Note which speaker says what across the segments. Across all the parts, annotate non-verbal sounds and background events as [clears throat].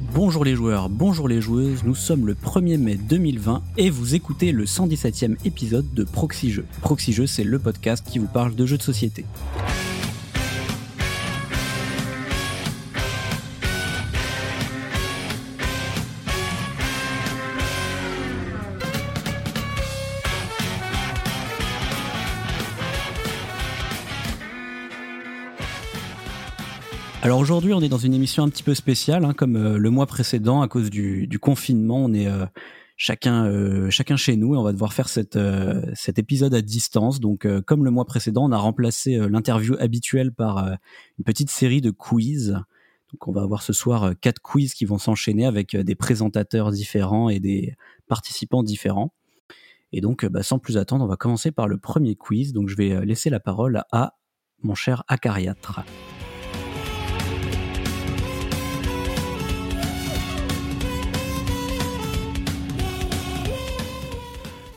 Speaker 1: Bonjour les joueurs, bonjour les joueuses, nous sommes le 1er mai 2020 et vous écoutez le 117e épisode de Proxy Jeux. Proxy Jeux, c'est le podcast qui vous parle de jeux de société. Alors aujourd'hui, on est dans une émission un petit peu spéciale, hein, comme euh, le mois précédent, à cause du, du confinement, on est euh, chacun euh, chacun chez nous et on va devoir faire cette, euh, cet épisode à distance. Donc, euh, comme le mois précédent, on a remplacé euh, l'interview habituelle par euh, une petite série de quiz. Donc, on va avoir ce soir euh, quatre quiz qui vont s'enchaîner avec euh, des présentateurs différents et des participants différents. Et donc, euh, bah, sans plus attendre, on va commencer par le premier quiz. Donc, je vais euh, laisser la parole à mon cher Acariatre.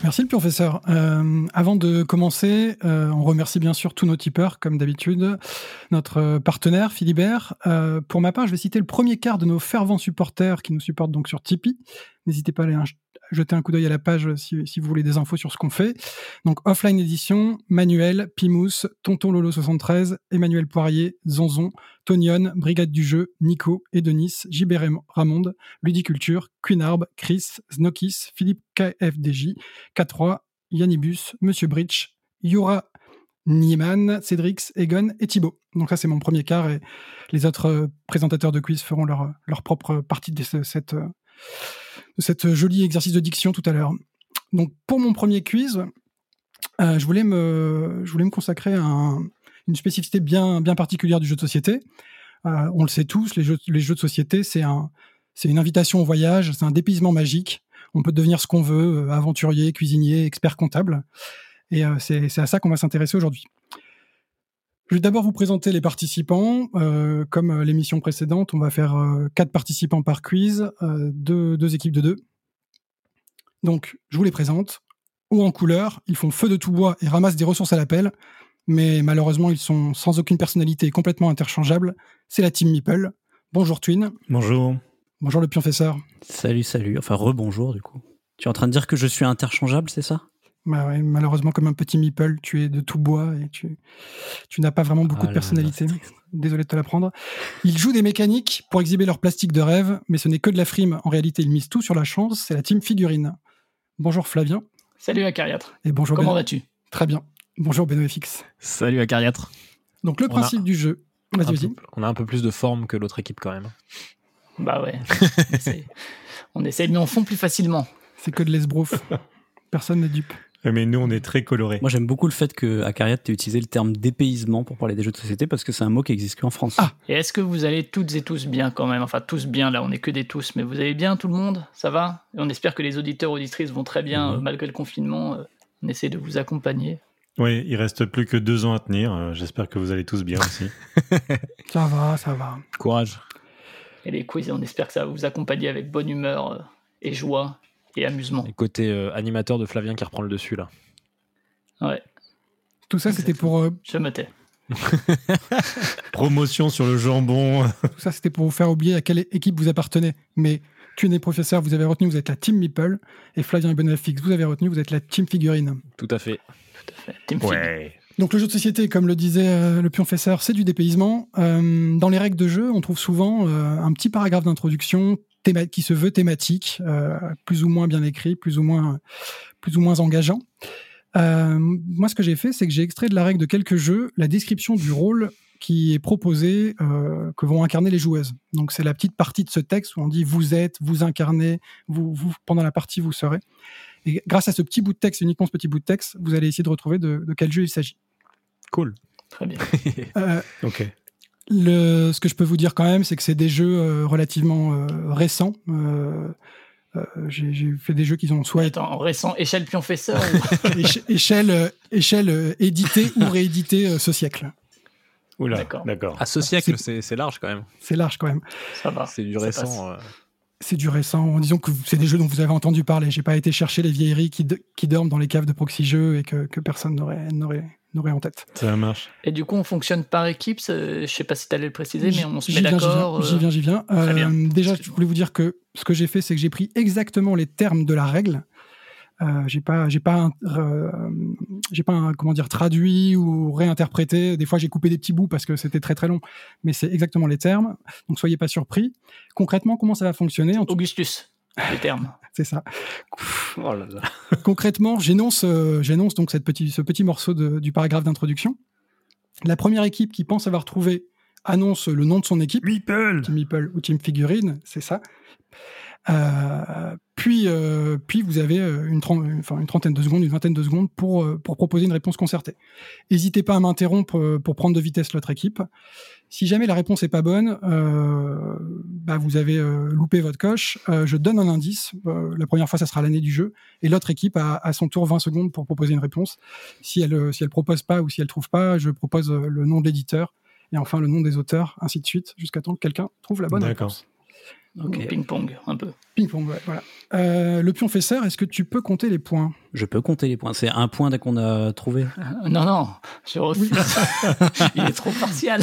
Speaker 2: Merci le professeur. Euh, avant de commencer, euh, on remercie bien sûr tous nos tipeurs, comme d'habitude, notre euh, partenaire Philibert. Euh, pour ma part, je vais citer le premier quart de nos fervents supporters qui nous supportent donc sur Tipeee. N'hésitez pas à aller un- jeter un coup d'œil à la page si, si vous voulez des infos sur ce qu'on fait. Donc Offline Edition, Manuel, Pimous, Tonton Lolo 73, Emmanuel Poirier, Zonzon, Tonion, Brigade du Jeu, Nico et Denis, JB Ram- Ramonde, Ludiculture, Quinarb, Chris, Znokis, Philippe KFDJ, K3, Yannibus, Monsieur Bridge, Yura Nieman, Cédrix, Egon et Thibaut. Donc ça, c'est mon premier quart et les autres euh, présentateurs de quiz feront leur, euh, leur propre partie de ce- cette, euh, de cette euh, jolie exercice de diction tout à l'heure. Donc pour mon premier quiz, euh, je, voulais me, je voulais me consacrer à un- une spécificité bien, bien particulière du jeu de société. Euh, on le sait tous, les jeux, les jeux de société, c'est un, c'est une invitation au voyage, c'est un dépaysement magique. On peut devenir ce qu'on veut, euh, aventurier, cuisinier, expert comptable. Et euh, c'est c'est à ça qu'on va s'intéresser aujourd'hui. Je vais d'abord vous présenter les participants. Euh, comme euh, l'émission précédente, on va faire euh, quatre participants par quiz, euh, deux, deux équipes de deux. Donc, je vous les présente. Ou en couleur, ils font feu de tout bois et ramassent des ressources à l'appel. Mais malheureusement, ils sont sans aucune personnalité et complètement interchangeables. C'est la team Meeple. Bonjour Twin.
Speaker 3: Bonjour.
Speaker 2: Bonjour le pionfesseur.
Speaker 1: Salut, salut. Enfin, rebonjour du coup. Tu es en train de dire que je suis interchangeable, c'est ça
Speaker 2: Bah ouais, malheureusement, comme un petit meeple, tu es de tout bois et tu, tu n'as pas vraiment beaucoup
Speaker 1: Ah
Speaker 2: de
Speaker 1: là là,
Speaker 2: personnalité.
Speaker 1: c'est triste.
Speaker 2: Désolé de te l'apprendre. Ils jouent des mécaniques pour exhiber leur plastique de rêve, mais ce n'est que de la frime. En réalité, ils misent tout sur la chance. C'est la team figurine. Bonjour Flavien
Speaker 4: Salut Acariatre,
Speaker 2: et bonjour
Speaker 4: comment
Speaker 2: Beno-
Speaker 4: vas-tu
Speaker 2: Très bien. Bonjour Benoît FX.
Speaker 3: Salut à Cariatre.
Speaker 2: Donc le
Speaker 3: On a-
Speaker 2: principe du jeu. Vas-y, vas-y.
Speaker 3: On a un peu plus de forme que l'autre équipe quand même.
Speaker 4: Bah
Speaker 3: [laughs]
Speaker 4: ouais, on essaie. on essaie, mais on fond plus facilement.
Speaker 2: C'est que
Speaker 4: [laughs]
Speaker 2: de l'esbrouf. Personne n'est dupe.
Speaker 5: Euh,
Speaker 3: Mais nous, on est très colorés.
Speaker 1: Moi, j'aime beaucoup le fait que, à Cariat, tu utilisé le terme dépaysement pour parler des jeux de société parce que c'est un mot qui existe qu'en France.
Speaker 2: Ah.
Speaker 4: Et est-ce que vous allez toutes et tous bien quand même Enfin, tous bien, là, on n'est que des tous, mais vous allez bien tout le monde Ça va Et on espère que les auditeurs, auditrices vont très bien,
Speaker 1: Mhm.
Speaker 4: euh, malgré le confinement. euh, on essaie de vous accompagner.
Speaker 5: Oui, il reste plus que deux ans à tenir. Euh, J'espère que vous allez tous bien
Speaker 1: [laughs]
Speaker 5: aussi.
Speaker 2: Ça va, ça va.
Speaker 3: Courage.
Speaker 4: Et les quiz, on espère que ça va vous accompagner avec bonne humeur euh, et joie et amusement.
Speaker 3: Et côté euh, animateur de Flavien qui reprend le dessus là.
Speaker 2: Tout ça, c'était
Speaker 4: Exactement.
Speaker 2: pour, euh,
Speaker 4: Je me tais.
Speaker 5: Promotion sur le jambon.
Speaker 2: Tout ça, c'était pour vous faire oublier à quelle équipe vous appartenez. Mais tu es professeur, vous avez retenu, vous êtes la team Meeple. Et Flavien et Benoît Fix, vous avez retenu, vous êtes la team Figurine.
Speaker 3: Tout à fait.
Speaker 4: Tout à fait. Team Fig.
Speaker 5: Ouais.
Speaker 2: Donc le jeu de société, comme le disait euh, le pionfesseur, c'est du dépaysement. Euh, dans les règles de jeu, on trouve souvent euh, un petit paragraphe d'introduction théma- qui se veut thématique, euh, plus ou moins bien écrit, plus ou moins, plus ou moins engageant. Euh, moi, ce que j'ai fait, c'est que j'ai extrait de la règle de quelques jeux la description du rôle qui est proposé, euh, que vont incarner les joueuses. Donc c'est la petite partie de ce texte où on dit vous êtes, vous incarnez, vous, vous pendant la partie vous serez. Et grâce à ce petit bout de texte, uniquement ce petit bout de texte, vous allez essayer de retrouver de- de quel jeu il s'agit.
Speaker 3: Cool.
Speaker 4: Très bien.
Speaker 2: Euh,
Speaker 5: [laughs] Ok.
Speaker 2: le, ce que je peux vous dire quand même, c'est que c'est des jeux euh, relativement euh, récents. Euh, euh, J'ai j'ai fait des jeux qui
Speaker 4: [laughs]
Speaker 2: ont soit
Speaker 4: Attends, en récent échelle pionfesseur
Speaker 2: [laughs] éche- échelle, euh, échelle euh, éditée ou rééditée euh, ce siècle.
Speaker 5: Oula.
Speaker 4: D'accord.
Speaker 5: D'accord.
Speaker 3: À ce siècle, c'est c'est large quand même.
Speaker 2: C'est large quand même.
Speaker 4: Ça va.
Speaker 3: C'est du
Speaker 4: ça
Speaker 3: récent. euh.
Speaker 2: C'est du récent. Disons que c'est des jeux dont vous avez entendu parler. J'ai pas été chercher les vieilleries qui, de- qui dorment dans les caves de proxy jeux et que, que personne n'aurait n'aurait- N'aurait en tête.
Speaker 5: Ça marche.
Speaker 4: Et du coup, on fonctionne par équipe. ça- Je sais pas si t'allais le préciser,
Speaker 2: J-
Speaker 4: mais on se
Speaker 2: j'y
Speaker 4: met
Speaker 2: viens, j'y
Speaker 4: d'accord.
Speaker 2: viens, J'y
Speaker 4: euh,
Speaker 2: viens, j'y viens.
Speaker 4: Très bien.
Speaker 2: Euh, déjà, je
Speaker 4: Excuse-moi.
Speaker 2: voulais vous dire que ce que j'ai fait, c'est que j'ai pris exactement les termes de la règle. Euh, j'ai pas, j'ai pas, un- euh, j'ai pas, un, comment dire, traduit ou réinterprété. Des fois, j'ai coupé des petits bouts parce que c'était très très long, mais c'est exactement les termes. Donc, soyez pas surpris. Concrètement, comment ça va fonctionner En tout-
Speaker 4: Augustus, les termes.
Speaker 2: C'est ça.
Speaker 4: Oh là là.
Speaker 2: [laughs] Concrètement, j'énonce, euh, j'énonce donc cette petite- ce petit morceau de- du paragraphe d'introduction. La première équipe qui pense avoir trouvé annonce le nom de son équipe.
Speaker 5: Meeple
Speaker 2: Team Meeple ou Team Figurine, c'est ça. Euh, puis, euh, puis vous avez euh, une, tren- une- enfin, une trentaine de secondes, une vingtaine de secondes pour, euh, pour proposer une réponse concertée. N'hésitez pas à m'interrompre euh, pour prendre de vitesse l'autre équipe. Si jamais la réponse n'est pas bonne, euh, bah, vous avez euh, loupé votre coche. Euh, je donne un indice. Euh, la première fois, ça sera l'année du jeu. Et l'autre équipe a à son tour 20 secondes pour proposer une réponse. Si elle ne si elle propose pas ou si elle trouve pas, je propose euh, le nom de l'éditeur et enfin le nom des auteurs, ainsi de suite, jusqu'à temps que quelqu'un trouve la bonne
Speaker 5: D'accord.
Speaker 2: réponse.
Speaker 1: Ok.
Speaker 4: Ping-pong, un peu.
Speaker 2: Ping-pong, ouais, voilà. Euh, le pion fesseur, est-ce que tu peux compter les points
Speaker 1: Je peux compter les points. C'est un point dès qu'on a trouvé.
Speaker 3: Ah,
Speaker 4: Euh, Non,
Speaker 2: [laughs]
Speaker 4: non, je refuse. [laughs] Il est trop partial.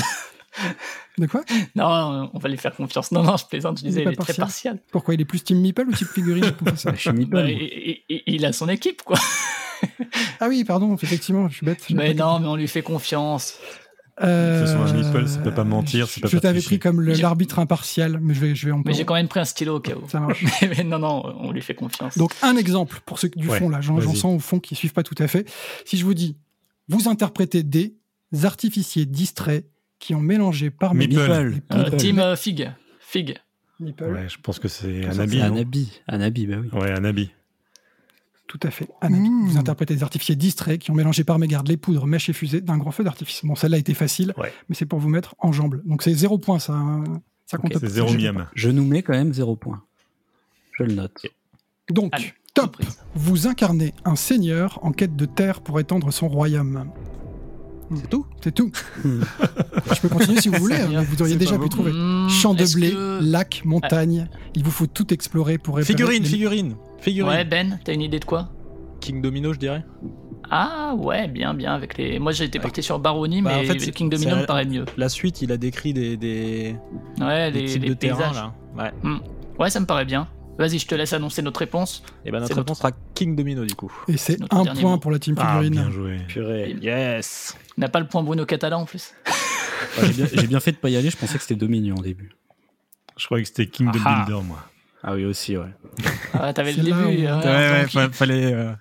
Speaker 2: De quoi
Speaker 4: Non, euh, on va lui faire confiance. Non, non, je plaisante, je disais,
Speaker 2: Il est
Speaker 4: il est
Speaker 2: pas
Speaker 4: très partial.
Speaker 2: Pourquoi il est plus Team Meeple ou Team
Speaker 4: [laughs]
Speaker 2: Figurine le pion fesseur
Speaker 1: Je suis mis
Speaker 4: Bah, il, il- il a son équipe, quoi.
Speaker 2: Ah oui, pardon, effectivement, je suis bête.
Speaker 4: Mais non, mais on lui fait confiance.
Speaker 2: Euh,
Speaker 5: De toute façon, un Meeple, ça peut pas mentir, ça
Speaker 2: je-
Speaker 5: peut
Speaker 2: Je
Speaker 5: pas
Speaker 2: t'avais
Speaker 5: tricher.
Speaker 2: pris comme le-
Speaker 4: J'ai-
Speaker 2: l'arbitre impartial, mais je vais, je vais en
Speaker 4: Mais j'ai quand même pris un stylo au cas où.
Speaker 2: Ça marche.
Speaker 4: [laughs] Mais, mais non, non, on lui fait confiance.
Speaker 2: Donc un exemple pour ceux du
Speaker 5: Ouais,
Speaker 2: fond là, j'en j'en
Speaker 5: vas-y.
Speaker 2: sens au fond qui suivent pas tout à fait. Si je vous dis, vous interprétez des artificiers distraits qui ont mélangé parmi
Speaker 5: Meeple.
Speaker 2: les
Speaker 4: Euh,
Speaker 2: people-
Speaker 4: team euh, Fig. Fig.
Speaker 2: Meeple,
Speaker 5: Ouais, je pense que c'est
Speaker 1: Ah, C'est
Speaker 5: un habit. non
Speaker 1: Anabi. Anabi, bah oui.
Speaker 5: Ouais, un habit.
Speaker 2: Tout à fait. Anna,
Speaker 5: Mmh.
Speaker 2: Vous interprétez des artificiers distraits qui ont mélangé par mégarde les poudres, mèches et fusées d'un grand feu d'artifice. Bon, celle-là était facile,
Speaker 5: Ouais.
Speaker 2: mais c'est pour vous mettre en jambe. Donc c'est zéro point, ça. hein. Ça compte pas.
Speaker 5: C'est zéro miam.
Speaker 1: Je nous mets quand même zéro point. Je le note.
Speaker 2: Donc,
Speaker 4: Allez,
Speaker 2: top
Speaker 4: reprise.
Speaker 2: Vous incarnez un seigneur en quête de terre pour étendre son royaume.
Speaker 3: C'est tout
Speaker 2: C'est tout.
Speaker 1: Hmm.
Speaker 2: Je peux continuer si vous voulez, hein, mais vous
Speaker 5: [laughs]
Speaker 2: auriez
Speaker 5: C'est
Speaker 2: déjà
Speaker 5: pas
Speaker 2: pu
Speaker 5: beaucoup.
Speaker 2: trouver.
Speaker 4: Mmh,
Speaker 2: Champs de
Speaker 4: est-ce
Speaker 2: blé,
Speaker 4: que-
Speaker 2: lacs, montagnes. Il vous faut tout explorer pour réparer.
Speaker 3: Figurine,
Speaker 2: les-
Speaker 3: figurine, figurine.
Speaker 4: Ouais, Ben, t'as une idée de quoi
Speaker 3: King Domino, je dirais.
Speaker 4: Ah ouais, bien, bien. Avec les... Moi j'étais parti sur Baroni,
Speaker 3: Bah,
Speaker 4: mais
Speaker 3: en fait, c'est-
Speaker 4: King Domino
Speaker 3: c'est-
Speaker 4: me paraît mieux.
Speaker 3: La suite, il a décrit des, des,
Speaker 4: Ouais,
Speaker 3: des
Speaker 4: les,
Speaker 3: types
Speaker 4: les
Speaker 3: de terrain
Speaker 4: paysages. Hmm.
Speaker 3: là. Ouais.
Speaker 4: ouais, ça me paraît bien. Vas-y, je te laisse annoncer notre réponse.
Speaker 3: Et ben notre
Speaker 4: C'est notre-
Speaker 3: réponse sera King Domino du coup.
Speaker 2: Et c'est
Speaker 4: Notre
Speaker 2: un
Speaker 4: dernier
Speaker 2: point
Speaker 4: mot.
Speaker 2: pour la team
Speaker 5: Ah,
Speaker 2: figurine.
Speaker 5: bien joué.
Speaker 3: Purée. Yes.
Speaker 4: On n'a pas le point Bruno Catala
Speaker 3: [laughs]
Speaker 4: en plus.
Speaker 1: Ouais, J'ai bien, j'ai bien fait de pas y aller. Je pensais que c'était Dominion au début.
Speaker 5: Je croyais que c'était King the
Speaker 4: Aha.
Speaker 5: Builder, moi.
Speaker 1: Ah oui, aussi, ouais.
Speaker 4: Ah, t'avais le
Speaker 2: C'est là
Speaker 4: début.
Speaker 2: où-
Speaker 4: ouais, en faisant-
Speaker 3: fallait.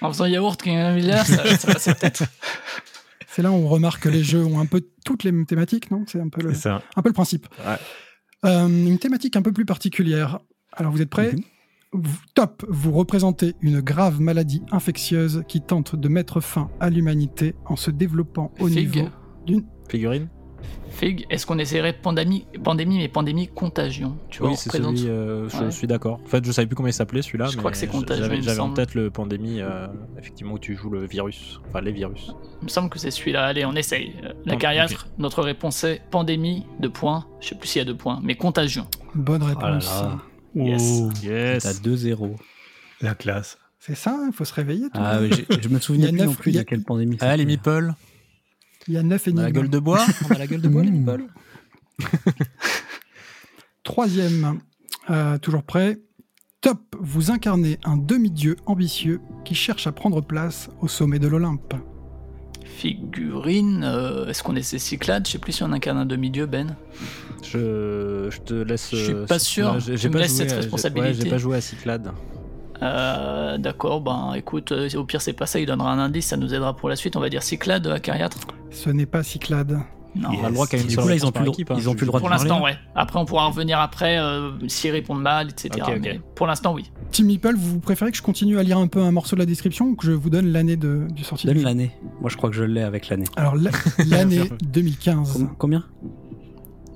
Speaker 4: En faisant yaourt King Domino, ça, ça passait peut-être.
Speaker 2: [laughs] C'est là où on remarque que les jeux ont un peu toutes les mêmes thématiques, non C'est un peu le.
Speaker 5: C'est ça.
Speaker 2: un peu le principe.
Speaker 5: Ouais.
Speaker 1: Ah,
Speaker 2: Euh, une thématique un peu plus particulière. Alors vous êtes prêts
Speaker 1: Mhm.
Speaker 2: Vous- Top, vous représentez une grave maladie infectieuse qui tente de mettre fin à l'humanité en se développant au niveau.
Speaker 4: Fig.
Speaker 3: Figurine.
Speaker 4: Fig. Est-ce qu'on essaierait pandémie, pandémie, mais pandémie contagion Tu vois,
Speaker 3: oui,
Speaker 4: on
Speaker 3: c'est
Speaker 4: représente-
Speaker 3: celui. euh, je
Speaker 4: Ouais.
Speaker 3: suis d'accord. En fait, je savais plus comment il s'appelait celui-là.
Speaker 4: Je
Speaker 3: mais
Speaker 4: crois que c'est
Speaker 3: j-
Speaker 4: Contagion, il
Speaker 3: J'avais
Speaker 4: me
Speaker 3: j'avais en
Speaker 4: semble.
Speaker 3: tête le pandémie, euh, effectivement, où tu joues le virus. Enfin, les virus.
Speaker 4: Il me semble que c'est celui-là. Allez, on essaye. Euh, La
Speaker 3: Ok.
Speaker 4: cariatre, notre réponse est pandémie, deux points. Je sais plus s'il y a deux points, mais contagion.
Speaker 2: Bonne réponse.
Speaker 1: oh là là.
Speaker 4: Yes.
Speaker 5: Oh,
Speaker 1: T'as
Speaker 3: Yes.
Speaker 1: 2-0.
Speaker 5: la classe.
Speaker 2: C'est ça, il faut se réveiller. tout
Speaker 1: Ah
Speaker 2: le
Speaker 1: oui,
Speaker 2: monde.
Speaker 1: j'ai- je me souvenais
Speaker 2: Il y a
Speaker 1: plus non
Speaker 2: neuf-
Speaker 1: plus
Speaker 2: il y a-
Speaker 1: de quelle pandémie.
Speaker 3: Ah, les
Speaker 1: c'était.
Speaker 3: meeples.
Speaker 2: Il y a 9
Speaker 3: On a la
Speaker 2: énigmes.
Speaker 3: gueule de
Speaker 2: [laughs]
Speaker 3: bois. On a la gueule de bois, les [laughs] meeples.
Speaker 2: Troisième, euh, toujours prêt. Top, vous incarnez un demi-dieu ambitieux qui cherche à prendre place au sommet de l'Olympe.
Speaker 4: Figurine, euh, est-ce qu'on essaie Cyclade Je sais plus si on incarne un demi-dieu, Ben.
Speaker 3: Je, je te laisse.
Speaker 4: Je suis
Speaker 3: euh,
Speaker 4: pas
Speaker 3: ce-
Speaker 4: sûr.
Speaker 3: là, J'ai
Speaker 4: Tu
Speaker 3: j'ai
Speaker 4: me
Speaker 3: pas
Speaker 4: laisses
Speaker 3: joué
Speaker 4: cette
Speaker 3: à- j'ai-
Speaker 4: responsabilité.
Speaker 3: ouais, J'ai pas joué à Cyclade.
Speaker 4: Euh, D'accord, ben écoute, euh, au pire c'est pas ça, il donnera un indice, ça nous aidera pour la suite. On va dire Cyclade, euh, la cariatre
Speaker 2: Ce n'est pas Cyclade.
Speaker 4: Non.
Speaker 3: On a le droit qu'à une
Speaker 1: Du
Speaker 3: seule
Speaker 1: coup, là, ils
Speaker 3: réponse
Speaker 1: ont plus
Speaker 3: par
Speaker 1: le-
Speaker 3: équipe, hein.
Speaker 1: ils ont plus le droit de
Speaker 4: Pour
Speaker 1: parler,
Speaker 4: l'instant,
Speaker 1: là
Speaker 4: ouais. Après, on pourra en revenir après euh, s'ils répondent mal, etc.
Speaker 3: Ok, ok.
Speaker 4: Mais pour l'instant, oui.
Speaker 2: Team Meeple, vous préférez que je continue à lire un peu un morceau de la description ou que je vous donne l'année de, du sortie
Speaker 1: Donne l'année. Moi, je crois que je l'ai avec l'année. [laughs]
Speaker 2: Alors la- l'année 2015.
Speaker 1: Com- combien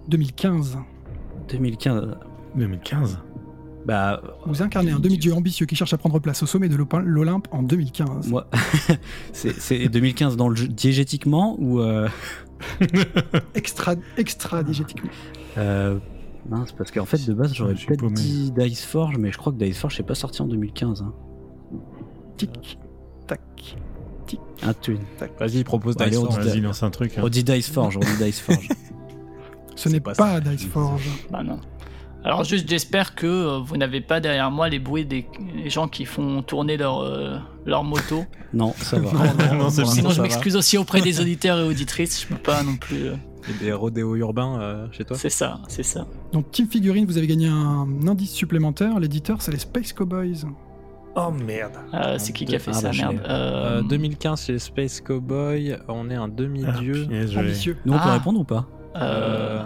Speaker 2: 2015.
Speaker 1: 2015.
Speaker 5: 2015.
Speaker 1: Bah,
Speaker 2: Vous incarnez un demi-dieu ambitieux qui cherche à prendre place au sommet de l'Opa- l'Olympe en 2015.
Speaker 1: moi, [laughs] c'est- c'est 2015 dans le jeu, diégétiquement ou. Euh,
Speaker 2: [laughs] Extra, extra diégétiquement.
Speaker 1: euh, mince, parce qu'en fait, de base, j'aurais
Speaker 5: Je suis
Speaker 1: peut-être
Speaker 5: paumé.
Speaker 1: dit Dice Forge, mais je crois que Dice Forge n'est pas sorti en 2015. hein.
Speaker 2: Tic, tac.
Speaker 1: Un twin.
Speaker 3: Vas-y, propose
Speaker 1: Allez, on
Speaker 3: Dice
Speaker 1: dit
Speaker 3: Forge.
Speaker 5: Vas-y, lance un truc. hein.
Speaker 1: On dit Dice Forge, on dit Dice Forge.
Speaker 2: Ce
Speaker 3: C'est
Speaker 2: n'est
Speaker 3: pas
Speaker 2: pas,
Speaker 3: ça.
Speaker 2: Diceforge.
Speaker 4: Bah non. Alors juste j'espère que euh, vous n'avez pas derrière moi les bruits des des gens qui font tourner leur, euh,
Speaker 3: [laughs]
Speaker 4: leur moto.
Speaker 1: non, ça va.
Speaker 4: [laughs]
Speaker 5: Non, c'est
Speaker 4: Sinon
Speaker 5: bon.
Speaker 3: ça
Speaker 4: je
Speaker 3: va.
Speaker 4: m'excuse aussi auprès des auditeurs et auditrices, je peux pas non plus... euh,
Speaker 3: Il y a des rodéos urbains euh, chez toi
Speaker 4: C'est ça, c'est ça.
Speaker 2: Donc Team Figurine, vous avez gagné un indice supplémentaire. L'éditeur, c'est les Space Cowboys.
Speaker 3: Oh merde
Speaker 4: Euh, c'est qui qui a fait
Speaker 1: Ah,
Speaker 4: ça,
Speaker 1: bah, je
Speaker 4: merde
Speaker 1: l'ai.
Speaker 4: Euh,
Speaker 3: 2015 chez Space Cowboy, on est un
Speaker 5: Ah,
Speaker 3: demi-dieu.
Speaker 5: pièce, je l'ai.
Speaker 2: Ambitieux.
Speaker 1: Nous, on peut
Speaker 4: Ah.
Speaker 1: répondre ou pas
Speaker 4: euh,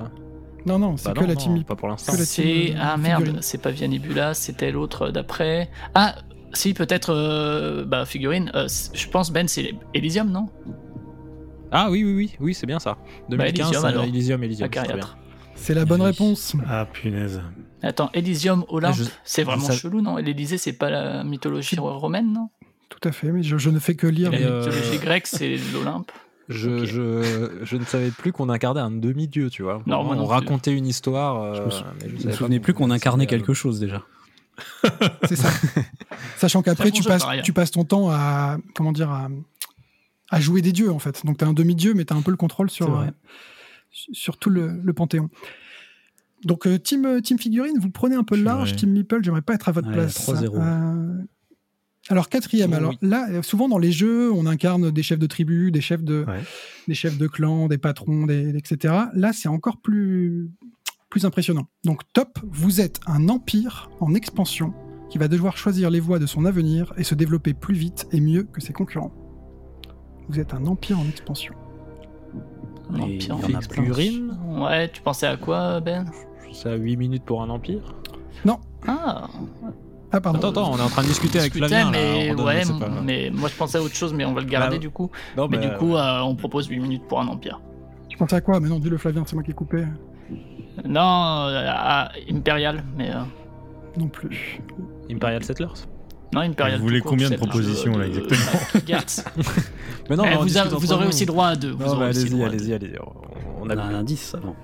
Speaker 2: Non, non, c'est
Speaker 3: bah
Speaker 2: que
Speaker 3: non,
Speaker 2: la
Speaker 3: non,
Speaker 2: team.
Speaker 3: Pas pour l'instant.
Speaker 2: que la
Speaker 4: C'est
Speaker 2: team, euh,
Speaker 4: ah merde,
Speaker 2: figurine.
Speaker 4: c'est pas Via Nebula, c'était l'autre d'après. Ah si peut-être euh, bah figurine. euh, c- je pense Ben c'est Elysium non Bah,
Speaker 3: Ah oui, oui, oui, oui, c'est bien ça. 2015,
Speaker 4: Elysium,
Speaker 3: euh,
Speaker 4: alors.
Speaker 3: Elysium, Elysium,
Speaker 4: La
Speaker 3: c'est très bien.
Speaker 4: carrière.
Speaker 2: C'est la bonne
Speaker 3: Oui.
Speaker 2: réponse.
Speaker 5: Ah, punaise.
Speaker 4: Attends Elysium Olympe,
Speaker 3: Ah, je-
Speaker 4: c'est vraiment
Speaker 3: ça-
Speaker 4: chelou non L'Élysée c'est pas la mythologie romaine non
Speaker 2: Tout à fait, mais je, je ne fais que lire.
Speaker 4: La
Speaker 3: Et,
Speaker 2: mais-
Speaker 3: euh,
Speaker 4: mythologie grecque c'est l'Olympe.
Speaker 3: Je,
Speaker 4: Ok.
Speaker 3: je, je ne savais plus qu'on incarnait un demi-dieu, tu vois.
Speaker 4: Non, moi
Speaker 3: on
Speaker 4: non plus.
Speaker 3: racontait une histoire. euh,
Speaker 1: Je me sou-
Speaker 3: mais je
Speaker 1: Je
Speaker 3: savais
Speaker 1: me
Speaker 3: pas
Speaker 1: souvenais plus qu'on incarnait
Speaker 3: c'était, euh,
Speaker 1: quelque chose déjà.
Speaker 2: C'est ça. Sachant qu'après,
Speaker 4: bon
Speaker 2: tu
Speaker 4: jeu,
Speaker 2: passes,
Speaker 4: par ailleurs.
Speaker 2: tu passes ton temps à, comment dire, à, à jouer des dieux, en fait. Donc, tu as un demi-dieu, mais tu as un peu le contrôle
Speaker 1: C'est
Speaker 2: sur,
Speaker 1: vrai.
Speaker 2: euh, sur tout le, le panthéon. Donc, euh, team, euh, team Figurine, vous prenez un peu le large.
Speaker 5: Ouais.
Speaker 2: Team Meeple, j'aimerais pas être à votre
Speaker 1: Ouais,
Speaker 2: place.
Speaker 1: 3-0.
Speaker 2: Euh, alors, quatrième.
Speaker 3: Oh,
Speaker 2: alors,
Speaker 3: oui.
Speaker 2: là, euh, souvent dans les jeux, on incarne des chefs de tribu, des chefs de,
Speaker 5: Ouais.
Speaker 2: des chefs de clan, des patrons, des, etc. Là, c'est encore plus, plus impressionnant. Donc, top, vous êtes un empire en expansion qui va devoir choisir les voies de son avenir et se développer plus vite et mieux que ses concurrents. Vous êtes un empire en expansion.
Speaker 4: Non,
Speaker 1: Et
Speaker 4: pire.
Speaker 1: il y en a plein.
Speaker 3: Figurine
Speaker 4: Ouais, tu pensais à quoi Ben
Speaker 3: C'est à 8 minutes pour un empire.
Speaker 4: Ah,
Speaker 2: Ah, pardon.
Speaker 3: Attends, attends, on est en train de discuter avec
Speaker 4: discutais,
Speaker 3: Flavien. là,
Speaker 4: mais
Speaker 3: on donne-
Speaker 4: ouais,
Speaker 3: c'est pas-
Speaker 4: mais moi je pensais à autre chose, mais on va le garder
Speaker 3: Bah,
Speaker 4: du coup.
Speaker 3: Non,
Speaker 4: Mais
Speaker 3: bah,
Speaker 4: du coup, euh, on propose 8 minutes pour un empire.
Speaker 2: Tu pensais à quoi Mais non, dis-le Flavien, c'est moi qui ai coupé.
Speaker 4: Non, euh, à Imperial, mais euh,
Speaker 2: Non plus.
Speaker 3: Imperial Settlers
Speaker 4: non Imperial.
Speaker 5: Vous voulez
Speaker 4: tout court,
Speaker 5: combien de
Speaker 4: c'est le
Speaker 5: propositions,
Speaker 4: jeu
Speaker 5: là,
Speaker 4: de-
Speaker 5: exactement
Speaker 4: [laughs] de Gygax.
Speaker 3: [laughs] Mais non,
Speaker 4: Eh,
Speaker 3: mais on
Speaker 4: vous, a-
Speaker 3: discute
Speaker 4: vous
Speaker 3: entre
Speaker 4: aurez
Speaker 3: nous.
Speaker 4: aussi droit à deux. vous
Speaker 3: Non,
Speaker 4: aurez
Speaker 3: bah,
Speaker 4: aussi
Speaker 3: allez-y,
Speaker 4: droit à
Speaker 3: allez-y, allez-y. On- On
Speaker 1: On a un
Speaker 3: a
Speaker 1: indice avant.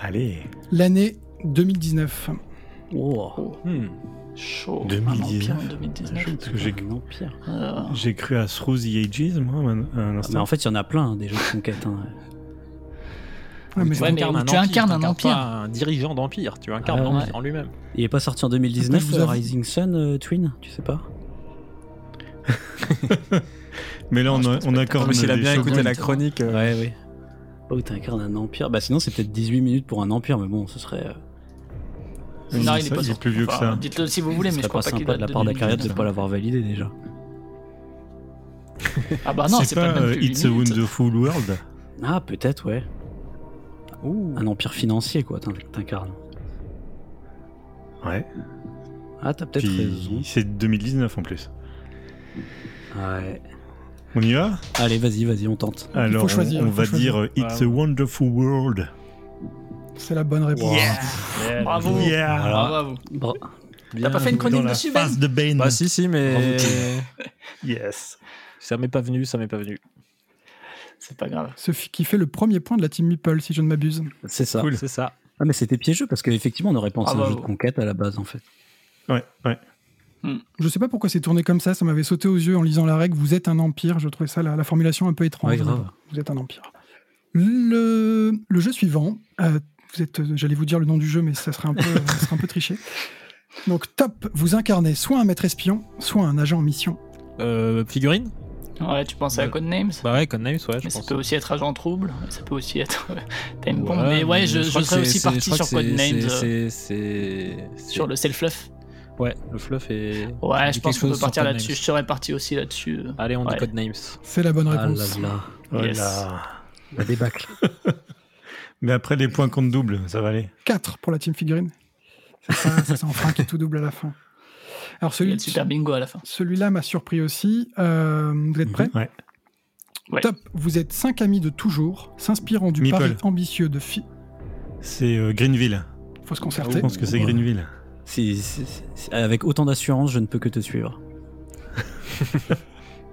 Speaker 5: Allez.
Speaker 2: L'année 2019.
Speaker 1: Oh,
Speaker 3: Hmm.
Speaker 4: deux.
Speaker 2: Oh,
Speaker 4: Chaud.
Speaker 5: 2019.
Speaker 4: Un empire en 2019.
Speaker 5: Parce que j'ai-
Speaker 1: un empire.
Speaker 4: Euh,
Speaker 5: J'ai cru à Through the Ages, moi, un, un
Speaker 1: Ah, mais
Speaker 5: instant.
Speaker 1: en fait, il y en a plein hein, des jeux de conquête. hein.
Speaker 2: Ah, mais
Speaker 4: Ouais, mais
Speaker 3: incarnes
Speaker 4: où
Speaker 3: un
Speaker 4: tu incarnes un
Speaker 3: t'incarnes
Speaker 4: empire.
Speaker 3: pas un dirigeant d'empire, tu incarnes
Speaker 1: Ah,
Speaker 3: l'empire
Speaker 4: ouais.
Speaker 3: en lui-même.
Speaker 1: Il est pas sorti en
Speaker 2: Je
Speaker 1: 2019,
Speaker 2: vous
Speaker 1: euh,
Speaker 2: avoue.
Speaker 1: Rising Sun euh, Twin, tu sais pas
Speaker 5: [laughs] Mais là, on,
Speaker 4: Non, je
Speaker 5: a-
Speaker 4: pense
Speaker 5: on
Speaker 4: pas que
Speaker 5: accorde.
Speaker 4: t'as-
Speaker 5: des
Speaker 4: s'il a bien
Speaker 5: choses.
Speaker 4: écouté la euh.
Speaker 3: chronique.
Speaker 1: Ouais, oui. Oh, t'incarnes un empire. Bah sinon, c'est peut-être 18 minutes pour un empire, mais bon, ce serait, euh,
Speaker 5: Oui,
Speaker 4: non,
Speaker 5: ça,
Speaker 4: il est pas sorti.
Speaker 5: plus vieux que
Speaker 4: Enfin,
Speaker 5: ça.
Speaker 4: Dites-le si vous
Speaker 1: ce
Speaker 4: voulez, mais
Speaker 1: serait
Speaker 4: je crois
Speaker 1: pas
Speaker 4: pas qu'il
Speaker 1: sympa
Speaker 4: date
Speaker 1: de la part d'Acariad de
Speaker 4: 2019.
Speaker 1: pas l'avoir validé déjà.
Speaker 4: Ah bah non, c'est pas, le
Speaker 5: euh,
Speaker 4: même que
Speaker 5: It's a
Speaker 4: 8 minutes.
Speaker 5: Wonderful World.
Speaker 1: Ah, peut-être, ouais. Un empire financier, quoi, t'in- t'incarnes.
Speaker 5: Ouais.
Speaker 1: Ah, t'as peut-être raison.
Speaker 5: Puis c'est 2019 en plus.
Speaker 1: Ouais.
Speaker 5: On y va
Speaker 1: Allez, vas-y, vas-y, on tente.
Speaker 5: Ah, Alors, on-
Speaker 2: choisir,
Speaker 5: on,
Speaker 2: il faut
Speaker 5: va
Speaker 2: choisir.
Speaker 5: dire euh, It's a Wonderful World.
Speaker 2: C'est la bonne réponse.
Speaker 4: Bravo.
Speaker 5: Yeah.
Speaker 4: Bravo à vous.
Speaker 1: Bon,
Speaker 4: T'as pas fait une
Speaker 5: Dans
Speaker 4: chronique
Speaker 5: la
Speaker 4: dessus, Ben
Speaker 5: face de Bane.
Speaker 3: Bah si, si, mais
Speaker 5: [laughs] Yes.
Speaker 3: ça m'est pas venu, ça m'est pas venu.
Speaker 4: C'est pas grave.
Speaker 2: Ce fi- qui fait le premier point de la team Meeple, si je ne m'abuse.
Speaker 1: c'est ça.
Speaker 5: Cool.
Speaker 3: C'est ça.
Speaker 1: Ah, mais c'était piégeux parce qu'effectivement, on aurait pensé à un
Speaker 4: Bravo.
Speaker 1: jeu de conquête à la base, en fait.
Speaker 5: Ouais, ouais. Hmm.
Speaker 2: Je sais pas pourquoi c'est tourné comme ça, ça m'avait sauté aux yeux en lisant la règle. Vous êtes un empire, je trouvais ça la, la formulation un peu étrange.
Speaker 1: Ouais, grave.
Speaker 2: Vous êtes un empire. Le, le jeu suivant, euh, vous êtes, euh, j'allais vous dire le nom du jeu, mais
Speaker 1: [laughs]
Speaker 2: ça serait un peu, euh, ça serait un peu triché. Donc top, vous incarnez soit un maître espion, soit un agent en mission.
Speaker 3: Euh, figurine
Speaker 4: Ouais, tu pensais à
Speaker 3: Bah,
Speaker 4: Codenames
Speaker 3: Bah ouais, Codenames, ouais, je
Speaker 4: Mais ça
Speaker 3: pense.
Speaker 4: peut aussi être Agent Trouble, ça peut aussi être euh, Time Bomb.
Speaker 3: Ouais,
Speaker 4: mais ouais, je, je
Speaker 3: crois que
Speaker 4: serais
Speaker 3: c'est-
Speaker 4: aussi
Speaker 3: c'est-
Speaker 4: parti
Speaker 3: je crois
Speaker 4: sur
Speaker 3: que c'est-
Speaker 4: Codenames, euh,
Speaker 3: c'est- C'est. c'est-
Speaker 4: sur le self-fluff.
Speaker 3: Ouais, le fluff est.
Speaker 4: Ouais,
Speaker 3: dit
Speaker 4: je pense
Speaker 3: quelque
Speaker 4: qu'on
Speaker 3: chose
Speaker 4: peut
Speaker 3: sur
Speaker 4: partir
Speaker 3: Codenames.
Speaker 4: là-dessus. Je serais parti aussi là-dessus. euh.
Speaker 3: Allez, on dit
Speaker 4: Ouais.
Speaker 3: Codenames.
Speaker 2: C'est la bonne
Speaker 1: Ah là
Speaker 2: réponse.
Speaker 1: là,
Speaker 5: Oh
Speaker 4: Yes.
Speaker 5: là.
Speaker 1: la débâcle.
Speaker 5: [laughs] Mais après, les points comptent double, ça va aller.
Speaker 2: 4 pour la team figurine. C'est ça, ça, c'est en frein qui est tout double à la fin. Alors
Speaker 4: Il y a
Speaker 2: celui,
Speaker 4: le super bingo à la fin.
Speaker 2: celui-là m'a surpris aussi. Euh, vous êtes prêts
Speaker 5: Ouais.
Speaker 4: Ouais.
Speaker 2: Top, vous êtes cinq amis de toujours, s'inspirant du
Speaker 5: Meeple.
Speaker 2: pari ambitieux de Fi.
Speaker 5: C'est euh, Greenville.
Speaker 2: Faut se
Speaker 5: Je
Speaker 2: concerter.
Speaker 5: pense que c'est
Speaker 1: Ouais.
Speaker 5: Greenville.
Speaker 1: Si- si- si- avec autant d'assurance, je ne peux que te suivre.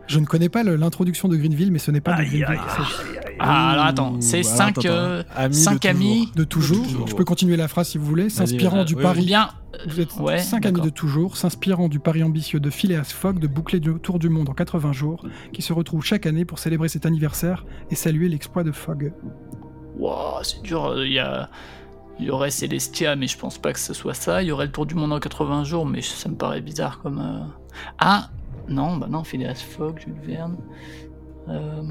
Speaker 2: Je ne connais pas le- l'introduction de Greenville, mais ce n'est pas de Greenville. C'est-
Speaker 4: Ah, Ah, alors attends, c'est
Speaker 6: alors,
Speaker 4: 5
Speaker 6: attends,
Speaker 5: Amis
Speaker 4: cinq
Speaker 5: de toujours.
Speaker 4: amis.
Speaker 2: De toujours.
Speaker 5: toujours.
Speaker 2: Je peux continuer la phrase si vous voulez. S'inspirant
Speaker 5: vas-y,
Speaker 2: du
Speaker 5: oui,
Speaker 2: pari.
Speaker 4: Bien.
Speaker 2: Vous êtes
Speaker 4: Ouais,
Speaker 2: cinq amis
Speaker 4: d'accord.
Speaker 2: de toujours, s'inspirant du pari ambitieux de Phileas Fogg de boucler du tour du monde en 80 jours, qui se retrouvent chaque année pour célébrer cet anniversaire et saluer l'exploit de Fogg.
Speaker 4: Wow, c'est dur. euh, Il y, a... il y aurait Celestia, mais je pense pas que ce soit ça. Il y aurait le tour du monde en 80 jours, mais ça me paraît bizarre comme. euh, Ah Non, bah non, Phileas Fogg, Jules Verne. Euh,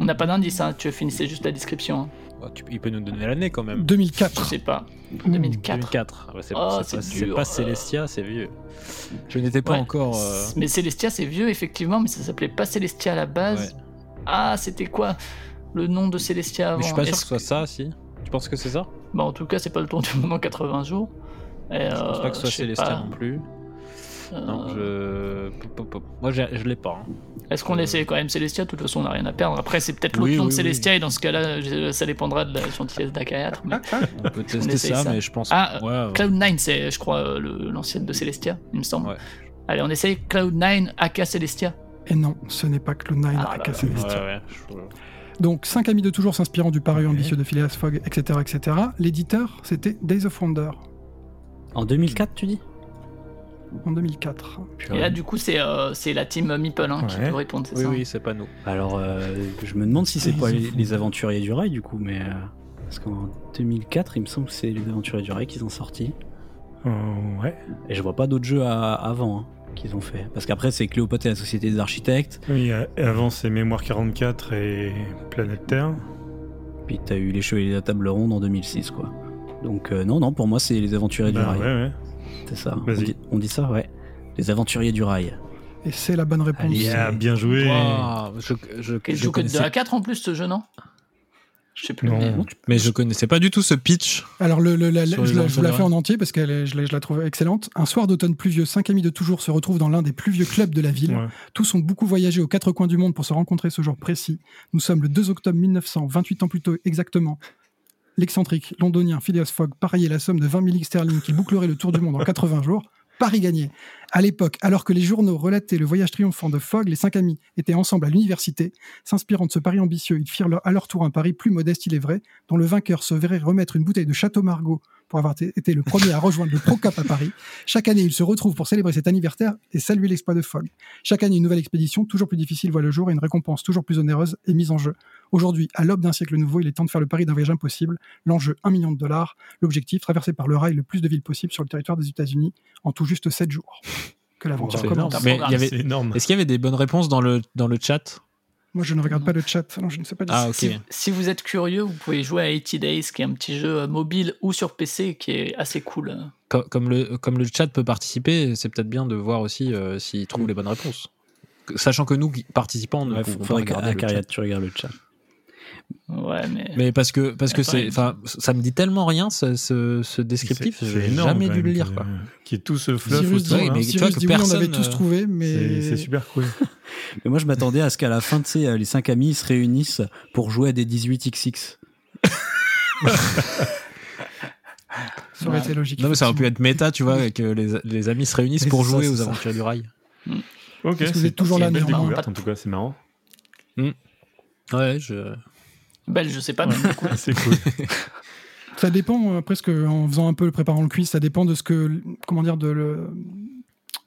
Speaker 4: On n'a pas d'indice, hein, tu finissais juste la description. hein.
Speaker 3: Oh, tu- il peut nous donner l'année quand même.
Speaker 2: 2004.
Speaker 4: Je sais pas.
Speaker 2: Ouh.
Speaker 4: 2004.
Speaker 3: 2004. Ouais, c'est
Speaker 4: Ah,
Speaker 3: c'est pas,
Speaker 4: c'est
Speaker 3: c'est
Speaker 4: dur.
Speaker 3: pas Celestia, c'est vieux. Je n'étais pas
Speaker 4: Ouais.
Speaker 3: encore. euh,
Speaker 4: Mais Celestia, c'est vieux, effectivement, mais ça s'appelait pas Celestia à la base. Ah, c'était quoi le nom de Celestia avant
Speaker 3: Mais je suis pas sûr que
Speaker 4: Est-ce
Speaker 3: ce soit ça, si. Tu penses que c'est ça
Speaker 4: Bah, en tout cas, c'est pas le tour du monde en 80 jours. Et,
Speaker 3: Je pense pas que ce soit Celestia non plus. Non,
Speaker 4: Euh,
Speaker 3: je. pop, pop, pop. Moi, j'ai- je l'ai pas. hein.
Speaker 4: Est-ce qu'on
Speaker 3: euh,
Speaker 4: essaie quand même Celestia De toute façon, on n'a rien à perdre. Après, c'est peut-être l'autre
Speaker 3: Oui,
Speaker 4: nom de
Speaker 3: oui,
Speaker 4: Celestia, et dans ce cas-là, je- ça dépendra de la gentillesse d'Akayatre. mais-
Speaker 3: On peut tester
Speaker 4: essaye
Speaker 3: ça,
Speaker 4: ça.
Speaker 3: mais je pense.
Speaker 4: Ah,
Speaker 3: ouais, ouais.
Speaker 4: Cloud9, c'est, je crois, euh, le- l'ancienne de Celestia, il me semble.
Speaker 3: Ouais.
Speaker 4: Allez, on essaye Cloud9 AK Celestia.
Speaker 2: Et non, ce n'est pas Cloud9
Speaker 4: Ah
Speaker 2: aka
Speaker 4: là là.
Speaker 2: Celestia.
Speaker 3: Ouais, ouais, je-
Speaker 2: Donc, cinq amis de toujours s'inspirant du pari ambitieux de Phileas Fogg, etc. etc. L'éditeur, c'était Days of Wonder,
Speaker 1: En 2004, tu dis
Speaker 2: en 2004.
Speaker 4: Et là, du coup, c'est euh, c'est la team Meeple hein, qui
Speaker 5: Ouais.
Speaker 4: peut répondre, c'est
Speaker 3: Oui,
Speaker 4: ça
Speaker 3: oui, c'est pas nous.
Speaker 1: Alors, euh, je me demande si c'est
Speaker 2: Ils
Speaker 1: pas
Speaker 2: y
Speaker 1: les,
Speaker 2: vont.
Speaker 1: les aventuriers du rail, du coup, mais. euh, parce qu'en 2004, il me semble que c'est les aventuriers du rail qu'ils ont sorti.
Speaker 5: Euh, ouais.
Speaker 1: Et je vois pas d'autres jeux à- avant hein, qu'ils ont fait. Parce qu'après, c'est Cléopâtre et la Société des Architectes.
Speaker 5: Oui, euh, avant c'est Mémoire 44 et Planète Terre.
Speaker 1: Puis t'as eu Les Chevaliers de la Table Ronde en 2006, quoi. Donc, euh, non, non, pour moi, c'est les aventuriers du
Speaker 5: Bah,
Speaker 1: rail.
Speaker 5: ouais, ouais.
Speaker 1: C'est ça. On
Speaker 5: Vas-y.
Speaker 1: dit, on dit ça, ouais. Les aventuriers du rail.
Speaker 2: Et c'est la bonne réponse.
Speaker 1: Allez,
Speaker 5: Ah, bien joué.
Speaker 3: Waouh, je, je, je
Speaker 4: Et joue que de
Speaker 3: connaissais-
Speaker 4: 2 à 4 en plus, ce jeu, non Je sais plus.
Speaker 5: Non.
Speaker 4: mais-
Speaker 7: Mais je connaissais pas du tout ce pitch.
Speaker 2: Alors, le, le- la-
Speaker 7: Sur les
Speaker 2: je, la,
Speaker 7: armes
Speaker 2: je la
Speaker 7: solaires.
Speaker 2: fais en entier parce que je, la, je la trouve excellente. Un soir d'automne pluvieux, cinq amis de toujours se retrouvent dans l'un des plus vieux clubs de la ville.
Speaker 5: Ouais.
Speaker 2: Tous ont beaucoup voyagé aux quatre coins du monde pour se rencontrer ce jour précis. Nous sommes le 2 octobre 1900, 28 ans plus tôt exactement. L'excentrique londonien Phileas Fogg pariait la somme de 20 000 sterling qui bouclerait le tour du monde en 80 jours. Paris gagné. À l'époque, alors que les journaux relataient le voyage triomphant de Fogg, les cinq amis étaient ensemble à l'université. S'inspirant de ce pari ambitieux, ils firent leur- à leur tour un pari plus modeste, il est vrai, dont le vainqueur se verrait remettre une bouteille de Château Margaux pour avoir t- été le premier à rejoindre le Procap à Paris. Chaque année, ils se retrouvent pour célébrer cet anniversaire et saluer l'exploit de Fogg. Chaque année, une nouvelle expédition, toujours plus difficile, voit le jour et une récompense toujours plus onéreuse est mise en jeu. Aujourd'hui, à l'aube d'un siècle nouveau, il est temps de faire le pari d'un voyage impossible. L'enjeu, 1 million de dollars. L'objectif, traverser par le rail le plus de villes possible sur le territoire des États-Unis en tout juste 7 jours. Que l'aventure
Speaker 5: C'est
Speaker 2: commence.
Speaker 4: énorme.
Speaker 7: Mais il y avait-
Speaker 5: C'est énorme.
Speaker 7: Est-ce qu'il y avait des bonnes réponses dans le, dans le chat
Speaker 2: Moi, je ne regarde pas le chat, alors je ne sais pas. du
Speaker 7: Ah, ok.
Speaker 4: Si, si vous êtes curieux, vous pouvez jouer à 80 Days, qui est un petit jeu euh, mobile ou sur PC qui est assez cool. euh.
Speaker 7: Co- Comme le, comme le chat peut participer, c'est peut-être bien de voir aussi euh, s'il trouve les bonnes réponses. Que- Sachant que nous, qui- participants, ne
Speaker 1: Ouais,
Speaker 7: pouvons pas
Speaker 1: faudrait que-
Speaker 7: regarder
Speaker 1: ah,
Speaker 7: le
Speaker 1: Cariat,
Speaker 7: chat.
Speaker 1: tu regardes le chat.
Speaker 4: Ouais, mais.
Speaker 7: Mais parce que parce que
Speaker 4: Attends,
Speaker 7: c'est,
Speaker 4: il-
Speaker 7: enfin, ça me dit tellement rien ce, ce, ce descriptif,
Speaker 5: C'est- c'est
Speaker 7: j'ai
Speaker 5: énorme,
Speaker 7: jamais
Speaker 5: quand
Speaker 7: dû le
Speaker 5: même,
Speaker 7: lire.
Speaker 5: que-
Speaker 7: Quoi.
Speaker 5: Qui est tout ce
Speaker 2: tout.
Speaker 5: fluff
Speaker 2: Cyrus dit,
Speaker 5: autour,
Speaker 7: ouais,
Speaker 5: hein.
Speaker 7: mais- tu vois
Speaker 2: Cyrus
Speaker 7: que
Speaker 2: dit oui, on avait
Speaker 7: personne,
Speaker 2: tous
Speaker 7: euh,
Speaker 2: trouvé,
Speaker 5: C'est
Speaker 2: mais
Speaker 5: c'est super cool.
Speaker 1: [laughs] Mais moi, je m'attendais à ce qu'à la fin, tu sais, euh, les cinq amis ils se réunissent pour jouer à des 18xx.
Speaker 2: ça aurait été logique.
Speaker 7: Non, mais ça aurait pu être méta, tu vois, avec euh, les, les amis se réunissent
Speaker 1: Mais
Speaker 7: pour
Speaker 1: c'est ça,
Speaker 7: jouer
Speaker 1: c'est
Speaker 7: aux
Speaker 1: ça.
Speaker 7: aventures du rail.
Speaker 4: Mm.
Speaker 5: Ok,
Speaker 2: Parce que vous
Speaker 5: c'est-
Speaker 2: êtes toujours
Speaker 5: c'est
Speaker 2: là,
Speaker 5: une belle
Speaker 2: néanmoins.
Speaker 5: découverte en tout cas, c'est marrant.
Speaker 7: Mm. Ouais,
Speaker 1: Euh.
Speaker 7: je.
Speaker 4: Belle, je sais pas, mais du coup,
Speaker 5: C'est
Speaker 3: [laughs]
Speaker 5: cool.
Speaker 2: Ça dépend, euh, presque en faisant un peu le préparant le quiz, ça dépend de ce que, comment dire, de le-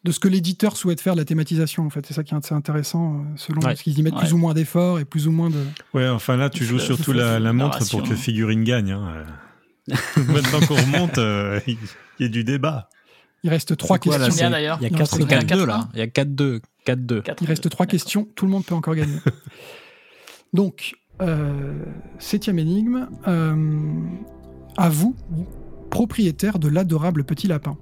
Speaker 2: de ce que l'éditeur souhaite faire de la thématisation en fait c'est ça qui est assez intéressant euh, selon
Speaker 7: Ouais.
Speaker 2: ce qu'ils y mettent plus
Speaker 4: Ouais.
Speaker 2: ou moins d'efforts et plus ou moins de
Speaker 5: Ouais, enfin là,
Speaker 1: [laughs]
Speaker 5: tu joues
Speaker 4: Fluff,
Speaker 5: surtout
Speaker 4: fluff,
Speaker 5: la, la montre
Speaker 4: narration.
Speaker 5: pour que Figurine gagne. hein. Maintenant qu'on remonte, euh, il y a du débat.
Speaker 2: il reste trois
Speaker 7: quoi, là,
Speaker 2: questions
Speaker 4: combien d'ailleurs
Speaker 7: Il y a
Speaker 2: Non,
Speaker 7: quatre-
Speaker 2: c'est
Speaker 7: 4-2
Speaker 4: quatre-un.
Speaker 7: là. Il y a 4-2. 4-2.
Speaker 4: Quatre,
Speaker 2: il reste
Speaker 4: euh,
Speaker 2: trois
Speaker 4: d'accord.
Speaker 2: questions tout le monde peut
Speaker 5: [laughs]
Speaker 2: encore gagner donc euh, septième énigme euh, à vous propriétaire de l'adorable petit lapin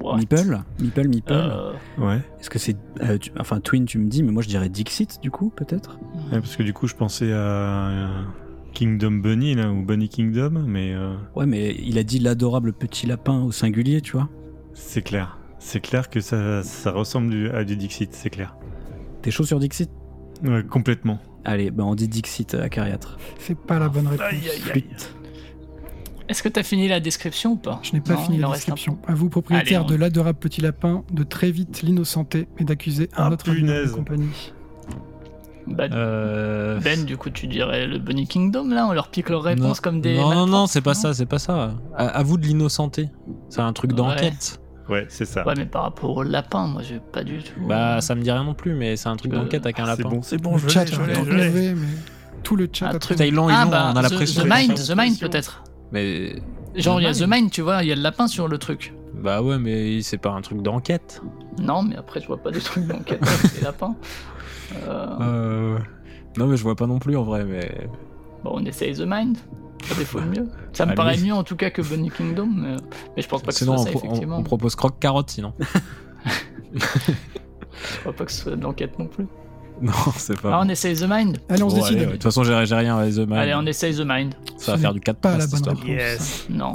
Speaker 4: What
Speaker 1: Meeple Meeple, Meeple.
Speaker 4: Euh,
Speaker 5: Ouais.
Speaker 1: Est-ce que c'est. euh, tu- enfin, Twin, tu me dis, mais moi, je dirais Dixit, du coup, peut-être
Speaker 5: Ouais, parce que du coup, je pensais à Kingdom Bunny, là, ou Bunny Kingdom, mais euh,
Speaker 1: Ouais, mais il a dit l'adorable petit lapin au singulier, tu vois.
Speaker 5: c'est clair. C'est clair que ça, ça ressemble du- à du Dixit, c'est clair.
Speaker 1: T'es chaud sur Dixit
Speaker 5: Ouais, complètement. [laughs]
Speaker 1: Allez, ben on dit Dixit à Cariatre.
Speaker 2: c'est pas la bonne réponse
Speaker 1: Flûte.
Speaker 4: Est-ce que t'as fini la description ou pas
Speaker 2: Je n'ai pas
Speaker 4: Non,
Speaker 2: fini
Speaker 4: il
Speaker 2: la
Speaker 4: en reste un
Speaker 2: description. À vous, propriétaire
Speaker 4: Allez, on-
Speaker 2: de l'adorable petit lapin, de très vite l'innocenté et d'accuser un
Speaker 5: Ah,
Speaker 2: autre animal de
Speaker 5: punaise.
Speaker 2: compagnie.
Speaker 4: peu. Bah,
Speaker 7: Euh,
Speaker 4: Ben, du coup, tu dirais le Bunny Kingdom, là On leur pique leurs réponses comme des.
Speaker 7: non, non, non,
Speaker 4: malpropres,
Speaker 7: c'est pas ça, c'est pas ça. À, à vous de l'innocenter. C'est un truc
Speaker 4: Ouais.
Speaker 7: d'enquête.
Speaker 5: Ouais, c'est ça.
Speaker 4: Ouais, mais par rapport au lapin, moi, j'ai pas du tout.
Speaker 7: Bah, ça me dit rien non plus, mais c'est un truc
Speaker 4: Euh,
Speaker 7: d'enquête avec un
Speaker 5: c'est
Speaker 7: lapin.
Speaker 5: bon, c'est bon,
Speaker 2: Le
Speaker 5: je
Speaker 2: chat hein.
Speaker 5: l'ai,
Speaker 2: est
Speaker 5: je
Speaker 2: en
Speaker 5: l'ai,
Speaker 2: train de
Speaker 5: je l'ai.
Speaker 2: lever, mais tout le chat.
Speaker 4: Un
Speaker 2: a
Speaker 4: truc-
Speaker 7: Putain, ils l'ont, ils
Speaker 4: ah,
Speaker 7: l'ont,
Speaker 4: bah,
Speaker 7: on a la
Speaker 4: the,
Speaker 7: pression.
Speaker 4: The Mind, The Mind peut-être.
Speaker 7: Mais
Speaker 4: Genre, il y a
Speaker 7: The
Speaker 4: The Mind, tu vois, il y a le lapin sur le truc.
Speaker 7: bah ouais, mais c'est pas un truc d'enquête.
Speaker 4: Non, mais après, je vois pas de truc d'enquête avec les lapins. Euh,
Speaker 7: Euh... Non, mais je vois pas non plus en vrai, mais
Speaker 4: Bon, on essaye The Mind. Ça défaut de mieux. Ça me
Speaker 7: Allez.
Speaker 4: paraît mieux en tout cas que Bunny Kingdom, mais, mais je pense pas que ce
Speaker 7: sinon
Speaker 4: soit
Speaker 7: on,
Speaker 4: ça,
Speaker 7: pro- on-
Speaker 4: effectivement.
Speaker 7: on propose croque
Speaker 4: [laughs]
Speaker 7: carotte sinon. [laughs]
Speaker 4: Je crois pas que ce soit de l'enquête non plus.
Speaker 7: non, c'est pas.
Speaker 4: Ah,
Speaker 7: bon.
Speaker 4: on essaye The Mind
Speaker 2: Allez, on se
Speaker 7: Bon, allez, ouais,
Speaker 2: décide.
Speaker 7: De toute façon, j'ai j'ai rien à The Mind.
Speaker 4: Allez, on essaye The Mind.
Speaker 7: Ça
Speaker 2: Ce
Speaker 7: va
Speaker 2: n'est
Speaker 7: faire du 4
Speaker 2: pas
Speaker 7: points
Speaker 2: la
Speaker 7: cette
Speaker 2: bonne
Speaker 7: histoire.
Speaker 2: réponse. hein.
Speaker 4: Non.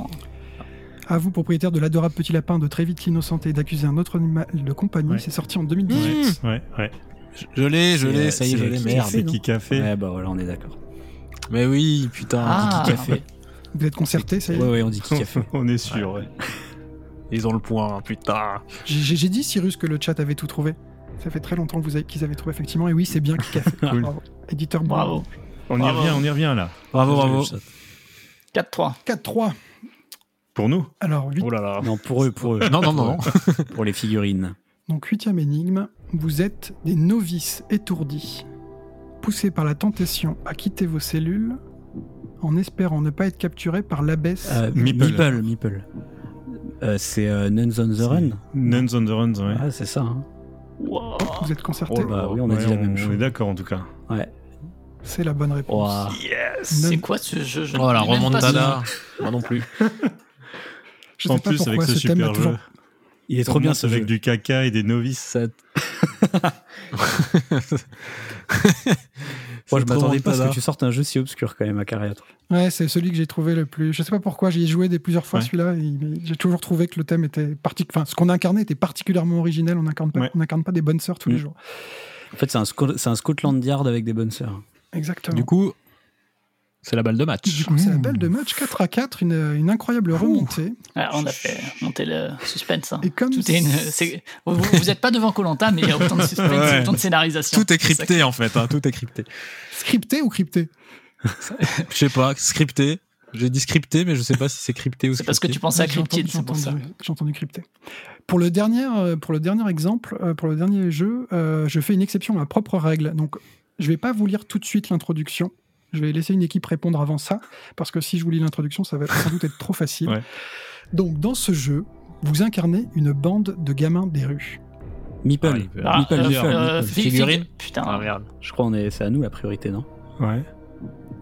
Speaker 2: À vous, propriétaire de l'adorable petit lapin, de très vite l'innocenter et d'accuser un autre animal de compagnie.
Speaker 5: Ouais.
Speaker 2: C'est sorti en
Speaker 4: Mmh.
Speaker 2: 2018.
Speaker 5: Ouais, ouais.
Speaker 7: Je- Je l'ai, je
Speaker 1: C'est, euh,
Speaker 7: l'ai, ça y est, je
Speaker 1: c'est
Speaker 7: l'ai,
Speaker 1: qui-
Speaker 7: merde.
Speaker 5: C'est qui qui a fait
Speaker 1: Ouais, bah voilà, on est d'accord.
Speaker 7: Mais oui, putain.
Speaker 4: Ah,
Speaker 1: Kiki Café.
Speaker 2: Vous êtes concerté, ça y est.
Speaker 1: Ouais, ouais, on dit qui a fait.
Speaker 5: On est sûr, ouais.
Speaker 7: Ils ont le point, putain.
Speaker 2: J'ai- J'ai j'ai dit, Cyrus, que le chat avait tout trouvé. Ça fait très longtemps que vous avez- qu'ils avaient trouvé, effectivement. Et oui, c'est bien qui a fait.
Speaker 5: Cool.
Speaker 2: Bravo. Éditeur
Speaker 4: bravo.
Speaker 5: On y
Speaker 4: Bravo.
Speaker 5: revient, on y revient là.
Speaker 7: Bravo, bravo.
Speaker 4: 4-3.
Speaker 2: 4-3.
Speaker 5: Pour nous
Speaker 2: Alors, 8
Speaker 7: Oh là là.
Speaker 1: Non, pour eux, pour eux.
Speaker 7: Non, non, non.
Speaker 1: Pour les figurines.
Speaker 2: Donc, huitième énigme, vous êtes des novices étourdis, poussés par la tentation à quitter vos cellules en espérant ne pas être capturés par l'abbesse.
Speaker 1: Euh,
Speaker 5: Meeple.
Speaker 1: Meeple, Meeple. Euh, c'est euh, Nuns on the Run.
Speaker 5: Nuns on the Runs, ouais.
Speaker 1: [laughs] Ah, c'est ça. hein.
Speaker 4: Wow.
Speaker 2: Vous êtes concerté
Speaker 7: Oh là.
Speaker 1: Bah oui, on a
Speaker 5: Ouais,
Speaker 1: dit la même
Speaker 5: On est
Speaker 1: chose.
Speaker 5: d'accord en tout cas.
Speaker 2: C'est la bonne réponse.
Speaker 7: Ouah.
Speaker 4: C'est
Speaker 2: Même-
Speaker 4: quoi ce jeu Je ne
Speaker 7: Oh la
Speaker 4: connais même pas
Speaker 7: remontada. [laughs] Moi non plus.
Speaker 2: Je
Speaker 5: en
Speaker 2: sais pas
Speaker 5: plus,
Speaker 2: pourquoi
Speaker 5: avec ce
Speaker 2: ce thème m'a
Speaker 5: super
Speaker 2: toujours.
Speaker 5: jeu.
Speaker 1: Il est trop bien ce
Speaker 5: avec
Speaker 1: jeu.
Speaker 5: du caca et des novices.
Speaker 7: Ça-
Speaker 1: Moi, je
Speaker 7: C'est trop
Speaker 1: m'attendais pas à ce
Speaker 7: remontada.
Speaker 1: que tu sortes un jeu si obscur quand même à Carriatre.
Speaker 2: Ouais, c'est celui que j'ai trouvé le plus. Je sais pas pourquoi j'y ai joué des plusieurs fois
Speaker 5: Ouais.
Speaker 2: celui-là. et- mais J'ai toujours trouvé que le thème était parti. Enfin, ce qu'on incarnait était particulièrement original. On incarne pas,
Speaker 5: Ouais.
Speaker 2: on incarne pas des bonnes sœurs tous les
Speaker 1: Mm.
Speaker 2: jours.
Speaker 1: En fait, c'est un, Sco- c'est un Scotland Yard avec des bonnes sœurs.
Speaker 2: Exactement.
Speaker 7: Du coup, c'est la balle de
Speaker 2: Du
Speaker 7: match.
Speaker 2: coup, c'est la balle de match 4 à 4, une, une incroyable remontée.
Speaker 4: Ah, on a fait monter le suspense. hein.
Speaker 2: Et comme
Speaker 4: Tout est une- c'est- Vous vous n'êtes pas devant Colanta, mais il y a autant de suspense,
Speaker 7: Ouais.
Speaker 4: autant de scénarisation.
Speaker 7: Tout est crypté en fait, hein, tout est crypté.
Speaker 2: scripté ou crypté
Speaker 7: Je sais pas, scripté. J'ai dit scripté, mais je sais pas si c'est crypté ou
Speaker 4: C'est parce que
Speaker 7: scripté.
Speaker 4: tu pensais à
Speaker 2: Ouais, j'ai
Speaker 4: Cryptid,
Speaker 2: entendu-
Speaker 4: c'est pour
Speaker 2: j'ai
Speaker 4: ça.
Speaker 2: entendu- J'ai entendu crypté. Pour le dernier, euh, pour le dernier exemple, euh, pour le dernier jeu, euh, je fais une exception à ma propre règle. Donc, je vais pas vous lire tout de suite l'introduction. Je vais laisser une équipe répondre avant ça, parce que si je vous lis l'introduction, ça va sans doute être trop facile.
Speaker 5: Ouais.
Speaker 2: Donc, dans ce jeu, vous incarnez une bande de gamins des rues.
Speaker 1: Meeple.
Speaker 7: Ah, il peut-
Speaker 4: Ah,
Speaker 1: Meeple,
Speaker 4: euh,
Speaker 1: Meeple,
Speaker 4: euh,
Speaker 1: Meeple.
Speaker 4: fi- fi-
Speaker 7: Figurine.
Speaker 4: Putain.
Speaker 7: Ah merde.
Speaker 1: Je crois que c'est à nous la priorité, non
Speaker 5: Ouais.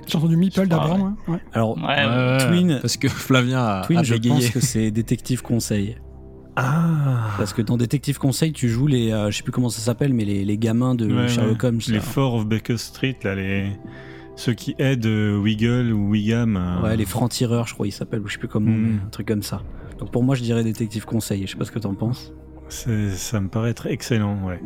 Speaker 2: J'ai entendu Meeple
Speaker 4: Je crois,
Speaker 2: d'abord, hein, ouais.
Speaker 1: Alors,
Speaker 4: Ouais,
Speaker 7: Ouais,
Speaker 1: Twin-
Speaker 7: Parce que Flavien a,
Speaker 1: Twin,
Speaker 7: a
Speaker 1: je pense
Speaker 7: bégayé.
Speaker 1: que c'est Détective Conseil.
Speaker 5: Ah
Speaker 1: Parce que dans Détective Conseil, tu joues les. euh, je sais plus comment ça s'appelle, mais les, les gamins [laughs] de
Speaker 5: Ouais,
Speaker 1: Sherlock
Speaker 5: ouais.
Speaker 1: Holmes.
Speaker 5: Les
Speaker 1: là.
Speaker 5: Four of Baker Street, là, les... ceux qui aident euh, Wiggle ou Wigam. euh,
Speaker 1: Ouais, les francs-tireurs, je crois, ils s'appellent, ou je sais plus comment,
Speaker 5: Mm.
Speaker 1: mais un truc comme ça. Donc pour moi, je dirais Détective Conseil. Je sais pas ce que t'en penses.
Speaker 5: c'est- Ça me paraît très excellent, ouais.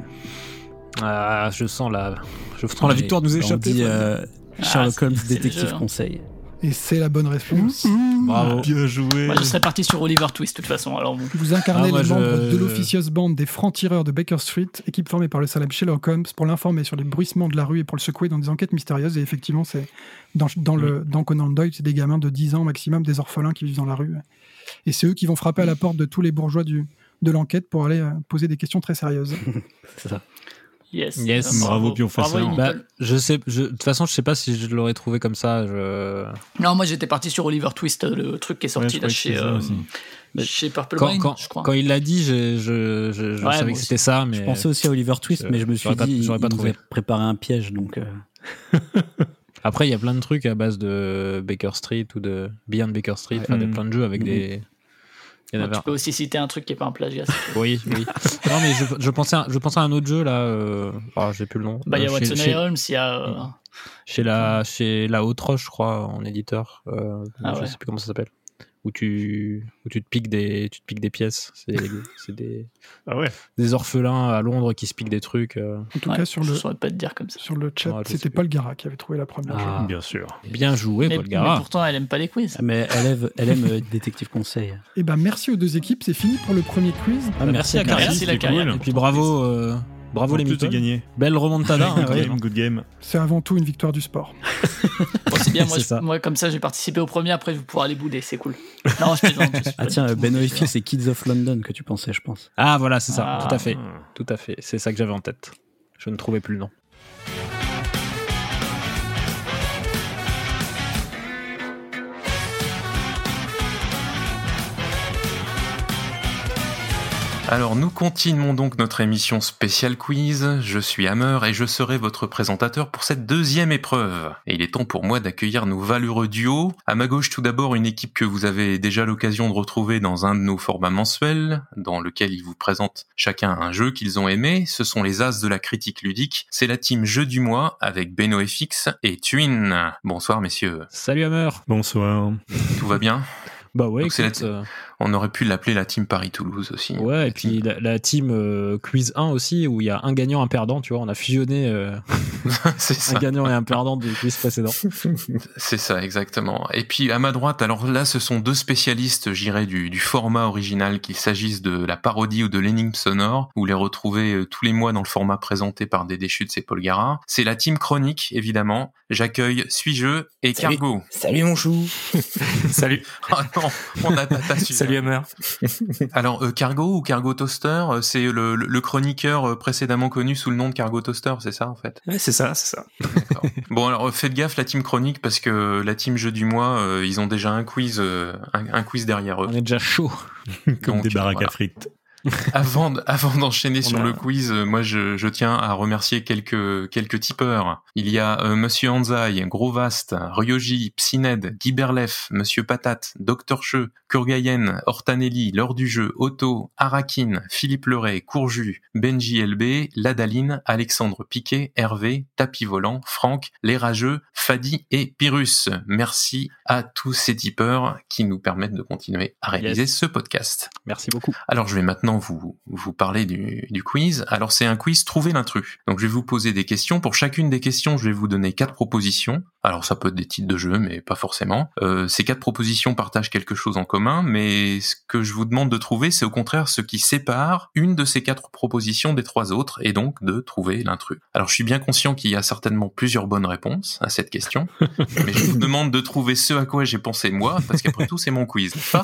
Speaker 7: Ah, je sens la, je sens Oh, la
Speaker 1: Mais
Speaker 7: victoire nous
Speaker 1: on
Speaker 7: échapper.
Speaker 1: dit,
Speaker 7: Flavien.
Speaker 1: euh, Sherlock
Speaker 4: c'est-
Speaker 1: Holmes,
Speaker 4: Ah, c'est le
Speaker 1: Détective
Speaker 4: jeu.
Speaker 1: Conseil.
Speaker 2: Et c'est la bonne réponse.
Speaker 7: Bravo.
Speaker 5: Bien joué
Speaker 4: Moi, je serais parti sur Oliver Twist, de toute façon. Alors, bon.
Speaker 2: Vous
Speaker 7: Ah,
Speaker 2: incarnez
Speaker 7: moi,
Speaker 2: les
Speaker 7: je-
Speaker 2: membres de l'officieuse bande des francs-tireurs de Baker Street, équipe formée par le célèbre Sherlock Holmes, pour l'informer sur les bruissements de la rue et pour le secouer dans des enquêtes mystérieuses. Et effectivement, c'est dans, dans le, dans Conan Doyle, c'est des gamins de 10 ans maximum, des orphelins qui vivent dans la rue. Et c'est eux qui vont frapper à la porte de tous les bourgeois du, de l'enquête pour aller euh, poser des questions très sérieuses.
Speaker 1: C'est ça.
Speaker 4: Yes.
Speaker 7: Yes.
Speaker 5: Bravo, Pion
Speaker 4: Bravo,
Speaker 5: Faceur.
Speaker 4: Amy.
Speaker 7: Bah, je sais, je- de toute façon, je sais pas si je l'aurais trouvé comme ça. Je...
Speaker 4: Non, moi j'étais parti sur Oliver Twist, euh, le truc qui est
Speaker 5: Ouais,
Speaker 4: sorti
Speaker 5: je
Speaker 4: là
Speaker 5: crois que c'est
Speaker 4: chez,
Speaker 5: ça
Speaker 4: euh,
Speaker 5: aussi.
Speaker 4: chez Purple
Speaker 7: Quand,
Speaker 4: Rain,
Speaker 7: quand-
Speaker 4: je crois.
Speaker 7: quand il l'a dit, j'ai- je, je- je
Speaker 4: Ouais, moi
Speaker 7: savais que
Speaker 4: aussi.
Speaker 7: c'était ça, mais
Speaker 1: Je pensais aussi à Oliver Twist,
Speaker 7: je-
Speaker 1: mais je me suis
Speaker 7: j'aurais pas-
Speaker 1: dit,
Speaker 7: j'aurais
Speaker 1: il
Speaker 7: pas
Speaker 1: nous
Speaker 7: trouvé.
Speaker 1: avait préparé un piège, donc. euh,
Speaker 7: après, il y a plein de trucs à base de Baker Street ou de Beyond Baker Street, enfin, de
Speaker 5: Mm.
Speaker 7: plein de jeux avec des. [laughs] Il y
Speaker 4: Bon,
Speaker 7: en avait
Speaker 4: tu peux aussi citer un truc qui est pas un plagiat. c'est-
Speaker 7: un. Oui, oui. non, mais je, je pensais à, je pensais à un autre jeu là. euh, Ah, j'ai plus le nom.
Speaker 4: bah, il y a
Speaker 7: Euh,
Speaker 4: Watson
Speaker 7: chez, Mm.
Speaker 4: et Holmes, il y a. euh,
Speaker 7: chez la chez la haute roche je crois en éditeur Euh,
Speaker 4: Ah
Speaker 7: je
Speaker 4: ouais.
Speaker 7: sais plus comment ça s'appelle où tu où tu te piques des tu te piques des pièces c'est
Speaker 4: [laughs]
Speaker 7: c'est des
Speaker 5: Ah ouais
Speaker 7: des orphelins à Londres qui se piquent des trucs euh.
Speaker 2: En tout
Speaker 4: ouais,
Speaker 2: cas, sur
Speaker 4: Je
Speaker 2: le,
Speaker 4: saurais pas te dire comme ça.
Speaker 2: sur le chat,
Speaker 7: Ouais, je sais
Speaker 2: c'était
Speaker 7: plus.
Speaker 2: Paul Gara qui avait trouvé la première.
Speaker 1: Ah.
Speaker 5: Bien sûr.
Speaker 7: bien joué
Speaker 4: Mais,
Speaker 7: Paul
Speaker 4: mais
Speaker 7: Gara
Speaker 4: pourtant, elle aime pas les quiz.
Speaker 1: Mais elle aime, elle aime euh, Détective Conseil.
Speaker 2: Eh Et ben merci aux deux équipes, c'est fini pour le premier quiz.
Speaker 1: Ah,
Speaker 7: merci à
Speaker 1: Carrière.
Speaker 4: Merci, la
Speaker 5: c'est
Speaker 4: carrière.
Speaker 5: cool.
Speaker 7: et puis bravo euh, Bravo
Speaker 5: En
Speaker 7: les
Speaker 5: plus, t'as
Speaker 7: Meeples.
Speaker 5: gagné.
Speaker 7: Belle
Speaker 4: [laughs]
Speaker 7: remontada. hein,
Speaker 5: Good
Speaker 7: quand même.
Speaker 5: game, good game.
Speaker 2: C'est avant tout une victoire du sport.
Speaker 4: Bon, c'est bien, moi,
Speaker 7: C'est
Speaker 4: je-
Speaker 7: ça.
Speaker 4: moi, comme ça, j'ai participé au premier, après, je vais pouvoir aller bouder, c'est cool. Non, je plaisante. je suis pas
Speaker 1: Ah
Speaker 4: du
Speaker 1: tiens,
Speaker 4: tout
Speaker 1: Ben
Speaker 4: mauvais
Speaker 1: Oifier, c'est Kids of London que tu pensais, je pense.
Speaker 7: Ah voilà, c'est ça,
Speaker 4: Ah.
Speaker 7: tout à fait. Tout à fait, c'est ça que j'avais en tête. Je ne trouvais plus le nom.
Speaker 6: Alors nous continuons donc notre émission spéciale quiz. Je suis Hammer et je serai votre présentateur pour cette deuxième épreuve. Et il est temps pour moi d'accueillir nos valeureux duos. À ma gauche tout d'abord une équipe que vous avez déjà l'occasion de retrouver dans un de nos formats mensuels, dans lequel ils vous présentent chacun un jeu qu'ils ont aimé. Ce sont les as de la critique ludique. C'est la team Jeu du mois avec Beno FX et Twin. Bonsoir messieurs.
Speaker 7: Salut Hammer
Speaker 5: Bonsoir.
Speaker 6: Tout va bien
Speaker 7: Bah ouais,
Speaker 6: Donc c'est
Speaker 7: écoute,
Speaker 6: la-
Speaker 7: euh,
Speaker 6: On aurait pu l'appeler la team Paris-Toulouse aussi. hein.
Speaker 7: ouais, et
Speaker 6: La
Speaker 7: puis
Speaker 6: team-
Speaker 7: la, la team euh, Quiz 1 aussi, où il y a un gagnant, un perdant, tu vois, on a fusionné euh,
Speaker 6: [laughs] C'est
Speaker 7: un
Speaker 6: ça.
Speaker 7: gagnant et un perdant du quiz
Speaker 6: [laughs]
Speaker 7: précédent.
Speaker 6: C'est ça, exactement. Et puis à ma droite, alors là, ce sont deux spécialistes, j'irais, du, du format original, qu'il s'agisse de la parodie ou de l'énigme sonore. Vous les retrouvez euh, tous les mois dans le format présenté par des déchus de Sepolgara. C'est la team chronique, évidemment. J'accueille Suis-je et
Speaker 8: Salut.
Speaker 6: Cargo.
Speaker 8: Salut mon chou
Speaker 6: [laughs]
Speaker 9: Salut,
Speaker 6: Ah non, on a Tata celui-là.
Speaker 9: salut Hammer.
Speaker 6: [laughs] Alors euh, Cargo ou Cargo Toaster, euh, c'est le, le- le chroniqueur euh, précédemment connu sous le nom de Cargo Toaster, c'est ça en fait
Speaker 9: Ouais, c'est ça, c'est ça. [laughs]
Speaker 6: D'accord. bon, alors euh, faites gaffe la team chronique parce que la team jeu du mois, euh, ils ont déjà un quiz, euh, un, un quiz derrière eux.
Speaker 7: On est déjà chaud.
Speaker 5: [laughs] Comme
Speaker 6: Donc,
Speaker 5: des baraques
Speaker 6: voilà.
Speaker 5: à frites.
Speaker 6: [laughs] Avant, d- avant d'enchaîner
Speaker 9: On
Speaker 6: sur
Speaker 9: a-
Speaker 6: le quiz, euh, moi je, je tiens à remercier quelques quelques tipeurs. Il y a euh, Monsieur Anzai, Gros Vast, Ryoji, Psyned, Guy Berlef, Monsieur Patate, Docteur Cheu, Kurgayen, Hortanelli, L'heure du jeu, Otto, Arakin, Philippe Leray, Courju, Benji LB, Ladaline, Alexandre Piquet, Hervé, Tapis Volant, Franck, Les Rageux, Fadi et Pyrrhus. Merci à tous ces tipeurs qui nous permettent de continuer à réaliser ce podcast.
Speaker 7: Merci beaucoup.
Speaker 6: Alors je vais maintenant vous, vous parler du, du quiz. Alors c'est un quiz trouver l'intrus. Donc je vais vous poser des questions. Pour chacune des questions, je vais vous donner quatre propositions. Alors ça peut être des titres de jeu, mais pas forcément. Euh, ces quatre propositions partagent quelque chose en commun, mais ce que je vous demande de trouver, c'est au contraire ce qui sépare une de ces quatre propositions des trois autres, et donc de trouver l'intrus. Alors je suis bien conscient qu'il y a certainement plusieurs bonnes réponses à cette
Speaker 7: [laughs]
Speaker 6: question, mais je vous demande de trouver ce à quoi j'ai pensé moi, parce qu'après tout c'est mon quiz, n'est-ce pas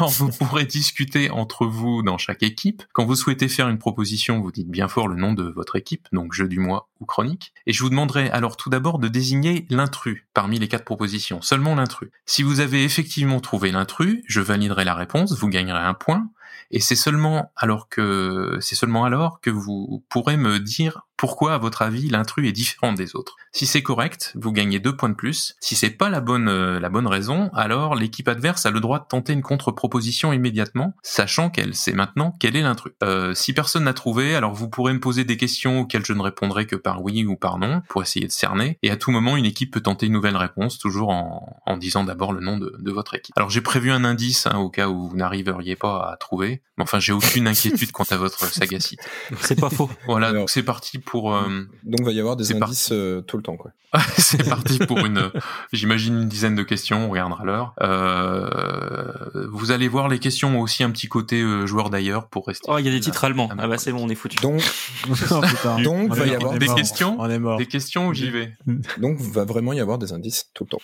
Speaker 6: alors vous pourrez discuter entre vous dans chaque équipe. Quand vous souhaitez faire une proposition, vous dites bien fort le nom de votre équipe, donc jeu du mois ou chronique. Et je vous demanderai alors tout d'abord de désigner l'intrus parmi les quatre propositions, seulement l'intrus. Si vous avez effectivement trouvé l'intrus, je validerai la réponse, vous gagnerez un point. Et c'est seulement alors que c'est seulement alors que vous pourrez me dire pourquoi à votre avis l'intrus est différent des autres. Si c'est correct, vous gagnez deux points de plus. Si c'est pas la bonne euh, la bonne raison, alors l'équipe adverse a le droit de tenter une contre-proposition immédiatement, sachant qu'elle sait maintenant quel est l'intrus. Euh, si personne n'a trouvé, alors vous pourrez me poser des questions auxquelles je ne répondrai que par oui ou par non pour essayer de cerner. Et à tout moment, une équipe peut tenter une nouvelle réponse, toujours en, en disant d'abord le nom de, de votre équipe. Alors j'ai prévu un indice hein, au cas où vous n'arriveriez pas à trouver. Mais enfin, j'ai aucune inquiétude quant à votre sagacité.
Speaker 9: C'est pas faux.
Speaker 6: [laughs] Voilà,
Speaker 8: Alors-
Speaker 6: donc c'est parti pour. euh,
Speaker 8: Donc va y avoir des
Speaker 6: C'est
Speaker 8: indices euh, tout le temps quoi.
Speaker 6: c'est parti pour une, j'imagine une dizaine de questions. On regardera l'heure. Euh, vous allez voir, les questions ont aussi un petit côté euh, joueur d'ailleurs pour rester.
Speaker 9: Oh, il y a des titres allemands.
Speaker 6: Ah,
Speaker 9: Ah bah c'est bon, on est foutu.
Speaker 8: Donc
Speaker 7: [laughs] Oh, putain.
Speaker 8: Donc,
Speaker 7: On
Speaker 8: va
Speaker 7: est
Speaker 8: y
Speaker 7: mort,
Speaker 8: avoir
Speaker 7: on est
Speaker 6: des
Speaker 7: mort.
Speaker 6: questions
Speaker 7: On est mort.
Speaker 6: Des questions ou
Speaker 7: [laughs]
Speaker 6: j'y vais
Speaker 8: donc va vraiment y avoir des indices tout le temps.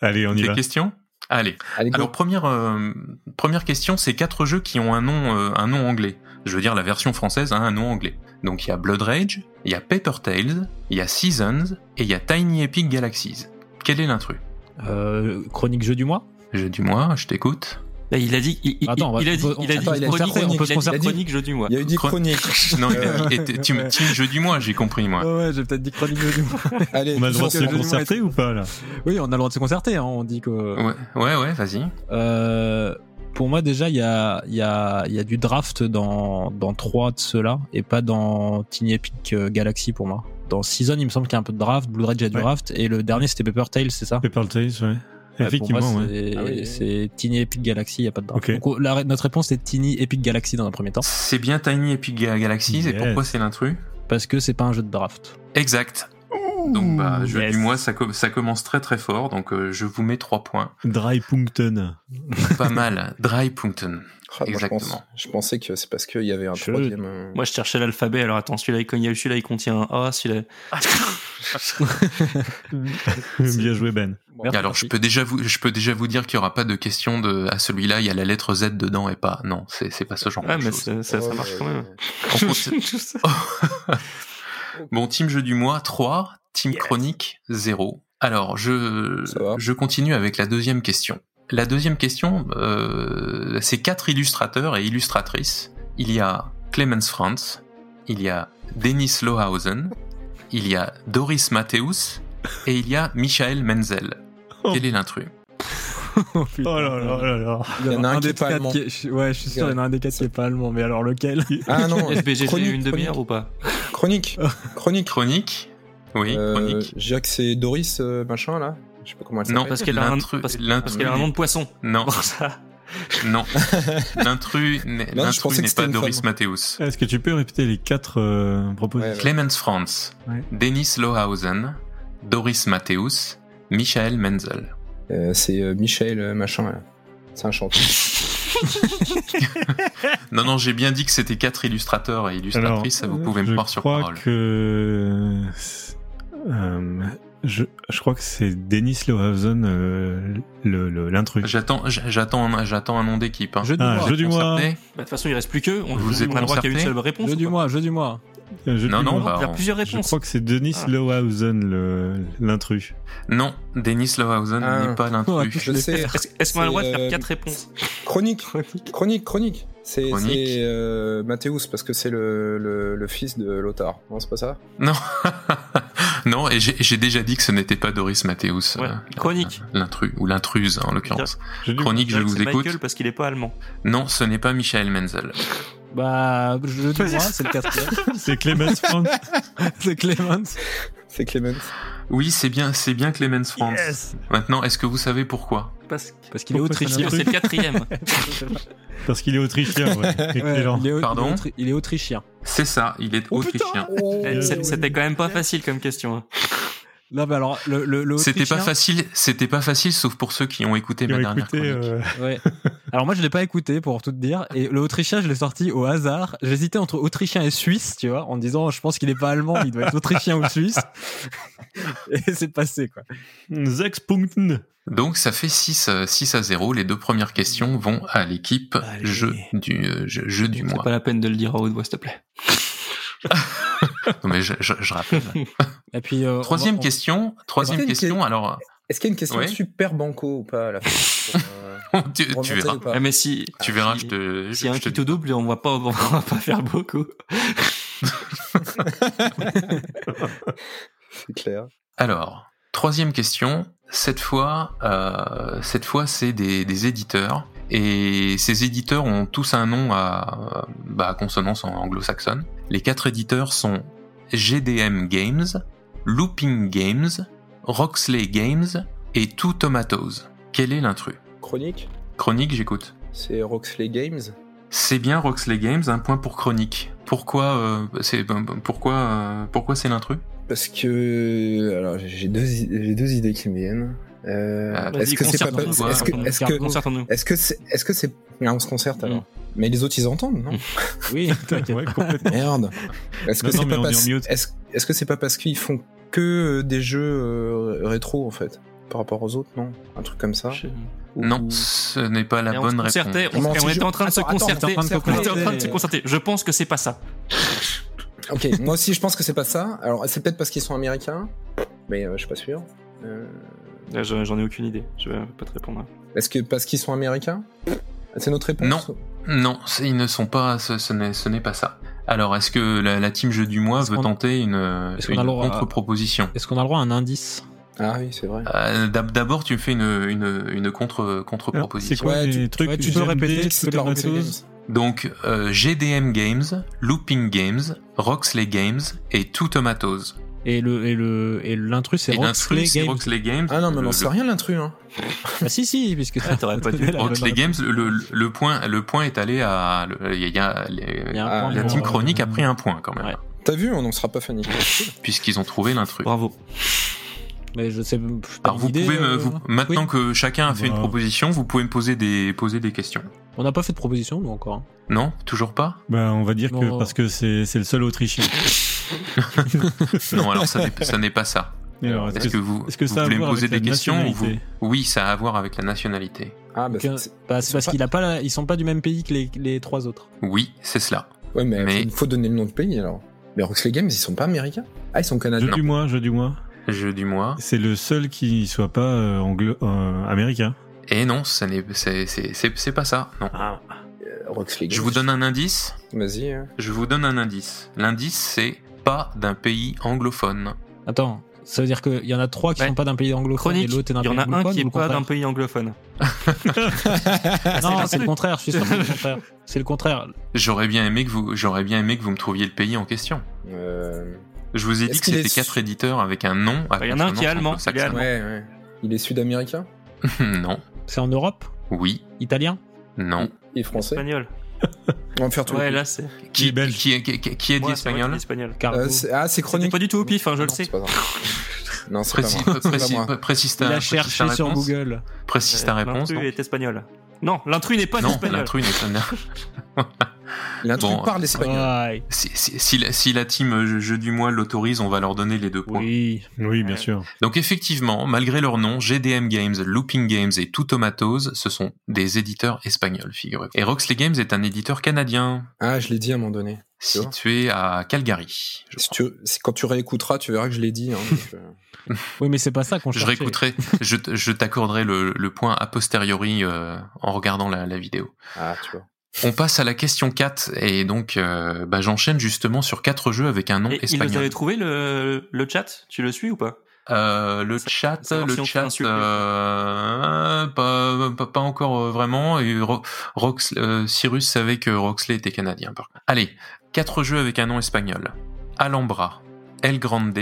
Speaker 5: Allez, on y
Speaker 6: Des
Speaker 5: va.
Speaker 6: questions Allez.
Speaker 8: Allez go.
Speaker 6: Alors première euh, première question, c'est quatre jeux qui ont un nom euh, un nom anglais. Je veux dire la version française a un nom anglais. Donc il y a Blood Rage, il y a Paper Tales, il y a Seasons et il y a Tiny Epic Galaxies. Quel est l'intrus
Speaker 7: Euh, chronique jeu du mois
Speaker 6: Jeu du mois, je t'écoute.
Speaker 9: Là, Bah, il a dit, il, il-
Speaker 7: Attends, on va-
Speaker 9: il a dit,
Speaker 7: on-
Speaker 9: il a dit
Speaker 8: attends, il
Speaker 9: chronique,
Speaker 8: a dit chronique,
Speaker 9: on peut
Speaker 7: il a
Speaker 9: se
Speaker 8: dit-
Speaker 9: chronique jeu du mois.
Speaker 8: Il y a eu des
Speaker 6: Chron-
Speaker 8: chroniques.
Speaker 6: [laughs] Non, il
Speaker 8: Euh.
Speaker 6: a- et t'es- tu me- team jeu du mois, j'ai compris moi.
Speaker 7: Ouais, j'ai peut-être dit chronique jeu du mois.
Speaker 8: Allez,
Speaker 5: On a le droit de
Speaker 8: tous
Speaker 5: se
Speaker 8: ensemble.
Speaker 5: concerter ou pas là
Speaker 7: Oui, on a le droit de se concerter, hein, on dit que...
Speaker 6: Ouais, ouais, ouais, vas-y.
Speaker 7: Euh, pour moi, déjà, il y a, il y, a, il y a du draft dans, dans trois de ceux-là et pas dans Tiny Epic euh, Galaxy pour moi. Dans Season, il me semble qu'il y a un peu de draft, Blue Red, il y a du
Speaker 5: Ouais.
Speaker 7: draft et le dernier c'était Paper Tales, c'est ça
Speaker 5: Paper Tales, ouais.
Speaker 7: Pour
Speaker 5: Effectivement,
Speaker 7: moi,
Speaker 5: ouais.
Speaker 7: c'est-
Speaker 8: Ah oui.
Speaker 7: C'est Tiny Epic Galaxy, il n'y a pas de draft.
Speaker 5: Ok.
Speaker 7: Donc, la- notre réponse c'est Tiny Epic Galaxy dans un premier temps
Speaker 6: C'est bien Tiny Epic Ga- Galaxies et
Speaker 5: Yes.
Speaker 6: pourquoi c'est l'intrus
Speaker 7: parce que c'est pas un jeu de draft.
Speaker 6: Exact. Donc bah, jeu
Speaker 9: Yes.
Speaker 6: du mois, ça, com- ça commence très très fort, donc euh, je vous mets trois points.
Speaker 7: [laughs]
Speaker 5: Dry Puncton.
Speaker 6: Pas mal, Dry Punkton.
Speaker 8: Ah, moi, je pense-
Speaker 6: Exactement.
Speaker 8: je pensais que c'est parce qu'il y avait un
Speaker 7: Je-
Speaker 8: troisième. euh,
Speaker 9: Moi, je cherchais l'alphabet. Alors attends, celui-là, il cogne- celui-là, il contient un A. Celui-là,
Speaker 5: Bien joué, Ben.
Speaker 8: bon,
Speaker 3: Merde.
Speaker 6: Alors je peux déjà vous, je peux déjà vous dire qu'il y aura pas de question de à celui-là il y a la lettre Z dedans et pas non c'est c'est pas ce genre
Speaker 9: ah,
Speaker 6: de
Speaker 9: mais
Speaker 6: choses.
Speaker 9: ça, ça, ça
Speaker 8: ouais,
Speaker 9: marche
Speaker 8: ouais,
Speaker 9: quand même.
Speaker 8: ouais.
Speaker 9: [laughs]
Speaker 6: On continue. Oh. bon team jeu du mois 3, team chronique 0. Alors je
Speaker 8: Ça va.
Speaker 6: je continue avec la deuxième question. La deuxième question euh, c'est quatre illustrateurs et illustratrices. Il y a Clemens Franz, il y a Dennis Lohausen, il y a Doris Matthäus et il y a Michael Menzel. Quel est l'intrus
Speaker 7: [laughs]
Speaker 5: Oh là là là là.
Speaker 8: Il y en a un qui est
Speaker 7: des
Speaker 8: pas
Speaker 7: quatre
Speaker 8: allemand.
Speaker 7: qui est- je- Ouais, je suis sûr, il y en a un des quatre qui est pas allemand, mais
Speaker 5: [laughs]
Speaker 7: alors lequel
Speaker 9: [laughs]
Speaker 8: Ah
Speaker 6: [laughs]
Speaker 8: non,
Speaker 9: SBG, j'ai
Speaker 8: chronique,
Speaker 9: une demi-heure ou pas
Speaker 7: [laughs]
Speaker 8: Chronique, chronique.
Speaker 6: Chronique Oui,
Speaker 8: Euh,
Speaker 6: chronique.
Speaker 8: je dirais que c'est Doris, euh, machin, là. Je sais pas comment elle
Speaker 6: Non,
Speaker 8: s'appelle.
Speaker 9: Parce qu'elle a un
Speaker 6: L'intrus-
Speaker 9: parce,
Speaker 6: l'intrus-
Speaker 9: parce qu'elle a un nom de poisson.
Speaker 6: Non,
Speaker 9: Bon, ça.
Speaker 6: non. L'intrus n'est
Speaker 8: Non, je
Speaker 6: l'intrus
Speaker 8: pensais que
Speaker 6: n'est
Speaker 8: c'était
Speaker 6: pas
Speaker 8: une
Speaker 6: Doris
Speaker 8: femme.
Speaker 6: Matthäus.
Speaker 5: Est-ce que tu peux répéter les quatre euh, propositions
Speaker 6: Clemens Franz,
Speaker 5: Ouais.
Speaker 6: Dennis Lohausen, Doris Matthäus, Michael Menzel.
Speaker 8: Euh, c'est euh, Michel, euh, machin, là. C'est un chanteur.
Speaker 6: Non, non, j'ai bien dit que c'était quatre illustrateurs et illustratrices, vous pouvez me
Speaker 5: je
Speaker 6: croire sur
Speaker 5: crois
Speaker 6: parole.
Speaker 5: Que... c'est- euh, je, je crois que c'est Dennis Lohausen, euh, le- le- l'intrus.
Speaker 6: J'attends, j- j'attends, un- j'attends un nom d'équipe. hein.
Speaker 7: Jeu du
Speaker 5: Ah,
Speaker 7: mois.
Speaker 5: jeu du mois.
Speaker 6: Concerté
Speaker 9: Bah, De toute façon, il reste plus que. On
Speaker 6: Je vous ai
Speaker 9: on a le droit
Speaker 6: concerté.
Speaker 9: qu'il y a une seule réponse.
Speaker 7: Jeu du
Speaker 9: ou
Speaker 7: mois, jeu du mois.
Speaker 5: Euh, jeu
Speaker 6: Non,
Speaker 5: du
Speaker 6: non,
Speaker 5: mois.
Speaker 9: pas
Speaker 6: bah,
Speaker 9: Il y a plusieurs
Speaker 5: Je
Speaker 9: réponses.
Speaker 5: crois que c'est Dennis
Speaker 9: Ah.
Speaker 5: Lohausen, le- l'intrus.
Speaker 6: Non, Dennis Lohausen
Speaker 8: Ah.
Speaker 6: n'est pas
Speaker 7: Oh, à tous
Speaker 6: l'intrus.
Speaker 8: Je sais.
Speaker 9: Est-ce est-ce qu'on a le droit de
Speaker 8: C'est,
Speaker 9: faire
Speaker 8: euh,
Speaker 9: quatre réponses
Speaker 8: Chronique, chronique, chronique. C'est
Speaker 6: Chronique.
Speaker 8: c'est, euh, Mathéus, parce que c'est le, le, le fils de Lothar. Non, c'est pas ça
Speaker 6: Non, [laughs] non, et j'ai j'ai déjà dit que ce n'était pas Doris Matthäus.
Speaker 9: Ouais.
Speaker 6: euh,
Speaker 9: Chronique.
Speaker 6: L'intrus, ou l'intruse en l'occurrence.
Speaker 5: Jeu du mois.
Speaker 6: Chronique, je
Speaker 9: dirais que
Speaker 6: vous
Speaker 9: c'est
Speaker 6: écoute.
Speaker 9: Michael parce qu'il est pas allemand.
Speaker 6: Non, ce n'est pas Michael Menzel.
Speaker 7: Bah, jeu du
Speaker 9: Vas-y.
Speaker 7: mois, c'est le quatrième.
Speaker 5: [laughs] C'est Clemens Franz.
Speaker 7: [laughs] c'est Clemens.
Speaker 8: C'est Clemens.
Speaker 6: Oui, c'est bien, c'est bien Clemens Franz. Maintenant, est-ce que vous savez pourquoi
Speaker 9: Parce
Speaker 7: Parce qu'il est
Speaker 5: Pourquoi
Speaker 9: parce que
Speaker 7: autrichien.
Speaker 9: c'est le quatrième.
Speaker 5: Parce qu'il est [laughs] autrichien, ouais.
Speaker 7: [laughs] Ouais,
Speaker 5: Excellent.
Speaker 7: il, est, au-
Speaker 6: Pardon
Speaker 7: il est autri- il est autrichien.
Speaker 6: C'est ça, il est autrichien.
Speaker 9: Eh, c'est- Oh, C'était quand même pas facile comme question. hein.
Speaker 7: Là, bah alors, le, le, le
Speaker 6: C'était pas
Speaker 7: autrichien-
Speaker 6: facile, c'était pas facile, sauf pour ceux qui ont écouté
Speaker 5: Il
Speaker 6: ma
Speaker 5: a
Speaker 6: dernière
Speaker 5: écouté,
Speaker 6: chronique.
Speaker 5: euh,
Speaker 7: [laughs]
Speaker 5: [laughs]
Speaker 7: Ouais. Alors moi je l'ai pas écouté pour tout te dire et le autrichien je l'ai sorti au hasard. J'hésitais entre autrichien et suisse, tu vois, en me disant je pense qu'il est pas allemand, il doit être autrichien ou
Speaker 5: [laughs]
Speaker 7: suisse. Et c'est passé quoi.
Speaker 5: Sechs Punkten.
Speaker 6: Donc ça fait 6, à- 6 à 0, les deux premières questions vont à l'équipe
Speaker 9: Allez.
Speaker 6: jeu du, euh, jeu, jeu du
Speaker 9: C'est
Speaker 6: mois.
Speaker 9: pas la peine de le dire à haute voix, s'il te plaît.
Speaker 6: [laughs] Non, mais je, je- je rappelle.
Speaker 7: [laughs] Et puis euh, on va-
Speaker 6: troisième
Speaker 7: on-
Speaker 6: question, troisième
Speaker 8: Est-ce qu'il y a une
Speaker 6: question, alors
Speaker 8: Est-ce qu'il y a une question
Speaker 6: Ouais.
Speaker 8: super banco ou pas à
Speaker 6: [laughs]
Speaker 8: la fin pour, euh,
Speaker 6: tu, tu
Speaker 8: remonter
Speaker 6: verras.
Speaker 8: ou pas
Speaker 9: Ah, mais si.
Speaker 6: Tu verras,
Speaker 9: si-
Speaker 6: je te.
Speaker 9: S'il y a un
Speaker 6: je te
Speaker 9: qui tout double, on va pas, on va pas [laughs] faire
Speaker 7: [laughs]
Speaker 9: beaucoup.
Speaker 8: [laughs] C'est clair.
Speaker 6: Alors, troisième question. Cette fois, euh, cette fois, c'est des, des éditeurs. Et ces éditeurs ont tous un nom à, euh, bah, à consonance en anglo-saxonne. Les quatre éditeurs sont GDM Games, Looping Games, Roxley Games et Two Tomatoes. Quel est l'intrus
Speaker 8: Chronique,
Speaker 6: Chronique, j'écoute.
Speaker 8: c'est Roxley Games.
Speaker 6: C'est bien Roxley Games, un point pour Chronique. Pourquoi, euh, c'est, pourquoi, euh, pourquoi c'est l'intrus
Speaker 8: Parce que alors j'ai deux i- j'ai deux idées qui me viennent. Euh,
Speaker 6: Ah,
Speaker 9: vas-y,
Speaker 8: est-ce que c'est pas
Speaker 9: concerte-nous,
Speaker 8: est-ce
Speaker 6: toi,
Speaker 8: que
Speaker 9: concerte-nous,
Speaker 8: est-ce que
Speaker 9: Concertons-nous.
Speaker 8: est-ce que c'est est-ce que c'est Ah, on se concerte alors.
Speaker 9: Mm.
Speaker 8: Mais les autres ils entendent non
Speaker 7: Oui, t'inquiète.
Speaker 5: Ouais, complètement.
Speaker 8: Merde. Est-ce
Speaker 5: Non,
Speaker 8: que c'est
Speaker 5: non, mais
Speaker 8: pas
Speaker 5: on est
Speaker 8: parce
Speaker 5: en mute.
Speaker 8: est-ce est-ce que c'est pas parce qu'ils font que euh, des jeux euh, rétro en fait par rapport aux autres non un truc comme ça
Speaker 9: Je-
Speaker 8: Ou-
Speaker 6: Non,
Speaker 8: ou-
Speaker 6: ce n'est pas la
Speaker 9: Mais
Speaker 6: bonne
Speaker 9: on se
Speaker 6: réponse.
Speaker 9: concertait, on-
Speaker 8: Comment
Speaker 9: on,
Speaker 8: tu
Speaker 9: était
Speaker 8: joues
Speaker 9: en train de se
Speaker 8: Attends, attends,
Speaker 9: concerter.
Speaker 8: on est en train de
Speaker 9: on était en train de se
Speaker 7: concerter.
Speaker 9: concerter. Je pense que c'est pas ça.
Speaker 8: Ok, moi aussi je pense que c'est pas ça. Alors c'est peut-être parce qu'ils sont américains, mais euh, je suis pas sûr. Euh,
Speaker 9: Là, je- J'en ai aucune idée. Je vais pas te répondre.
Speaker 8: Est-ce que parce qu'ils sont américains Ah, C'est notre réponse.
Speaker 6: Non. Non, c'est- ils ne sont pas. Ce, ce n'est, ce n'est pas ça. Alors, est-ce que la, la team jeu du mois
Speaker 7: Est-ce
Speaker 6: veut
Speaker 7: qu'on-
Speaker 6: tenter une,
Speaker 7: est-ce
Speaker 6: une
Speaker 7: qu'on a le droit à-
Speaker 6: contre-proposition
Speaker 7: Est-ce qu'on a le droit à un indice
Speaker 8: Ah oui, c'est vrai.
Speaker 6: Euh, d'ab- D'abord, tu me fais une, une, une contre,
Speaker 5: Alors, C'est
Speaker 6: contre-proposition.
Speaker 5: quoi
Speaker 8: Ouais,
Speaker 5: les
Speaker 8: tu-
Speaker 5: trucs
Speaker 7: ouais, tu peux
Speaker 5: GMD,
Speaker 7: répéter,
Speaker 5: Two
Speaker 7: tu peux les
Speaker 5: Tomatoes
Speaker 7: répéter.
Speaker 6: Donc, euh, GDM Games, Looping Games, Roxley Games et Two Tomatoes.
Speaker 7: Et le et le et l'intrus c'est
Speaker 6: et
Speaker 7: Roxley
Speaker 6: l'intrus, c'est
Speaker 7: Games.
Speaker 6: Roxley Games.
Speaker 8: Ah non, mais
Speaker 6: Le-
Speaker 8: on sait rien de l'intrus. Hein.
Speaker 7: Ah, si si, puisque
Speaker 9: Ah, t'aurais
Speaker 7: [laughs]
Speaker 9: pas dû.
Speaker 6: [laughs]
Speaker 7: Donnez la
Speaker 6: le-
Speaker 7: bonne
Speaker 6: Roxley
Speaker 7: réponse.
Speaker 6: Games, le, le- le point, le point est allé à. le- Il y a, il y a les-
Speaker 7: Il y a un
Speaker 8: Ah,
Speaker 7: point
Speaker 6: la
Speaker 7: pour-
Speaker 6: team chronique a pris un point quand même,
Speaker 9: Ouais.
Speaker 8: T'as vu, on n'en sera pas fini.
Speaker 6: puisqu'ils ont trouvé l'intrus.
Speaker 9: Bravo.
Speaker 7: [laughs] Mais je sais. je- t'as
Speaker 6: Alors
Speaker 7: une
Speaker 6: vous
Speaker 7: idée,
Speaker 6: pouvez,
Speaker 7: euh,
Speaker 6: me- vous- maintenant
Speaker 7: oui.
Speaker 6: que chacun a fait une
Speaker 5: Bah.
Speaker 6: proposition, vous pouvez me poser des, poser des questions.
Speaker 7: On n'a pas fait de proposition, nous encore. hein.
Speaker 6: Non, toujours pas
Speaker 5: Bah, on va dire que
Speaker 7: Non.
Speaker 5: parce que c'est c'est le seul Autrichien.
Speaker 6: [laughs] Non, alors ça
Speaker 5: [laughs]
Speaker 6: n'est- ça n'est pas ça.
Speaker 5: Mais alors,
Speaker 6: Est-ce que, vous,
Speaker 5: est-ce que
Speaker 6: vous
Speaker 5: ça a à
Speaker 6: voulez me
Speaker 5: voir
Speaker 6: poser
Speaker 5: avec la
Speaker 6: des questions ou vous-
Speaker 5: nationalité
Speaker 6: Oui, ça a à voir avec la nationalité.
Speaker 8: Ah, bah,
Speaker 7: Aucun-
Speaker 8: c'est-
Speaker 7: Bah, c'est parce
Speaker 8: pas-
Speaker 7: qu'il a pas, la- ils sont pas du même pays que les, les trois autres.
Speaker 6: Oui, c'est cela.
Speaker 8: Ouais, mais,
Speaker 6: Mais-
Speaker 8: Faut, faut donner le nom de pays alors. Mais Roxley Games, ils sont pas américains Ah, ils sont
Speaker 5: Je
Speaker 8: canadiens.
Speaker 5: du moins, je du moins.
Speaker 6: Je du moi.
Speaker 5: C'est le seul qui soit pas euh, anglo euh, américain.
Speaker 6: Et non, ça n'est- c'est c'est- c'est- c'est pas ça. Non.
Speaker 8: Euh, Roxley Games.
Speaker 6: Je vous donne un indice.
Speaker 8: Vas-y. hein.
Speaker 6: Je vous donne un indice. L'indice, c'est pas d'un pays anglophone.
Speaker 7: Attends, ça veut dire qu'il y en a trois qui
Speaker 9: Ouais.
Speaker 7: sont pas d'un pays anglophone et
Speaker 9: Chronique,
Speaker 7: l'autre est d'un
Speaker 9: il y
Speaker 7: pays
Speaker 9: en a un
Speaker 7: anglophone,
Speaker 9: qui
Speaker 7: ou
Speaker 9: est
Speaker 7: le
Speaker 9: pas
Speaker 7: contraire
Speaker 9: d'un pays anglophone.
Speaker 7: Non, c'est le contraire, je suis sûr que c'est le contraire. C'est le contraire.
Speaker 6: J'aurais bien aimé que vous, j'aurais bien aimé que vous me trouviez le pays en question.
Speaker 8: Euh,
Speaker 6: Je vous ai
Speaker 8: Est-ce
Speaker 6: dit que
Speaker 8: qu'il
Speaker 6: c'était
Speaker 8: est-
Speaker 6: quatre éditeurs avec un nom. à
Speaker 9: Il y en a un qui est
Speaker 6: consonance
Speaker 9: allemand, il est
Speaker 6: anglo-saxonne.
Speaker 8: Ouais, ouais. Il est sud-américain
Speaker 6: [laughs] non.
Speaker 7: C'est en Europe
Speaker 6: Oui.
Speaker 7: Italien
Speaker 6: Non.
Speaker 8: Il est français
Speaker 9: Espagnol.
Speaker 8: On va me faire tout.
Speaker 9: Ouais, là c'est.
Speaker 6: Qui,
Speaker 5: est belge.
Speaker 6: qui, est- qui, est- qui est dit
Speaker 9: Moi, c'est vrai qu'il est
Speaker 6: espagnol
Speaker 9: Espagnol.
Speaker 7: Cargo.
Speaker 8: Euh, c'est- ah, c'est
Speaker 9: C'était
Speaker 8: chronique.
Speaker 9: pas du tout au pif, hein, je le sais.
Speaker 8: C'est pas grave.
Speaker 9: [laughs]
Speaker 8: non, c'est pas
Speaker 6: Précise,
Speaker 8: moi. C'est pas
Speaker 6: précise-
Speaker 8: moi.
Speaker 6: précise
Speaker 7: Il
Speaker 6: ta,
Speaker 7: a
Speaker 6: précise ta
Speaker 7: cherché sur
Speaker 6: réponse.
Speaker 7: Google.
Speaker 6: Précise ta
Speaker 9: Euh,
Speaker 6: réponse.
Speaker 9: L'intrus
Speaker 6: donc.
Speaker 9: est espagnol. Non, l'intrus n'est pas
Speaker 6: Non,
Speaker 9: espagnol.
Speaker 6: l'intrus n'est pas.
Speaker 8: [laughs] L'intrus
Speaker 6: Bon, euh,
Speaker 8: parle espagnol.
Speaker 7: Ouais.
Speaker 6: Si, si- si la, si la team euh, Jeu- Jeu du Mois l'autorise, on va leur donner les deux points.
Speaker 7: Oui.
Speaker 5: Oui, bien sûr.
Speaker 6: Donc effectivement, malgré leur nom, GDM Games, Looping Games et Two Tomatoes, ce sont des éditeurs espagnols, figurez-vous. Et Roxley Games est un éditeur canadien,
Speaker 8: Ah, je l'ai dit à un moment donné. vois.
Speaker 6: situé à Calgary. Je,
Speaker 8: Si
Speaker 6: crois.
Speaker 8: tu, si- quand tu réécouteras, tu verras que je l'ai dit. hein, donc, euh,
Speaker 7: [laughs] Oui, mais c'est pas ça qu'on
Speaker 6: Je
Speaker 7: cherchait.
Speaker 6: réécouterai, je, t- je t'accorderai le, le point a posteriori euh, en regardant la, la vidéo.
Speaker 8: Ah, tu vois.
Speaker 6: On passe à la question 4, et donc euh, bah, j'enchaîne justement sur quatre jeux avec un nom
Speaker 9: Et il nous
Speaker 6: espagnol.
Speaker 9: avait trouvé le, le chat, tu le suis ou pas Eh,
Speaker 6: Euh, le
Speaker 9: Sa-
Speaker 6: chat,
Speaker 9: savoir si
Speaker 6: le
Speaker 9: on fait
Speaker 6: chat,
Speaker 9: insulter.
Speaker 6: euh, pas, pas, pas encore euh, vraiment. Et Ro- Rox- euh, Cyrus savait que Roxley était canadien. Par contre. Allez, quatre jeux avec un nom espagnol. Alhambra, El Grande,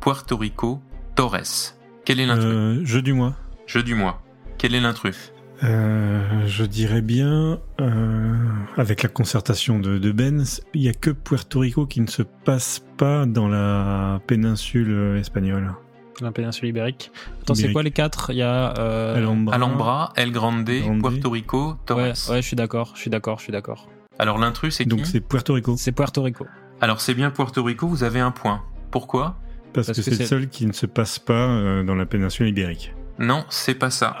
Speaker 6: Puerto Rico, Torres. Quel est l'intrus
Speaker 5: Euh, je du moins.
Speaker 6: Jeu du mois. Quel est l'intrus
Speaker 5: Euh, je dirais bien, euh, avec la concertation de, de Ben, il n'y a que Puerto Rico qui ne se passe pas dans la péninsule euh, espagnole.
Speaker 7: La péninsule ibérique. Attends, c'est
Speaker 5: Ibérique.
Speaker 7: quoi les quatre Il y a. euh,
Speaker 5: Alhambra.
Speaker 6: Alhambra, El Grande,
Speaker 5: Grande.
Speaker 6: Puerto Rico, Torres.
Speaker 7: Ouais, ouais, je suis d'accord, je suis d'accord, je suis d'accord.
Speaker 6: Alors l'intrus, c'est qui
Speaker 5: Donc c'est Puerto Rico.
Speaker 7: C'est Puerto Rico.
Speaker 6: Alors c'est bien Puerto Rico, vous avez un point. Pourquoi
Speaker 5: Parce,
Speaker 7: parce
Speaker 5: que,
Speaker 7: que
Speaker 5: c'est le
Speaker 7: c'est-
Speaker 5: seul qui ne se passe pas euh, dans la péninsule ibérique.
Speaker 6: Non, c'est pas ça.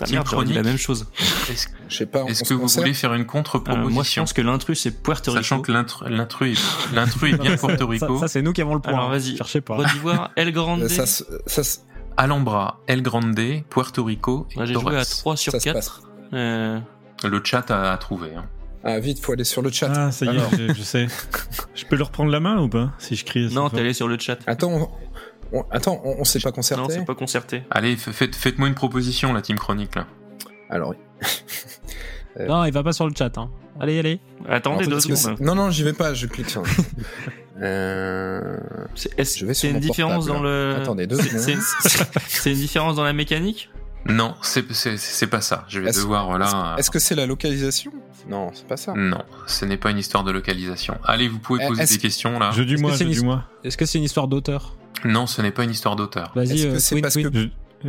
Speaker 9: Ah,
Speaker 6: Team
Speaker 9: merde, j'aurais dit la
Speaker 6: Chronique.
Speaker 9: même chose.
Speaker 6: Est-ce
Speaker 8: Je sais pas.
Speaker 6: est-ce
Speaker 8: on se
Speaker 6: que vous
Speaker 8: conserve
Speaker 6: voulez faire une
Speaker 9: Euh,
Speaker 6: contre-proposition
Speaker 9: moi, je pense que l'intrus c'est Puerto Rico.
Speaker 6: Sachant que l'intru- l'intrus est, l'intrus est bien Puerto Rico,
Speaker 7: [laughs] Ça, ça, c'est nous qui avons le point.
Speaker 9: Alors, vas-y.
Speaker 7: Cherchez pas.
Speaker 9: Côte
Speaker 7: [laughs]
Speaker 9: d'Ivoire, El Grande.
Speaker 8: Euh, Ça, se- ça, se-
Speaker 6: Alhambra, El Grande, Puerto Rico et
Speaker 9: Moi, j'ai
Speaker 6: Torres.
Speaker 9: joué à 3 sur
Speaker 8: ça se
Speaker 9: 4.
Speaker 8: passe.
Speaker 9: Euh,
Speaker 6: Le chat a, a trouvé. hein.
Speaker 8: Ah, vite, faut aller sur le chat.
Speaker 5: Ah, ça y est,
Speaker 8: Alors.
Speaker 5: je, je sais. [laughs] Je peux leur prendre la main ou pas Si je crie. assez
Speaker 9: Non,
Speaker 5: fort
Speaker 9: t'es allé sur le chat.
Speaker 8: Attends, on, on- attends, on, on s'est pas
Speaker 9: Non,
Speaker 8: concerté.
Speaker 9: c'est pas concerté.
Speaker 6: Allez, f- faites, faites-moi une proposition, la team chronique. Là.
Speaker 8: Alors,
Speaker 7: Non, il va pas sur le chat. Hein. Allez, allez.
Speaker 9: Attendez
Speaker 8: alors,
Speaker 9: deux
Speaker 8: parce que
Speaker 9: secondes.
Speaker 8: c'est- non, non, j'y vais pas. Je clique. sur-
Speaker 9: [laughs]
Speaker 8: euh...
Speaker 9: C'est est-ce-
Speaker 8: Je vais sur
Speaker 9: c'est une
Speaker 8: mon
Speaker 9: différence dans
Speaker 8: portable,
Speaker 9: le.
Speaker 8: Attendez deux
Speaker 9: C'est-
Speaker 8: secondes.
Speaker 9: c'est- C'est une différence dans la mécanique
Speaker 6: Non, c'est, c'est, c'est pas ça. Je vais
Speaker 8: Est-ce-
Speaker 6: devoir euh, là.
Speaker 8: Est-ce que c'est la localisation Non, c'est pas ça.
Speaker 6: euh, Non, ce n'est pas une histoire de localisation. Allez, vous pouvez
Speaker 8: Euh,
Speaker 6: poser
Speaker 8: est-ce-
Speaker 6: des questions là.
Speaker 5: Je du
Speaker 7: Est-ce
Speaker 5: moi,
Speaker 7: que c'est
Speaker 5: je
Speaker 7: une
Speaker 5: du moi.
Speaker 7: Est-ce que c'est une histoire d'auteur
Speaker 6: Non, ce n'est pas une histoire d'auteur.
Speaker 7: Vas-y,
Speaker 8: Est-ce que
Speaker 7: euh,
Speaker 8: c'est
Speaker 7: Twin,
Speaker 8: parce
Speaker 7: Twin.
Speaker 8: que
Speaker 5: Je-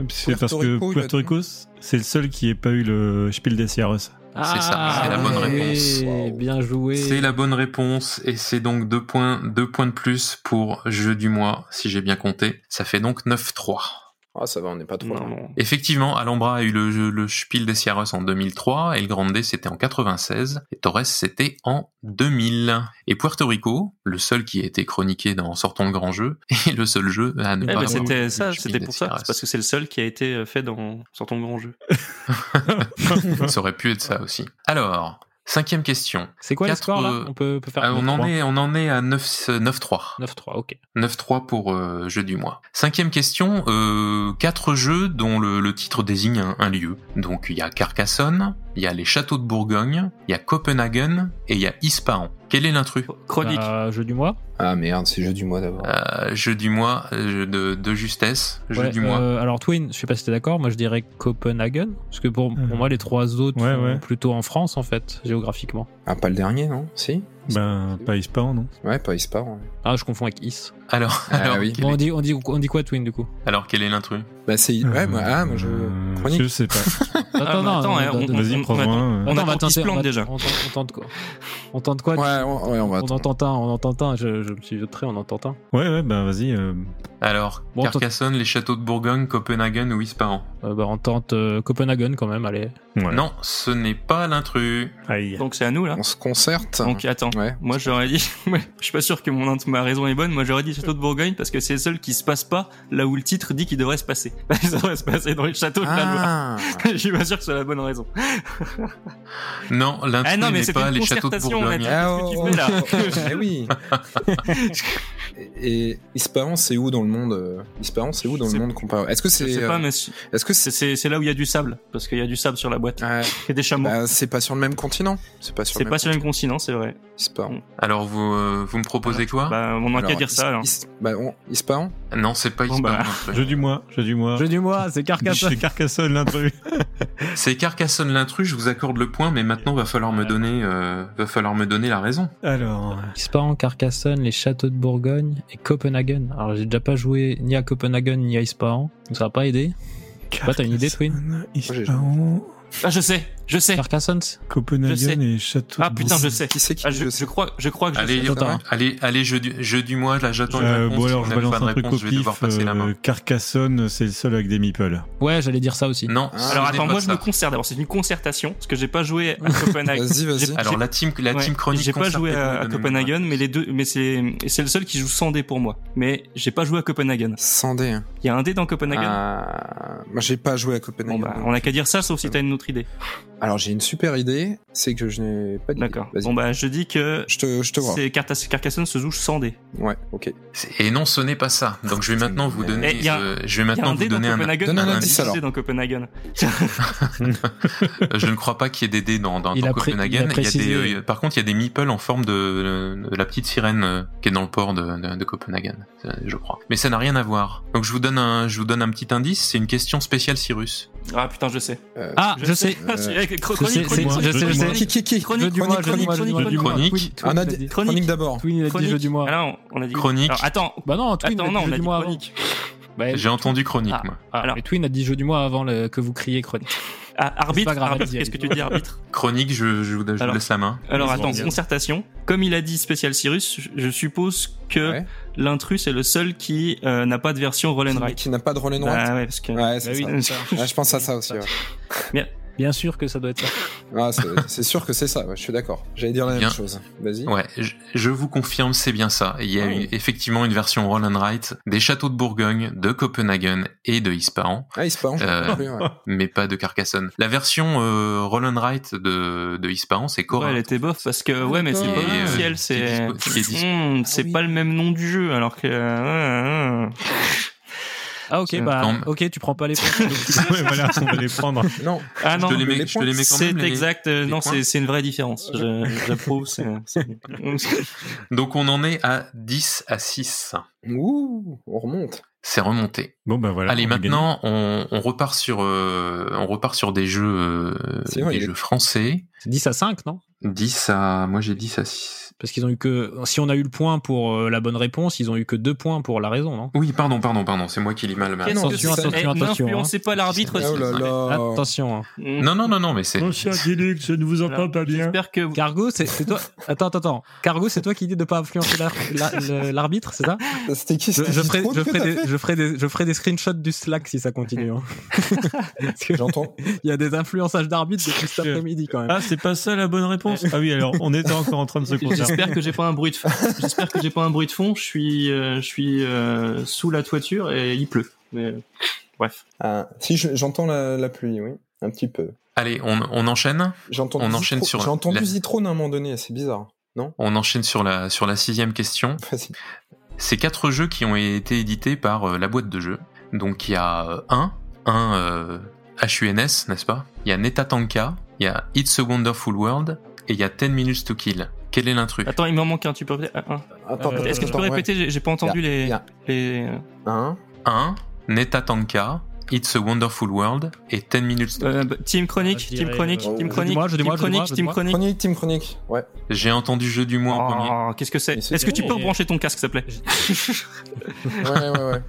Speaker 5: C'est
Speaker 8: Puerto
Speaker 5: parce que
Speaker 8: Rico, il a
Speaker 5: Puerto
Speaker 8: dit.
Speaker 5: Rico, c'est le seul qui n'ait pas eu le Spiel des Jahres.
Speaker 6: C'est ça, c'est la bonne réponse.
Speaker 7: ouais, Ah, Bien joué.
Speaker 6: C'est la bonne réponse et c'est donc deux points, deux points de plus pour jeu du mois, si j'ai bien compté. Ça fait donc 9-3.
Speaker 8: Ah, ça va, on n'est pas trop.
Speaker 9: Non,
Speaker 8: loin.
Speaker 9: non.
Speaker 6: Effectivement, Alhambra a eu le, jeu- le Spiel des Sierras en 2003, El Grande c'était en 96, et Torres c'était en 2000. Et Puerto Rico, le seul qui a été chroniqué dans Sortons le grand jeu, [laughs] est le seul jeu à ne
Speaker 9: Eh
Speaker 6: pas
Speaker 9: ben,
Speaker 6: avoir eu
Speaker 9: c'était
Speaker 6: le
Speaker 9: ça,
Speaker 6: Spiel
Speaker 9: c'était
Speaker 6: des
Speaker 9: pour ça.
Speaker 6: Sierras.
Speaker 9: C'est parce que c'est le seul qui a été euh, fait dans sur ton grand jeu.
Speaker 6: ça aurait pu être ça aussi. Alors, cinquième question.
Speaker 7: C'est quoi le
Speaker 6: Quatre,
Speaker 7: score là
Speaker 6: euh,
Speaker 7: On peut, peut faire
Speaker 6: Ah, on, en
Speaker 7: 9-3.
Speaker 6: est, on en est à euh, 9, 9-3.
Speaker 7: 9-3, ok.
Speaker 6: 9-3 pour euh, jeu du mois. Cinquième question, euh, quatre jeux dont le, le titre désigne un, un lieu. Donc il y a Carcassonne, il y a les châteaux de Bourgogne, il y a Copenhagen et il y a Ispahan. Quel est l'intrus
Speaker 9: Oh, Chronique.
Speaker 7: Bah, jeu du mois.
Speaker 8: Ah merde, c'est jeu du mois d'abord.
Speaker 6: euh, Jeu du mois, euh, jeu de, de justesse, jeu
Speaker 7: Ouais,
Speaker 6: du mois.
Speaker 7: euh, alors Twin, je sais pas si t'es d'accord, moi je dirais Copenhagen, parce
Speaker 9: Mhm.
Speaker 7: que pour, pour
Speaker 5: Euh.
Speaker 7: moi les trois autres
Speaker 5: Ouais,
Speaker 7: sont
Speaker 5: ouais.
Speaker 7: plutôt en France en fait, géographiquement.
Speaker 8: Ah, pas le dernier, non Si
Speaker 5: Ben, pas Ispahan, non
Speaker 8: Ouais, pas Ispar. ouais.
Speaker 7: Ah, je confonds avec Is.
Speaker 6: Alors,
Speaker 8: Ah
Speaker 6: alors,
Speaker 8: oui.
Speaker 6: quel
Speaker 7: Bon, on
Speaker 6: est,
Speaker 7: dit, on, dit, on dit quoi, Twin, du coup
Speaker 6: alors, quel est l'intrus
Speaker 8: Bah, c'est. Ouais,
Speaker 5: Euh,
Speaker 8: moi, ah, moi je.
Speaker 5: euh,
Speaker 8: Chronique.
Speaker 5: Je
Speaker 7: [laughs]
Speaker 5: sais pas.
Speaker 9: Ah, mais attends, hein, on-
Speaker 5: Vas-y, prends-moi un. euh.
Speaker 9: attend qu'il se
Speaker 7: tenter-
Speaker 9: plante
Speaker 7: on va-
Speaker 9: déjà.
Speaker 7: On tente, on tente quoi On tente quoi
Speaker 8: Ouais, on, ouais, on va
Speaker 7: On
Speaker 8: attendre.
Speaker 7: entend un, on entend un. Je, je me suis très, on entend un.
Speaker 5: Ouais, ouais,
Speaker 9: bah,
Speaker 5: ben vas-y. euh,
Speaker 6: Alors,
Speaker 7: Bon, t'as-
Speaker 6: Carcassonne, les châteaux de Bourgogne, Copenhague ou Ispahan
Speaker 7: Euh, bah, on tente euh, Copenhagen quand même, allez.
Speaker 5: ouais.
Speaker 6: Non, ce n'est pas l'intrus.
Speaker 5: Aïe.
Speaker 9: Donc c'est à nous là.
Speaker 8: On se concerte.
Speaker 9: Donc attends.
Speaker 8: Ouais.
Speaker 9: Moi j'aurais dit, [laughs] ouais, je suis pas sûr que mon int- ma raison est bonne. Moi j'aurais dit château de Bourgogne parce que c'est le seul qui se passe pas là où le titre dit qu'il devrait se passer. [laughs] Ça devrait se passer dans les châteaux de la Loire. [laughs]
Speaker 8: Ah
Speaker 9: Je suis pas sûr que ce soit la bonne raison.
Speaker 6: Non, l'intrus
Speaker 9: Ah non, mais
Speaker 6: n'est
Speaker 9: c'était
Speaker 6: pas
Speaker 9: une
Speaker 6: les châteaux de
Speaker 9: concertation, on a
Speaker 6: Bourgogne.
Speaker 9: dit.
Speaker 8: Ah,
Speaker 9: Qu'est-ce que tu
Speaker 8: oh,
Speaker 9: fais, là
Speaker 8: oh, oh, [laughs] eh oui Et et Ispahan, c'est où dans le monde euh, Ispahan, c'est où dans
Speaker 9: Je
Speaker 8: le
Speaker 9: sais
Speaker 8: monde comparé Est-ce que
Speaker 9: Je
Speaker 8: c'est.
Speaker 9: sais pas,
Speaker 8: euh,
Speaker 9: mais c'est
Speaker 8: Est-ce que c'est.
Speaker 9: c'est- c'est là où il y a du sable parce qu'il y a du sable sur la boîte
Speaker 8: Ouais,
Speaker 9: et des chameaux.
Speaker 8: bah, c'est pas sur le même continent. C'est pas sur
Speaker 9: c'est
Speaker 8: le même
Speaker 9: pas sur le même continent, c'est vrai.
Speaker 8: continent. Ispahan.
Speaker 6: Alors, vous, euh, vous me proposez quoi
Speaker 9: Bah, on a qu'à
Speaker 8: Alors,
Speaker 9: dire ça.
Speaker 8: Is-
Speaker 9: alors.
Speaker 8: Is- Bah, on... Ispahan
Speaker 6: Non, c'est pas
Speaker 9: Bon,
Speaker 6: Ispahan.
Speaker 9: bah.
Speaker 6: l'intrus.
Speaker 5: Jeu du mois, jeu du mois.
Speaker 7: Jeu du mois,
Speaker 5: [laughs]
Speaker 7: c'est Carcassonne.
Speaker 5: C'est Carcassonne, l'intrus.
Speaker 6: C'est Carcassonne l'intrus, je vous accorde le point, mais maintenant va falloir me donner, euh, va falloir me donner la raison.
Speaker 5: Alors,
Speaker 7: Ispahan, Euh, Carcassonne, les châteaux de Bourgogne et Copenhagen. Alors j'ai déjà pas joué ni à Copenhagen ni à Ispahan, donc ça va pas aider. Bah, t'as une idée, Twin
Speaker 5: Carcassonne,
Speaker 8: j'ai
Speaker 5: Ispahan,
Speaker 9: Ah, je sais, je sais.
Speaker 7: Carcassonne c'est-
Speaker 9: Je sais.
Speaker 5: Copenhagen et Château.
Speaker 9: Ah
Speaker 5: de
Speaker 9: putain, je sais.
Speaker 8: Qui c'est qui
Speaker 9: Ah, je,
Speaker 8: je sais.
Speaker 9: je crois, je crois que je
Speaker 6: Allez,
Speaker 9: sais.
Speaker 5: Attends, hein.
Speaker 6: allez, allez, jeu du, jeu du mois, là j'attends une
Speaker 5: Euh,
Speaker 6: réponse.
Speaker 5: bon alors
Speaker 6: Si
Speaker 5: je
Speaker 6: on n'a
Speaker 5: balance
Speaker 6: pas de
Speaker 5: un truc au
Speaker 6: réponse, je vais devoir
Speaker 5: pif.
Speaker 6: passer la
Speaker 5: euh,
Speaker 6: main.
Speaker 5: Carcassonne, c'est le seul avec des meeples.
Speaker 7: Ouais, j'allais dire ça aussi.
Speaker 6: Non,
Speaker 8: Ah,
Speaker 6: ce
Speaker 9: Alors
Speaker 6: n'est
Speaker 9: attends,
Speaker 6: pas
Speaker 9: moi je
Speaker 6: ça.
Speaker 9: me concerte d'abord, c'est une concertation, parce que j'ai pas joué à Copenhague.
Speaker 8: [laughs] Vas-y, vas-y.
Speaker 9: J'ai-
Speaker 6: Alors la team, la
Speaker 9: Ouais,
Speaker 6: team chronique.
Speaker 9: J'ai pas
Speaker 6: concerte
Speaker 9: joué
Speaker 6: peut
Speaker 9: à,
Speaker 6: nous
Speaker 9: à
Speaker 6: donner une
Speaker 9: Copenhague,
Speaker 6: réponse.
Speaker 9: mais les deux, mais c'est, et c'est le seul qui joue sans dé pour moi. Mais j'ai pas joué à Copenhague.
Speaker 8: Sans dé. hein.
Speaker 9: Il y a un dé dans Copenhague.
Speaker 8: Ah, moi, j'ai pas joué à
Speaker 9: Bon
Speaker 8: Copenhague.
Speaker 9: bah, on a qu'à dire ça, sauf si t'as une autre idée.
Speaker 8: Alors, j'ai une super idée. C'est que je n'ai pas dit.
Speaker 9: D'accord.
Speaker 8: Vas-y.
Speaker 9: Bon bah, je dis que
Speaker 8: Je te, je te vois.
Speaker 9: c'est Cartas- Carcassonne se joue sans dé.
Speaker 8: Ouais, ok.
Speaker 6: C'est- Et non, ce n'est pas ça. Donc je vais maintenant vous
Speaker 9: Eh,
Speaker 6: donner,
Speaker 9: y a-
Speaker 6: euh, je vais
Speaker 9: Il y a un
Speaker 6: maintenant vous
Speaker 9: dé dans
Speaker 6: donner un.
Speaker 9: Copenhague.
Speaker 8: Donne un
Speaker 9: il y a
Speaker 8: indice,
Speaker 9: dé
Speaker 8: alors.
Speaker 9: dans Copenhague.
Speaker 6: Euh, Je ne crois pas qu'il y ait des dés dans, dans,
Speaker 7: Il
Speaker 6: dans
Speaker 7: a pré-
Speaker 6: Copenhague.
Speaker 7: il a
Speaker 6: Il y a
Speaker 7: précisé.
Speaker 6: des, euh, par contre, il y a des meeples en forme de, euh, de la petite sirène euh, qui est dans le port de, de, de Copenhague, euh, je crois. Mais ça n'a rien à voir. Donc je vous donne un, je vous donne un petit indice. C'est une question spéciale Cyrus.
Speaker 9: Ah putain, je sais.
Speaker 8: Euh,
Speaker 7: Ah, je sais.
Speaker 8: Euh,
Speaker 9: Chronique,
Speaker 7: c'est-
Speaker 9: chronique,
Speaker 7: c'est-
Speaker 9: chronique,
Speaker 7: je sais, je sais.
Speaker 8: Qui, qui, qui
Speaker 9: Chronique,
Speaker 7: Jeu du mois,
Speaker 9: chronique,
Speaker 7: jeu du
Speaker 9: chronique,
Speaker 7: mois, jeu du mois, jeu du
Speaker 9: chronique.
Speaker 7: mois.
Speaker 6: chronique.
Speaker 7: Twin-
Speaker 8: On
Speaker 7: Twin,
Speaker 8: a
Speaker 7: t'as
Speaker 8: dit-
Speaker 7: dit.
Speaker 9: Chronique.
Speaker 8: Chronique d'abord.
Speaker 7: Twin, il a dit
Speaker 9: Chronique.
Speaker 7: jeu du mois.
Speaker 9: Ah non, on a dit.
Speaker 6: Chronique.
Speaker 9: Alors, attends.
Speaker 7: Bah non, Twin
Speaker 9: Attends,
Speaker 7: a dit
Speaker 9: non, on
Speaker 7: jeu
Speaker 9: a
Speaker 7: du
Speaker 9: dit
Speaker 7: mois avant.
Speaker 9: chronique.
Speaker 7: Bah,
Speaker 6: J'ai entendu chronique.
Speaker 9: Ah.
Speaker 6: moi.
Speaker 7: ah,
Speaker 9: Alors.
Speaker 7: mais Twin a dit jeu du mois avant le- que vous criez chronique.
Speaker 9: Ah, arbitre,
Speaker 7: grave,
Speaker 9: arbitre,
Speaker 7: allez-y,
Speaker 9: qu'est-ce que
Speaker 7: allez-y.
Speaker 9: tu dis arbitre
Speaker 6: Chronique. Je, je vous, je vous
Speaker 9: Alors.
Speaker 6: laisse la main.
Speaker 9: Alors
Speaker 5: Vas-y,
Speaker 9: attends,
Speaker 5: vas-y.
Speaker 9: concertation. Comme il a dit spécial Cyrus, je- je suppose que
Speaker 8: Ouais.
Speaker 9: l'intrus est le seul qui euh, n'a pas de version roll and
Speaker 8: Qui-
Speaker 9: write.
Speaker 8: Qui n'a pas de Roll and Write.
Speaker 9: Ah ouais, parce que.
Speaker 8: Ouais, c'est
Speaker 7: Bah
Speaker 8: ça.
Speaker 7: oui.
Speaker 8: Ouais, je pense à ça aussi.
Speaker 9: [laughs]
Speaker 8: ouais.
Speaker 7: Bien sûr que ça doit être ça.
Speaker 8: Ah, c'est- c'est sûr que c'est ça, ouais, je suis d'accord. J'allais dire la même
Speaker 6: Bien.
Speaker 8: chose. Vas-y.
Speaker 6: Ouais, je, je vous confirme, c'est bien ça. Il y a
Speaker 8: Oh.
Speaker 6: eu effectivement une version Roll and Write des châteaux de Bourgogne, de Copenhague et de Ispahan.
Speaker 8: Ah, il se parle,
Speaker 6: Euh,
Speaker 8: compris, ouais.
Speaker 6: [laughs] mais pas de Carcassonne. La version euh, Roll and Write de, de Ispahan, c'est
Speaker 9: Ouais,
Speaker 6: Cora.
Speaker 9: elle était bof parce que Bah ouais mais c'est
Speaker 6: Et,
Speaker 9: pas
Speaker 6: euh,
Speaker 9: officiel
Speaker 6: qui
Speaker 9: c'est
Speaker 6: est dispo- qui est dispo-
Speaker 9: Hmm, c'est
Speaker 8: Ah oui.
Speaker 9: pas le même nom du jeu alors que euh, euh,
Speaker 7: Ah, ok,
Speaker 9: C'est
Speaker 7: bah,
Speaker 6: un temps.
Speaker 7: ok, tu prends pas les points.
Speaker 5: [laughs] ouais, voilà, on va les prendre.
Speaker 8: Non,
Speaker 9: ah non
Speaker 6: je te les
Speaker 8: les
Speaker 6: mets, je te les mets quand
Speaker 9: c'est
Speaker 6: même. les-
Speaker 9: exact euh,
Speaker 6: les
Speaker 9: non
Speaker 6: points.
Speaker 9: c'est c'est une vraie différence Je- j'approuve
Speaker 6: [laughs]
Speaker 9: c'est c'est-
Speaker 6: Donc on en est à 10 à 6.
Speaker 8: ouh, on remonte.
Speaker 6: C'est remonté.
Speaker 5: Bon, bah voilà.
Speaker 6: Allez,
Speaker 5: on a gagné.
Speaker 6: maintenant, on, on repart sur, euh, on repart sur des jeux, euh,
Speaker 8: C'est vrai,
Speaker 6: des
Speaker 8: il est-
Speaker 6: jeux français.
Speaker 7: C'est 10 à 5, non
Speaker 6: 10 à, moi j'ai 10 à 6.
Speaker 7: Parce qu'ils ont eu que. Si on a eu le point pour euh, la bonne réponse, ils ont eu que deux points pour la raison, non
Speaker 6: Oui, pardon, pardon, pardon, c'est moi qui lis mal. ma-
Speaker 9: Qu'est-ce que
Speaker 7: Attention,
Speaker 9: c'est
Speaker 7: attention,
Speaker 9: Eh,
Speaker 7: attention, hein.
Speaker 9: n'influencez pas l'arbitre
Speaker 8: Oh
Speaker 9: s'il
Speaker 8: là
Speaker 9: vous plaît.
Speaker 8: là.
Speaker 7: Attention. hein.
Speaker 9: Hmm.
Speaker 6: Non, non, non, non, mais c'est,
Speaker 5: Mon cher Guilux, Mm. je ne vous entends
Speaker 9: Alors,
Speaker 5: pas bien.
Speaker 9: j'espère que vous-
Speaker 7: Cargo, c'est c'est toi. Attends, attends, attends. Cargo, c'est toi qui dis de pas influencer la- la- le- l'arbitre, c'est ça
Speaker 8: C'était qui
Speaker 7: je,
Speaker 8: c'était
Speaker 7: je
Speaker 8: qui
Speaker 7: ferai,
Speaker 8: trop
Speaker 7: je,
Speaker 8: que
Speaker 7: ferai
Speaker 8: t'as
Speaker 7: des,
Speaker 8: fait
Speaker 7: je, ferai des, je ferai des screenshots du Slack si ça
Speaker 8: [laughs]
Speaker 7: continue. hein. Parce que
Speaker 8: J'entends.
Speaker 7: Il y a des influençages d'arbitre depuis cet après-midi quand même.
Speaker 5: Ah, c'est pas ça la bonne réponse. Ah oui, alors on était encore en train de se concerter.
Speaker 9: J'espère que j'ai pas un bruit de fond. J'espère que j'ai pas un bruit de fond. Je suis, euh, je suis euh, sous la toiture et il pleut. Mais euh, bref.
Speaker 8: Ah, si je- j'entends la, la pluie, oui, un petit peu.
Speaker 6: allez, on, on enchaîne.
Speaker 8: J'entends.
Speaker 6: On
Speaker 8: du
Speaker 6: enchaîne
Speaker 8: Zitro-
Speaker 6: sur
Speaker 8: J'ai entendu
Speaker 6: la-
Speaker 8: Zitrone à un moment donné, c'est bizarre.
Speaker 6: On enchaîne sur la, sur la sixième question.
Speaker 8: Vas-y.
Speaker 6: C'est quatre jeux qui ont été édités par euh, la boîte de jeux. Donc il y a euh, un, un euh, HUNS, n'est-ce pas Il y a Netatanka, il y a It's a Wonderful World et il y a 10 Minutes to Kill. Quel est l'intrus
Speaker 9: Attends, il m'en manque un. Tu peux répéter Ah, un.
Speaker 8: Attends,
Speaker 7: Euh,
Speaker 8: attends,
Speaker 9: Est-ce que tu peux
Speaker 8: attends, ouais.
Speaker 9: répéter J'ai- J'ai pas entendu
Speaker 8: Il y
Speaker 9: les,
Speaker 8: a
Speaker 9: les.
Speaker 8: un,
Speaker 6: 1. Netatanka, It's a Wonderful World et 10 Minutes. to-
Speaker 9: Euh, bah, team Chronique,
Speaker 3: je
Speaker 9: Team
Speaker 3: dirais,
Speaker 9: Chronique,
Speaker 8: euh,
Speaker 9: Team
Speaker 8: je
Speaker 9: Chronique,
Speaker 7: dis-moi, je
Speaker 9: Team
Speaker 7: dis-moi, je dis-moi,
Speaker 9: Chronique,
Speaker 7: je
Speaker 9: Team
Speaker 7: dis-moi.
Speaker 9: Chronique.
Speaker 8: Chronique, team
Speaker 6: [laughs]
Speaker 8: chronique, ouais.
Speaker 6: J'ai entendu jeu du mois en premier.
Speaker 9: Oh, qu'est-ce que c'est
Speaker 8: Mais c'est
Speaker 9: Est-ce que tu
Speaker 3: bien,
Speaker 9: peux
Speaker 3: mais-
Speaker 9: rebrancher ton casque, s'il te plaît
Speaker 8: Ouais, ouais,
Speaker 6: [laughs]
Speaker 8: ouais.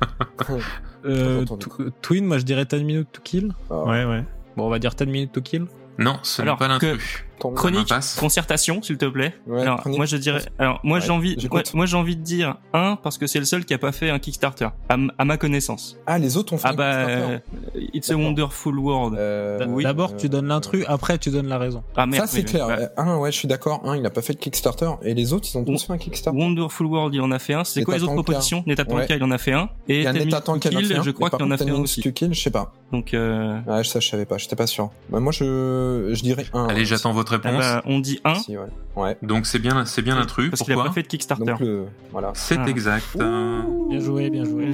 Speaker 8: ouais.
Speaker 7: Euh,
Speaker 8: J'ai pas entendu.
Speaker 7: Tw- Twin, moi je dirais 10 minutes to kill.
Speaker 8: Ah,
Speaker 5: Ouais, ouais.
Speaker 7: Bon, on va dire 10 minutes to kill.
Speaker 6: Non, ce n'est
Speaker 9: Alors
Speaker 6: pas
Speaker 9: que-
Speaker 6: l'intrus.
Speaker 8: tant mieux.
Speaker 9: Chronique,
Speaker 6: passe.
Speaker 9: concertation, s'il te plaît.
Speaker 8: Ouais,
Speaker 9: alors,
Speaker 8: chronique.
Speaker 9: moi je dirais. Alors, moi
Speaker 8: Ouais,
Speaker 9: j'ai envie.
Speaker 8: j'écoute.
Speaker 9: Moi, moi, j'ai envie de dire un parce que c'est le seul qui a pas fait un Kickstarter, à, m- à ma connaissance.
Speaker 8: Ah, les autres ont fait
Speaker 9: Ah
Speaker 8: un
Speaker 9: bah,
Speaker 8: Kickstarter.
Speaker 9: euh, It's a
Speaker 8: D'accord.
Speaker 9: Wonderful World.
Speaker 8: Euh, oui.
Speaker 7: D'abord, tu
Speaker 8: Euh,
Speaker 7: donnes l'intrus, après, tu donnes la raison.
Speaker 9: Ah merde.
Speaker 8: Ça, c'est
Speaker 9: oui,
Speaker 8: clair.
Speaker 9: oui.
Speaker 8: Euh, Un, ouais, je suis d'accord. Un, il a pas fait de Kickstarter. Et les autres, ils ont
Speaker 9: Ou-
Speaker 8: tous fait un Kickstarter.
Speaker 9: Wonderful World, il en a fait un. C'est quoi les autres
Speaker 8: Netatanka.
Speaker 9: propositions Netatanka,
Speaker 8: Ouais.
Speaker 9: il en a fait un. Et
Speaker 8: Il y a
Speaker 9: Ten Minutes
Speaker 8: Nathan
Speaker 9: to
Speaker 8: qui en a
Speaker 9: Kill,
Speaker 8: fait un.
Speaker 9: je crois
Speaker 8: mais par
Speaker 9: qu'il en a
Speaker 8: contre,
Speaker 9: fait un
Speaker 8: Tannin
Speaker 9: aussi.
Speaker 8: to Kill, je sais pas.
Speaker 9: Donc, euh,
Speaker 8: Ouais, ça, je savais pas. J'étais pas sûr. Bah, moi, je, je dirais un.
Speaker 6: Allez,
Speaker 8: ouais,
Speaker 6: j'attends votre
Speaker 9: ah
Speaker 8: ben,
Speaker 6: réponse.
Speaker 9: bah, on dit un
Speaker 8: Si, ouais. ouais.
Speaker 6: Donc c'est bien, c'est bien l'intrus.
Speaker 9: parce qu'il a
Speaker 6: Pourquoi
Speaker 9: pas fait de Kickstarter.
Speaker 8: Donc, le, voilà.
Speaker 6: C'est
Speaker 9: Ah.
Speaker 6: exact. Euh,
Speaker 7: Bien joué, bien joué.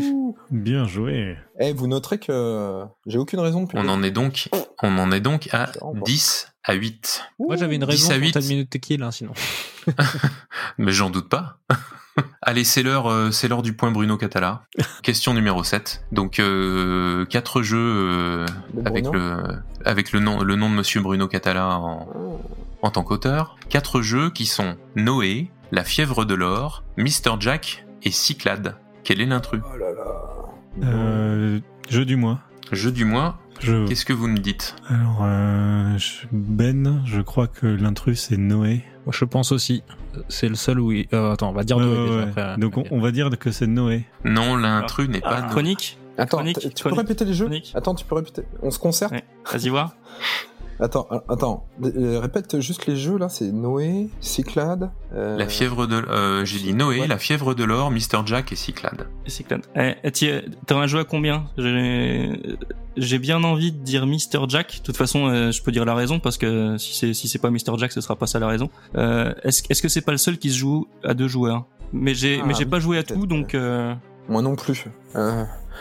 Speaker 5: Bien joué.
Speaker 8: Eh, vous noterez que j'ai aucune raison de
Speaker 6: on en est donc, on en est donc à
Speaker 8: Au revoir.
Speaker 6: 10 à 8.
Speaker 7: Moi j'avais une raison
Speaker 6: 10 à
Speaker 7: pour
Speaker 6: 8.
Speaker 7: 10 minutes to kill,
Speaker 9: [laughs]
Speaker 7: hein, sinon.
Speaker 6: Mais j'en doute pas. [laughs] Allez, c'est l'heure, euh, c'est l'heure du point Bruno
Speaker 9: [laughs]
Speaker 6: Catala. Question numéro 7. Donc euh, quatre jeux euh,
Speaker 8: Le
Speaker 6: avec
Speaker 8: Bruno.
Speaker 6: le avec le nom le nom de Monsieur Bruno Catala en, en tant qu'auteur. Quatre jeux qui sont Noé, La Fièvre de l'or, Mr Jack et Cyclade. Quel est l'intrus
Speaker 8: Oh là là.
Speaker 5: Euh, jeu du mois.
Speaker 6: Jeu du mois.
Speaker 5: Je...
Speaker 6: Qu'est-ce que vous me dites
Speaker 5: Alors, euh, je- Ben, je crois que l'intrus c'est Noé.
Speaker 7: Moi, je pense aussi. C'est le seul où. il- euh, attends, on va dire
Speaker 5: Ouais,
Speaker 7: Noé
Speaker 5: ouais,
Speaker 7: déjà,
Speaker 5: ouais.
Speaker 7: après, euh,
Speaker 5: Donc on,
Speaker 7: après.
Speaker 5: on va dire que c'est Noé.
Speaker 6: Non, l'intrus n'est pas.
Speaker 9: Ah, Chronique,
Speaker 8: Attends,
Speaker 9: Chronique,
Speaker 8: t- tu peux
Speaker 9: chronique,
Speaker 8: répéter les jeux
Speaker 9: chronique.
Speaker 8: Attends, tu peux répéter. On se concerte
Speaker 9: Ouais. vas-y voir.
Speaker 8: [laughs] Attends, euh, attends. Euh, répète juste les jeux là. C'est Noé, Cyclade. euh,
Speaker 6: La fièvre de euh, j'ai dit Noé,
Speaker 8: Ouais.
Speaker 6: la fièvre de l'or, Mr Jack et Cyclade.
Speaker 9: Cyclade. Eh, t'y- T'en as joué à combien J'ai j'ai bien envie de dire Mr. Jack. De toute façon, euh, je peux dire la raison parce que si c'est si c'est pas Mr. Jack, ce sera pas ça la raison. Euh, Est-ce est-ce que c'est pas le seul qui se joue à deux joueurs Mais j'ai
Speaker 8: Ah,
Speaker 9: mais j'ai
Speaker 8: oui,
Speaker 9: pas joué à
Speaker 8: peut-être,
Speaker 9: tout, donc euh,
Speaker 8: Moi non plus. Euh,
Speaker 9: Ah.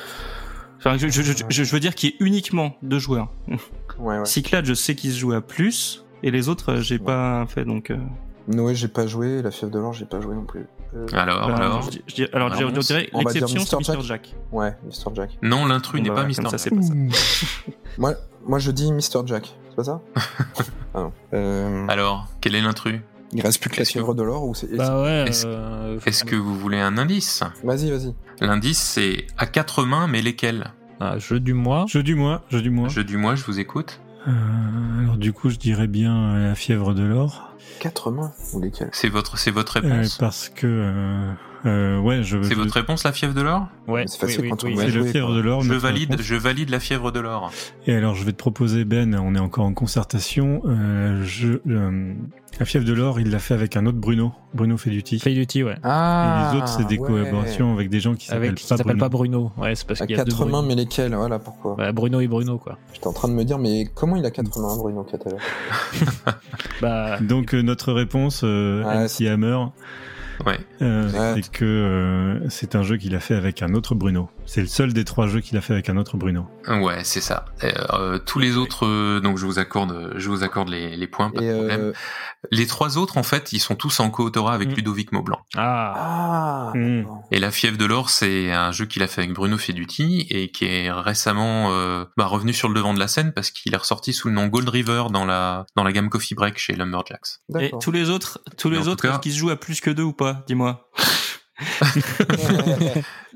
Speaker 9: enfin je, je, je, je- je veux dire qu'il y ait uniquement deux joueurs.
Speaker 8: ouais, ouais.
Speaker 9: Cyclade, je sais qu'il se joue à plus et les autres, euh, j'ai
Speaker 8: Ouais.
Speaker 9: pas fait donc. euh,
Speaker 8: Noé, j'ai pas joué. La fièvre de l'or, j'ai pas joué non plus. Euh,
Speaker 6: Alors,
Speaker 9: bah,
Speaker 6: alors. Ah
Speaker 9: je, dis- je dis- alors, je- je
Speaker 6: Balance.
Speaker 9: dirais
Speaker 8: On va dire
Speaker 9: l'exception, c'est
Speaker 8: Mr. Jack.
Speaker 9: Mr. Jack.
Speaker 8: Ouais, Mr. Jack.
Speaker 6: Non, l'intrus
Speaker 9: Bon,
Speaker 6: n'est
Speaker 9: bah,
Speaker 6: pas
Speaker 9: ouais,
Speaker 6: Mr
Speaker 9: comme ça,
Speaker 6: Jack.
Speaker 9: c'est pas ça.
Speaker 8: Moi, moi je dis Mr. Jack. C'est pas ça Ah non. Euh,
Speaker 6: Alors, quel est l'intrus
Speaker 8: il reste plus que la
Speaker 6: est-ce que-
Speaker 8: fièvre de l'or ou c'est.
Speaker 7: Bah ouais.
Speaker 6: Est-ce-
Speaker 7: euh,
Speaker 6: Est-ce que vous voulez un indice
Speaker 8: Vas-y, vas-y.
Speaker 6: L'indice c'est à quatre mains, mais lesquelles
Speaker 7: Ah, jeu du mois.
Speaker 5: Jeu du mois, jeu du mois.
Speaker 6: Jeu du mois, je vous écoute.
Speaker 5: Euh, alors du coup, je dirais bien euh, la fièvre de l'or.
Speaker 8: Quatre mains ou lesquelles
Speaker 6: C'est votre, c'est votre
Speaker 5: Euh,
Speaker 6: réponse.
Speaker 5: parce que... euh, euh, ouais, je...
Speaker 6: c'est
Speaker 5: je-
Speaker 6: votre réponse, la fièvre de l'or
Speaker 7: Ouais,
Speaker 8: C'est facile quand on
Speaker 5: c'est
Speaker 8: Ouais,
Speaker 5: la
Speaker 8: joué,
Speaker 5: fièvre
Speaker 8: quoi.
Speaker 5: de l'or.
Speaker 6: Je
Speaker 5: notre
Speaker 6: valide,
Speaker 5: réponse.
Speaker 6: je valide la fièvre de l'or.
Speaker 5: Et alors, je vais te proposer, Ben, on est encore en concertation. Euh, je, euh, la fièvre de l'or, il l'a fait avec un autre Bruno, Bruno Feduti.
Speaker 7: Play Duty, ouais.
Speaker 8: Ah
Speaker 5: Et les autres, c'est des
Speaker 8: ouais.
Speaker 5: collaborations avec des gens qui s'appellent
Speaker 7: Avec qui s'appelle
Speaker 5: pas
Speaker 7: pas
Speaker 5: Bruno.
Speaker 7: Bah, Bruno. Ouais, c'est parce
Speaker 8: À
Speaker 7: qu'il y a deux
Speaker 8: quatre mains,
Speaker 7: Bruno.
Speaker 8: mais lesquelles Voilà pourquoi.
Speaker 7: Ouais, Bruno et Bruno, quoi.
Speaker 8: J'étais en train de me dire, mais comment il a quatre mains, Bruno Catala
Speaker 7: Bah.
Speaker 5: Donc, euh, notre réponse, euh,
Speaker 8: Ouais,
Speaker 5: MC Hammer,
Speaker 6: Ouais.
Speaker 5: euh,
Speaker 8: Ouais.
Speaker 5: c'est que euh, c'est un jeu qu'il a fait avec un autre Bruno. C'est le seul des trois jeux qu'il a fait avec un autre Bruno.
Speaker 6: Ouais, c'est ça. Euh, euh, tous les autres, euh, donc je vous accorde, je vous accorde les, les points, pas
Speaker 8: Et
Speaker 6: de problème.
Speaker 8: euh...
Speaker 6: Les trois autres, en fait, ils sont tous en coautorat avec
Speaker 7: Mm.
Speaker 6: Ludovic Maublanc.
Speaker 7: Ah.
Speaker 8: Ah
Speaker 5: Mm.
Speaker 8: d'accord.
Speaker 6: Et La Fièvre de l'Or, c'est un jeu qu'il a fait avec Bruno Feduti et qui est récemment euh, bah, revenu sur le devant de la scène parce qu'il est ressorti sous le nom Gold River dans la, dans la gamme Coffee Break chez Lumberjacks.
Speaker 9: Et
Speaker 8: D'accord.
Speaker 9: Eh, tous les autres, tous
Speaker 6: Mais en
Speaker 9: les
Speaker 6: tout
Speaker 9: autres,
Speaker 6: cas-
Speaker 9: est-ce qu'ils se jouent à plus que deux ou pas
Speaker 6: [laughs]
Speaker 9: Dis-moi.
Speaker 8: [laughs]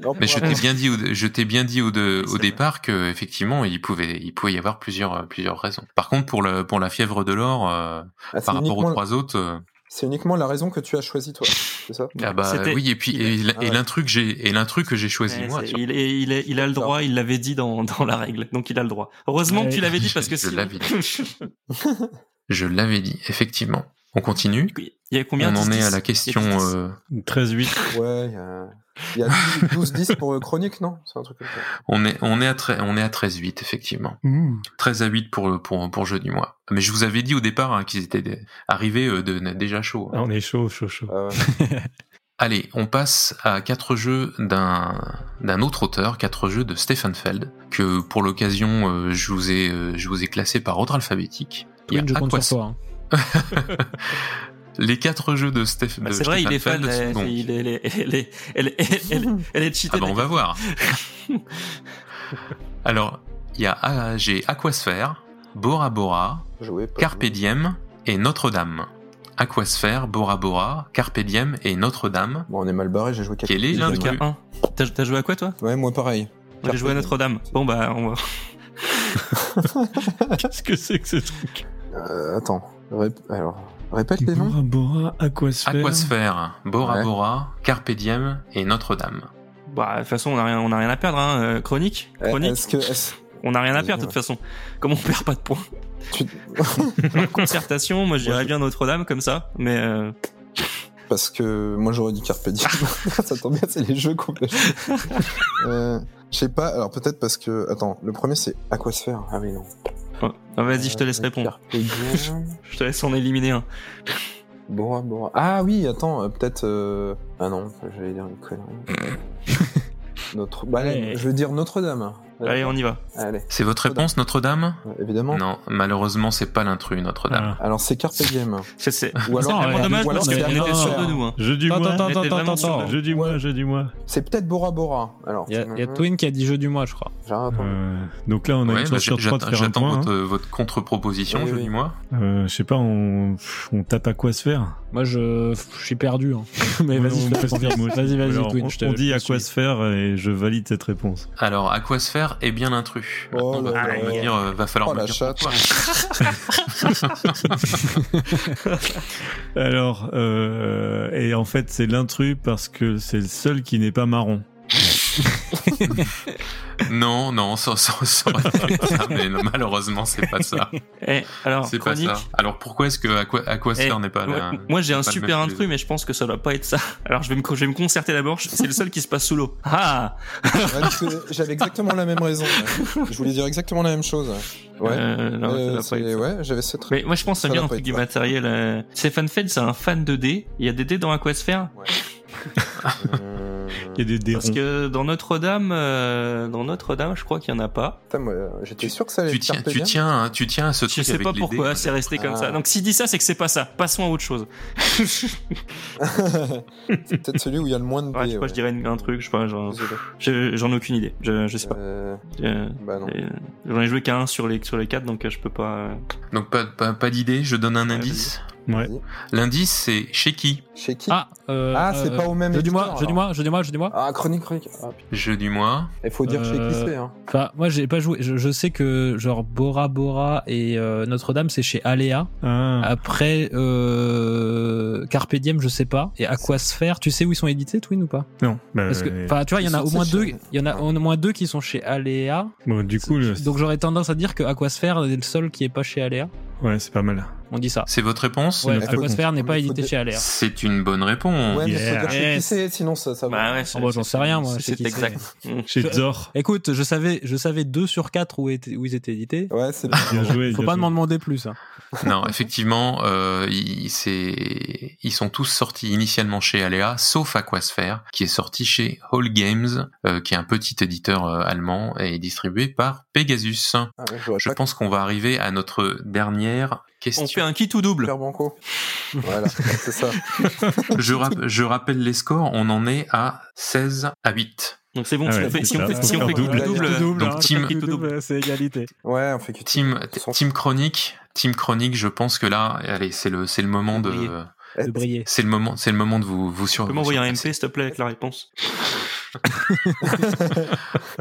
Speaker 8: Non,
Speaker 6: Mais
Speaker 8: pour
Speaker 6: je
Speaker 8: avoir-
Speaker 6: t'ai bien dit au, je t'ai bien dit au, de-
Speaker 9: Oui, c'est
Speaker 6: au
Speaker 9: vrai.
Speaker 6: départ que effectivement il pouvait, il pouvait y avoir plusieurs, euh, plusieurs raisons. Par contre, pour, le, pour La Fièvre de l'Or, euh,
Speaker 8: Ah, c'est
Speaker 6: par rapport aux
Speaker 8: uniquement...
Speaker 6: trois autres, euh,
Speaker 8: c'est uniquement la raison que tu as choisi, toi. C'est ça
Speaker 6: ah bah
Speaker 9: C'était-
Speaker 6: oui, et puis
Speaker 9: il-
Speaker 6: et, la-
Speaker 8: ah
Speaker 6: et
Speaker 8: ouais.
Speaker 6: l'intrus que j'ai- et l'intrus que j'ai choisi
Speaker 9: Ouais,
Speaker 6: moi.
Speaker 9: c'est-
Speaker 6: surtout.
Speaker 9: il, est- il, est- il a le droit, il l'avait dit dans, dans la règle, donc il a le droit. Heureusement que tu l'avais dit parce que
Speaker 6: Je
Speaker 9: si.
Speaker 6: l'avais Je l'avais dit, effectivement. On continue.
Speaker 9: Il y a combien
Speaker 6: On en
Speaker 9: 10,
Speaker 6: est à
Speaker 9: 10?
Speaker 6: la question.
Speaker 9: Il y a 10.
Speaker 6: euh,
Speaker 5: 13-8.
Speaker 8: Ouais, il y a, il y a 12-10 pour euh, Chronique, non C'est un truc comme ça.
Speaker 6: On est, on est à, tre- on est à 13-8, effectivement. 13 à 8 pour, le- pour, pour jeu du mois. Mais je vous avais dit au départ hein, qu'ils étaient des- arrivés euh, de, déjà chauds.
Speaker 5: Ah, on est chaud, chaud, chaud.
Speaker 8: Ah ouais.
Speaker 6: Allez, on passe à quatre jeux d'un d'un autre auteur, quatre jeux de Stefan Feld, que pour l'occasion, euh, je vous ai, euh, je vous ai classé par ordre alphabétique. Il y a
Speaker 7: Twin, je compte
Speaker 6: Aquas-
Speaker 7: sur toi. hein.
Speaker 6: Les quatre jeux de, Stef-
Speaker 9: Bah,
Speaker 6: de
Speaker 9: c'est vrai, il
Speaker 6: Stefan
Speaker 9: est fan.
Speaker 6: Feld sont
Speaker 9: Elle,
Speaker 6: donc-
Speaker 9: il est, elle, est- elle, est-
Speaker 6: bah,
Speaker 9: [laughs] elle, est- elle, est- elle est cheatée.
Speaker 6: Ah bah on va voir. Alors, il y a ah, j'ai Aquasphère, Bora Bora,
Speaker 8: Jouer, pas
Speaker 6: Carpe
Speaker 8: jouer.
Speaker 6: Diem et Notre-Dame. Aquasphère, Bora Bora, Carpe Diem et Notre-Dame.
Speaker 8: Bon, on est mal barré, j'ai joué 4
Speaker 6: Quel est
Speaker 9: J'ai joué
Speaker 6: l'intrus
Speaker 9: qu'à un. T'as t'as joué à quoi, toi
Speaker 8: Ouais, moi pareil.
Speaker 9: Moi, J'ai joué à Notre-Dame. Bon, bah, on va. [laughs]
Speaker 5: Qu'est-ce que c'est que ce truc
Speaker 8: Euh, attends. Rép- Alors, répète les noms.
Speaker 5: Bora [laughs] Bora, Aquasphère.
Speaker 6: Aquasphère, Bora
Speaker 8: Ouais.
Speaker 6: Bora, Carpe Diem et Notre-Dame.
Speaker 9: Bah, de toute façon, on a rien, on a rien à perdre, hein. Euh, Chronique
Speaker 8: Eh,
Speaker 9: Chronique
Speaker 8: Est-ce que. est-ce-
Speaker 9: On a rien à
Speaker 8: Vas-y,
Speaker 9: perdre, de toute
Speaker 8: ouais.
Speaker 9: façon. Comme on perd pas de points. [laughs]
Speaker 8: tu-
Speaker 9: Alors, concertation, moi, j'irais bien Notre-Dame, comme ça. Mais, euh,
Speaker 8: Parce que moi j'aurais dit Carpe Diem. [laughs] ça tombe bien, c'est les jeux qu'on fait. Euh, Je sais pas, alors peut-être parce que. Attends, le premier c'est Aquasphère. Ah oui, non.
Speaker 9: ouais. Ah, vas-y, je te laisse
Speaker 8: Euh,
Speaker 9: répondre.
Speaker 8: Carpe Diem.
Speaker 9: Je te laisse en éliminer un.
Speaker 8: Bora Bora. Ah oui, attends, euh, peut-être. euh, Ah non, j'allais dire
Speaker 9: [laughs]
Speaker 8: une connerie. Notre. Bah, allez,
Speaker 9: Ouais.
Speaker 8: je veux
Speaker 5: [laughs]
Speaker 8: dire Notre-Dame.
Speaker 9: Allez, on y va.
Speaker 8: Allez,
Speaker 6: C'est votre réponse, Notre-Dame
Speaker 8: euh, évidemment.
Speaker 6: Non, malheureusement, c'est pas l'intrus, Notre-Dame.
Speaker 5: Ah.
Speaker 8: Alors c'est Carpe
Speaker 9: [laughs]
Speaker 8: Diem.
Speaker 9: C'est c'est-
Speaker 8: Ou
Speaker 9: c'est
Speaker 8: alors.
Speaker 9: vraiment
Speaker 5: ouais.
Speaker 9: dommage
Speaker 8: ou alors
Speaker 9: parce qu'on
Speaker 8: c'est
Speaker 9: était
Speaker 8: Aquasphère.
Speaker 9: sûrs de nous. hein.
Speaker 5: Je dis
Speaker 7: Attends,
Speaker 5: moi.
Speaker 7: attends,
Speaker 9: était
Speaker 7: attends,
Speaker 9: vraiment
Speaker 7: attends.
Speaker 9: sûr.
Speaker 5: Je dis moi, je dis moi.
Speaker 8: C'est peut-être
Speaker 5: [laughs]
Speaker 8: Bora Bora. Alors.
Speaker 7: Il y a, il y a
Speaker 8: Mhm.
Speaker 7: Twin qui a dit jeu du mois, je crois.
Speaker 8: J'ai rien entendu.
Speaker 5: Euh, donc là, on a
Speaker 6: Ouais,
Speaker 5: une
Speaker 6: bah,
Speaker 5: chance sur trois de
Speaker 6: j'attends
Speaker 5: faire un
Speaker 6: j'attends
Speaker 5: point.
Speaker 6: votre,
Speaker 5: hein.
Speaker 6: votre contre-proposition,
Speaker 8: Oui,
Speaker 6: je
Speaker 8: oui.
Speaker 6: dis moi.
Speaker 5: Euh, je sais pas, on, on tape à quoi se faire.
Speaker 7: Moi, je, je suis perdu.
Speaker 5: [laughs]
Speaker 7: hein. Mais vas-y,
Speaker 5: on
Speaker 7: je te laisse en dire. Vas-y, vas-y,
Speaker 5: Alors,
Speaker 7: Twin.
Speaker 5: on-
Speaker 7: je te-
Speaker 5: on
Speaker 7: je
Speaker 5: dit
Speaker 7: te
Speaker 5: à quoi
Speaker 7: suis.
Speaker 5: se faire et je valide cette [laughs] réponse.
Speaker 6: Alors, Aquasphère est Eh bien l'intrus.
Speaker 8: Oh
Speaker 6: Maintenant, va
Speaker 8: là
Speaker 6: falloir
Speaker 8: là.
Speaker 6: me dire, euh, va falloir
Speaker 8: Oh
Speaker 6: me
Speaker 8: la
Speaker 6: dire
Speaker 8: chatte.
Speaker 6: pourquoi. [laughs]
Speaker 5: Alors, euh, et en fait, c'est l'intrus parce que c'est le seul qui n'est pas marron.
Speaker 6: Non, non, ça, ça, ça aurait pu être ça, mais non, malheureusement, c'est pas ça.
Speaker 9: Eh, alors,
Speaker 6: C'est pas
Speaker 9: Chronique.
Speaker 6: ça. Alors pourquoi est-ce que Aqua- Aquasphere
Speaker 9: Eh,
Speaker 6: n'est pas
Speaker 9: ouais,
Speaker 6: là
Speaker 9: moi j'ai un
Speaker 6: pas le
Speaker 9: super
Speaker 6: même que-
Speaker 9: intrus mais je pense que ça doit pas être ça. Alors je vais me, co- je vais me concerter d'abord, Je- c'est le seul qui se passe sous l'eau. Ah
Speaker 8: Ouais, parce que J'avais exactement la même raison. ouais. Je voulais dire exactement la même chose. Ouais.
Speaker 9: Euh, non, ça
Speaker 8: Euh,
Speaker 9: doit pas
Speaker 8: c'est-
Speaker 9: être ça.
Speaker 8: ouais, j'avais cette
Speaker 9: Mais moi je pense que
Speaker 8: Ça
Speaker 9: ça vient
Speaker 8: doit
Speaker 9: un
Speaker 8: pas
Speaker 9: truc
Speaker 8: être
Speaker 9: du
Speaker 8: ça.
Speaker 9: matériel. euh, Stéphane Feld c'est un fan de dés, il y a des dés dans Aquasphere [laughs]
Speaker 8: Euh,
Speaker 5: Il y a des dérons.
Speaker 9: parce que dans Notre-Dame, euh, dans Notre-Dame je crois qu'il y en a pas.
Speaker 8: putain, moi, euh, J'étais sûr que ça allait
Speaker 6: Tu
Speaker 8: être
Speaker 6: tiens,
Speaker 8: Carpe
Speaker 6: tu
Speaker 8: Diem.
Speaker 6: tiens, hein, tu tiens à ce
Speaker 9: Je
Speaker 6: truc
Speaker 9: sais
Speaker 6: avec
Speaker 9: pas
Speaker 6: les
Speaker 9: pourquoi
Speaker 6: dés.
Speaker 9: c'est resté comme
Speaker 8: Ah.
Speaker 9: ça. Donc s'il dit ça c'est que c'est pas ça, passons à autre
Speaker 8: [laughs]
Speaker 9: chose.
Speaker 8: C'est peut-être celui où il y a le moins de
Speaker 9: Ouais, je
Speaker 8: dés,
Speaker 9: sais pas, je dirais une- un truc, je sais pas, genre,
Speaker 8: Désolé.
Speaker 9: je- j'en ai aucune idée, je, je sais pas.
Speaker 8: Euh,
Speaker 9: Euh,
Speaker 8: bah non.
Speaker 9: euh, J'en ai joué qu'à un sur les, sur les quatre donc euh, je peux pas... euh,
Speaker 6: Donc pas, pas, pas d'idée, je donne un
Speaker 9: Ouais,
Speaker 6: indice.
Speaker 5: Ouais.
Speaker 6: L'indice c'est chez qui
Speaker 8: Chez qui
Speaker 7: Ah, euh,
Speaker 8: Ah, c'est
Speaker 7: euh,
Speaker 8: pas au même
Speaker 7: Jeu du mois,
Speaker 8: éditeur,
Speaker 7: jeu du mois, jeu du mois, jeu du mois.
Speaker 8: Ah, chronique, chronique. Ah, putain.
Speaker 6: Je dis moi.
Speaker 8: Il faut dire chez qui
Speaker 7: Euh,
Speaker 8: c'est. Hein.
Speaker 7: Enfin, moi, j'ai pas joué. Je, je sais que genre Bora Bora et euh, Notre-Dame, c'est chez Aléa.
Speaker 5: Ah,
Speaker 7: Après, euh, Carpe Diem, je sais pas. Et Aquasphère, tu sais où ils sont édités, Twin ou pas
Speaker 5: non.
Speaker 2: ben,
Speaker 5: Bah,
Speaker 7: Parce que,
Speaker 5: euh,
Speaker 7: enfin, tu vois, il y en a
Speaker 8: ils
Speaker 7: au
Speaker 8: sont
Speaker 7: moins
Speaker 8: chez-
Speaker 7: deux. Il y en a au moins deux qui sont chez Aléa.
Speaker 5: bon, du coup, le-
Speaker 7: Donc j'aurais tendance à dire que Aquasphère est le seul qui est pas chez Aléa.
Speaker 5: ouais, c'est pas mal.
Speaker 7: On dit ça.
Speaker 6: C'est votre réponse
Speaker 7: Ouais,
Speaker 5: notre
Speaker 7: Aquasphère n'est pas
Speaker 8: Faut
Speaker 7: édité
Speaker 8: dire-
Speaker 7: chez Aléa.
Speaker 6: C'est une bonne réponse.
Speaker 8: Ouais, mais
Speaker 5: yeah.
Speaker 8: faut dire chez qui
Speaker 9: Yes.
Speaker 8: c'est, sinon ça, ça va.
Speaker 9: Bah ouais,
Speaker 7: Hein. Ah, moi, j'en sais rien, moi,
Speaker 9: C'est
Speaker 7: c'est qui
Speaker 9: c'est exact. Mm.
Speaker 5: Chez Zor,
Speaker 7: Écoute, je savais, je savais deux sur quatre où, étaient- où ils étaient édités.
Speaker 8: Ouais, c'est bien.
Speaker 5: bien joué.
Speaker 7: Faut
Speaker 5: bien
Speaker 7: pas
Speaker 5: joué.
Speaker 7: m'en demander plus. hein.
Speaker 6: [laughs] Non, effectivement, euh, ils, c'est- ils sont tous sortis initialement chez Alea, sauf Aquasphere, qui est sorti chez Hall Games, euh, qui est un petit éditeur euh, allemand et distribué par Pegasus.
Speaker 8: Ah, ouais, j'aurais
Speaker 6: Je
Speaker 8: pas
Speaker 6: pense qu'on va arriver à notre dernière
Speaker 8: [laughs]
Speaker 9: On fait
Speaker 6: question.
Speaker 9: un kit ou double.
Speaker 8: Super [laughs] Banco. Voilà, c'est ça.
Speaker 6: Je, rap- je rappelle les scores, on en est à 16 à 8.
Speaker 9: Donc c'est bon,
Speaker 5: Ah
Speaker 9: si,
Speaker 5: ouais,
Speaker 9: on fait,
Speaker 5: c'est
Speaker 9: si on
Speaker 5: ça.
Speaker 9: fait, si on
Speaker 5: Faut
Speaker 9: fait
Speaker 5: faire
Speaker 9: double,
Speaker 8: double.
Speaker 9: double,
Speaker 8: Tout
Speaker 6: donc,
Speaker 7: hein,
Speaker 6: team-
Speaker 7: chaque kit ou double, [laughs] c'est égalité.
Speaker 8: Ouais, on fait qui
Speaker 6: Team,
Speaker 8: Ils sont-
Speaker 6: team Chronique, Team Chronique, je pense que là, allez, c'est le, c'est le moment de,
Speaker 9: Briller.
Speaker 8: Euh,
Speaker 7: De briller.
Speaker 6: c'est le moment, c'est le moment de vous, vous sur.
Speaker 9: tu peux
Speaker 6: vous
Speaker 9: m'envoyer un MP
Speaker 6: surpasser.
Speaker 9: s'il te plaît avec la réponse.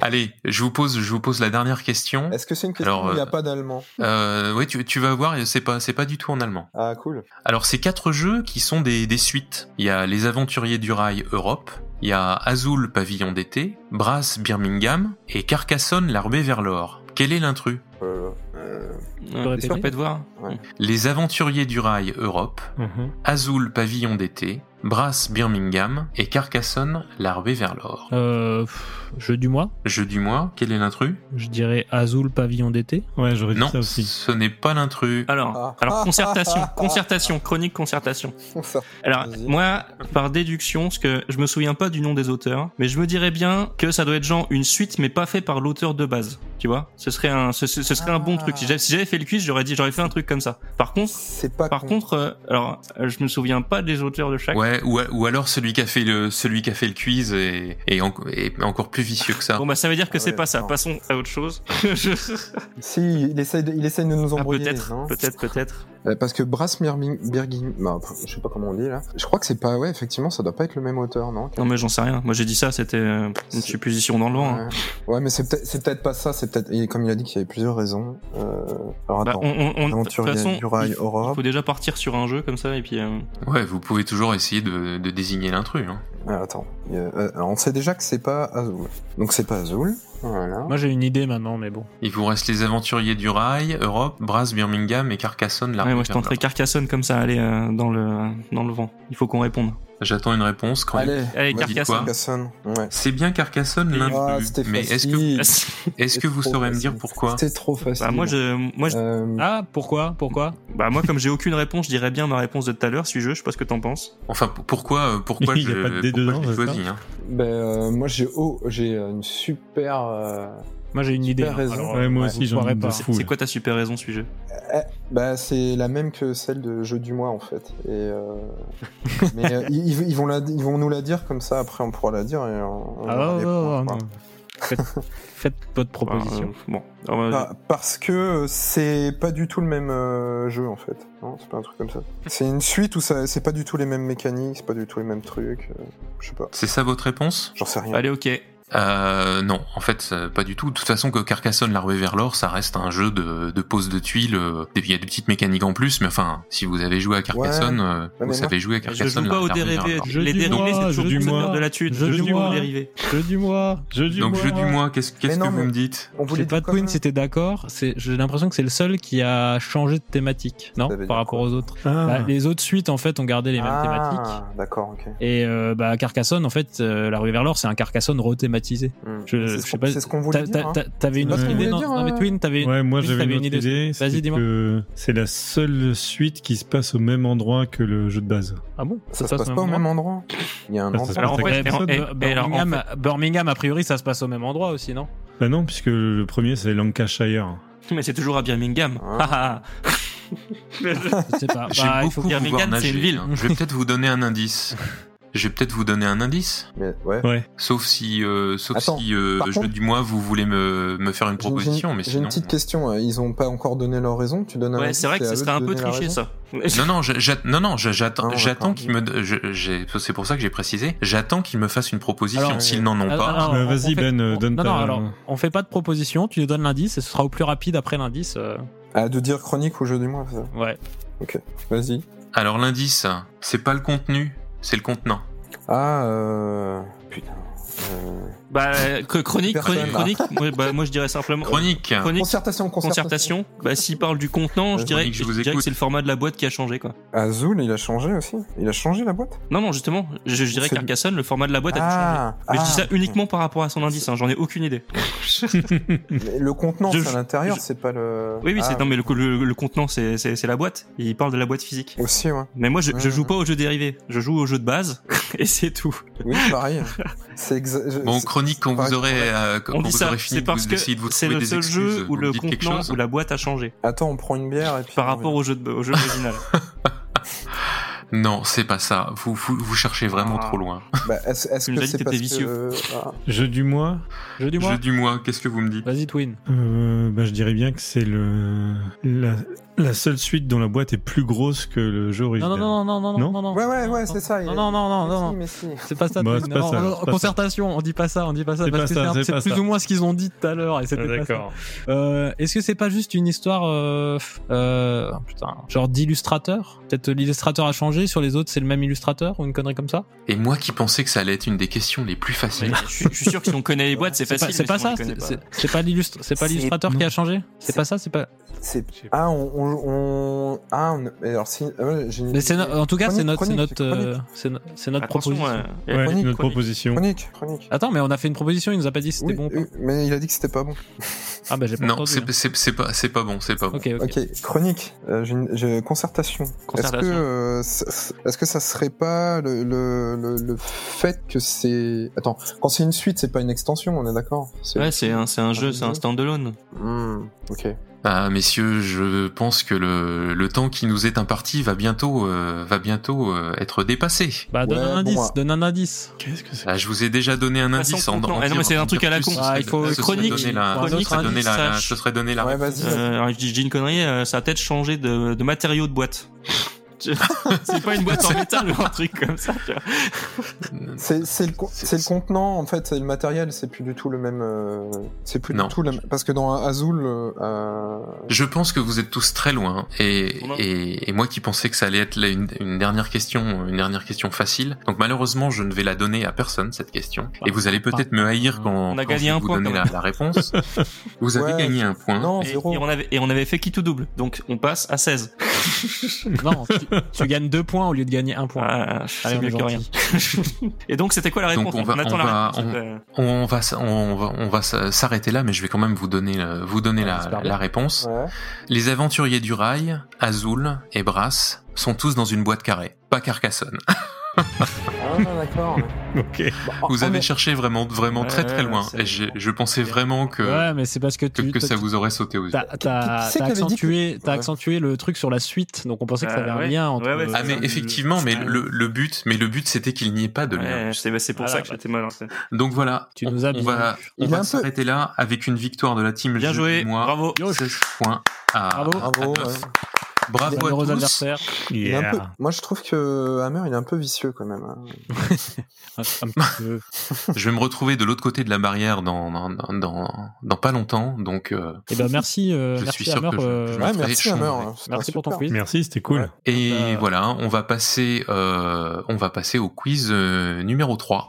Speaker 6: Allez, je vous pose, je vous pose la dernière question.
Speaker 8: Est-ce que c'est une question
Speaker 6: Alors,
Speaker 8: où il n'y a
Speaker 6: euh,
Speaker 8: pas d'allemand [laughs]
Speaker 6: Euh, ouais, tu, tu vas voir, c'est pas, c'est pas du tout en allemand.
Speaker 8: Ah, cool.
Speaker 6: Alors, c'est quatre jeux qui sont des, des suites. Il y a Les Aventuriers du Rail Europe, il y a Azul Pavillon d'été, Brass Birmingham et Carcassonne la ruée vers l'or. Quel est l'intrus
Speaker 8: Euh, euh,
Speaker 9: Euh,
Speaker 7: répéter
Speaker 9: pas de voir.
Speaker 8: Ouais.
Speaker 6: Les Aventuriers du Rail Europe,
Speaker 5: Mhm.
Speaker 6: Azul Pavillon d'été, Brass Birmingham et Carcassonne la ruée vers l'or.
Speaker 7: Euh, pff, jeu du mois,
Speaker 6: Jeu du mois, quel est l'intrus
Speaker 7: je dirais Azul Pavillon d'été.
Speaker 5: Ouais, j'aurais dit
Speaker 6: Non,
Speaker 5: ça aussi.
Speaker 6: ce n'est pas l'intrus.
Speaker 9: Alors,
Speaker 8: Ah. [laughs]
Speaker 9: alors concertation, concertation, chronique concertation.
Speaker 8: on sort.
Speaker 9: Alors
Speaker 8: Vas-y.
Speaker 9: moi, par déduction, parce que je me souviens pas du nom des auteurs, mais je me dirais bien que ça doit être genre une suite, mais pas fait par l'auteur de base. Tu vois, ce serait un, ce, ce- ce serait un bon
Speaker 8: Ah.
Speaker 9: truc. Si j'avais si j'avais fait le quiz, j'aurais dit, j'aurais fait un truc comme ça. Par contre,
Speaker 8: C'est pas
Speaker 9: par
Speaker 8: con.
Speaker 9: contre, euh, alors euh, je me souviens pas des auteurs de chaque.
Speaker 6: Ouais, Ouais, ou, a- ou alors celui qui a fait le, celui qui a fait le quiz est, est en- est encore plus vicieux que ça.
Speaker 9: Bon bah ça veut dire que
Speaker 8: Ah
Speaker 9: c'est
Speaker 8: ouais,
Speaker 9: pas ça.
Speaker 8: non.
Speaker 9: Passons à autre chose.
Speaker 8: Si, il essaye de, il essaye de nous
Speaker 9: Ah,
Speaker 8: embrouiller.
Speaker 9: peut-être,
Speaker 8: non
Speaker 9: peut-être, peut-être.
Speaker 8: Euh, Parce que Brass Birging, bah, pff, je sais pas comment on dit là. Je crois que c'est pas, ouais, effectivement, ça doit pas être le même auteur, non
Speaker 9: Non mais j'en sais rien. Moi j'ai dit ça, c'était euh, une
Speaker 8: C'est-
Speaker 9: supposition dans le vent. hein.
Speaker 8: Ouais, Ouais, mais c'est peut-être, c'est peut-être pas ça. C'est peut-être, et comme il a dit qu'il y avait plusieurs raisons. Euh... Alors
Speaker 9: Bah,
Speaker 8: attends.
Speaker 9: on, on, on- de toute
Speaker 8: Aventurier,
Speaker 9: façon,
Speaker 8: Juraille,
Speaker 9: il faut-
Speaker 8: Aurora.
Speaker 9: il faut déjà partir sur un jeu comme ça et puis. euh,
Speaker 6: Ouais, vous pouvez toujours essayer de, de désigner l'intrus. Hein.
Speaker 8: Ah, attends. Il y a- euh, alors, on sait déjà que c'est pas Azul. Donc c'est pas Azul. Voilà.
Speaker 7: Moi j'ai une idée maintenant, mais bon.
Speaker 6: Il vous reste les aventuriers du rail, Europe, Brass, Birmingham et Carcassonne. la
Speaker 9: Ouais, moi
Speaker 6: Route
Speaker 9: je tenterai Carcassonne comme ça, allez euh, dans le dans le vent. Il faut qu'on réponde.
Speaker 6: J'attends une réponse. Quand
Speaker 8: Allez.
Speaker 9: Allez
Speaker 6: Vas-y,
Speaker 9: Carcassonne.
Speaker 6: quoi
Speaker 8: Carcassonne. Ouais.
Speaker 6: C'est bien Carcassonne
Speaker 8: Ah,
Speaker 6: l'intrus.
Speaker 8: c'était
Speaker 6: mais est-ce que,
Speaker 8: facile.
Speaker 6: est-ce que vous
Speaker 8: trop
Speaker 6: saurez me dire
Speaker 8: facile.
Speaker 6: pourquoi
Speaker 8: C'était trop facile.
Speaker 9: Bah moi je moi je,
Speaker 8: Euh,
Speaker 7: Ah, pourquoi Pourquoi
Speaker 9: bah moi comme j'ai aucune réponse, je dirais bien ma réponse de tout à l'heure, suis-je, je sais pas ce que t'en penses.
Speaker 6: Enfin, p- pourquoi, euh, pourquoi
Speaker 5: [laughs] Il y
Speaker 6: je,
Speaker 5: a pas de dé
Speaker 6: pourquoi
Speaker 5: dedans,
Speaker 6: je l'ai
Speaker 5: c'est ça
Speaker 6: choisi hein.
Speaker 8: ben, euh, moi j'ai oh, j'ai euh, une super. euh,
Speaker 7: Moi j'ai une idée.
Speaker 8: Super
Speaker 7: hein.
Speaker 8: raison.
Speaker 7: Alors,
Speaker 5: Ouais, moi
Speaker 7: vous
Speaker 5: aussi, j'en
Speaker 7: croirez
Speaker 5: ai
Speaker 7: pas.
Speaker 5: de fou.
Speaker 9: C'est
Speaker 5: là.
Speaker 9: quoi ta super raison, suis-je
Speaker 8: Bah, c'est la même que celle de jeu du mois en fait. Et euh, mais euh, ils, ils- ils vont la, ils vont nous la dire comme ça. Après, on pourra la dire et on. on
Speaker 7: Ah,
Speaker 8: aura les
Speaker 7: non, non,
Speaker 8: points,
Speaker 7: non,
Speaker 8: quoi.
Speaker 7: non. Faites, faites votre
Speaker 8: Ah,
Speaker 7: proposition.
Speaker 9: Bon, Alors, bah,
Speaker 8: Pas- parce que euh, c'est pas du tout le même euh, jeu en fait. Non, c'est pas un truc comme ça. C'est une suite où ça, c'est pas du tout les mêmes mécaniques, c'est pas du tout les mêmes trucs. euh, je sais pas.
Speaker 6: C'est ça votre réponse
Speaker 8: J'en sais rien.
Speaker 9: allez ok.
Speaker 6: Euh, non, en fait, euh, pas du tout. De toute façon, que Carcassonne, l'armée vers l'or, ça reste un jeu de, de pose de tuiles. euh, Il y a des petites mécaniques en plus, mais enfin, si vous avez joué à Carcassonne, euh,
Speaker 8: mais
Speaker 6: vous
Speaker 8: moi,
Speaker 6: savez jouer à
Speaker 9: Je
Speaker 6: Carcassonne.
Speaker 9: joue pas aux
Speaker 6: l'armée vers
Speaker 9: dérivés.
Speaker 6: l'or.
Speaker 5: Jeu
Speaker 9: Les
Speaker 5: du
Speaker 9: dérivés,
Speaker 5: mois,
Speaker 9: c'est
Speaker 5: jeu
Speaker 9: toujours
Speaker 5: du
Speaker 9: du
Speaker 5: mois.
Speaker 9: de la tuile.
Speaker 5: Jeu
Speaker 9: Je
Speaker 5: du
Speaker 9: joue
Speaker 5: mois.
Speaker 9: aux dérivés.
Speaker 5: Jeu du mois. Jeu du
Speaker 6: Donc,
Speaker 5: mois.
Speaker 6: jeu du mois, qu'est-ce qu'est-ce
Speaker 8: non,
Speaker 6: que vous
Speaker 8: mais-
Speaker 6: me dites
Speaker 8: On voulait
Speaker 7: J'ai pas
Speaker 8: dire
Speaker 7: de
Speaker 8: quoi,
Speaker 7: Queen, c'était d'accord. C'est- J'ai l'impression que c'est le seul qui a changé de thématique, non
Speaker 8: Ça veut dire
Speaker 7: Par rapport
Speaker 8: quoi
Speaker 7: aux autres.
Speaker 5: Ah.
Speaker 7: Bah, les autres suites, en fait, ont gardé les mêmes thématiques.
Speaker 8: Ah, d'accord, ok.
Speaker 7: Et euh, bah, Carcassonne, en fait, euh, la rue vers l'or, c'est un Carcassonne rethématisé.
Speaker 8: Hmm. C'est
Speaker 7: Je, je
Speaker 8: ce
Speaker 7: sais
Speaker 8: qu'on-
Speaker 7: pas.
Speaker 8: c'est ce qu'on voulait
Speaker 7: t'a-
Speaker 8: dire.
Speaker 7: t'a-
Speaker 8: hein.
Speaker 7: t'a- T'avais une
Speaker 5: C'est
Speaker 7: autre
Speaker 5: ce qu'on
Speaker 7: idée
Speaker 8: voulait
Speaker 7: non,
Speaker 8: dire,
Speaker 7: non, mais
Speaker 8: euh.
Speaker 7: Twin, t'avais une.
Speaker 5: Ouais, moi
Speaker 7: Twin,
Speaker 5: j'avais
Speaker 7: t'avais
Speaker 5: une autre idée.
Speaker 7: Vas-y,
Speaker 5: c'est
Speaker 7: dis-moi.
Speaker 5: que C'est la seule suite qui se passe au même endroit que le jeu de base. Ah,
Speaker 7: Ah bon
Speaker 8: Ça se passe
Speaker 7: au
Speaker 8: pas au même endroit. Il y a un
Speaker 5: Ça se
Speaker 8: endroit.
Speaker 5: passe
Speaker 9: Alors en
Speaker 5: Ouais,
Speaker 9: fait,
Speaker 7: Ouais,
Speaker 9: et-
Speaker 7: parce que
Speaker 9: et-
Speaker 7: Bu-
Speaker 9: et alors, en
Speaker 7: Birmingham, euh, Birmingham, a priori, ça se passe au même endroit aussi, non
Speaker 5: Bah non, puisque le premier c'est Lancashire.
Speaker 9: fait- mais c'est toujours à Birmingham.
Speaker 8: Ah.
Speaker 9: Ah, ah.
Speaker 7: Je sais pas.
Speaker 6: J'ai
Speaker 7: Bah, il
Speaker 6: beaucoup
Speaker 7: faut-
Speaker 9: dire
Speaker 6: pouvoir
Speaker 9: Birmingham, c'est
Speaker 6: nager.
Speaker 9: une ville.
Speaker 6: hein.
Speaker 7: [laughs]
Speaker 6: Je vais peut-être vous donner un indice. Je vais peut-être vous donner un indice.
Speaker 8: Mais ouais.
Speaker 5: Ouais.
Speaker 6: Sauf si, euh, sauf
Speaker 8: Attends,
Speaker 6: si euh,
Speaker 8: par
Speaker 6: jeu
Speaker 8: contre-
Speaker 6: du mois, vous voulez me, me faire une
Speaker 8: J'ai une-
Speaker 6: proposition, mais
Speaker 8: j'ai
Speaker 6: sinon.
Speaker 8: une petite question. euh, Ils ont pas encore donné leur raison. Tu donnes un
Speaker 9: ouais,
Speaker 8: indice,
Speaker 9: c'est vrai que
Speaker 8: à
Speaker 9: ça
Speaker 8: eux de
Speaker 9: serait un peu
Speaker 8: donner la
Speaker 9: triché
Speaker 8: raison
Speaker 9: ça.
Speaker 6: Non non, j'a- j'att- non non, j'a-
Speaker 8: Ah,
Speaker 6: j'attends,
Speaker 8: d'accord.
Speaker 6: j'attends qu'il me, je- j'ai- c'est pour ça que j'ai précisé. J'attends qu'ils me fassent une proposition.
Speaker 7: Alors,
Speaker 6: S'ils n'en ont
Speaker 7: Alors,
Speaker 6: pas,
Speaker 7: alors,
Speaker 5: Bah,
Speaker 7: on-
Speaker 5: vas-y,
Speaker 7: on fait-
Speaker 5: Ben, euh,
Speaker 7: on-
Speaker 5: donne
Speaker 7: Non,
Speaker 5: ta-
Speaker 7: non, alors, on fait pas de proposition, tu lui donnes l'indice et ce sera au plus rapide après l'indice. euh,
Speaker 8: Ah, de dire chronique au jeu du mois. ça.
Speaker 7: Ouais.
Speaker 8: Vas-y.
Speaker 6: Alors l'indice, c'est pas le contenu, c'est le contenant.
Speaker 8: [laughs] Ah, euh... putain. Euh...
Speaker 9: Bah euh, que- chronique, chronique,
Speaker 8: Personne,
Speaker 9: chronique. Moi, bah, moi je dirais simplement
Speaker 6: Chronique.
Speaker 9: chronique,
Speaker 8: Concertation, concertation.
Speaker 9: concertation. Bah s'il parle du contenant, je
Speaker 8: Euh,
Speaker 9: dirais,
Speaker 6: chronique, je
Speaker 9: je
Speaker 6: vous
Speaker 9: dirais que
Speaker 6: écoute.
Speaker 9: c'est le format de la boîte qui a changé quoi.
Speaker 8: Azul, Ah, il a changé aussi. Il a changé la boîte.
Speaker 9: Non non justement, je, je dirais
Speaker 8: C'est-
Speaker 9: Carcassonne, le format de la boîte a dû changer.
Speaker 8: Ah,
Speaker 9: Mais je dis ça uniquement par rapport à son indice, hein, j'en ai aucune idée.
Speaker 8: [laughs] Mais le contenant,
Speaker 9: Je-
Speaker 8: c'est à l'intérieur,
Speaker 9: je-
Speaker 8: c'est pas le.
Speaker 9: Oui, oui,
Speaker 8: Ah,
Speaker 9: c'est, non, mais le, le, le contenant, c'est, c'est, c'est la boîte. Il parle de la boîte physique.
Speaker 8: Aussi, ouais.
Speaker 9: Mais moi, je, je
Speaker 8: Ouais,
Speaker 9: joue
Speaker 8: ouais.
Speaker 9: pas aux jeux dérivés. Je joue aux jeux de base, [laughs] et c'est tout.
Speaker 8: Oui, pareil. c'est exa... je-
Speaker 6: [laughs] Bon,
Speaker 8: c'est-
Speaker 6: chronique quand
Speaker 8: c'est pareil
Speaker 6: vous aurez,
Speaker 8: pour la-
Speaker 6: euh, quand
Speaker 9: On
Speaker 6: vous
Speaker 9: dit ça,
Speaker 6: aurez fini
Speaker 9: c'est
Speaker 6: de
Speaker 9: parce
Speaker 6: vous-
Speaker 9: que
Speaker 6: d'essayer de vous
Speaker 9: c'est
Speaker 6: trouver
Speaker 9: le
Speaker 6: des
Speaker 9: seul
Speaker 6: excuses,
Speaker 9: jeu où
Speaker 6: vous
Speaker 9: le
Speaker 6: me dites quelque
Speaker 9: contenant,
Speaker 6: chose.
Speaker 9: où la boîte a changé.
Speaker 8: Attends, on prend une bière et puis.
Speaker 9: Par rapport au jeu, de, au jeu original.
Speaker 6: Non, c'est pas ça. Vous, vous, vous cherchez vraiment
Speaker 9: Ah.
Speaker 6: trop loin.
Speaker 8: Bah, est-ce est-ce
Speaker 9: Tu nous
Speaker 8: que
Speaker 9: as dit
Speaker 8: c'est
Speaker 9: que
Speaker 8: parce
Speaker 9: t'étais vicieux.
Speaker 8: que. ah,
Speaker 5: Jeu du mois.
Speaker 7: Jeu du mois
Speaker 6: Jeu du mois, qu'est-ce que vous me dites
Speaker 7: Vas-y, Twin.
Speaker 5: Euh, bah, je dirais bien que c'est le la, la seule suite dont la boîte est plus grosse que le jeu
Speaker 7: Non,
Speaker 5: original.
Speaker 7: non, non, non, non, non,
Speaker 5: Non
Speaker 7: non, non.
Speaker 8: Ouais, ouais, ouais, c'est ça. il
Speaker 7: Non,
Speaker 8: a-
Speaker 7: non, non, non,
Speaker 8: Mais
Speaker 7: non,
Speaker 8: si,
Speaker 7: non.
Speaker 8: mais si.
Speaker 7: C'est pas ça,
Speaker 5: Bah,
Speaker 7: Twin.
Speaker 5: c'est pas
Speaker 7: Non,
Speaker 5: ça,
Speaker 7: non,
Speaker 5: c'est pas ça.
Speaker 7: concertation, on dit pas ça, on dit pas ça.
Speaker 5: C'est
Speaker 7: parce
Speaker 5: pas
Speaker 7: que
Speaker 5: ça,
Speaker 7: un-
Speaker 5: c'est
Speaker 7: c'est
Speaker 5: pas
Speaker 7: plus
Speaker 5: ça.
Speaker 7: ou moins ce qu'ils ont dit tout à l'heure et c'était
Speaker 5: Ah,
Speaker 7: pas ça.
Speaker 5: D'accord.
Speaker 7: Euh, Est-ce que c'est pas juste une histoire, euh, f- euh, ah, putain, genre d'illustrateur Peut-être l'illustrateur a changé, sur les autres c'est le même illustrateur ou une connerie comme ça
Speaker 6: Et moi qui pensais que ça allait être une des questions les plus
Speaker 9: Mais
Speaker 6: faciles.
Speaker 9: je, suis- je suis sûr que si on connaît les boîtes, c'est
Speaker 7: C'est
Speaker 9: facile.
Speaker 7: pas, c'est
Speaker 9: mais
Speaker 7: pas
Speaker 9: si on
Speaker 7: ça,
Speaker 9: les connaît
Speaker 7: c'est-
Speaker 9: pas.
Speaker 7: c'est c'est pas l'illustre- c'est pas
Speaker 8: C'est-
Speaker 7: l'illustrateur qui
Speaker 5: non.
Speaker 7: a changé C'est
Speaker 8: C'est-
Speaker 7: pas ça, c'est pas.
Speaker 8: C'est. Ah, on. on, on- Ah, on... Alors, si. ah, ouais, j'ai une-
Speaker 7: Mais c'est no- en tout cas, c'est
Speaker 8: Chronique,
Speaker 7: notre, c'est
Speaker 8: chronique,
Speaker 7: notre, euh, c'est no- c'est notre
Speaker 9: Attention,
Speaker 7: proposition.
Speaker 9: euh,
Speaker 5: Ouais,
Speaker 9: chronique,
Speaker 5: notre
Speaker 9: chronique.
Speaker 5: proposition.
Speaker 8: Chronique, chronique.
Speaker 7: Attends, mais on a fait une proposition, il nous a pas dit si c'était
Speaker 8: Oui,
Speaker 7: bon. ou pas.
Speaker 8: oui, mais il a dit que c'était pas bon.
Speaker 7: Ah bah j'ai pas
Speaker 6: Non,
Speaker 7: entendu.
Speaker 6: c'est c'est- c'est pas, c'est pas bon, c'est pas bon.
Speaker 7: Ok, ok.
Speaker 8: Ok, chronique, euh, j'ai une- j'ai concertation. Est-ce que,
Speaker 9: Concertation.
Speaker 8: euh, c- c- est-ce que ça serait pas le, le, le, le fait que c'est. Attends, quand c'est une suite, c'est pas une extension, on est d'accord C'est-
Speaker 9: Ouais, c'est un, c'est un jeu, c'est un standalone.
Speaker 8: Hmm, ok.
Speaker 6: Ah messieurs, je pense que le, le temps qui nous est imparti va bientôt euh, va bientôt euh, être dépassé.
Speaker 10: Bah, donne
Speaker 8: Ouais,
Speaker 10: un
Speaker 8: bon,
Speaker 10: indice,
Speaker 8: moi.
Speaker 10: donne un indice.
Speaker 5: Qu'est-ce que c'est
Speaker 6: Ah, je vous ai déjà donné un
Speaker 9: Ah,
Speaker 6: indice
Speaker 9: sans
Speaker 6: en, en
Speaker 9: compliment. Ah, non, mais
Speaker 6: dire-
Speaker 9: c'est un
Speaker 6: en dire
Speaker 9: truc à la
Speaker 6: plus,
Speaker 9: con.
Speaker 6: ce
Speaker 10: Ah,
Speaker 6: serait-
Speaker 10: il faut-
Speaker 6: ce serait
Speaker 9: chronique,
Speaker 6: donner la-
Speaker 10: chronique,
Speaker 6: ce serait donner la-
Speaker 9: indice,
Speaker 6: ce serait donner la
Speaker 8: Ouais, vas-y.
Speaker 9: Euh, alors, je dis je dis une connerie, euh, ça a peut-être changé de, de matériau de boîte. [laughs] Je- c'est pas une boîte en métal ou un truc comme ça. tu vois.
Speaker 8: C'est c'est le, con-
Speaker 6: C'est-
Speaker 8: c'est le contenant, en fait, c'est le matériel, c'est plus du tout le même. euh, C'est plus
Speaker 6: Non.
Speaker 8: du tout le même. Parce que dans Azul. euh, euh,
Speaker 6: Je pense que vous êtes tous très loin et, et, et moi qui pensais que ça allait être la- une, une dernière question, une dernière question facile. Donc malheureusement, je ne vais la donner à personne cette question. Et vous allez peut-être me haïr quand,
Speaker 9: On a
Speaker 6: quand je
Speaker 9: gagné
Speaker 6: vais
Speaker 9: un
Speaker 6: vous
Speaker 9: point,
Speaker 6: donner
Speaker 9: quand
Speaker 6: la,
Speaker 9: même.
Speaker 6: la réponse. vous avez
Speaker 8: Ouais.
Speaker 6: gagné un point.
Speaker 8: Non,
Speaker 9: Et, et
Speaker 8: zéro.
Speaker 9: on avait, et on avait fait qui tout double, donc on passe à 16.
Speaker 10: Non, tu, tu gagnes deux points au lieu de gagner un point.
Speaker 9: Ah,
Speaker 10: Allez,
Speaker 9: c'est
Speaker 10: on
Speaker 9: mieux
Speaker 10: est
Speaker 9: que rien.
Speaker 10: gentil.
Speaker 9: Et donc c'était quoi la
Speaker 6: Donc,
Speaker 9: réponse
Speaker 6: on va-
Speaker 9: attend
Speaker 6: on va-
Speaker 9: la réponse.
Speaker 6: on-
Speaker 9: euh,
Speaker 6: On va, s- on va, on va s- s'arrêter là, mais je vais quand même vous donner, le- vous donner
Speaker 10: Ouais,
Speaker 6: la-
Speaker 10: j'espère
Speaker 6: la,
Speaker 10: bien.
Speaker 6: réponse.
Speaker 8: ouais.
Speaker 6: Les aventuriers du rail, Azul et Brass, sont tous dans une boîte carrée, pas
Speaker 10: [laughs]
Speaker 6: Carcassonne.
Speaker 8: Ah, d'accord.
Speaker 5: Ok.
Speaker 8: Bah, en- en
Speaker 6: Vous avez
Speaker 8: même-
Speaker 6: cherché vraiment, vraiment
Speaker 9: Ouais,
Speaker 6: très très loin.
Speaker 9: c'est-
Speaker 6: Et j'ai- je pensais vraiment que,
Speaker 2: euh,
Speaker 10: ouais, mais c'est parce que
Speaker 6: que,
Speaker 10: tu
Speaker 6: que
Speaker 10: t'as-
Speaker 6: ça vous aurait sauté aux yeux.
Speaker 10: t'as- t'as-
Speaker 8: Qui c'est
Speaker 10: t'as
Speaker 8: qui avait dit
Speaker 10: accentué,
Speaker 8: que-
Speaker 10: t'as
Speaker 8: Ouais.
Speaker 10: accentué le truc sur la suite, donc on pensait que ça
Speaker 9: Euh,
Speaker 10: avait un
Speaker 9: ouais.
Speaker 10: lien entre.
Speaker 9: Ouais, ouais,
Speaker 6: Ah mais
Speaker 9: Euh,
Speaker 6: effectivement, mais le, le but, mais le but c'était qu'il n'y ait pas de lien.
Speaker 9: ouais, c'est bah, c'est pour
Speaker 10: Voilà,
Speaker 9: ça que j'étais mal. en fait.
Speaker 6: Donc voilà,
Speaker 10: Ah, Tu
Speaker 6: on,
Speaker 10: nous as
Speaker 6: on
Speaker 10: bien
Speaker 6: va,
Speaker 10: eu.
Speaker 8: Il
Speaker 6: on
Speaker 8: est un
Speaker 6: va
Speaker 8: peu-
Speaker 6: s'arrêter là avec une victoire de la team.
Speaker 9: Bien
Speaker 6: Jeu
Speaker 9: joué,
Speaker 6: du mois.
Speaker 9: bravo.
Speaker 6: 16 points à-
Speaker 10: Bravo.
Speaker 6: à
Speaker 8: Bravo,
Speaker 6: neuf.
Speaker 8: ouais.
Speaker 6: Bravo à
Speaker 10: Malheureux
Speaker 6: tous.
Speaker 10: adversaire.
Speaker 8: Il est un peu-
Speaker 5: Yeah.
Speaker 8: Moi, je trouve que Hammer, il est un peu vicieux quand même. hein.
Speaker 10: Un- un petit peu.
Speaker 6: [laughs] Je vais me retrouver de l'autre côté de la barrière dans dans, dans, dans, dans pas longtemps, donc euh,
Speaker 10: Eh ben merci, euh,
Speaker 6: Je
Speaker 10: merci
Speaker 6: suis sûr
Speaker 10: Hammer,
Speaker 6: que je-
Speaker 10: euh,
Speaker 6: je
Speaker 8: Ouais,
Speaker 6: très
Speaker 8: merci hein.
Speaker 6: chaud,
Speaker 8: Hammer.
Speaker 6: ouais.
Speaker 8: c'était
Speaker 10: merci pour ton
Speaker 8: super.
Speaker 10: quiz.
Speaker 5: Merci, c'était cool.
Speaker 6: et
Speaker 10: Euh,
Speaker 6: voilà, on va passer euh, on va passer au quiz euh, numéro 3.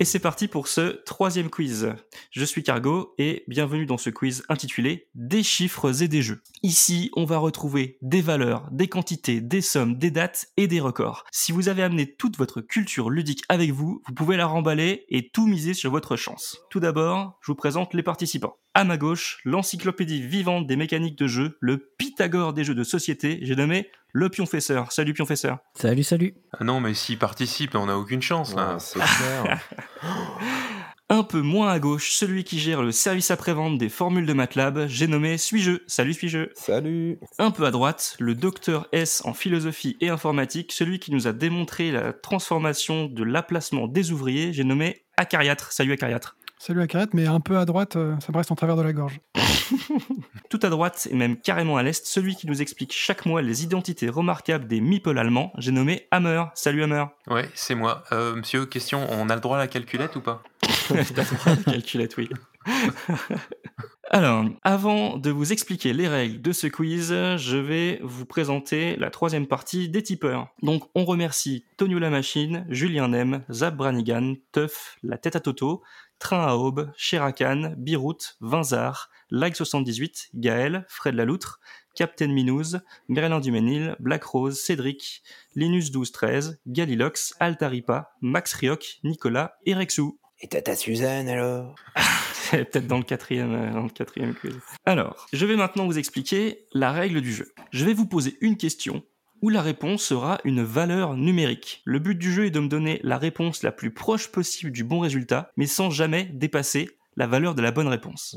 Speaker 9: Et c'est parti pour ce troisième quiz. Je suis Cargo et bienvenue dans ce quiz intitulé Des chiffres et des jeux. Ici, on va retrouver des valeurs, des quantités, des sommes, des dates et des records. Si vous avez amené toute votre culture ludique avec vous, vous pouvez la remballer et tout miser sur votre chance. Tout d'abord, je vous présente les participants. À ma gauche, l'encyclopédie vivante des mécaniques de jeu, le Pythagore des jeux de société, j'ai nommé le Pionfesseur. Salut Pionfesseur.
Speaker 1: Salut, salut.
Speaker 6: Ah non, mais s'ils participent, on n'a aucune chance là.
Speaker 8: Ouais, c'est clair.
Speaker 9: [laughs] Un peu moins à gauche, celui qui gère le service après-vente des formules de MATLAB, j'ai nommé Suis-je. Salut Suis-je.
Speaker 8: Salut.
Speaker 9: Un peu à droite, le docteur S en philosophie et informatique, celui qui nous a démontré la transformation de l'aplacement des ouvriers, j'ai nommé Acariatre. Salut Acariatre.
Speaker 2: Salut à Carrette, mais un peu à droite, euh, ça me reste en travers de la gorge.
Speaker 9: Tout à droite et même carrément à l'est, celui qui nous explique chaque mois les identités remarquables des meeples allemands, j'ai nommé Hammer. Salut Hammer.
Speaker 6: Ouais, c'est moi. Euh, monsieur, question, on a le droit à la calculette ou pas
Speaker 9: [laughs] Calculette, oui. Alors, avant de vous expliquer les règles de ce quiz, je vais vous présenter la troisième partie des tipeurs. Donc, on remercie Tonio la Machine, Julien Nem, Zab Branigan, Teuf, La Tête à Toto, Train à Aube, Sherakan, Birout, Vinzard, Lag78, Gaël, Fred Laloutre, Captain Minouz, Merlin Duménil, Black Rose, Cédric, Linus1213, Galilox, Altaripa, Max Rioc, Nicolas et Rexou.
Speaker 11: Et tata Suzanne alors
Speaker 9: Elle est Peut-être dans le quatrième, euh, dans le quatrième quiz. Alors, je vais maintenant vous expliquer la règle du jeu. Je vais vous poser une question où la réponse sera une valeur numérique. Le but du jeu est de me donner la réponse la plus proche possible du bon résultat, mais sans jamais dépasser la valeur de la bonne réponse.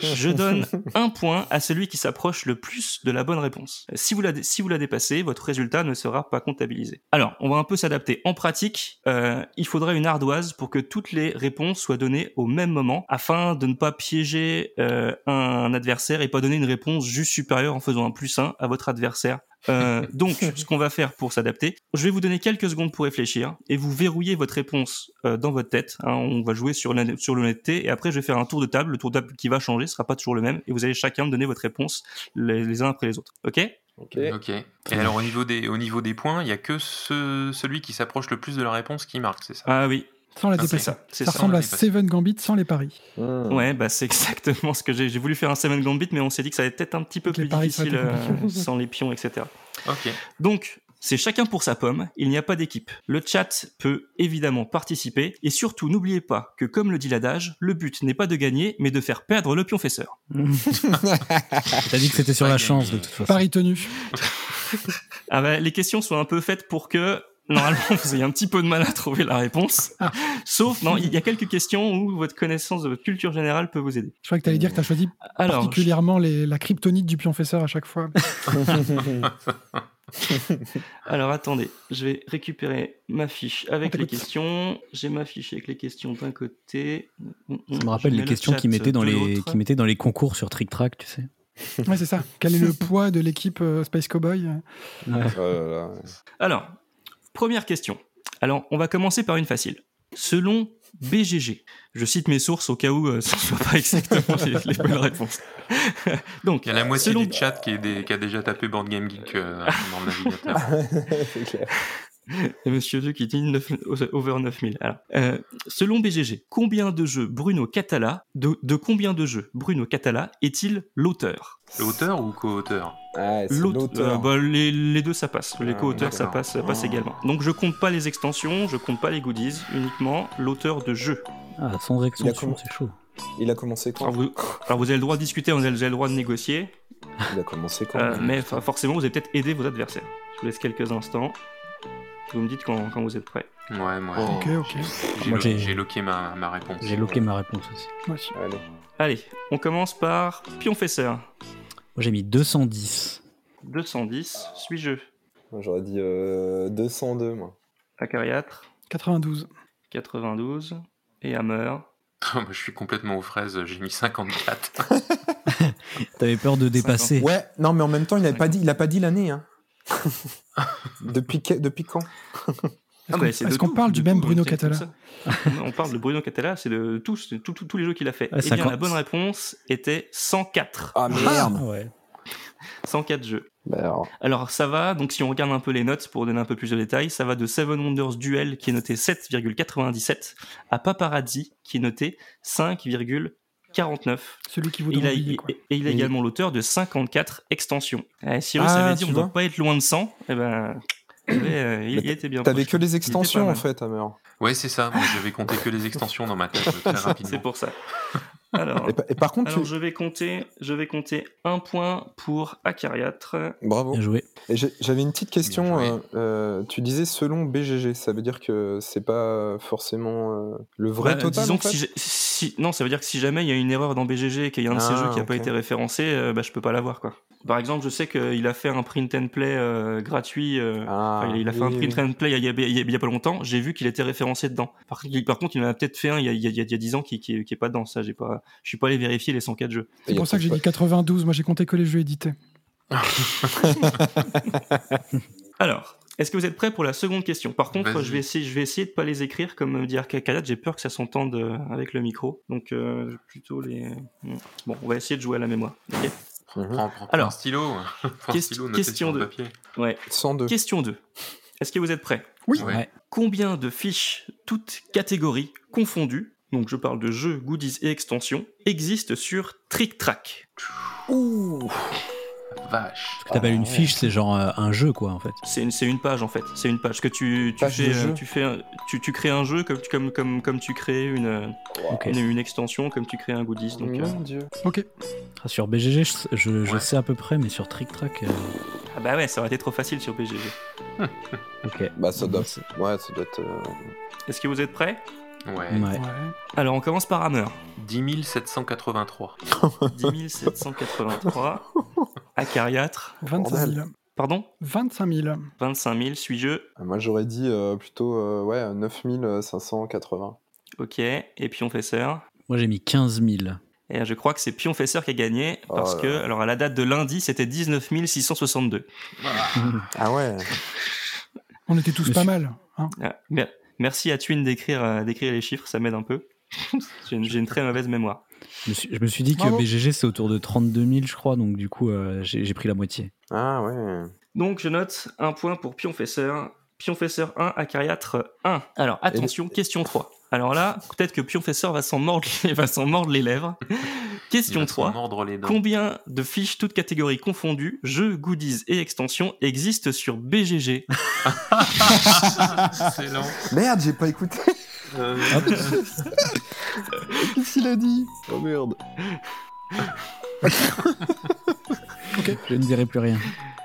Speaker 9: Je donne un point à celui qui s'approche le plus de la bonne réponse. Euh, Si vous la, dé- si vous la dépassez, votre résultat ne sera pas comptabilisé. Alors, on va un peu s'adapter. En pratique, euh, il faudrait une ardoise pour que toutes les réponses soient données au même moment, afin de ne pas piéger euh, un adversaire et pas donner une réponse juste supérieure en faisant un plus 1 à votre adversaire. Euh, donc, ce qu'on va faire pour s'adapter, je vais vous donner quelques secondes pour réfléchir et vous verrouillez votre réponse euh, dans votre tête. hein. on va jouer sur l'honn- sur l'honnêteté et après je vais faire un tour de table. Le tour de table qui va changer sera pas toujours le même et vous allez chacun me donner votre réponse les, les uns après les autres. Ok
Speaker 8: Ok.
Speaker 6: Ok. Et alors, au niveau des, au niveau des points, il n'y a que ce- celui qui s'approche le plus de la réponse qui marque, c'est ça
Speaker 9: Ah oui,
Speaker 2: Sans la
Speaker 6: Ah,
Speaker 2: dépasser.
Speaker 9: c'est
Speaker 6: c'est
Speaker 9: ça. C'est
Speaker 2: Ça
Speaker 9: ça.
Speaker 2: ressemble à
Speaker 6: on l'a dépassé.
Speaker 2: Seven Gambit sans les paris.
Speaker 8: Hmm.
Speaker 9: Ouais, bah c'est [laughs] exactement ce que j'ai. J'ai voulu faire un Seven Gambit, mais on s'est dit que ça allait être peut-être un petit peu
Speaker 2: Avec les
Speaker 9: plus
Speaker 2: paris, ça aurait
Speaker 9: difficile
Speaker 2: été
Speaker 9: euh, sans les pions, etc.
Speaker 6: Ok.
Speaker 9: Donc, c'est chacun pour sa pomme, il n'y a pas d'équipe. Le chat peut évidemment participer, et surtout n'oubliez pas que comme le dit l'adage, le but n'est pas de gagner, mais de faire perdre le pionfesseur.
Speaker 1: T'as dit que c'était sur
Speaker 6: Pas
Speaker 1: la
Speaker 6: gagné.
Speaker 1: chance de toute façon.
Speaker 2: Paris tenu.
Speaker 9: Ah bah, les questions sont un peu faites pour que [laughs] Normalement, vous avez un petit peu de mal à trouver la réponse.
Speaker 2: Ah.
Speaker 9: Sauf, non, il y a quelques questions où votre connaissance de votre culture générale peut vous aider.
Speaker 2: Je crois que t'allais dire que t'as choisi
Speaker 9: Alors,
Speaker 2: particulièrement les- la kryptonite du pionfesseur à chaque fois.
Speaker 9: [laughs] Alors attendez, je vais récupérer ma fiche avec
Speaker 2: On
Speaker 9: les
Speaker 2: t'écoute.
Speaker 9: questions. J'ai ma fiche avec les questions d'un côté. Mm,
Speaker 1: Ça me rappelle les questions qu'ils mettaient dans les qu'ils mettaient dans les concours sur Trick Track, tu sais.
Speaker 2: ouais, c'est ça. Quel est le poids de l'équipe euh, Space Cowboy Oh
Speaker 9: Alors, première question. Alors, on va commencer par une facile. Selon BGG, je cite mes sources au cas où euh, [laughs] ce ne soit pas exactement les, les bonnes réponses. [laughs] Donc, euh,
Speaker 6: Il y a la moitié
Speaker 9: selon-
Speaker 6: du chat qui, est des- qui a déjà tapé Board Game Geek euh, [laughs] dans le
Speaker 9: [laughs]
Speaker 6: navigateur.
Speaker 9: Et Monsieur Vieux qui dit 9 over 9000. Alors, euh, selon BGG, combien de jeux Bruno Catala, de, de combien de jeux Bruno Catala est-il l'auteur
Speaker 6: L'auteur ou co-auteur
Speaker 9: L'aute- euh, bah, les, les deux, ça passe. Les
Speaker 6: Ah,
Speaker 9: co-auteurs, ça
Speaker 6: d'accord. Ah.
Speaker 9: passe, ça passe également. Donc, je compte pas les extensions, je compte pas les goodies, uniquement l'auteur de jeu.
Speaker 1: Ah, sans extension,
Speaker 8: comment-
Speaker 1: c'est chaud.
Speaker 8: Il a commencé quand
Speaker 9: Alors vous, alors, vous avez le droit de discuter, vous avez le droit de négocier,
Speaker 8: Il a commencé quand
Speaker 9: euh, mais fa- forcément, vous avez peut-être aidé vos adversaires. Je vous laisse quelques instants. Vous me dites quand, quand vous êtes prêts. Oh.
Speaker 6: Ouais, moi.
Speaker 2: Ok, ok.
Speaker 6: J'ai
Speaker 1: Moi,
Speaker 6: lo-
Speaker 1: j'ai-
Speaker 6: J'ai loqué ma, ma réponse.
Speaker 1: J'ai loqué ma réponse aussi.
Speaker 2: Moi aussi.
Speaker 8: Allez.
Speaker 9: Allez, on commence par Pionfesseur.
Speaker 1: Moi, j'ai mis 210.
Speaker 9: 210, suis-je
Speaker 8: Moi, J'aurais dit euh, 202, moi.
Speaker 9: Acariâtre,
Speaker 2: 92.
Speaker 9: 92, et Hammer.
Speaker 6: [laughs] Moi, je suis complètement aux fraises, j'ai mis 54.
Speaker 9: [laughs]
Speaker 1: T'avais peur de dépasser.
Speaker 8: Ouais, non, mais en même temps, il n'a pas dit, il a pas dit l'année.
Speaker 9: [laughs]
Speaker 8: Hein. depuis, que- depuis quand
Speaker 9: Ah bah, c'est de
Speaker 2: Est-ce qu'on
Speaker 9: tout, euh,
Speaker 2: parle
Speaker 9: de
Speaker 2: du même
Speaker 9: tout,
Speaker 2: Bruno
Speaker 9: c'est comme
Speaker 2: Catala
Speaker 9: ça. [laughs] on parle de Bruno Catala, c'est de tous, de tous- tous- tous les jeux qu'il a fait.
Speaker 1: Ah,
Speaker 9: Eh bien,
Speaker 1: 50.
Speaker 9: la bonne réponse était 104.
Speaker 8: Ah merde
Speaker 1: Ouais.
Speaker 9: 104 jeux.
Speaker 8: Bah alors,
Speaker 9: Alors ça va, donc si on regarde un peu les notes pour donner un peu plus de détails, ça va de Seven Wonders Duel qui est noté 7,97 à Paparazzi qui est noté 5,49.
Speaker 2: Celui qui
Speaker 9: Et
Speaker 2: voudrait
Speaker 9: il, a,
Speaker 2: oublier,
Speaker 9: et
Speaker 2: quoi.
Speaker 9: et il est
Speaker 8: Oui.
Speaker 9: également l'auteur de 54 extensions. Eh, si eux,
Speaker 8: Ah,
Speaker 9: ça veut dire
Speaker 8: tu
Speaker 9: on doit
Speaker 8: vois.
Speaker 9: pas être loin de 100, eh
Speaker 8: [coughs]
Speaker 9: ben, eh ben, euh, il,
Speaker 8: Mais
Speaker 9: il était bien.
Speaker 8: T'avais
Speaker 9: proche.
Speaker 8: que les
Speaker 9: Il
Speaker 8: extensions, en
Speaker 9: était
Speaker 8: fait, Hammer.
Speaker 6: Ouais, c'est ça. Moi, j'avais compté que les extensions dans ma tête [laughs] euh, très
Speaker 9: C'est
Speaker 6: rapidement.
Speaker 9: pour ça. Alors,
Speaker 8: Et, pa- et par contre,
Speaker 9: alors
Speaker 8: tu-
Speaker 9: je vais compter, je vais compter un point pour Acariatre.
Speaker 8: bravo.
Speaker 1: Bien joué.
Speaker 8: Et j'ai- J'avais une petite question.
Speaker 6: Bien joué.
Speaker 8: euh, euh, tu disais selon BGG, ça veut dire que c'est pas forcément euh, le vrai
Speaker 9: Bah,
Speaker 8: total
Speaker 9: disons
Speaker 8: en
Speaker 9: que si,
Speaker 8: fait
Speaker 9: j'ai- si- non, ça veut dire que si jamais il y a une erreur dans BGG et qu'il y a un de ces
Speaker 8: Ah,
Speaker 9: jeux qui n'a pas
Speaker 8: ok.
Speaker 9: été référencé, euh, bah, je peux pas l'avoir quoi. Par exemple, je sais qu'il a fait un print and play euh, gratuit. euh,
Speaker 8: Ah,
Speaker 9: Enfin, il a- il a fait un
Speaker 8: oui,
Speaker 9: print
Speaker 8: oui.
Speaker 9: and play il y a, il y a- il y a- il y a pas longtemps. J'ai vu qu'il était référencé dedans. Par, il- par contre, il en a peut-être fait un il y a, il y a- il y a 10 ans qui, qui, qui est pas dedans. Ça, j'ai pas, je suis pas allé vérifier les 104 jeux.
Speaker 2: C'est
Speaker 8: Il y a
Speaker 2: pour ça que j'ai
Speaker 8: pas-
Speaker 2: dit 92. Moi, j'ai compté que les jeux édités.
Speaker 9: Alors, est-ce que vous êtes prêts pour la seconde question Par contre,
Speaker 6: Vas-y.
Speaker 9: je vais essayer, je vais essayer de pas les écrire comme me dit Arcacadat. J'ai peur que ça s'entende euh, avec le micro. Donc, euh, je vais plutôt les. Bon, on va essayer de jouer à la mémoire. Ok
Speaker 6: Prends, prends- prends
Speaker 9: Mhm. Alors,
Speaker 6: un stylo. [laughs] Prends un
Speaker 9: quest-
Speaker 6: stylo, notez
Speaker 9: question
Speaker 6: sur le
Speaker 9: de-
Speaker 6: papier.
Speaker 9: Ouais.
Speaker 8: 102.
Speaker 9: Question 2. Est-ce que vous êtes prêts
Speaker 2: Oui.
Speaker 6: Ouais.
Speaker 9: Combien de fiches, toutes catégories confondues, donc je parle de jeux, goodies et extensions, existent sur Trick Track
Speaker 6: Vache.
Speaker 1: Ce que t'appelles une fiche, c'est genre euh, un jeu, quoi, en fait.
Speaker 9: C'est une, c'est une page en fait. C'est une page que tu, tu
Speaker 8: Page de
Speaker 9: fais,
Speaker 8: jeu.
Speaker 9: euh, tu fais, un- tu, tu crées un jeu comme tu- comme comme comme tu crées une euh,
Speaker 1: Ok.
Speaker 9: une, une extension, comme tu crées un goodies. Donc euh,
Speaker 8: Mon dieu.
Speaker 2: Ok.
Speaker 1: Ah, sur BGG, je, je- je
Speaker 6: Ouais.
Speaker 1: sais à peu près, mais sur Trick Track. euh,
Speaker 9: ah bah ouais, ça aurait été trop facile sur BGG.
Speaker 8: [laughs]
Speaker 1: Ok.
Speaker 8: Bah ça doit,
Speaker 1: C'est-
Speaker 8: ouais, ça doit être. euh,
Speaker 9: Est-ce que vous êtes prêts
Speaker 6: Ouais.
Speaker 1: Ouais.
Speaker 9: Alors on commence par Hammer.
Speaker 6: 10 783.
Speaker 9: 10 783. Ah, Acariâtre.
Speaker 2: 25 000.
Speaker 9: Pardon
Speaker 2: 25 000.
Speaker 9: 25 000. Suis-je
Speaker 8: Moi j'aurais dit euh, plutôt euh, ouais 9580.
Speaker 9: Ok. Et puis on fait ça.
Speaker 1: Moi, j'ai mis 15 000.
Speaker 9: Et je crois que c'est Pionfesseur qui a gagné parce
Speaker 8: Oh là
Speaker 9: que,
Speaker 8: là.
Speaker 9: alors à la date de lundi, c'était 19 662.
Speaker 8: Ah ouais.
Speaker 2: On était tous
Speaker 1: Mais
Speaker 2: pas
Speaker 1: c'est-
Speaker 2: mal. hein.
Speaker 9: Ah, mer- merci à Twin d'écrire euh, d'écrire les chiffres, ça m'aide un peu. [laughs] J'ai une, j'ai une très mauvaise mémoire.
Speaker 1: Je me suis, je me suis dit que
Speaker 2: Bravo.
Speaker 1: BGG, c'est autour de 32 000, je crois, donc du coup, euh, j'ai j'ai pris la moitié.
Speaker 8: Ah ouais.
Speaker 9: Donc je note un point pour Pionfesseur. Pionfesseur 1, Acariâtre 1. Alors attention, question 3. Alors là, peut-être que Pionfesseur va s'en mordre, les- [laughs] va s'en mordre les lèvres.
Speaker 6: Il va
Speaker 9: Question
Speaker 6: se
Speaker 9: 3.
Speaker 6: Mordre les dents.
Speaker 9: Combien de fiches toutes catégories confondues, jeux, goodies et extensions existent sur
Speaker 8: [laughs]
Speaker 9: BGG
Speaker 6: Excellent.
Speaker 8: Merde, j'ai
Speaker 9: [laughs]
Speaker 8: pas écouté.
Speaker 6: Euh,
Speaker 8: Qu'est-ce qu'il a dit Oh merde.
Speaker 1: Je ne dirai plus rien.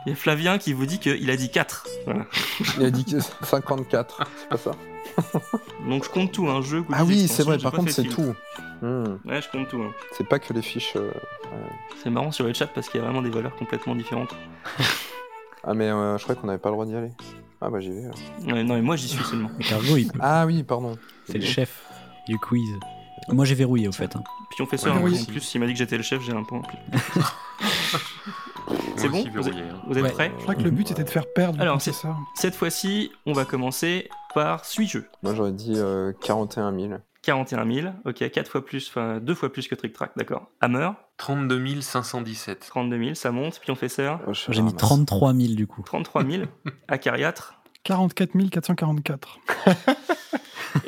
Speaker 9: Il y a Flavien qui vous dit qu'il a dit 4.
Speaker 8: [laughs] Il a dit que 54, c'est pas ça
Speaker 9: Donc je compte tout, hein, un jeu.
Speaker 8: Ah oui, c'est
Speaker 9: extension,
Speaker 8: vrai,
Speaker 9: j'ai
Speaker 8: par
Speaker 9: pas
Speaker 8: contre,
Speaker 9: fait
Speaker 8: c'est
Speaker 9: le
Speaker 8: tout. Hmm.
Speaker 9: Ouais, je compte tout. hein.
Speaker 8: C'est pas que les fiches. euh, euh,
Speaker 9: C'est marrant sur le chat parce qu'il y a vraiment des valeurs complètement différentes.
Speaker 8: [laughs] Ah, mais euh, je croyais qu'on avait pas le droit d'y aller. Ah, bah j'y vais. alors.
Speaker 9: Ouais, non, mais moi j'y suis seulement.
Speaker 1: Mais Cargo, il peut.
Speaker 8: Ah oui, pardon.
Speaker 1: C'est le chef du quiz. Moi, j'ai verrouillé, au fait. hein.
Speaker 9: Puis on fait ça
Speaker 2: Ouais,
Speaker 6: Ah
Speaker 9: hein,
Speaker 2: oui.
Speaker 9: en plus, il m'a dit que j'étais le chef, j'ai un point en
Speaker 1: [laughs]
Speaker 9: plus. c'est bon
Speaker 6: Moi aussi,
Speaker 9: Vous
Speaker 6: verrouillé,
Speaker 9: êtes,
Speaker 6: hein.
Speaker 9: vous êtes
Speaker 1: Ouais.
Speaker 9: prêts
Speaker 2: Je crois que le but c'était de faire perdre.
Speaker 9: Euh, Alors,
Speaker 2: Alors, c'est
Speaker 9: c'est-
Speaker 2: ça.
Speaker 9: Cette fois-ci, on va commencer par suis-jeu.
Speaker 8: Moi j'aurais dit euh, 41 000.
Speaker 9: 41 000, ok, 4 fois plus, enfin 2 fois plus que Trick Track, d'accord. Hammer,
Speaker 6: 32 517.
Speaker 9: 32 000, ça monte, puis on fait ça.
Speaker 8: Oh, je-
Speaker 1: J'ai
Speaker 8: ah,
Speaker 1: mis
Speaker 8: mince.
Speaker 1: 33 000 du coup.
Speaker 9: 33 000,
Speaker 6: [laughs]
Speaker 9: Acariâtre.
Speaker 2: 44 444.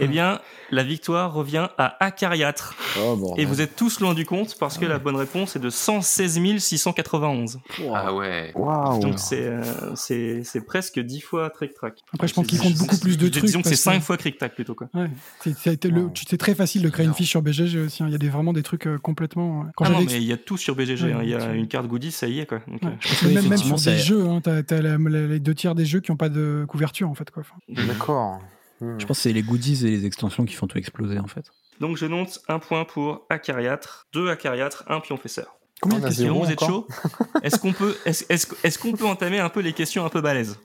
Speaker 9: Eh bien, la victoire revient à Acariâtre.
Speaker 8: Oh, bordel.
Speaker 9: Et vous êtes tous loin du compte parce que la bonne réponse est de 116 691.
Speaker 6: Ah ouais.
Speaker 8: Waouh.
Speaker 9: Donc c'est euh, c'est c'est presque 10 fois Trick Track.
Speaker 2: Après, je pense
Speaker 9: C'est-
Speaker 2: qu'il compte
Speaker 9: c'est-
Speaker 2: beaucoup
Speaker 9: c'est-
Speaker 2: plus de
Speaker 9: disons
Speaker 2: trucs.
Speaker 9: Disons que c'est
Speaker 2: parce
Speaker 9: 5 fois Trick Track plutôt quoi.
Speaker 2: Ouais, c'est- ça a été le- tu- c'est très facile de créer une fiche sur BGG aussi. hein. Il y a des, vraiment des trucs euh, complètement. euh, Quand
Speaker 9: ah non,
Speaker 2: j'avais
Speaker 9: mais il y a tout sur BGG,
Speaker 2: Ouais,
Speaker 9: hein, il y a
Speaker 2: c'est-
Speaker 9: une carte goodies, ça y est quoi. Donc,
Speaker 2: Ouais.
Speaker 9: euh,
Speaker 2: Parce que
Speaker 1: Oui,
Speaker 2: même, même sur
Speaker 1: effectivement,
Speaker 2: des
Speaker 1: c'est-
Speaker 2: jeux, hein, t'as, t'as la- la- les deux tiers des jeux qui n'ont pas de couverture en fait. Quoi. Enfin,
Speaker 8: D'accord. Hmm.
Speaker 1: Je pense que c'est les goodies et les extensions qui font tout exploser en fait.
Speaker 9: Donc je note un point pour Acariâtre, deux Acariâtre, un pionfesseur.
Speaker 2: combien
Speaker 8: On
Speaker 2: de
Speaker 8: a
Speaker 2: questions
Speaker 9: Sinon
Speaker 8: Zéro
Speaker 9: vous êtes chaud
Speaker 8: encore [laughs]
Speaker 9: Est-ce qu'on peut est-ce est-ce- est-ce qu'on peut entamer un peu les questions un peu balèzes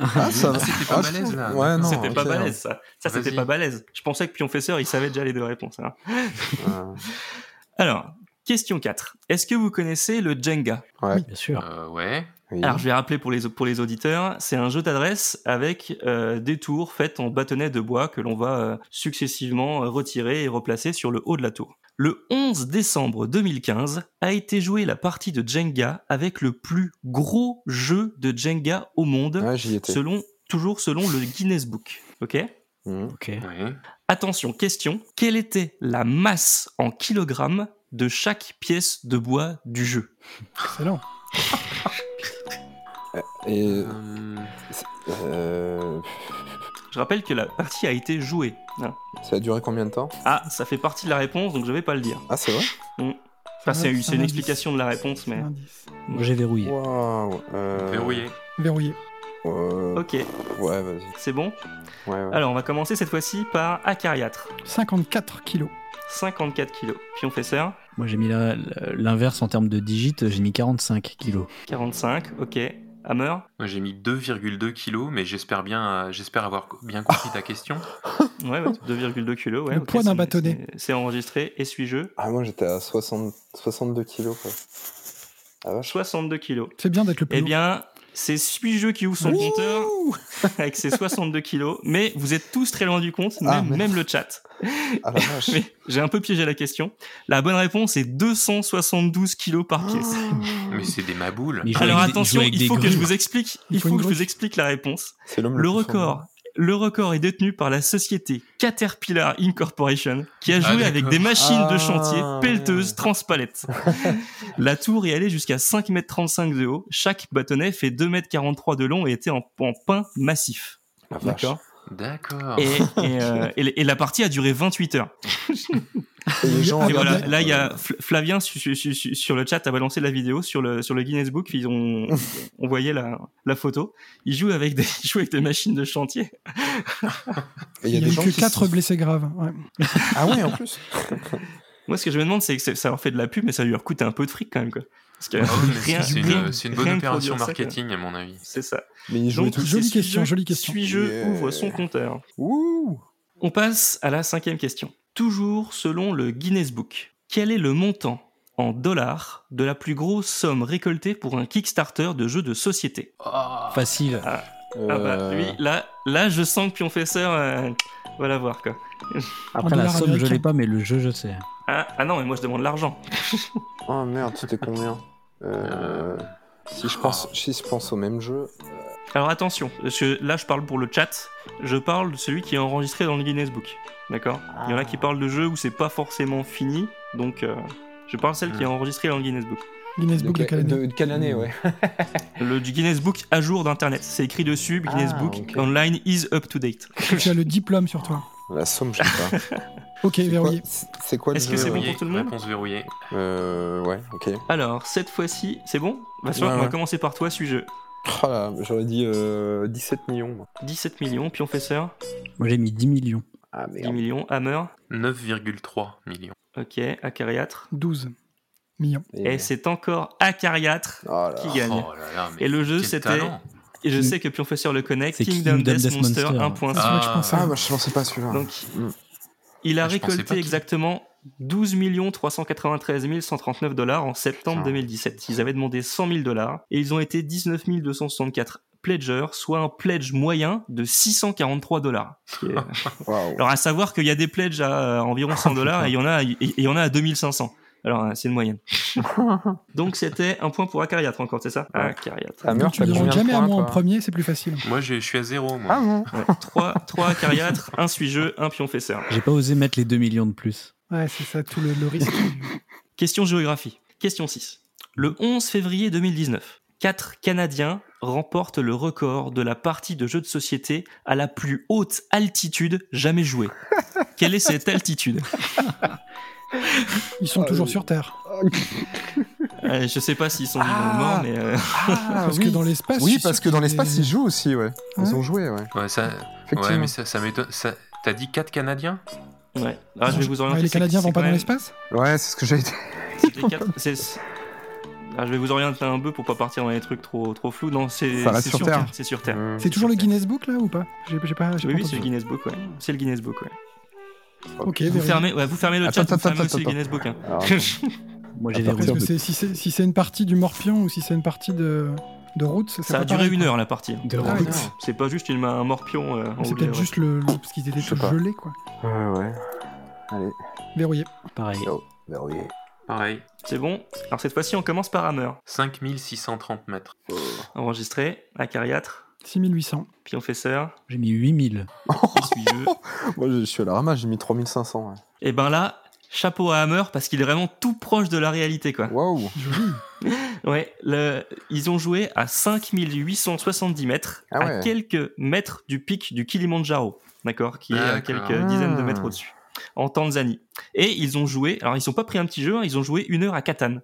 Speaker 8: Ah, ça va.
Speaker 6: C'était pas
Speaker 8: Ah, je
Speaker 6: balèze
Speaker 8: trouve-
Speaker 6: là.
Speaker 8: Ouais, non.
Speaker 9: C'était pas
Speaker 8: ok.
Speaker 9: balèze ça. Ça c'était
Speaker 6: Vas-y.
Speaker 9: pas balèze. Je pensais que pionfesseur il savait déjà les deux réponses. hein.
Speaker 8: Euh,
Speaker 9: Alors, question 4. Est-ce que vous connaissez le Jenga
Speaker 8: Ouais.
Speaker 1: Bien sûr.
Speaker 6: Euh, ouais.
Speaker 8: oui.
Speaker 9: Alors, je vais rappeler pour les, pour les auditeurs, c'est un jeu d'adresse avec euh, des tours faites en bâtonnets de bois que l'on va euh, successivement euh, retirer et replacer sur le haut de la tour. Le 11 décembre 2015 a été jouée la partie de Jenga avec le plus gros jeu de Jenga au monde,
Speaker 8: Ouais, j'y étais.
Speaker 9: selon, toujours selon le Guinness Book. Ok
Speaker 8: Hmm.
Speaker 1: Ok.
Speaker 6: Ouais.
Speaker 9: Attention, question. Quelle était la masse en kilogrammes de chaque pièce de bois du jeu
Speaker 2: Excellent.
Speaker 8: Et.
Speaker 6: Euh,
Speaker 8: euh,
Speaker 9: Je rappelle que la partie a été jouée. hein.
Speaker 8: Ça a duré combien de temps
Speaker 9: Ah, ça fait partie de la réponse, donc je vais pas le dire. Mm.
Speaker 8: Ah, c'est vrai
Speaker 9: Enfin, c'est
Speaker 2: indice,
Speaker 9: c'est une
Speaker 2: un
Speaker 9: explication de la réponse, mais...
Speaker 2: Indice.
Speaker 1: Moi, J'ai verrouillé.
Speaker 8: Waouh. euh,
Speaker 6: Verrouillé.
Speaker 2: Verrouillé.
Speaker 8: euh,
Speaker 9: Ok,
Speaker 8: Ouais, vas-y.
Speaker 9: c'est bon.
Speaker 8: Ouais, ouais.
Speaker 9: Alors, on va commencer cette fois-ci par Acariâtre.
Speaker 2: 54 kilos.
Speaker 9: 54 kilos. Puis on fait ça.
Speaker 1: Moi j'ai mis la- l'inverse en termes de digits, j'ai mis 45 kilos.
Speaker 9: 45, ok. Hammer
Speaker 6: Moi j'ai mis 2,2 kilos, mais j'espère bien, euh, j'espère avoir co- bien compris
Speaker 9: [laughs]
Speaker 6: ta question.
Speaker 9: Ouais, ouais
Speaker 2: [laughs]
Speaker 9: 2,2 kilos. Ouais,
Speaker 2: Le
Speaker 9: ok,
Speaker 2: poids d'un
Speaker 9: c'est-
Speaker 2: bâtonnet.
Speaker 9: c'est- C'est enregistré. Et suis-je
Speaker 8: Ah, moi j'étais à 60... 62 kilos, quoi. Ah, vache.
Speaker 9: 62 kilos.
Speaker 2: C'est bien d'être le plus.
Speaker 9: Eh
Speaker 2: lourd.
Speaker 9: bien, c'est suis-je qui ouvre son
Speaker 2: Ouh
Speaker 9: compteur [laughs] avec ses 62 kilos. Mais vous êtes tous très loin du compte, même,
Speaker 8: Ah, merde.
Speaker 9: même le chat.
Speaker 8: Ah, la vache.
Speaker 9: [laughs] Mais j'ai un peu piégé la question. La bonne réponse est 272 kilos par
Speaker 2: Oh.
Speaker 9: pièce.
Speaker 6: [laughs] mais c'est des maboules.
Speaker 1: Il joue
Speaker 9: Alors
Speaker 1: avec des-
Speaker 9: attention,
Speaker 1: il joue avec
Speaker 9: il
Speaker 1: des
Speaker 9: faut que
Speaker 1: grues.
Speaker 9: je vous explique,
Speaker 2: Il
Speaker 9: il
Speaker 2: faut
Speaker 9: faut
Speaker 2: une
Speaker 9: que je
Speaker 2: grue.
Speaker 9: vous explique la réponse.
Speaker 8: C'est l'homme
Speaker 9: Le
Speaker 8: plus
Speaker 9: record, le record est détenu par la société Caterpillar Incorporation, qui a
Speaker 6: Ah,
Speaker 9: joué
Speaker 6: d'accord.
Speaker 9: avec des machines de
Speaker 8: Ah,
Speaker 9: chantier,
Speaker 8: ouais.
Speaker 9: pelleteuses, transpalettes. la tour est allée jusqu'à 5m35 de haut, chaque bâtonnet fait 2m43 de long et était en, en pain massif.
Speaker 8: fort. La vache.
Speaker 9: D'accord.
Speaker 6: D'accord.
Speaker 9: Et, et,
Speaker 6: [laughs]
Speaker 9: euh, et- et la partie a duré 28 heures.
Speaker 8: Et les gens
Speaker 9: Et voilà,
Speaker 8: regardaient
Speaker 9: là, il y a Fl- Flavien su- su- su- su- sur le chat a balancé la vidéo sur le, sur le Guinness Book. Ils
Speaker 8: [laughs]
Speaker 9: ont, on voyait la, la photo. Il joue, avec des, [laughs] il joue avec des machines de chantier.
Speaker 8: Et
Speaker 2: Il y a,
Speaker 8: des
Speaker 2: eu
Speaker 8: gens
Speaker 2: que
Speaker 8: qui
Speaker 2: 4
Speaker 8: se-
Speaker 2: blessés graves. ouais.
Speaker 8: Ah, ouais, en plus.
Speaker 9: Moi, ce que je me demande, c'est que c'est- ça leur fait de la pub, mais ça lui leur coûte un peu de fric quand même. Quoi. [laughs] Parce que
Speaker 6: Ah ouais, mais c'est-
Speaker 9: rien-
Speaker 6: c'est
Speaker 9: rien-
Speaker 6: une, c'est une bonne
Speaker 9: rien de
Speaker 6: opération
Speaker 9: produire ça, quoi.
Speaker 6: marketing à mon avis.
Speaker 9: C'est ça.
Speaker 8: Mais ils jouaient
Speaker 9: Donc,
Speaker 8: tous.
Speaker 2: jolie
Speaker 9: c'est
Speaker 2: question,
Speaker 9: suis-je-
Speaker 2: jolie question.
Speaker 9: Suis-je
Speaker 8: Yeah.
Speaker 9: ouvre son compteur.
Speaker 8: Ouh
Speaker 9: On passe à la cinquième question. Toujours selon le Guinness Book, quel est le montant en dollars de la plus grosse somme récoltée pour un Kickstarter de jeu de société
Speaker 1: Facile.
Speaker 9: Ah bah
Speaker 8: Euh,
Speaker 9: lui, là, là je sens que Pionfesseur euh, va la voir quoi.
Speaker 1: Après la
Speaker 2: dollars
Speaker 1: somme je l'ai
Speaker 2: américains.
Speaker 1: pas mais le jeu je sais.
Speaker 9: Ah, ah non, mais moi je demande l'argent.
Speaker 8: [laughs] Oh merde, c'était combien euh... Si je pense, si je pense au même jeu,
Speaker 9: Alors attention, parce que là je parle pour le chat, je parle de celui qui est enregistré dans le Guinness Book. D'accord Il y en a qui
Speaker 8: Ah.
Speaker 9: parlent de jeux où c'est pas forcément fini, donc euh, je parle celle qui est enregistrée dans le Guinness Book.
Speaker 2: [laughs] Guinness Book de quelle année
Speaker 8: Hmm. quelle année, ouais.
Speaker 9: [laughs] Le du Guinness Book à jour d'internet, c'est écrit dessus, Guinness
Speaker 8: Ah,
Speaker 9: Book
Speaker 8: ok.
Speaker 9: online is up to date.
Speaker 2: Tu as le diplôme sur toi.
Speaker 8: La somme, je sais pas.
Speaker 2: Ok,
Speaker 8: Ah. C'est quoi-
Speaker 2: verrouillé.
Speaker 8: C'est quoi le
Speaker 9: Est-ce que c'est bon
Speaker 6: Verrouillé,
Speaker 9: pour tout le monde
Speaker 6: Réponse verrouillée.
Speaker 8: Euh, ouais, ok.
Speaker 9: Alors, cette fois-ci, c'est bon Bah,
Speaker 8: Ouais,
Speaker 9: On va
Speaker 8: ouais.
Speaker 9: commencer par toi, suis-je.
Speaker 8: Oh là, j'aurais dit euh, 17 millions. moi.
Speaker 9: 17 millions, puis on fait ça.
Speaker 1: Moi, j'ai mis 10 millions.
Speaker 8: Ah
Speaker 9: 10
Speaker 8: merde.
Speaker 9: millions. Hammer,
Speaker 6: 9,3 millions.
Speaker 9: ok. Acariâtre.
Speaker 2: 12 millions.
Speaker 9: Et, c'est encore Acariâtre
Speaker 8: Eh Oh là.
Speaker 9: qui gagne.
Speaker 6: Oh là là, mais
Speaker 9: Et le jeu,
Speaker 6: quel
Speaker 9: c'était-
Speaker 6: talent.
Speaker 9: Et je
Speaker 1: King-
Speaker 9: sais que Pionfesseur le connaît,
Speaker 1: C'est
Speaker 9: Kingdom, Death, Monster,
Speaker 1: ouais.
Speaker 9: 1.5.
Speaker 2: C'est vrai que je pensais.
Speaker 8: Ah, bah, je pensais pas à celui-là.
Speaker 9: Donc,
Speaker 8: Mm.
Speaker 9: il a
Speaker 6: Ah, je pensais pas
Speaker 9: récolté
Speaker 6: qu'il-
Speaker 9: exactement 12 393 139 dollars en septembre
Speaker 8: Ah.
Speaker 9: 2017. Ils avaient demandé 100 000 dollars et ils ont été 19 264 pledgers, soit un pledge moyen de 643 dollars.
Speaker 6: [laughs]
Speaker 8: Waouh.
Speaker 9: Alors, à savoir qu'il y a des pledges à euh, environ 100 dollars et il y en a, et il y en a à 2500. Alors, euh, c'est une
Speaker 8: [laughs]
Speaker 9: moyenne. Donc, c'était un point pour Acariatre encore, c'est ça Acariatre.
Speaker 8: Ah, merde,
Speaker 2: tu
Speaker 8: t'as
Speaker 2: ne
Speaker 8: combien de
Speaker 2: jamais à
Speaker 8: points,
Speaker 2: moi en
Speaker 8: toi
Speaker 2: premier, c'est plus facile.
Speaker 6: Moi, j'ai- je suis à zéro, moi.
Speaker 8: Ah bon
Speaker 9: 3, 3 Acariatre, 1 Suis-je, 1 Pionfesseur.
Speaker 1: J'ai pas osé mettre les 2 millions de plus.
Speaker 2: Ouais, c'est ça tout le, le risque.
Speaker 9: Question géographie. Question 6. Le 11 février 2019, quatre Canadiens remportent le record de la partie de jeu de société à la plus haute altitude jamais
Speaker 2: [laughs]
Speaker 9: jouée. Quelle est cette altitude
Speaker 2: Ils sont
Speaker 8: Ah,
Speaker 2: toujours
Speaker 8: oui.
Speaker 2: sur Terre.
Speaker 9: Euh, Je sais pas s'ils sont vivants
Speaker 8: Ah.
Speaker 9: ou morts, mais euh, [laughs]
Speaker 8: Ah,
Speaker 2: parce que dans l'espace.
Speaker 8: Oui,
Speaker 2: ils-
Speaker 8: parce que dans l'espace, ils jouent aussi, ouais. Ils ont joué, ouais.
Speaker 6: Ouais, ça...
Speaker 8: Effectivement.
Speaker 6: ouais, mais ça, ça m'étonne. ça- T'as dit 4 Canadiens
Speaker 9: ouais. Ah, je vais vous orienter.
Speaker 2: Ouais, les
Speaker 9: c'est-
Speaker 2: Canadiens
Speaker 9: c'est
Speaker 2: vont
Speaker 9: quand
Speaker 2: pas dans
Speaker 9: même-
Speaker 2: l'espace
Speaker 8: Ouais, c'est ce que j'ai dit.
Speaker 9: c'est les
Speaker 2: [laughs]
Speaker 9: quatre- c'est- Ah, je vais vous orienter un peu pour pas partir dans les trucs trop trop flous. Non, c'est
Speaker 8: Ça reste
Speaker 9: c'est
Speaker 8: sur Terre.
Speaker 9: C'est sur Terre.
Speaker 8: Mm.
Speaker 2: C'est toujours le Guinness Book là ou pas J'ai j'ai pas. j'ai
Speaker 9: Oui,
Speaker 2: pas
Speaker 9: oui, c'est le
Speaker 2: entendu.
Speaker 9: Guinness Book, ouais. C'est le Guinness Book, ouais.
Speaker 2: Ok,
Speaker 9: Vous
Speaker 2: verrouillé.
Speaker 9: fermez, ouais, vous fermez le
Speaker 8: Attends,
Speaker 9: chat,
Speaker 8: attends,
Speaker 9: vous fermez
Speaker 8: attends,
Speaker 9: aussi le
Speaker 8: attends.
Speaker 9: Guinness Book. hein. [laughs]
Speaker 8: Alors,
Speaker 1: Moi, j'ai
Speaker 8: Attends,
Speaker 2: Parce
Speaker 1: verrouillé.
Speaker 2: que c'est- si c'est si c'est une partie du Morpion ou si c'est une partie de de route, ça,
Speaker 9: Ça a duré une heure la partie.
Speaker 2: De
Speaker 8: Ah,
Speaker 2: route.
Speaker 8: non.
Speaker 9: C'est pas juste une, un morpion. euh, en
Speaker 2: C'est
Speaker 9: haut de
Speaker 2: peut-être
Speaker 9: la-
Speaker 2: juste le, le- parce qu'ils étaient
Speaker 8: Je sais
Speaker 2: tous
Speaker 8: pas.
Speaker 2: gelés quoi.
Speaker 8: Ouais, ouais. Allez,
Speaker 2: Verrouillé.
Speaker 1: Pareil.
Speaker 8: verrouillé.
Speaker 6: Pareil.
Speaker 9: C'est bon. Alors cette fois-ci, on commence par Hammer.
Speaker 6: 5630 mètres.
Speaker 9: Enregistré, acariâtre,
Speaker 2: 6800.
Speaker 9: pionfesseur,
Speaker 1: J'ai mis 8000.
Speaker 9: essuyeux.
Speaker 8: [laughs] Moi, je suis à la ramasse, j'ai mis 3500. Ouais.
Speaker 9: Et ben là, chapeau à Hammer parce qu'il est vraiment tout proche de la réalité, quoi.
Speaker 8: Waouh!
Speaker 2: Joli.
Speaker 9: [laughs] Ouais, le- ils ont joué à 5870 mètres,
Speaker 8: Ah
Speaker 9: à
Speaker 8: ouais.
Speaker 9: quelques mètres du pic du Kilimandjaro, d'accord, qui est à
Speaker 6: D'accord.
Speaker 9: quelques dizaines de
Speaker 8: Ah.
Speaker 9: mètres au-dessus, en Tanzanie. Et ils ont joué, alors ils sont pas pris un petit jeu, hein, ils ont joué une heure à Catane.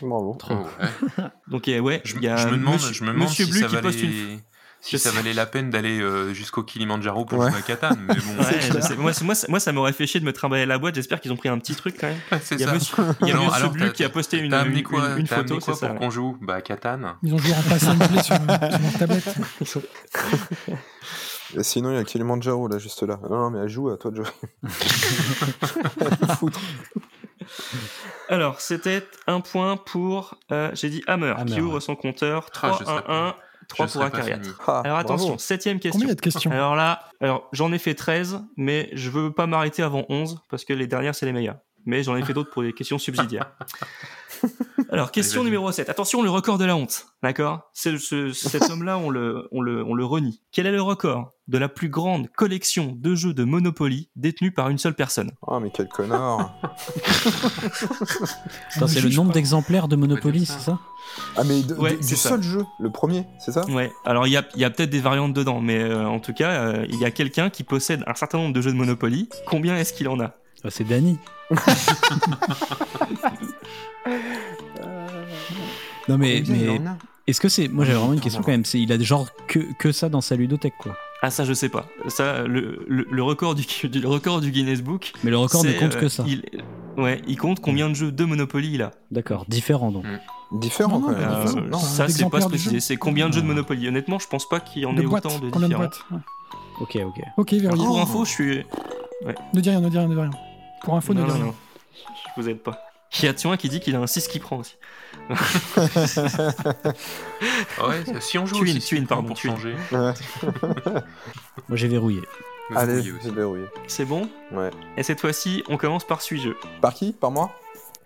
Speaker 8: Bravo.
Speaker 6: Oh, ouais.
Speaker 9: Donc euh, ouais,
Speaker 6: Je,
Speaker 9: il y a
Speaker 6: je me demande,
Speaker 9: monsieur,
Speaker 6: je me demande
Speaker 9: Monsieur
Speaker 6: si,
Speaker 9: Bleu
Speaker 6: ça
Speaker 9: qui poste
Speaker 6: valait,
Speaker 9: une. Je
Speaker 6: si ça
Speaker 9: sais.
Speaker 6: valait la peine d'aller euh, jusqu'au Kilimanjaro pour
Speaker 8: Ouais.
Speaker 6: jouer à Catane. Mais
Speaker 9: [laughs]
Speaker 6: bon,
Speaker 9: Ouais, je sais. Moi, c'est- moi, ça- moi, ça m'aurait fait chier de me trimballer la boîte. J'espère qu'ils ont pris un petit truc quand même.
Speaker 6: [laughs] c'est
Speaker 9: Il y a
Speaker 6: ça.
Speaker 9: Monsieur, il y a
Speaker 6: Non,
Speaker 9: Monsieur
Speaker 6: [laughs] alors,
Speaker 9: Bleu
Speaker 6: t'as-
Speaker 9: qui a posté une,
Speaker 6: T'as amené
Speaker 9: une-
Speaker 6: quoi,
Speaker 9: une
Speaker 6: t'as amené
Speaker 9: photo, c'est
Speaker 6: quoi
Speaker 9: ça.
Speaker 6: pour qu'on joue Bah, Catane.
Speaker 2: Ils ont joué en pass and
Speaker 6: [laughs]
Speaker 2: play sur, sur leur tablette.
Speaker 9: [laughs]
Speaker 8: Et sinon, il y a Kilimanjaro, là, juste là. Non, non, mais elle joue à toi de jouer.
Speaker 9: [laughs]
Speaker 8: [laughs] Foutre.
Speaker 9: [laughs] Alors, c'était un point pour, euh, j'ai dit Hammer,
Speaker 1: Hammer,
Speaker 9: qui
Speaker 1: ouais.
Speaker 9: ouvre son compteur.
Speaker 6: Ah, je
Speaker 9: 3, 1, 1, 3
Speaker 6: Je
Speaker 9: pour
Speaker 6: serais pas
Speaker 9: Acariat.
Speaker 6: fini.
Speaker 8: Ah,
Speaker 9: Alors attention,
Speaker 8: bravo.
Speaker 9: septième question.
Speaker 2: Combien il y a de questions
Speaker 9: Alors là, alors j'en ai fait 13, mais je veux pas m'arrêter avant 11 parce que les dernières c'est les meilleures. Mais j'en ai fait d'autres pour des questions subsidiaires. Alors, question
Speaker 6: Allez, vas-y.
Speaker 9: numéro 7. Attention, le record de la honte. D'accord C'est ce- Cet homme-là, on le, on, le, on le renie. Quel est le record de la plus grande collection de jeux de Monopoly détenue par une seule personne
Speaker 8: Ah, mais quel connard.
Speaker 1: Putain, c'est le
Speaker 2: Juge
Speaker 1: nombre
Speaker 2: pas.
Speaker 1: d'exemplaires de Monopoly,
Speaker 6: Ouais, c'est
Speaker 1: c'est
Speaker 6: ça.
Speaker 1: ça
Speaker 8: Ah, mais de-
Speaker 9: Ouais,
Speaker 8: du-
Speaker 9: c'est
Speaker 8: du
Speaker 9: ça.
Speaker 8: seul jeu, le premier, c'est ça?
Speaker 9: Ouais, alors il y a, il y a peut-être des variantes dedans, mais euh, en tout cas, euh, il y a quelqu'un qui possède un certain nombre de jeux de Monopoly. Combien est-ce qu'il en a
Speaker 1: Ah, C'est Danny.
Speaker 9: Euh,
Speaker 1: non mais, mais est-ce que c'est moi j'avais vraiment une question quand même c'est il a genre que, que ça dans sa ludothèque quoi
Speaker 9: Ah ça je sais pas. Ça le, le, le record du, [laughs] du- le record du Guinness Book.
Speaker 1: mais le record ne
Speaker 9: c'est,
Speaker 1: compte
Speaker 9: euh,
Speaker 1: que ça
Speaker 9: il- ouais, il compte combien de jeux de Monopoly il a.
Speaker 1: d'accord différent donc
Speaker 8: Différent,
Speaker 2: Non,
Speaker 8: quand
Speaker 2: non,
Speaker 8: même.
Speaker 2: mais
Speaker 9: Mm. Euh,
Speaker 2: différent.
Speaker 8: non,
Speaker 9: ça c'est pas
Speaker 2: d'exemplaires de
Speaker 9: spécifié.
Speaker 2: jeux.
Speaker 9: C'est combien de jeux de
Speaker 1: Ah.
Speaker 9: Monopoly. Honnêtement, je pense pas qu'il y en
Speaker 2: De
Speaker 9: ait
Speaker 2: boîtes
Speaker 9: autant de
Speaker 2: Combien de
Speaker 9: différents. Ah,
Speaker 2: boîtes Ouais.
Speaker 1: ok ok
Speaker 2: Ok, verrouillé.
Speaker 9: Pour info, je suis.
Speaker 2: Ne dis rien, ne dis rien, ne dis rien. Pour info, ne
Speaker 9: non,
Speaker 2: dis
Speaker 9: non,
Speaker 2: rien.
Speaker 9: non. Je vous aide pas. Il y a Tuin qui dit qu'il a un 6 qui prend aussi.
Speaker 6: Ah Ouais, si on joue
Speaker 9: Twin,
Speaker 6: aussi,
Speaker 9: twin,
Speaker 6: c'est pour
Speaker 9: pardon, twin.
Speaker 6: changer.
Speaker 8: Ouais.
Speaker 1: [laughs] moi j'ai verrouillé
Speaker 6: Vous
Speaker 8: Allez,
Speaker 6: voyez aussi.
Speaker 8: c'est verrouillé.
Speaker 9: C'est bon.
Speaker 8: Ouais.
Speaker 9: Et cette fois-ci, on commence par suis-je.
Speaker 8: Par qui? Par moi?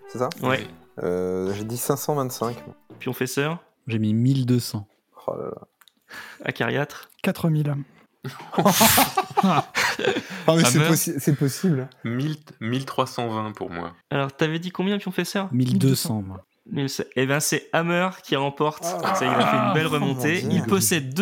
Speaker 8: C'est ça?
Speaker 9: Ouais.
Speaker 8: Euh, j'ai dit 525.
Speaker 9: Puis on fait sœur,
Speaker 1: j'ai mis 1200
Speaker 8: Oh là là.
Speaker 9: acariâtre.
Speaker 8: [laughs]
Speaker 2: 4000.
Speaker 8: Ah, mais
Speaker 9: Ah,
Speaker 8: c'est
Speaker 9: merde.
Speaker 8: possi- c'est possible.
Speaker 6: 1000 1320 pour moi.
Speaker 9: Alors t'avais dit combien puis on fait sœur
Speaker 1: 1200 moi.
Speaker 9: Et ben c'est Hammer qui remporte. Ça, il a fait une belle remontée.
Speaker 12: Ah. Oh mon Dieu.
Speaker 9: Il possède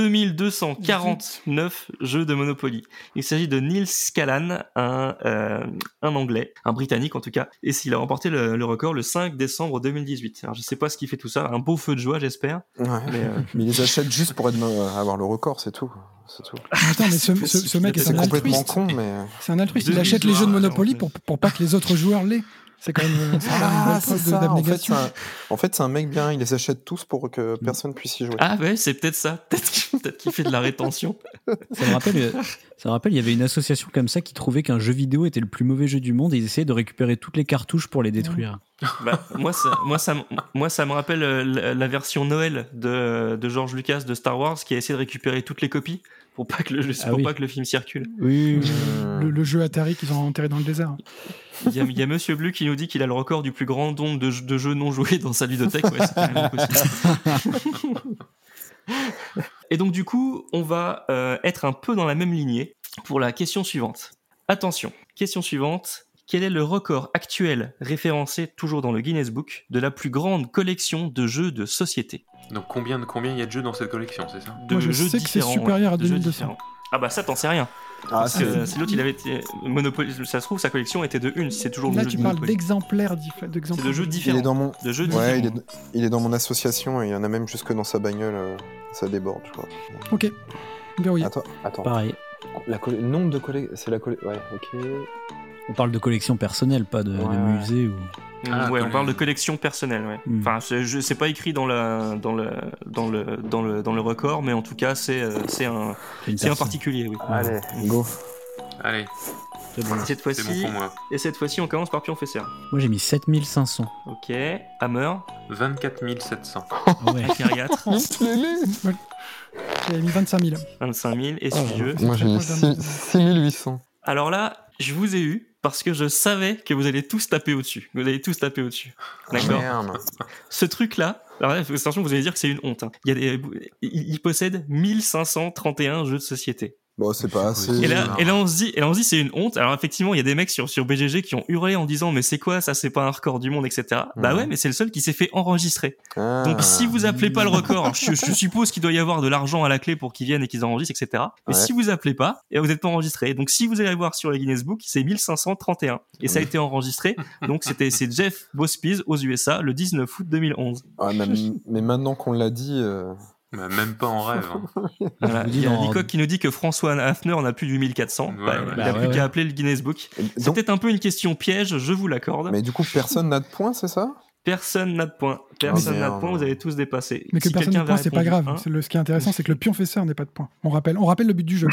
Speaker 9: 2249 jeux de Monopoly. Il s'agit de Neil Scanlan, un, euh, un Anglais, un Britannique en tout cas. Et s'il a remporté le, le record le 5 décembre 2018. Alors je sais pas ce qui fait tout ça. Un beau feu de joie, j'espère.
Speaker 8: Ouais.
Speaker 9: Mais,
Speaker 8: [laughs] Mais,
Speaker 9: euh,
Speaker 8: il les achète juste pour être- euh, avoir le record, c'est tout. C'est tout.
Speaker 2: Attends, mais ce, ce- ce mec est
Speaker 8: C'est
Speaker 2: un
Speaker 8: complètement
Speaker 2: altruiste.
Speaker 8: con, mais. euh,
Speaker 2: C'est un altruiste. Il
Speaker 8: Deux
Speaker 2: achète les jeux de
Speaker 8: victoires,
Speaker 2: Monopoly pour, pour pas que les autres joueurs l'aient. C'est quand même euh, c'est quand même une
Speaker 8: Ah,
Speaker 2: belle
Speaker 8: c'est ça. En
Speaker 2: preuve de-
Speaker 8: fait, c'est
Speaker 2: d'abnégation.
Speaker 8: un... en fait, c'est un mec bien. Il les achète tous pour que personne puisse y jouer.
Speaker 9: Mm. Ah ouais, c'est peut-être ça. Peut-être qu'il peut-être qu'il fait de la rétention.
Speaker 1: Ça me rappelle, euh, [laughs] ça me rappelle, il y avait une association comme ça qui trouvait qu'un jeu vidéo était le plus mauvais jeu du monde et ils essayaient de récupérer toutes les cartouches pour les détruire.
Speaker 9: Bah, moi, ça, moi, ça, m- moi, ça me rappelle euh, la, la version Noël de, de George Lucas de Star Wars qui a essayé de récupérer toutes les copies pour pas que le, jeu-
Speaker 2: Ah
Speaker 9: pour
Speaker 2: oui.
Speaker 9: pas que le film circule.
Speaker 1: Oui,
Speaker 2: le, le jeu Atari qu'ils ont enterré dans le désert.
Speaker 9: Il y, a- il y a Monsieur Blue qui nous dit qu'il a le record du plus grand nombre de, jeux- de jeux non joués dans sa ludothèque. Ouais, c'est carrément possible. Et donc, du coup, on va euh, être un peu dans la même lignée pour la question suivante. Attention, question suivante. Quel est le record actuel référencé toujours dans le Guinness Book de la plus grande collection de jeux de société
Speaker 6: Donc combien de combien il y a de jeux dans cette collection, c'est ça
Speaker 9: De
Speaker 2: Moi, je
Speaker 9: jeux
Speaker 2: sais que c'est
Speaker 9: différents, ouais,
Speaker 2: supérieur à
Speaker 9: de jeux
Speaker 2: 2200.
Speaker 9: différents. Ah bah ça, t'en sais rien.
Speaker 8: Ah,
Speaker 9: Parce
Speaker 2: c'est-
Speaker 9: que si l'autre il avait été Monopoly, ça se trouve sa collection était de une, c'est toujours le
Speaker 2: Là,
Speaker 9: jeu
Speaker 2: tu
Speaker 9: de
Speaker 2: parles
Speaker 9: Monopoly.
Speaker 2: d'exemplaires dif-
Speaker 9: C'est
Speaker 2: d'exemplaires.
Speaker 9: de jeux différents.
Speaker 8: Il est dans mon.
Speaker 9: De jeux
Speaker 8: ouais, il
Speaker 9: différents.
Speaker 8: est, il est dans mon association et il y en a même jusque dans sa bagnole. euh, Ça déborde, je crois.
Speaker 2: Ok. Verrouillé.
Speaker 8: Attends, Ah, attends.
Speaker 1: Pareil.
Speaker 8: La colle- nombre de collègues, c'est la collègue. Ouais, ok.
Speaker 1: On parle de collection personnelle, pas de, de musée ou.
Speaker 9: Mm,
Speaker 6: Ah,
Speaker 9: ouais, on parle de collection personnelle. Ouais.
Speaker 1: Mm.
Speaker 9: Enfin, c'est je- c'est pas écrit dans, la, dans, le, dans, le, dans, le, dans le record, mais en tout cas, c'est euh, c'est un,
Speaker 1: Une
Speaker 9: c'est un
Speaker 1: personne.
Speaker 9: particulier. Oui.
Speaker 8: Allez, go.
Speaker 6: Allez.
Speaker 1: C'est bon.
Speaker 9: Cette
Speaker 6: C'est bon
Speaker 9: fois-ci,
Speaker 6: pour moi.
Speaker 9: et cette fois-ci, on commence par Pion Fesseur.
Speaker 1: Moi j'ai mis 7500.
Speaker 9: Ok, Hammer.
Speaker 6: 24 700.
Speaker 1: Ah ouais. [laughs]
Speaker 9: Acariâtre,
Speaker 8: [laughs]
Speaker 2: J'avais mis 25 000.
Speaker 9: 25 000, espieux.
Speaker 8: Moi j'ai mis
Speaker 2: Prochaine.
Speaker 8: 6800.
Speaker 9: Alors là, je vous ai eu parce que je savais que vous allez tous taper au-dessus. Vous allez tous taper au-dessus. D'accord
Speaker 8: Merde.
Speaker 9: Ce truc-là, alors là, attention, vous allez dire que c'est une honte. hein. Il, y a des- il- il possède 1531 jeux de société.
Speaker 8: Bon, c'est pas assez.
Speaker 9: Et là, et là, on se dit, et là, on se dit, c'est une honte. Alors effectivement, il y a des mecs sur, sur BGG qui ont hurlé en disant, mais c'est quoi ça, c'est pas un record du monde, etc. Bah
Speaker 8: Ouais.
Speaker 9: ouais, mais c'est le seul qui s'est fait enregistrer.
Speaker 8: Ah.
Speaker 9: Donc si vous appelez pas le record, je, je suppose qu'il doit y avoir de l'argent à la clé pour qu'ils viennent et qu'ils enregistrent, etc. Mais
Speaker 8: Ouais.
Speaker 9: si vous appelez pas, eh, vous n'êtes pas enregistré. Donc si vous allez voir sur la Guinness Book, c'est 1531. Et ça a
Speaker 8: Oui.
Speaker 9: été enregistré. Donc c'était, c'est Jeff Bospies aux USA le 19 août 2011.
Speaker 8: Ah, mais, mais maintenant qu'on l'a dit. euh,
Speaker 6: Bah, même pas en rêve. hein.
Speaker 1: [laughs]
Speaker 9: Voilà.
Speaker 1: vous dis
Speaker 9: Il y a
Speaker 1: dans-
Speaker 9: Nicoc qui nous dit que François Hafner en a plus du 1400.
Speaker 6: Ouais,
Speaker 9: Bah,
Speaker 6: ouais.
Speaker 9: Il n'a
Speaker 1: Bah,
Speaker 9: plus
Speaker 1: ouais,
Speaker 9: qu'à
Speaker 1: ouais.
Speaker 9: appeler le Guinness Book. C'est
Speaker 8: donc-
Speaker 9: peut-être un peu une question piège, je vous l'accorde.
Speaker 8: Mais du coup, personne n'a de points, c'est ça
Speaker 9: Personne n'a de point. Personne
Speaker 8: Oh,
Speaker 9: n'a de
Speaker 8: merde.
Speaker 1: euh,
Speaker 9: point, vous avez tous dépassé.
Speaker 2: Mais que
Speaker 9: Si
Speaker 2: personne
Speaker 9: quelqu'un hein.
Speaker 2: ne point,
Speaker 9: avait
Speaker 2: c'est pas
Speaker 9: répondu
Speaker 2: grave.
Speaker 9: un,
Speaker 2: C'est Le, ce qui est intéressant, c'est que le pion fesseur n'est pas de points. On rappelle, on rappelle le but du
Speaker 8: [laughs]
Speaker 2: jeu.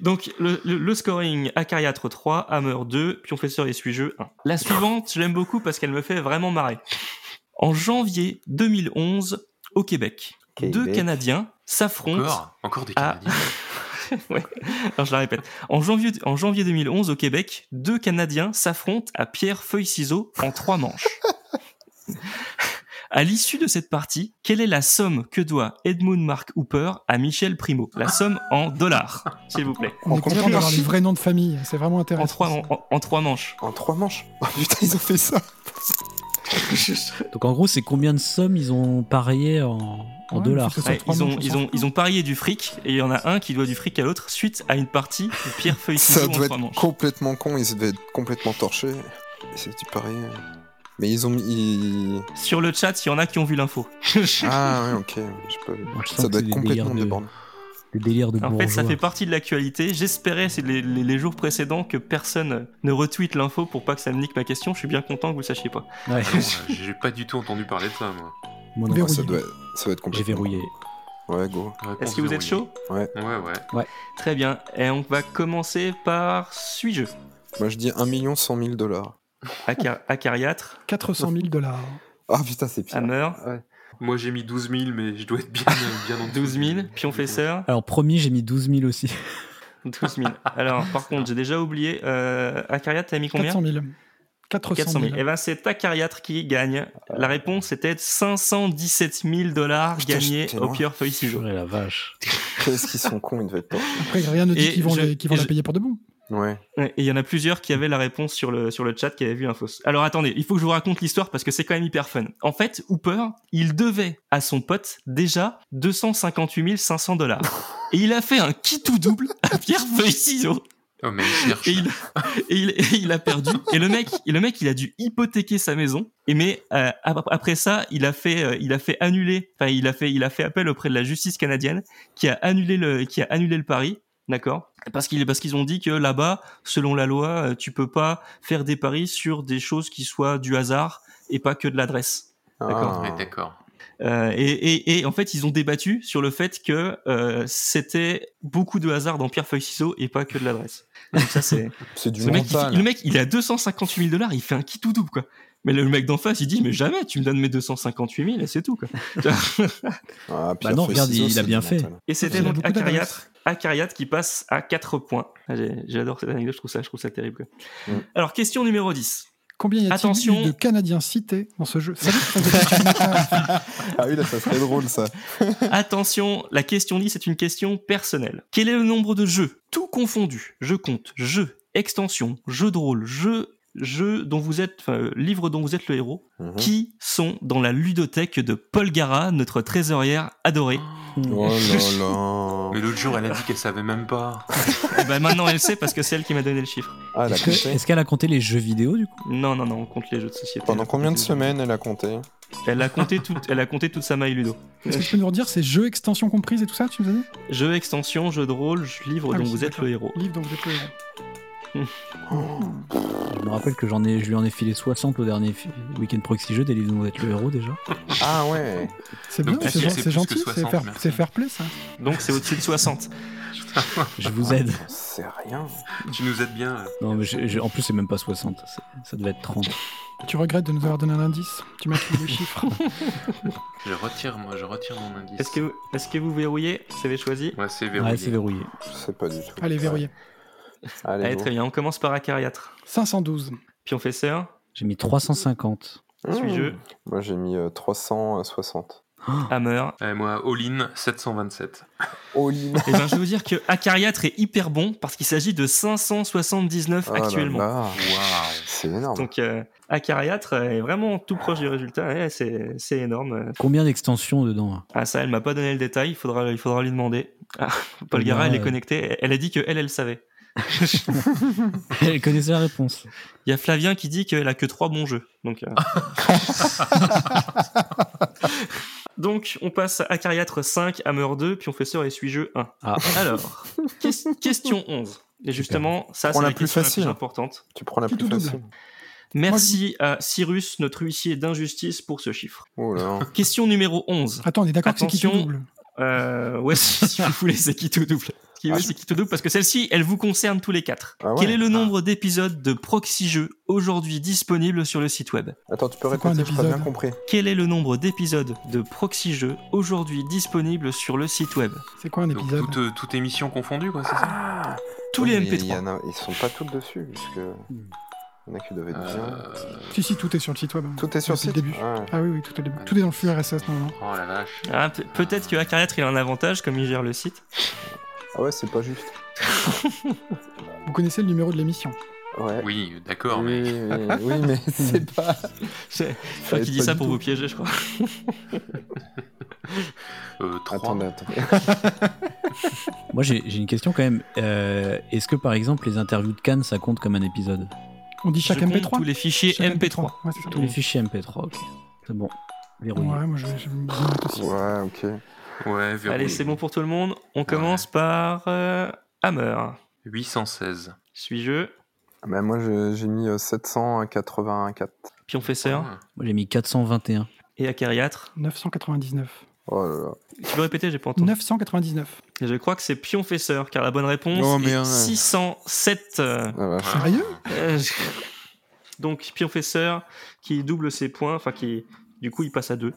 Speaker 9: Donc, le, le- le scoring Acariatre 3, Hammer 2, Pionfesseur et Suis-Jeu 1. La suivante, je l'aime beaucoup parce qu'elle me fait vraiment marrer. En janvier 2011, au Québec, deux
Speaker 11: Québec.
Speaker 9: Canadiens s'affrontent.
Speaker 6: Encore, encore des
Speaker 9: à- [laughs]
Speaker 6: Canadiens.
Speaker 9: Ouais. Alors, je la répète. En janvier, en janvier 2011, au Québec, deux Canadiens s'affrontent à pierre, feuille, ciseaux en trois manches. À l'issue de cette partie, quelle est la somme que doit Edmund Mark Hooper à Michel Primo La somme en dollars, s'il vous plaît.
Speaker 2: On
Speaker 8: En combien
Speaker 2: est content
Speaker 8: de
Speaker 2: d'avoir
Speaker 8: manches
Speaker 2: les vrais noms de famille. C'est vraiment
Speaker 9: En
Speaker 2: intéressant.
Speaker 9: trois, en, en- en trois manches.
Speaker 8: En trois manches. [laughs] Oh putain, ils ont fait ça.
Speaker 9: [laughs]
Speaker 1: Donc en gros, c'est combien de sommes ils ont parié en, en
Speaker 2: Ouais,
Speaker 1: dollars
Speaker 2: c'est
Speaker 1: quoi.
Speaker 2: ça.
Speaker 9: Ouais,
Speaker 2: trois
Speaker 9: ils, ont,
Speaker 2: manches, on
Speaker 9: ils,
Speaker 2: s'en
Speaker 9: ont, ils ont parié du fric et il y en a un qui doit du fric à l'autre suite à une partie de pierre feuille
Speaker 8: Ça
Speaker 9: ciseaux en
Speaker 8: doit
Speaker 9: trois
Speaker 8: être
Speaker 9: manches.
Speaker 8: complètement con, ils devaient être complètement torchés. Et C'est du pari. euh. Mais ils ont mis. ils-
Speaker 9: Sur le chat, il y en a qui ont vu l'info.
Speaker 8: Ah ouais, ok. je peux-
Speaker 1: Moi, je sens
Speaker 8: Ça
Speaker 1: que
Speaker 8: doit
Speaker 1: c'est
Speaker 8: être
Speaker 1: des délires
Speaker 8: complètement
Speaker 1: de-
Speaker 8: débordé.
Speaker 1: Des délires
Speaker 9: [laughs]
Speaker 1: de
Speaker 9: en fait,
Speaker 1: bourgeois.
Speaker 9: ça fait partie de l'actualité. J'espérais c'est les, les- les jours précédents que personne ne retweete l'info pour pas que ça me nique ma question. Je suis bien content que vous le sachiez pas.
Speaker 1: Ouais.
Speaker 6: Non, euh, j'ai pas du tout entendu parler de ça, moi.
Speaker 1: Moi non
Speaker 8: Ouais,
Speaker 1: plus,
Speaker 8: ça,
Speaker 2: Verrouillé.
Speaker 8: doit être... ça doit être
Speaker 1: J'ai
Speaker 8: complètement.
Speaker 1: verrouillé.
Speaker 8: Ouais, go.
Speaker 6: Réponse
Speaker 9: Est-ce que vous êtes
Speaker 6: verrouillée.
Speaker 9: chaud
Speaker 6: Ouais, ouais.
Speaker 9: Très bien. Et on va commencer par suis-je
Speaker 8: Moi je dis 1 100 000 dollars.
Speaker 9: Acar- Acariâtre,
Speaker 2: 400 000 dollars.
Speaker 8: Ah putain, c'est pire.
Speaker 9: Hammer,
Speaker 6: Moi j'ai mis 12 000, mais je dois être bien,
Speaker 9: [laughs]
Speaker 6: bien en dessous.
Speaker 9: 12 000, Pionfesseur,
Speaker 1: Alors promis, j'ai mis 12 000 aussi. [laughs]
Speaker 9: 12
Speaker 6: [laughs]
Speaker 9: 000. Alors, par contre, j'ai déjà oublié. Euh, Acariâtre, t'as mis combien
Speaker 2: 400 000. 400
Speaker 9: 400
Speaker 2: 000.
Speaker 9: 000. Eh ben, c'est Acariâtre qui gagne. La réponse était 517 000 dollars
Speaker 8: Putain,
Speaker 9: gagnés
Speaker 8: j'étais
Speaker 9: au
Speaker 8: loin.
Speaker 9: pierre feuille ciseaux.
Speaker 1: la vache.
Speaker 8: Qu'est-ce qu'ils sont cons, ils devaient être torchés.
Speaker 9: [laughs]
Speaker 2: Après, rien ne dit
Speaker 9: Et
Speaker 2: qu'ils vont,
Speaker 9: je-
Speaker 2: les- qu'ils vont
Speaker 9: et
Speaker 2: la
Speaker 9: je-
Speaker 2: payer pour de bon.
Speaker 8: Ouais.
Speaker 9: Ouais, Et il y en a plusieurs qui avaient la réponse sur le, sur le chat qui avaient vu un fausse. Alors attendez, il faut que je vous raconte l'histoire parce que c'est quand même hyper fun. En fait, Hooper, il devait à son pote déjà 258 500 dollars. Et il a fait un qui tout double à Pierre Feuille Ciseaux.
Speaker 6: Oh, mais il cherche.
Speaker 9: Et il, et il, et il a perdu. Et le mec, et le mec, il a dû hypothéquer sa maison. Et mais euh, ap- après ça, il a fait, euh, il a fait annuler. Enfin, il a fait, il a fait appel auprès de la justice canadienne, qui a annulé le, qui a annulé le pari. D'accord. Parce qu'ils parce qu'ils ont dit que là-bas, selon la loi, euh, tu peux pas faire des paris sur des choses qui soient du hasard et pas que de l'adresse.
Speaker 8: Ah.
Speaker 9: D'accord.
Speaker 6: Ouais, D'accord.
Speaker 9: Euh, et, et, et en fait, ils ont débattu sur le fait que euh, c'était beaucoup de hasard dans pierre feuille ciseaux et pas que de l'adresse. Donc ça c'est
Speaker 8: C'est [laughs] du
Speaker 9: le mec, il,
Speaker 8: mental.
Speaker 9: fait- le mec, il est à 258 000 dollars, il fait un qui tout double quoi. Mais le mec d'en face, il dit mais jamais, tu me donnes mes 258 000 et c'est
Speaker 8: [laughs]
Speaker 9: tout quoi.
Speaker 8: Ah,
Speaker 1: Bah non, regarde, il- il a bien fait.
Speaker 9: Et c'était
Speaker 2: Il y a
Speaker 9: donc
Speaker 2: beaucoup
Speaker 9: Acariat,
Speaker 2: d'adresses.
Speaker 9: Acariat qui passe à 4 points. Ah, j'ai- J'adore cette anecdote, je trouve ça, je trouve ça terrible. quoi.
Speaker 8: Mm.
Speaker 9: Alors question numéro 10.
Speaker 2: Combien y a-t-il
Speaker 9: Attention.
Speaker 2: eu de Canadiens cités dans ce jeu
Speaker 9: [laughs]
Speaker 2: Salut, ça me fait plaisir.
Speaker 8: Ah oui, là, ça serait drôle, ça.
Speaker 9: Attention, la question 10 c'est une question personnelle. Quel est le nombre de jeux Tout confondu. Je compte. Jeux, extensions, jeux de rôle, jeux, jeux dont vous êtes, enfin, euh, livres dont vous êtes le héros,
Speaker 8: Mhm.
Speaker 9: qui sont dans la ludothèque de Paul Gara, notre trésorière adorée.
Speaker 8: Oh là là.
Speaker 6: Mais l'autre jour, elle a dit qu'elle savait même
Speaker 9: [laughs]
Speaker 6: pas.
Speaker 9: Et ben maintenant elle sait parce que c'est elle qui m'a donné le chiffre.
Speaker 8: Ah, elle a
Speaker 1: Est-ce que-
Speaker 8: compté.
Speaker 1: est-ce qu'elle a compté les jeux vidéo du coup
Speaker 9: Non, non, non, on compte les jeux de société.
Speaker 8: Pendant combien de semaines elle a compté
Speaker 9: Elle a compté toute, elle a compté toute sa maille ludo.
Speaker 2: Est-ce que tu peux nous redire ces jeux extensions comprises et tout ça, tu nous as dit
Speaker 9: Jeux, extensions, jeux de rôle, livres
Speaker 2: Ah
Speaker 9: dont
Speaker 2: oui,
Speaker 9: vous êtes
Speaker 2: d'accord.
Speaker 9: le héros.
Speaker 2: Livre dont vous êtes le héros.
Speaker 9: [laughs]
Speaker 2: Oh.
Speaker 1: Je me rappelle que j'en ai, je lui en ai filé 60 au dernier fi- week-end proxy jeu des livres dont vous êtes le héros déjà.
Speaker 8: Ah ouais.
Speaker 2: C'est
Speaker 6: Donc,
Speaker 2: bien,
Speaker 6: tu
Speaker 2: c'est
Speaker 6: sais,
Speaker 2: gen-
Speaker 6: c'est
Speaker 2: c'est
Speaker 6: plus que
Speaker 2: gentil, c'est
Speaker 6: 60,
Speaker 2: fair,
Speaker 6: merci.
Speaker 2: c'est fair play ça.
Speaker 9: Donc c'est au-dessus de 60.
Speaker 1: Je vous aide.
Speaker 8: C'est rien.
Speaker 6: Tu nous aides bien. euh. là.
Speaker 1: [laughs] Non, mais je- je- en plus, c'est même pas 60, c'est- ça devait être 30.
Speaker 2: Tu regrettes de nous avoir donné un indice Tu m'as
Speaker 9: [laughs]
Speaker 2: trouvé des chiffres.
Speaker 6: Je retire, moi, je retire mon indice.
Speaker 9: Est-ce que, vous- est-ce que vous verrouillez Vous avez choisi
Speaker 6: Ouais, c'est verrouillé.
Speaker 1: Ouais, c'est verrouillé.
Speaker 8: Je sais pas du tout.
Speaker 2: Allez, verrouillé.
Speaker 8: Allez,
Speaker 9: Allez,
Speaker 8: go.
Speaker 9: très bien, on commence par Acariatre.
Speaker 2: 512.
Speaker 9: Puis on fait ça.
Speaker 1: J'ai mis 350.
Speaker 9: Suis-je
Speaker 8: Moi, j'ai mis euh, 360.
Speaker 9: Hammer.
Speaker 6: Ouais, Eh, moi, all-in 727.
Speaker 8: Oh, Lina.
Speaker 9: Et ben, je vais vous dire que Acariatre est hyper bon parce qu'il s'agit de 579
Speaker 8: Ah là
Speaker 9: actuellement.
Speaker 8: là.
Speaker 6: Waouh.
Speaker 8: C'est énorme.
Speaker 9: Donc, euh, Acariatre est vraiment tout proche du résultat. Ouais, c'est, c'est énorme.
Speaker 1: Combien d'extensions dedans hein
Speaker 9: Ah, ça, elle m'a pas donné le détail. Il faudra, il faudra lui demander. Ah, [laughs] Paul
Speaker 1: Eh bien,
Speaker 9: Gara, elle est
Speaker 1: euh,
Speaker 9: connectée. Elle a dit que elle, elle savait.
Speaker 1: [laughs] Elle connaissait la réponse.
Speaker 9: Il y a Flavien qui dit qu'elle a que trois bons jeux. Donc,
Speaker 1: [laughs]
Speaker 9: euh. donc on passe à Acariatre 5, Hammer 2, puis on fait Sœur et Suis-Jeu 1.
Speaker 1: Ah.
Speaker 9: Alors, ques- question 11. Et justement, ça,
Speaker 8: Prends
Speaker 9: c'est
Speaker 8: la
Speaker 9: la,
Speaker 8: plus
Speaker 9: question
Speaker 8: facile.
Speaker 9: la plus importante.
Speaker 8: Tu prends la
Speaker 2: Qui
Speaker 8: plus
Speaker 2: double.
Speaker 8: facile.
Speaker 9: Merci à Cyrus, notre huissier d'injustice, pour ce chiffre.
Speaker 8: Oh là.
Speaker 9: Question numéro 11.
Speaker 2: Attends, on est d'accord que c'est qui tout
Speaker 9: Attention.
Speaker 2: double
Speaker 9: Euh, ouais, [laughs] si, si vous voulez, c'est qui tout double. Ce qui- ouais, c'est qui tout double parce que celle-ci, elle vous concerne tous les quatre.
Speaker 8: Ah ouais.
Speaker 9: Quel est le nombre d'épisodes de Proxy Jeux aujourd'hui disponibles sur le site web
Speaker 8: Attends, tu peux
Speaker 2: C'est quoi
Speaker 8: répéter,
Speaker 2: un
Speaker 8: j'ai pas bien
Speaker 2: épisode
Speaker 8: compris.
Speaker 9: Quel est le nombre d'épisodes de Proxy Jeux aujourd'hui disponibles sur le site web
Speaker 2: C'est quoi un
Speaker 6: Donc,
Speaker 2: épisode
Speaker 6: toute, euh, toute émission confondue, quoi, c'est ça
Speaker 9: Ah, Tous
Speaker 8: Oui,
Speaker 9: les
Speaker 8: mais il y
Speaker 9: MP3.
Speaker 8: en a- Ils sont pas tous dessus, puisque. Il y en a qui doivent être bien.
Speaker 6: Euh,
Speaker 2: Si, si, tout est sur le site web.
Speaker 8: Tout est sur
Speaker 2: depuis
Speaker 8: site
Speaker 2: le début.
Speaker 8: Ouais.
Speaker 2: Ah oui, oui, tout est, début. tout est dans le flux RSS normalement.
Speaker 6: Oh la vache.
Speaker 9: Ah, pe- Peut-être que Acariatre il a un avantage comme il gère le site.
Speaker 8: Ah ouais, c'est pas juste.
Speaker 2: Vous connaissez le numéro de l'émission
Speaker 8: Ouais.
Speaker 6: Oui, d'accord, mais.
Speaker 8: oui,
Speaker 6: [laughs]
Speaker 8: oui, oui,
Speaker 2: [laughs]
Speaker 8: mais c'est pas.
Speaker 9: C'est
Speaker 8: Je
Speaker 9: toi qui dis ça pour vous piéger, je crois.
Speaker 6: Euh, 3.
Speaker 8: Attendez, attends.
Speaker 1: Moi, j'ai j'ai une question quand même. Euh, Est-ce que par exemple, les interviews de Cannes, ça compte comme un épisode
Speaker 2: On dit chaque
Speaker 9: Je compte
Speaker 2: MP3
Speaker 9: Tous les fichiers
Speaker 2: Chaque
Speaker 9: MP3.
Speaker 2: Ouais, c'est ça.
Speaker 1: Tous les fichiers MP3, ok. C'est bon. Verrouillé.
Speaker 2: Ouais, moi je je me note aussi.
Speaker 8: Ouais, ok.
Speaker 6: Ouais, verrouillé.
Speaker 9: Allez, c'est bon pour tout le monde. On commence par euh, Hammer.
Speaker 6: 816.
Speaker 9: Suis-je
Speaker 8: Bah, moi, je- j'ai mis euh, 784.
Speaker 9: Puis on fait ça.
Speaker 6: Ah.
Speaker 1: Moi, j'ai mis 421.
Speaker 9: Et Acariatre.
Speaker 2: 999.
Speaker 8: Oh là là.
Speaker 9: Tu peux répéter, j'ai pas entendu.
Speaker 2: 999.
Speaker 9: Et Je crois que c'est Pion Fesseur, car la bonne réponse
Speaker 8: Oh, mais,
Speaker 9: est
Speaker 8: hein.
Speaker 9: 607. euh,
Speaker 8: Ah, vache.
Speaker 2: Sérieux
Speaker 9: Euh, je- [laughs] Donc Pionfesseur qui double ses points, enfin qui du coup il passe à deux.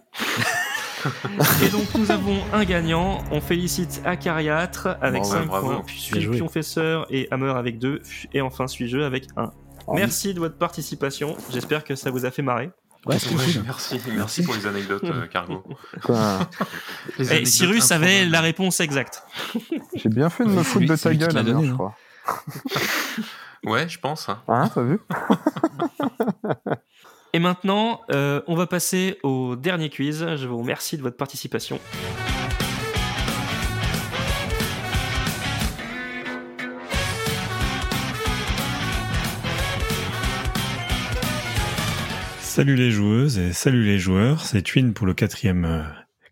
Speaker 9: et donc nous avons un gagnant, on félicite Acariatre avec
Speaker 8: bah,
Speaker 6: Bravo,
Speaker 9: 5
Speaker 6: bravo.
Speaker 9: points, puis
Speaker 1: Bien
Speaker 9: suis
Speaker 1: joué.
Speaker 9: Pionfesseur et Hammer avec 2, et enfin suis-je avec 1.
Speaker 8: Oh,
Speaker 9: Merci de votre participation, j'espère que ça vous a fait marrer.
Speaker 1: Ouais, c'était
Speaker 6: Ouais,
Speaker 1: cool.
Speaker 6: [laughs] merci, merci pour les anecdotes, euh,
Speaker 9: [laughs]
Speaker 6: Cargo.
Speaker 8: putain.
Speaker 6: Les
Speaker 9: Et
Speaker 6: anecdotes
Speaker 9: Eh, Cyrus avait
Speaker 6: improbables.
Speaker 9: la réponse exacte.
Speaker 8: J'ai bien fait de me
Speaker 1: C'est
Speaker 8: foutre
Speaker 1: lui-
Speaker 8: de
Speaker 1: c'est
Speaker 8: ta
Speaker 1: lui qui
Speaker 8: gueule,
Speaker 1: l'a
Speaker 8: Amir,
Speaker 1: donné,
Speaker 8: je
Speaker 1: hein.
Speaker 8: crois.
Speaker 6: Ouais, je pense. hein.
Speaker 8: Hein, t'as vu
Speaker 9: Et maintenant, euh, on va passer au dernier quiz. Je vous remercie de votre participation.
Speaker 5: [laughs] Salut les joueuses et salut les joueurs, c'est Twin pour le quatrième euh,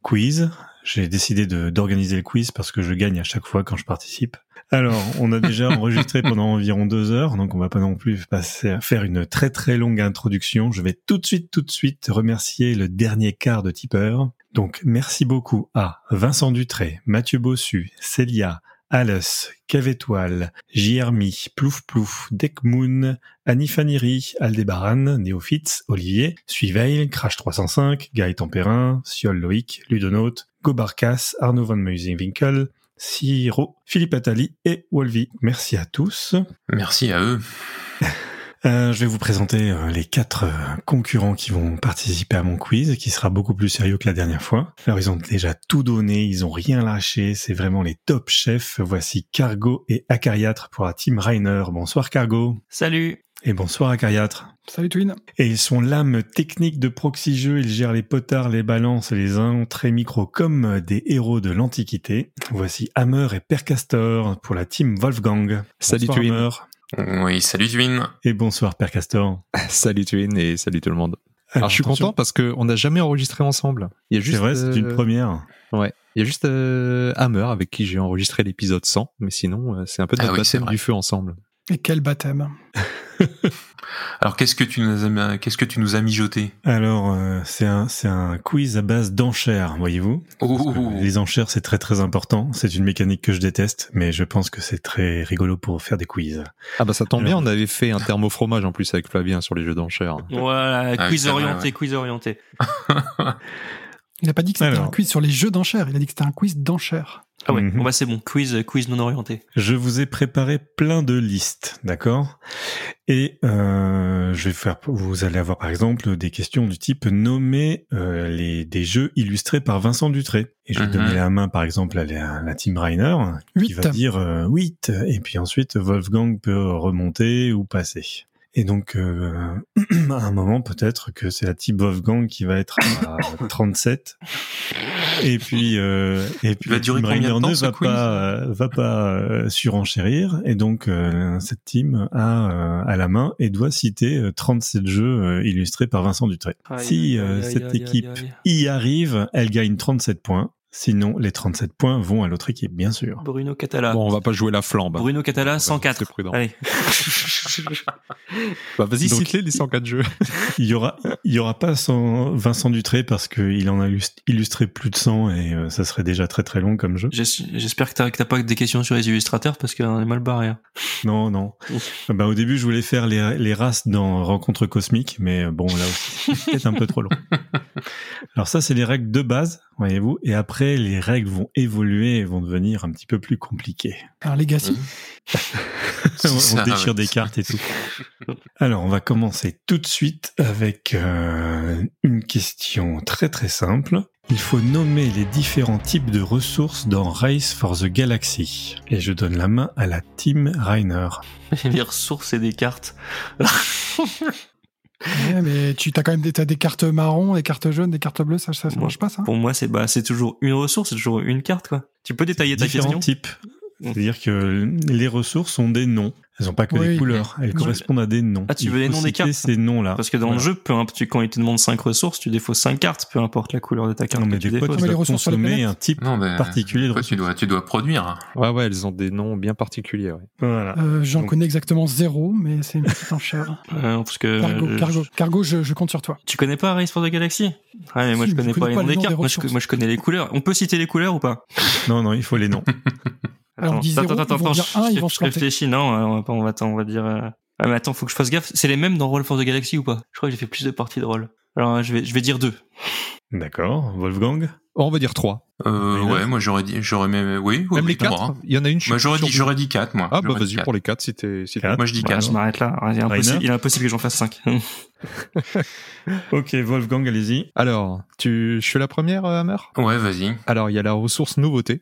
Speaker 5: quiz. J'ai décidé de- d'organiser le quiz parce que je gagne à chaque fois quand je participe. Alors, on a déjà
Speaker 7: [laughs]
Speaker 5: enregistré pendant environ deux heures, donc on va pas non plus passer à faire une très très longue introduction. Je vais tout de suite, tout de suite remercier le dernier quart de tipeur. Donc, merci beaucoup à Vincent Dutré, Mathieu Bossu, Célia, Alice, Cavétoile, Jeremy, Plouf Plouf, Deckmoon, Annie Faniri, Aldébaran, Néophytes, Olivier, Suiveil, Crash 305, Gaëtan Perrin, Siol Loïc, Ludonaute, Gobarcas, Arnaud Van Meusenwinkel, Siro, Philippe Attali et Wolvi. Merci à tous.
Speaker 6: [laughs] Merci à eux.
Speaker 5: Euh, je vais vous présenter euh, les quatre euh, concurrents qui vont participer à mon quiz, qui sera beaucoup plus sérieux que la dernière fois. Alors ils ont déjà tout donné, ils ont rien lâché, c'est vraiment les top chefs. Voici Cargo et Acariatre pour la team Rainer. Bonsoir Cargo
Speaker 9: Salut
Speaker 5: et bonsoir Acariatre.
Speaker 2: Salut Twin.
Speaker 5: Et ils sont l'âme technique de proxy jeu. Ils gèrent les potards, les balances et les entrées micro comme des héros de l'Antiquité. Voici Hammer et Percastor pour la team Wolfgang.
Speaker 12: Salut
Speaker 5: Bonsoir,
Speaker 12: Twin.
Speaker 5: Hammer.
Speaker 6: Oui, salut Twin.
Speaker 5: Et bonsoir Percastor.
Speaker 12: [laughs] Salut Twin et salut tout le monde. Alors, je suis
Speaker 5: Ah, attention.
Speaker 12: content parce qu'on n'a jamais enregistré ensemble. Il y a
Speaker 5: C'est
Speaker 12: juste.
Speaker 5: vrai, c'est une
Speaker 12: euh,
Speaker 5: première.
Speaker 12: Ouais. Il y a juste euh, Hammer avec qui j'ai enregistré l'épisode 100, mais sinon, euh, c'est un peu
Speaker 6: Ah
Speaker 12: notre
Speaker 6: oui, c'est
Speaker 12: baptême
Speaker 6: vrai.
Speaker 12: du feu ensemble.
Speaker 2: Et quel baptême.
Speaker 6: Alors qu'est-ce que tu nous as, qu'est-ce que tu nous as mijoté
Speaker 5: Alors, euh, c'est un, c'est un quiz à base d'enchères, voyez-vous.
Speaker 6: Oh,
Speaker 5: Parce que Les enchères, c'est très très important. C'est une mécanique que je déteste, mais je pense que c'est très rigolo pour faire des quiz.
Speaker 12: Ah bah ça tombe
Speaker 5: Alors-
Speaker 12: bien, on avait fait un thermo fromage en plus avec Flavien sur les jeux d'enchères.
Speaker 9: Voilà,
Speaker 6: Ah oui,
Speaker 9: quiz
Speaker 6: c'est vrai,
Speaker 9: orienté,
Speaker 6: ouais.
Speaker 9: quiz orienté.
Speaker 2: Il a pas dit que c'était
Speaker 5: Alors.
Speaker 2: un quiz sur les jeux d'enchères, il a dit que c'était un quiz d'enchères.
Speaker 9: Ah ouais,
Speaker 5: Mhm.
Speaker 9: bon bah c'est bon, quiz, quiz non orienté.
Speaker 5: Je vous ai préparé plein de listes, d'accord Et euh, je vais faire. Vous allez avoir par exemple des questions du type nommer euh, les des jeux illustrés par Vincent Dutré. Et je vais
Speaker 6: Mhm.
Speaker 5: donner la main par exemple à la, à la team Reiner qui
Speaker 2: Huit.
Speaker 5: va dire 8 et puis ensuite Wolfgang peut remonter ou passer. Et donc euh, [clears throat] à un moment peut-être que c'est la team Wolfgang qui va être à 37 et puis, euh, et puis
Speaker 6: va
Speaker 5: la
Speaker 6: durer
Speaker 5: team
Speaker 6: combien de
Speaker 5: Reiner
Speaker 6: temps,
Speaker 5: 2
Speaker 6: ce
Speaker 5: va
Speaker 6: quiz
Speaker 5: pas, euh, va pas euh, surenchérir. Et donc, euh, cette team a euh, à la main et doit citer euh, 37 jeux euh, illustrés par Vincent Dutré.
Speaker 9: Aïe,
Speaker 5: si
Speaker 9: aïe,
Speaker 5: euh,
Speaker 9: aïe,
Speaker 5: cette
Speaker 9: aïe, aïe,
Speaker 5: équipe
Speaker 9: aïe, aïe.
Speaker 5: y arrive, elle gagne 37 points. Sinon, les 37 points vont à l'autre équipe, bien sûr.
Speaker 9: Bruno Catala.
Speaker 12: Bon, on va pas jouer la flambe.
Speaker 9: Bruno Catala, 104.
Speaker 12: C'est prudent.
Speaker 9: Allez.
Speaker 12: Bah, vas-y,
Speaker 5: Donc-
Speaker 12: cite-les les 104 jeux.
Speaker 5: [laughs] Il y aura, il y aura pas sans Vincent Dutré parce qu'il en a illus- illustré plus de 100 et euh, ça serait déjà très très long comme jeu.
Speaker 9: J'es- J'espère que t'as que t'as pas des questions sur les illustrateurs parce qu'on est mal barré. hein.
Speaker 5: Non, non.
Speaker 9: Ouf.
Speaker 5: Euh, Bah, au début, je voulais faire les, les races dans Rencontre Cosmique, mais euh, bon, là aussi, c'est peut-être un peu trop long. Alors ça, c'est les règles de base, voyez-vous. Et après, les règles vont évoluer et vont devenir un petit peu plus compliquées.
Speaker 2: Un legacy.
Speaker 6: C'est
Speaker 5: [laughs] on
Speaker 6: ça,
Speaker 5: déchire
Speaker 6: ouais.
Speaker 5: des cartes et tout. Alors, on va commencer tout de suite avec euh, une question très très simple. Il faut nommer les différents types de ressources dans Race for the Galaxy. Et je donne la main à la team
Speaker 6: [laughs]
Speaker 5: Reiner.
Speaker 9: Les ressources et des cartes.
Speaker 2: Ouais, mais tu as quand même des, t'as des cartes marron, des cartes jaunes, des cartes bleues, ça, ça, ça
Speaker 9: Moi,
Speaker 2: marche pas
Speaker 5: hein.
Speaker 2: ça
Speaker 9: Pour moi, c'est bah, c'est toujours une ressource, c'est toujours une carte quoi. Tu peux détailler ta
Speaker 5: différents
Speaker 9: question
Speaker 5: types. C'est-à-dire que euh, les ressources sont des noms. Elles n'ont pas que
Speaker 2: Oui,
Speaker 5: des
Speaker 2: oui.
Speaker 5: couleurs. Elles
Speaker 2: Je-
Speaker 5: correspondent à des noms.
Speaker 9: Ah, tu
Speaker 5: Il
Speaker 9: veux les
Speaker 5: faut
Speaker 9: noms des
Speaker 5: citer
Speaker 9: cartes
Speaker 5: Ces noms-là.
Speaker 9: Parce que dans le jeu, peu importe, tu, quand il te demande 5 ressources, tu défausses 5 cartes, peu importe la couleur de ta carte.
Speaker 5: Non, mais
Speaker 9: que tu
Speaker 5: des fois,
Speaker 9: déposes.
Speaker 5: tu
Speaker 2: Mais les
Speaker 5: dois
Speaker 2: ressources sur les
Speaker 5: consommer
Speaker 2: planètes.
Speaker 5: un type
Speaker 6: Non, mais
Speaker 5: particulier de
Speaker 6: toi, tu
Speaker 5: ressources.
Speaker 6: dois, tu dois produire. hein.
Speaker 12: Ouais, ouais, elles ont des noms bien particuliers. ouais.
Speaker 9: Ah,
Speaker 5: Voilà.
Speaker 2: Euh, J'en
Speaker 5: Donc-
Speaker 2: connais exactement zéro, mais c'est une petite enchère.
Speaker 9: Euh, parce que
Speaker 2: Cargo,
Speaker 9: euh,
Speaker 2: cargo, cargo, je, je compte sur toi.
Speaker 9: Tu connais pas Race for the Galaxy Ouais, mais moi
Speaker 2: Si,
Speaker 9: je
Speaker 2: mais
Speaker 9: connais
Speaker 2: je
Speaker 9: pas
Speaker 2: connais
Speaker 9: les noms
Speaker 2: pas les
Speaker 9: des
Speaker 2: noms des
Speaker 9: cartes, moi je,
Speaker 2: ressources.
Speaker 9: moi je connais les couleurs. On peut citer les couleurs ou pas
Speaker 5: Non, non, il faut les noms.
Speaker 2: [laughs] Alors, on dit zéro, ils vont dire
Speaker 9: je,
Speaker 2: un, ils
Speaker 9: je-
Speaker 2: vont
Speaker 9: je
Speaker 2: se planter.
Speaker 9: réfléchis, non, euh, on va, pas- on va, attends, on va dire... euh, Ah mais attends, faut que je fasse gaffe, c'est les mêmes dans Roll for the Galaxy ou pas Je crois que j'ai fait plus de parties de Roll. Alors euh, je vais, je vais dire deux.
Speaker 5: D'accord. Wolfgang
Speaker 12: on va dire 3.
Speaker 6: Euh, ouais, moi j'aurais dit, j'aurais même, oui, oui
Speaker 12: Même
Speaker 6: oui,
Speaker 12: les quatre,
Speaker 6: moi, hein.
Speaker 12: il y en a une. je suis
Speaker 6: Moi j'aurais
Speaker 12: sûr
Speaker 6: dit,
Speaker 12: que-
Speaker 6: j'aurais dit 4 moi.
Speaker 12: Ah bah
Speaker 6: J'aurais dit
Speaker 12: vas-y
Speaker 6: quatre.
Speaker 12: pour les 4 si t'es. Si t'es-
Speaker 5: Quatre.
Speaker 6: Moi je dis
Speaker 9: Voilà,
Speaker 6: 4.
Speaker 9: Bah, je m'arrête là. Il est, impossible, il est impossible que j'en fasse 5.
Speaker 5: Ok, Wolfgang, allez-y.
Speaker 12: Alors, tu, je suis la première, euh, Hammer
Speaker 6: Ouais, vas-y.
Speaker 12: Alors, il y a la ressource nouveauté,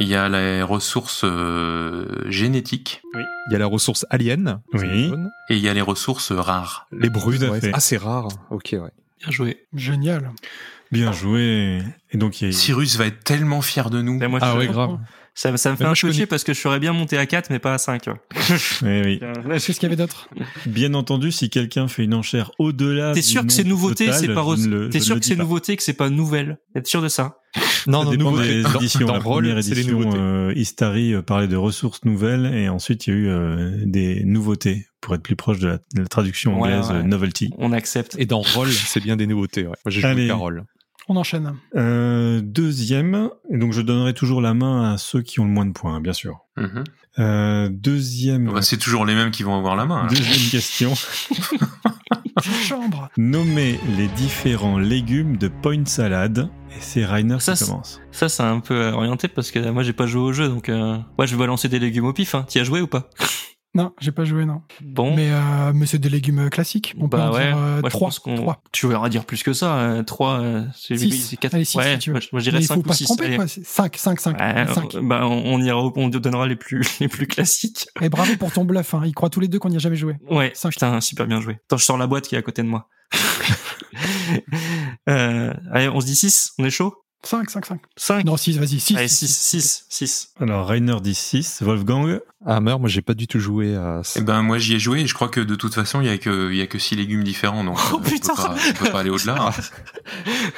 Speaker 6: Il y a les ressources euh, génétiques
Speaker 12: il y a la ressource alien,
Speaker 5: Oui.
Speaker 6: et il y a les ressources rares.
Speaker 12: les brunes.
Speaker 5: Tout à
Speaker 12: ouais.
Speaker 5: fait.
Speaker 12: Ah, c'est rare. Ok, ouais.
Speaker 9: Bien joué.
Speaker 2: Génial.
Speaker 5: Bien joué. Et donc, il y a-
Speaker 6: Cyrus va être tellement fier de nous.
Speaker 9: Là, moi, je-
Speaker 12: Ah ouais, grave.
Speaker 9: ça, ça me fait
Speaker 12: Mais moi,
Speaker 9: un
Speaker 12: je
Speaker 9: peu chier
Speaker 12: connais-
Speaker 9: parce que je serais bien monté à 4 mais pas à 5. tu vois.
Speaker 5: [laughs] Eh oui.
Speaker 2: Qu'est-ce qu'il y avait d'autre
Speaker 5: Bien entendu, si quelqu'un fait une enchère au-delà.
Speaker 9: T'es
Speaker 5: du
Speaker 9: sûr que c'est
Speaker 5: nombre
Speaker 9: nouveauté,
Speaker 5: total,
Speaker 9: c'est pas
Speaker 5: je ne le-
Speaker 9: re- T'es
Speaker 5: je ne
Speaker 9: sûr
Speaker 5: le
Speaker 9: que
Speaker 5: dis
Speaker 9: c'est
Speaker 5: pas.
Speaker 9: nouveauté, que c'est pas nouvelle. T'es sûr de ça
Speaker 12: Non,
Speaker 5: Ça
Speaker 12: non,
Speaker 5: dépend
Speaker 12: nouveauté.
Speaker 5: des
Speaker 12: Dans-
Speaker 5: éditions.
Speaker 12: dans
Speaker 5: la
Speaker 12: Roll,
Speaker 5: première
Speaker 12: c'est les
Speaker 5: édition,
Speaker 12: nouveautés.
Speaker 5: euh, Istari euh, parlait de ressources nouvelles et ensuite il y a eu euh, des nouveautés pour être plus proche de la, de la traduction
Speaker 9: Ouais,
Speaker 5: anglaise
Speaker 9: ouais.
Speaker 5: euh, novelty.
Speaker 9: On accepte.
Speaker 12: Et dans Roll, c'est bien des nouveautés. Ouais. Moi, j'ai joué
Speaker 5: Allez.
Speaker 12: qu'à Roll.
Speaker 2: On enchaîne.
Speaker 5: Euh, deuxième, et donc je donnerai toujours la main à ceux qui ont le moins de points, hein, bien sûr.
Speaker 6: Mhm.
Speaker 5: Euh, deuxième,
Speaker 6: Bah, c'est toujours les mêmes qui vont avoir la main. hein.
Speaker 9: Ah.
Speaker 6: alors. [laughs]
Speaker 5: deuxième
Speaker 2: [laughs]
Speaker 5: question.
Speaker 2: Chambre.
Speaker 5: Nommez les différents légumes de Point Salad. Et c'est Rainer
Speaker 9: Ça,
Speaker 5: qui
Speaker 9: c'est-
Speaker 5: commence.
Speaker 9: Ça, c'est un peu euh, orienté parce que moi, j'ai pas joué au jeu, donc euh, ouais, je vais balancer des légumes au pif. Hein. T'y as joué ou pas
Speaker 2: Non, j'ai pas joué, non.
Speaker 9: Bon,
Speaker 2: Mais, euh, mais c'est des légumes classiques. On peut
Speaker 9: bah
Speaker 2: en
Speaker 9: ouais.
Speaker 2: dire euh,
Speaker 9: Moi, je
Speaker 2: trois.
Speaker 9: pense qu'on-
Speaker 2: trois.
Speaker 9: Tu verras dire plus que ça. euh, trois, euh, c'est
Speaker 2: Six.
Speaker 9: c'est quatre.
Speaker 2: Allez, six,
Speaker 9: ouais,
Speaker 2: si tu veux.
Speaker 9: moi, je- moi, je
Speaker 2: Mais
Speaker 9: dirais
Speaker 2: il faut
Speaker 9: cinq ou
Speaker 2: pas se
Speaker 9: six.
Speaker 2: tromper,
Speaker 9: allez.
Speaker 2: quoi. 5, 5, 5.
Speaker 9: Ouais,
Speaker 2: Cinq.
Speaker 9: on- bah, on, on ira, au- on te donnera les plus, [laughs] les plus classiques.
Speaker 2: Et Eh, bravo pour ton bluff. Hein. Ils croient tous les deux qu'on n'y a jamais joué.
Speaker 9: Ouais,
Speaker 2: Cinq.
Speaker 9: putain, super bien joué. Attends, je sors la boîte qui est à côté de moi.
Speaker 2: [laughs]
Speaker 9: Euh, allez, on se dit 6, on est chaud
Speaker 2: 5, 5, 5.
Speaker 9: 5
Speaker 2: Non, 6, vas-y, 6.
Speaker 9: Allez, 6, 6, 6.
Speaker 5: Alors Rainer dit 6, Wolfgang.
Speaker 12: Hammer, moi, j'ai pas du tout joué à.
Speaker 6: Eh ben moi j'y ai joué et je crois que de toute façon il y a que il y a que six légumes différents donc
Speaker 9: Oh,
Speaker 6: euh, on peut
Speaker 9: putain.
Speaker 6: pas- on peut pas aller au-delà. hein.
Speaker 12: [laughs]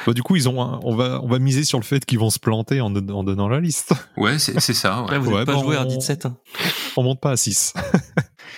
Speaker 12: Bah, du coup, ils ont. un- On va, on va miser sur le fait qu'ils vont se planter en, don- en donnant la liste.
Speaker 6: Ouais c'est c'est ça. ouais.
Speaker 9: Là, vous n'êtes
Speaker 12: Ouais,
Speaker 9: pas
Speaker 12: bon,
Speaker 9: joueur,
Speaker 12: on-
Speaker 9: dites 7.
Speaker 12: On monte pas à 6.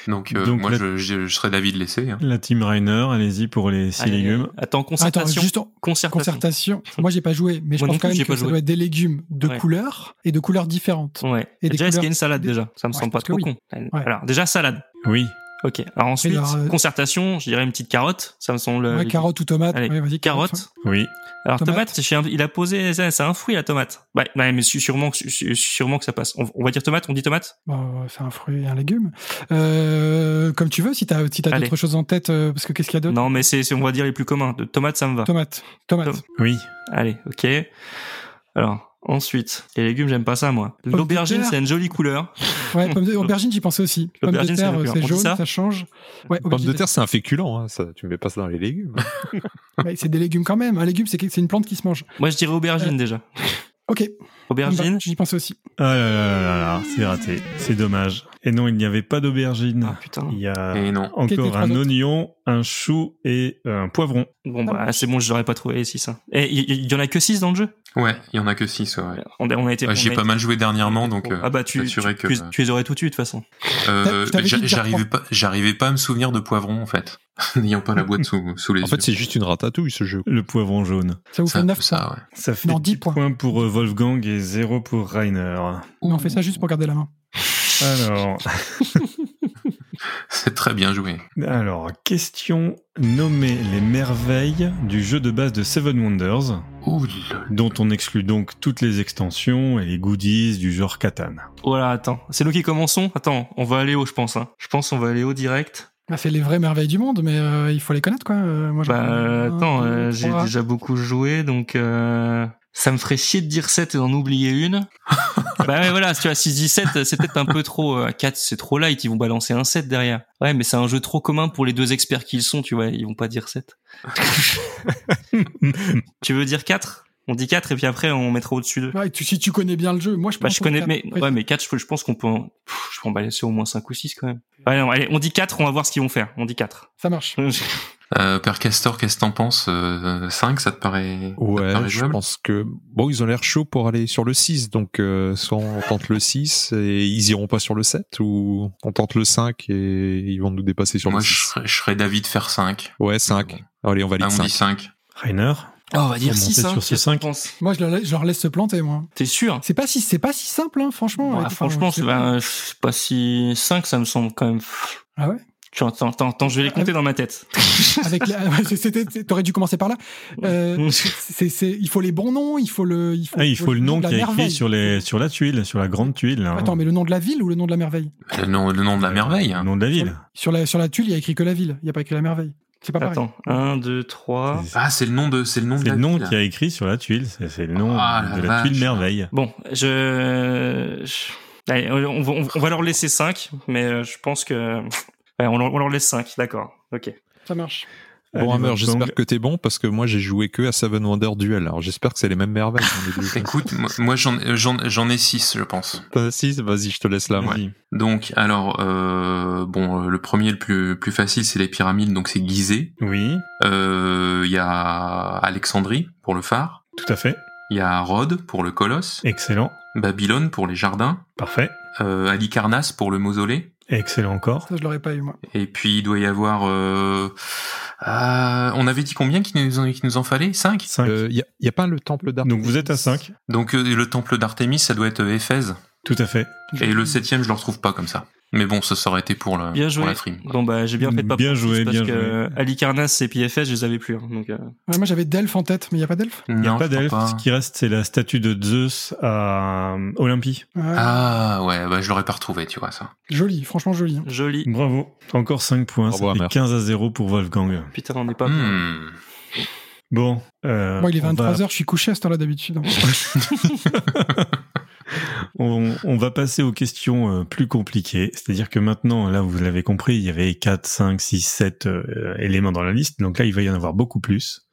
Speaker 6: Donc, euh,
Speaker 5: Donc,
Speaker 6: moi
Speaker 5: la-
Speaker 6: je, je, je serais d'avis de laisser. hein.
Speaker 5: La team Rainer, allez-y pour les 6 légumes.
Speaker 9: euh, Attends,
Speaker 2: Attends,
Speaker 9: concertation.
Speaker 2: juste en
Speaker 9: concertation.
Speaker 2: concertation. Moi, j'ai pas joué, mais je
Speaker 9: Moi non
Speaker 2: pense
Speaker 9: plus,
Speaker 2: quand même
Speaker 9: j'ai
Speaker 2: que
Speaker 9: pas
Speaker 2: ça
Speaker 9: joué.
Speaker 2: doit être des légumes de
Speaker 9: Ouais.
Speaker 2: couleurs et de couleurs différentes.
Speaker 9: Ouais.
Speaker 2: Et des
Speaker 9: déjà, est-ce qu'il y a
Speaker 2: couleurs-
Speaker 9: une salade déjà Ça me
Speaker 2: Ouais,
Speaker 9: semble
Speaker 2: je
Speaker 9: pas
Speaker 2: pense
Speaker 9: trop
Speaker 2: que
Speaker 9: con.
Speaker 2: Ouais.
Speaker 9: Alors, déjà, salade.
Speaker 5: Oui.
Speaker 9: Ok. Alors ensuite,
Speaker 2: Alors, euh,
Speaker 9: concertation, je dirais une petite carotte. Ça me semble.
Speaker 2: Ouais,
Speaker 9: les-
Speaker 2: carotte ou tomate.
Speaker 9: Allez,
Speaker 2: Ouais, vas-y,
Speaker 9: Carotte.
Speaker 5: Oui.
Speaker 9: Alors tomate,
Speaker 2: Tomate.
Speaker 9: je suis un- il a posé, ça- c'est un fruit la tomate. Ouais, ouais, mais su- sûrement, que- su- sûrement que ça passe. On, on va dire tomate, on dit tomate.
Speaker 2: Bon, Bah, c'est un fruit et un légume. Euh, comme tu veux, si t'as si t'as
Speaker 9: Allez.
Speaker 2: d'autres choses en tête, euh, parce que qu'est-ce qu'il y a d'autre
Speaker 9: Non, mais c'est, c'est- on va dire les plus communs. De tomate, ça me va.
Speaker 2: Tomate. Tomate.
Speaker 9: Tom-
Speaker 5: Oui.
Speaker 9: Allez, ok. Alors ensuite, les légumes, j'aime pas ça moi.
Speaker 2: de
Speaker 9: L'aubergine,
Speaker 2: terre.
Speaker 9: c'est une jolie couleur.
Speaker 2: Ouais, pomme
Speaker 9: [laughs]
Speaker 2: de- aubergine, j'y pensais aussi. Pomme de
Speaker 9: Aubergine,
Speaker 2: terre,
Speaker 9: Mm.
Speaker 2: euh,
Speaker 9: c'est la couleur.
Speaker 2: c'est
Speaker 9: On dit
Speaker 2: jaune,
Speaker 9: ça
Speaker 2: ça, change. Ouais,
Speaker 12: Pomme
Speaker 2: aubergine,
Speaker 12: de terre, c'est un féculent. hein, ça, tu me mets pas ça dans les légumes.
Speaker 2: [laughs] ouais, c'est des légumes quand même. Un légume, c'est que- c'est une plante qui se mange.
Speaker 9: [laughs] Moi, je dirais aubergine déjà.
Speaker 2: Ok.
Speaker 9: Aubergine.
Speaker 2: Bah, J'y pensais aussi.
Speaker 5: Ah là là là là là, c'est raté. C'est dommage. Et non, il n'y avait pas d'aubergine.
Speaker 9: Ah putain.
Speaker 5: Il y a
Speaker 6: Et non.
Speaker 2: Quels étaient les
Speaker 5: encore
Speaker 2: trois
Speaker 5: un
Speaker 2: autres Ah,
Speaker 5: oignon, un chou et euh, un poivron.
Speaker 9: Bon bah c'est bon, je l'aurais pas trouvé les 6. Et il il y, en a que 6 dans le jeu.
Speaker 6: Ouais, il y en a que six. Ouais.
Speaker 9: On a, on a été.
Speaker 6: Ouais,
Speaker 9: on
Speaker 6: J'y
Speaker 9: a
Speaker 6: ai pas
Speaker 9: été-
Speaker 6: mal joué dernièrement donc euh,
Speaker 9: ah bah tu, tu,
Speaker 6: assuré que-
Speaker 9: tu- tu les aurais tout de suite de toute façon.
Speaker 6: euh,
Speaker 2: Je t'avais dit
Speaker 6: j'a-
Speaker 2: de dire
Speaker 6: j'arrivais pas j'arrivais pas à me souvenir de poivron en fait [laughs] n'ayant pas la boîte sous sous les
Speaker 12: en
Speaker 6: yeux.
Speaker 12: fait, c'est juste une ratatouille, ce jeu.
Speaker 5: Le poivron jaune.
Speaker 2: Ça vous
Speaker 6: ça,
Speaker 2: fait 9
Speaker 6: ça, ouais.
Speaker 5: Ça fait
Speaker 2: Non,
Speaker 5: 10
Speaker 2: 10 points.
Speaker 5: pour euh, Wolfgang et 0 pour Rainer.
Speaker 2: Mais on fait ça juste pour garder la main. [laughs]
Speaker 5: Alors,
Speaker 6: [laughs] C'est très bien joué.
Speaker 5: alors, question nommer les merveilles du jeu de base de Seven Wonders,
Speaker 6: Ouh, lol.
Speaker 5: dont on exclut donc toutes les extensions et les goodies du genre Catan.
Speaker 9: Voilà, attends. C'est nous qui commençons Attends, on va aller haut, je pense. Hein. Je pense qu'on va aller haut direct.
Speaker 2: Bah, c'est les vraies merveilles du monde, mais euh, il faut les connaître, quoi. Euh, moi, j'en [laughs]
Speaker 9: Bah,
Speaker 2: connais
Speaker 9: euh,
Speaker 2: un,
Speaker 9: attends,
Speaker 2: deux,
Speaker 9: euh, j'ai
Speaker 2: trois.
Speaker 9: déjà beaucoup joué, donc euh, ça me ferait chier de dire 7 et d'en oublier
Speaker 2: [laughs]
Speaker 9: une. bah ouais, voilà, si tu vois, si je dis 7, c'est peut-être un peu trop. euh, 4, c'est trop light, ils vont balancer un 7 derrière. Ouais, mais c'est un jeu trop commun pour les deux experts qu'ils sont, tu vois, ils vont pas dire
Speaker 2: [laughs]
Speaker 9: 7. tu veux dire 4 On dit 4 et puis après on mettra au-dessus de...
Speaker 2: Ouais, tu- si tu connais bien le jeu, moi, je pense.
Speaker 9: Bah, je
Speaker 2: qu'on
Speaker 9: connais,
Speaker 2: peut-
Speaker 9: mais, ouais, mais 4, je, je pense qu'on peut, en- pff, je peux en balancer au moins 5 ou 6 quand même. Ouais, non, allez, on dit 4, on va voir ce qu'ils vont faire. On dit 4.
Speaker 2: Ça marche.
Speaker 6: Euh, Père Castor, qu'est-ce que t'en penses 5, ça te paraît ça te
Speaker 12: Ouais,
Speaker 6: paraît
Speaker 12: je
Speaker 6: jouable
Speaker 12: pense que bon, ils ont l'air chauds pour aller sur le 6, donc euh, soit on tente le 6 et ils iront pas sur le 7, ou on tente le 5 et ils vont nous dépasser sur
Speaker 6: Moi,
Speaker 12: le
Speaker 6: je
Speaker 12: 6.
Speaker 6: serais, je serais d'avis de faire 5.
Speaker 12: Ouais, 5. Allez, on valide
Speaker 6: Ah, on dit
Speaker 12: 5.
Speaker 6: 5.
Speaker 5: Rainer
Speaker 9: Oh, on va
Speaker 5: dire
Speaker 9: dire
Speaker 5: Faut monter
Speaker 9: 6,
Speaker 5: 6, hein, sur ce qu'est-ce que cinq. t'en
Speaker 2: Moi, je leur, laisse- je leur laisse se planter, moi.
Speaker 9: [laughs] T'es sûr
Speaker 2: C'est pas si, c'est pas si simple, hein, franchement.
Speaker 9: Bah,
Speaker 2: Enfin,
Speaker 9: Franchement,
Speaker 2: je sais
Speaker 9: c'est
Speaker 2: pas.
Speaker 9: pas, c'est pas si 5, ça me semble quand même.
Speaker 2: Ah ouais
Speaker 9: Tu entends, entends, entends, je vais les compter dans ma tête.
Speaker 2: Avec la- ouais, c'est- c'était- c'est- t'aurais dû commencer par là. Euh, c'est- c'est- il faut les bons noms, il faut le, il faut,
Speaker 5: Ah, il faut le nom
Speaker 2: de la
Speaker 5: qui est écrit
Speaker 2: merveille.
Speaker 5: sur, les, sur la tuile, sur la grande tuile. là, hein. Euh,
Speaker 2: Attends, mais le nom de la ville ou le nom de la merveille
Speaker 6: Le nom, le nom de la merveille. hein.
Speaker 5: Le nom de la ville.
Speaker 2: Sur la sur la tuile, il y a écrit que la ville. Il y a pas écrit la merveille. C'est pas pareil.
Speaker 9: Attends, 1, 2, 3.
Speaker 6: Ah, c'est le nom de, c'est le nom de
Speaker 5: C'est
Speaker 6: la
Speaker 5: le nom
Speaker 6: ville.
Speaker 5: qui a écrit sur la tuile. C'est c'est le nom
Speaker 6: Ah, la
Speaker 5: de Oh, la tuile
Speaker 6: vache.
Speaker 5: merveille.
Speaker 9: Bon, je. je- Allez, on, va, on va leur laisser 5, mais euh, je pense que. Ouais, on, leur, on leur laisse 5, d'accord. Ok.
Speaker 2: Ça marche.
Speaker 12: Bon,
Speaker 5: Allez,
Speaker 12: Hammer,
Speaker 5: Wolfgang.
Speaker 12: j'espère que t'es bon parce que moi j'ai joué que à Seven Wonder Duel. Alors j'espère que c'est les mêmes merveilles. qu'on est deux.
Speaker 6: Écoute, moi, moi, j'en, euh, j'en, j'en ai six, je pense.
Speaker 12: [laughs] T'as six vas-y, je te laisse là. moi.
Speaker 5: Vas-y.
Speaker 6: Donc, alors, euh, bon, euh, le premier, le plus, plus facile, c'est les pyramides, donc c'est Gizeh.
Speaker 5: Oui,
Speaker 6: Euh, Il y a Alexandrie pour le phare.
Speaker 5: tout à fait.
Speaker 6: Il y a Rhodes pour le colosse.
Speaker 5: Excellent.
Speaker 6: Babylone pour les jardins.
Speaker 5: Parfait.
Speaker 6: Euh, Halicarnasse pour le mausolée.
Speaker 5: Excellent encore.
Speaker 2: Ça, je l'aurais pas eu moi.
Speaker 6: Et puis il doit y avoir. Euh... ah, on avait dit combien qu'il nous, en- qu'il nous en fallait 5
Speaker 5: 5.
Speaker 12: Euh, y, a, y a pas le temple d'art.
Speaker 5: Donc vous êtes à 5.
Speaker 6: Donc euh, le temple d'Artémis, ça doit être euh, Éphèse.
Speaker 5: Tout à fait.
Speaker 6: Et le septième, je le retrouve pas comme ça. Mais bon, ça, ça aurait été pour, le,
Speaker 9: Bien
Speaker 6: pour
Speaker 9: joué.
Speaker 6: la frime.
Speaker 9: Bon, bah, j'ai bien fait de pas
Speaker 5: Bien
Speaker 9: prendre
Speaker 5: joué,
Speaker 9: six parce
Speaker 5: bien
Speaker 9: que euh, Halicarnasse et PFS, je les avais plus. hein, donc, euh,
Speaker 2: Ouais, moi, j'avais Delphes en tête, mais il y a pas Delphes.
Speaker 5: Il n'y a
Speaker 6: Non,
Speaker 5: pas
Speaker 6: je crois
Speaker 5: d'elfe.
Speaker 6: pas.
Speaker 5: Ce qui reste, c'est la statue de Zeus à euh, Olympie.
Speaker 2: Ouais,
Speaker 6: Ah ouais, bah, je l'aurais pas retrouvé, tu vois ça. [laughs]
Speaker 2: Joli, franchement joli. hein.
Speaker 9: joli.
Speaker 5: Bravo. Encore 5 points.
Speaker 12: Bravo,
Speaker 5: ça fait
Speaker 12: Hammer.
Speaker 5: 15 à 0 pour Wolfgang.
Speaker 9: Putain, on n'est pas.
Speaker 6: Hmm.
Speaker 5: Bon. euh,
Speaker 2: Moi, il est
Speaker 5: on va-
Speaker 2: 23h, je suis couché à cette
Speaker 5: [laughs]
Speaker 2: heure-là d'habitude.
Speaker 5: On, on va passer aux questions euh, plus compliquées. C'est-à-dire que maintenant, là, vous l'avez compris, il y avait 4, 5, 6, 7 euh, éléments dans la liste. Donc là, il va y en avoir beaucoup plus.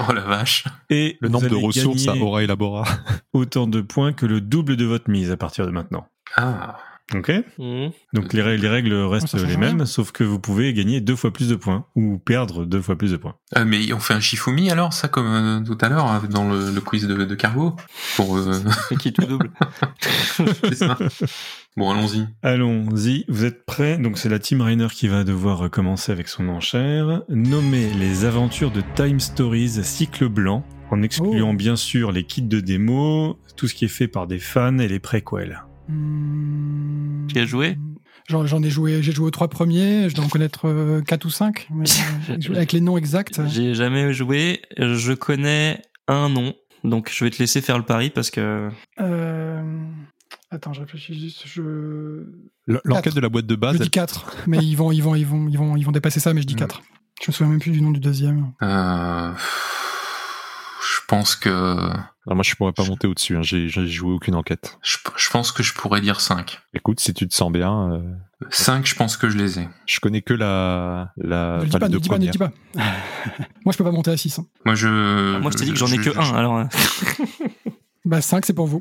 Speaker 6: Oh la vache.
Speaker 5: Et
Speaker 12: Le
Speaker 5: vous
Speaker 12: nombre de
Speaker 5: allez
Speaker 12: ressources à
Speaker 5: gagner
Speaker 12: Aura Elabora.
Speaker 5: [laughs] autant de points que le double de votre mise à partir de maintenant.
Speaker 6: Ah.
Speaker 5: OK
Speaker 9: Mmh.
Speaker 5: Donc les, rè- les règles restent
Speaker 2: change
Speaker 5: les
Speaker 2: rien.
Speaker 5: mêmes, sauf que vous pouvez gagner deux fois plus de points ou perdre deux fois plus de points.
Speaker 6: Euh, mais on fait un Shifumi alors, ça, comme euh, tout à l'heure, hein, dans le, le quiz de, de Cargo Pour.
Speaker 12: [laughs]
Speaker 6: euh,
Speaker 9: Et qui tout double.
Speaker 6: c'est ça. Bon, allons-y.
Speaker 5: Allons-y, vous êtes prêts Donc c'est la team Rainer qui va devoir commencer avec son enchère. Nommer les aventures de Time Stories cycle blanc, en
Speaker 2: Oh.
Speaker 5: excluant bien sûr les kits de démo, tout ce qui est fait par des fans et les préquels.
Speaker 2: Hum.
Speaker 9: Tu y as joué
Speaker 2: J'en j'en ai joué, j'ai joué aux trois premiers, je dois en connaître euh, quatre ou cinq,
Speaker 5: [laughs]
Speaker 2: mais, euh, avec les noms exacts.
Speaker 9: J'ai jamais joué. Je connais un nom. Donc, je vais te laisser faire le pari parce que.
Speaker 2: Euh, Attends, je réfléchis juste. Je,
Speaker 12: L- L'enquête
Speaker 2: Quatre.
Speaker 12: de la boîte de
Speaker 2: je
Speaker 12: base.
Speaker 2: dis 4, mais ils vont, ils vont, ils vont, ils vont, ils vont dépasser ça, mais je
Speaker 5: Mm.
Speaker 2: dis 4. Je me souviens même plus du nom du deuxième.
Speaker 6: Euh, Je pense que.
Speaker 12: elle- Ah, moi je pourrais pas monter au-dessus. hein. J'ai j'ai joué aucune enquête.
Speaker 6: Je, je pense que je pourrais dire 5.
Speaker 12: Écoute, si tu te sens bien, euh,
Speaker 6: 5, je pense que je les ai.
Speaker 12: je connais que la la
Speaker 5: Euh,
Speaker 2: ne le dis
Speaker 12: enfin,
Speaker 2: pas,
Speaker 12: les deux
Speaker 2: ne le dis pas, ne le
Speaker 12: premières.
Speaker 2: dis pas. [laughs] Moi, je peux pas monter à hein. 6.
Speaker 6: Moi, je.
Speaker 9: Ah, moi, je t'ai dit que j'en ai que un, alors. hein.
Speaker 2: [laughs] Bah, 5, c'est pour vous.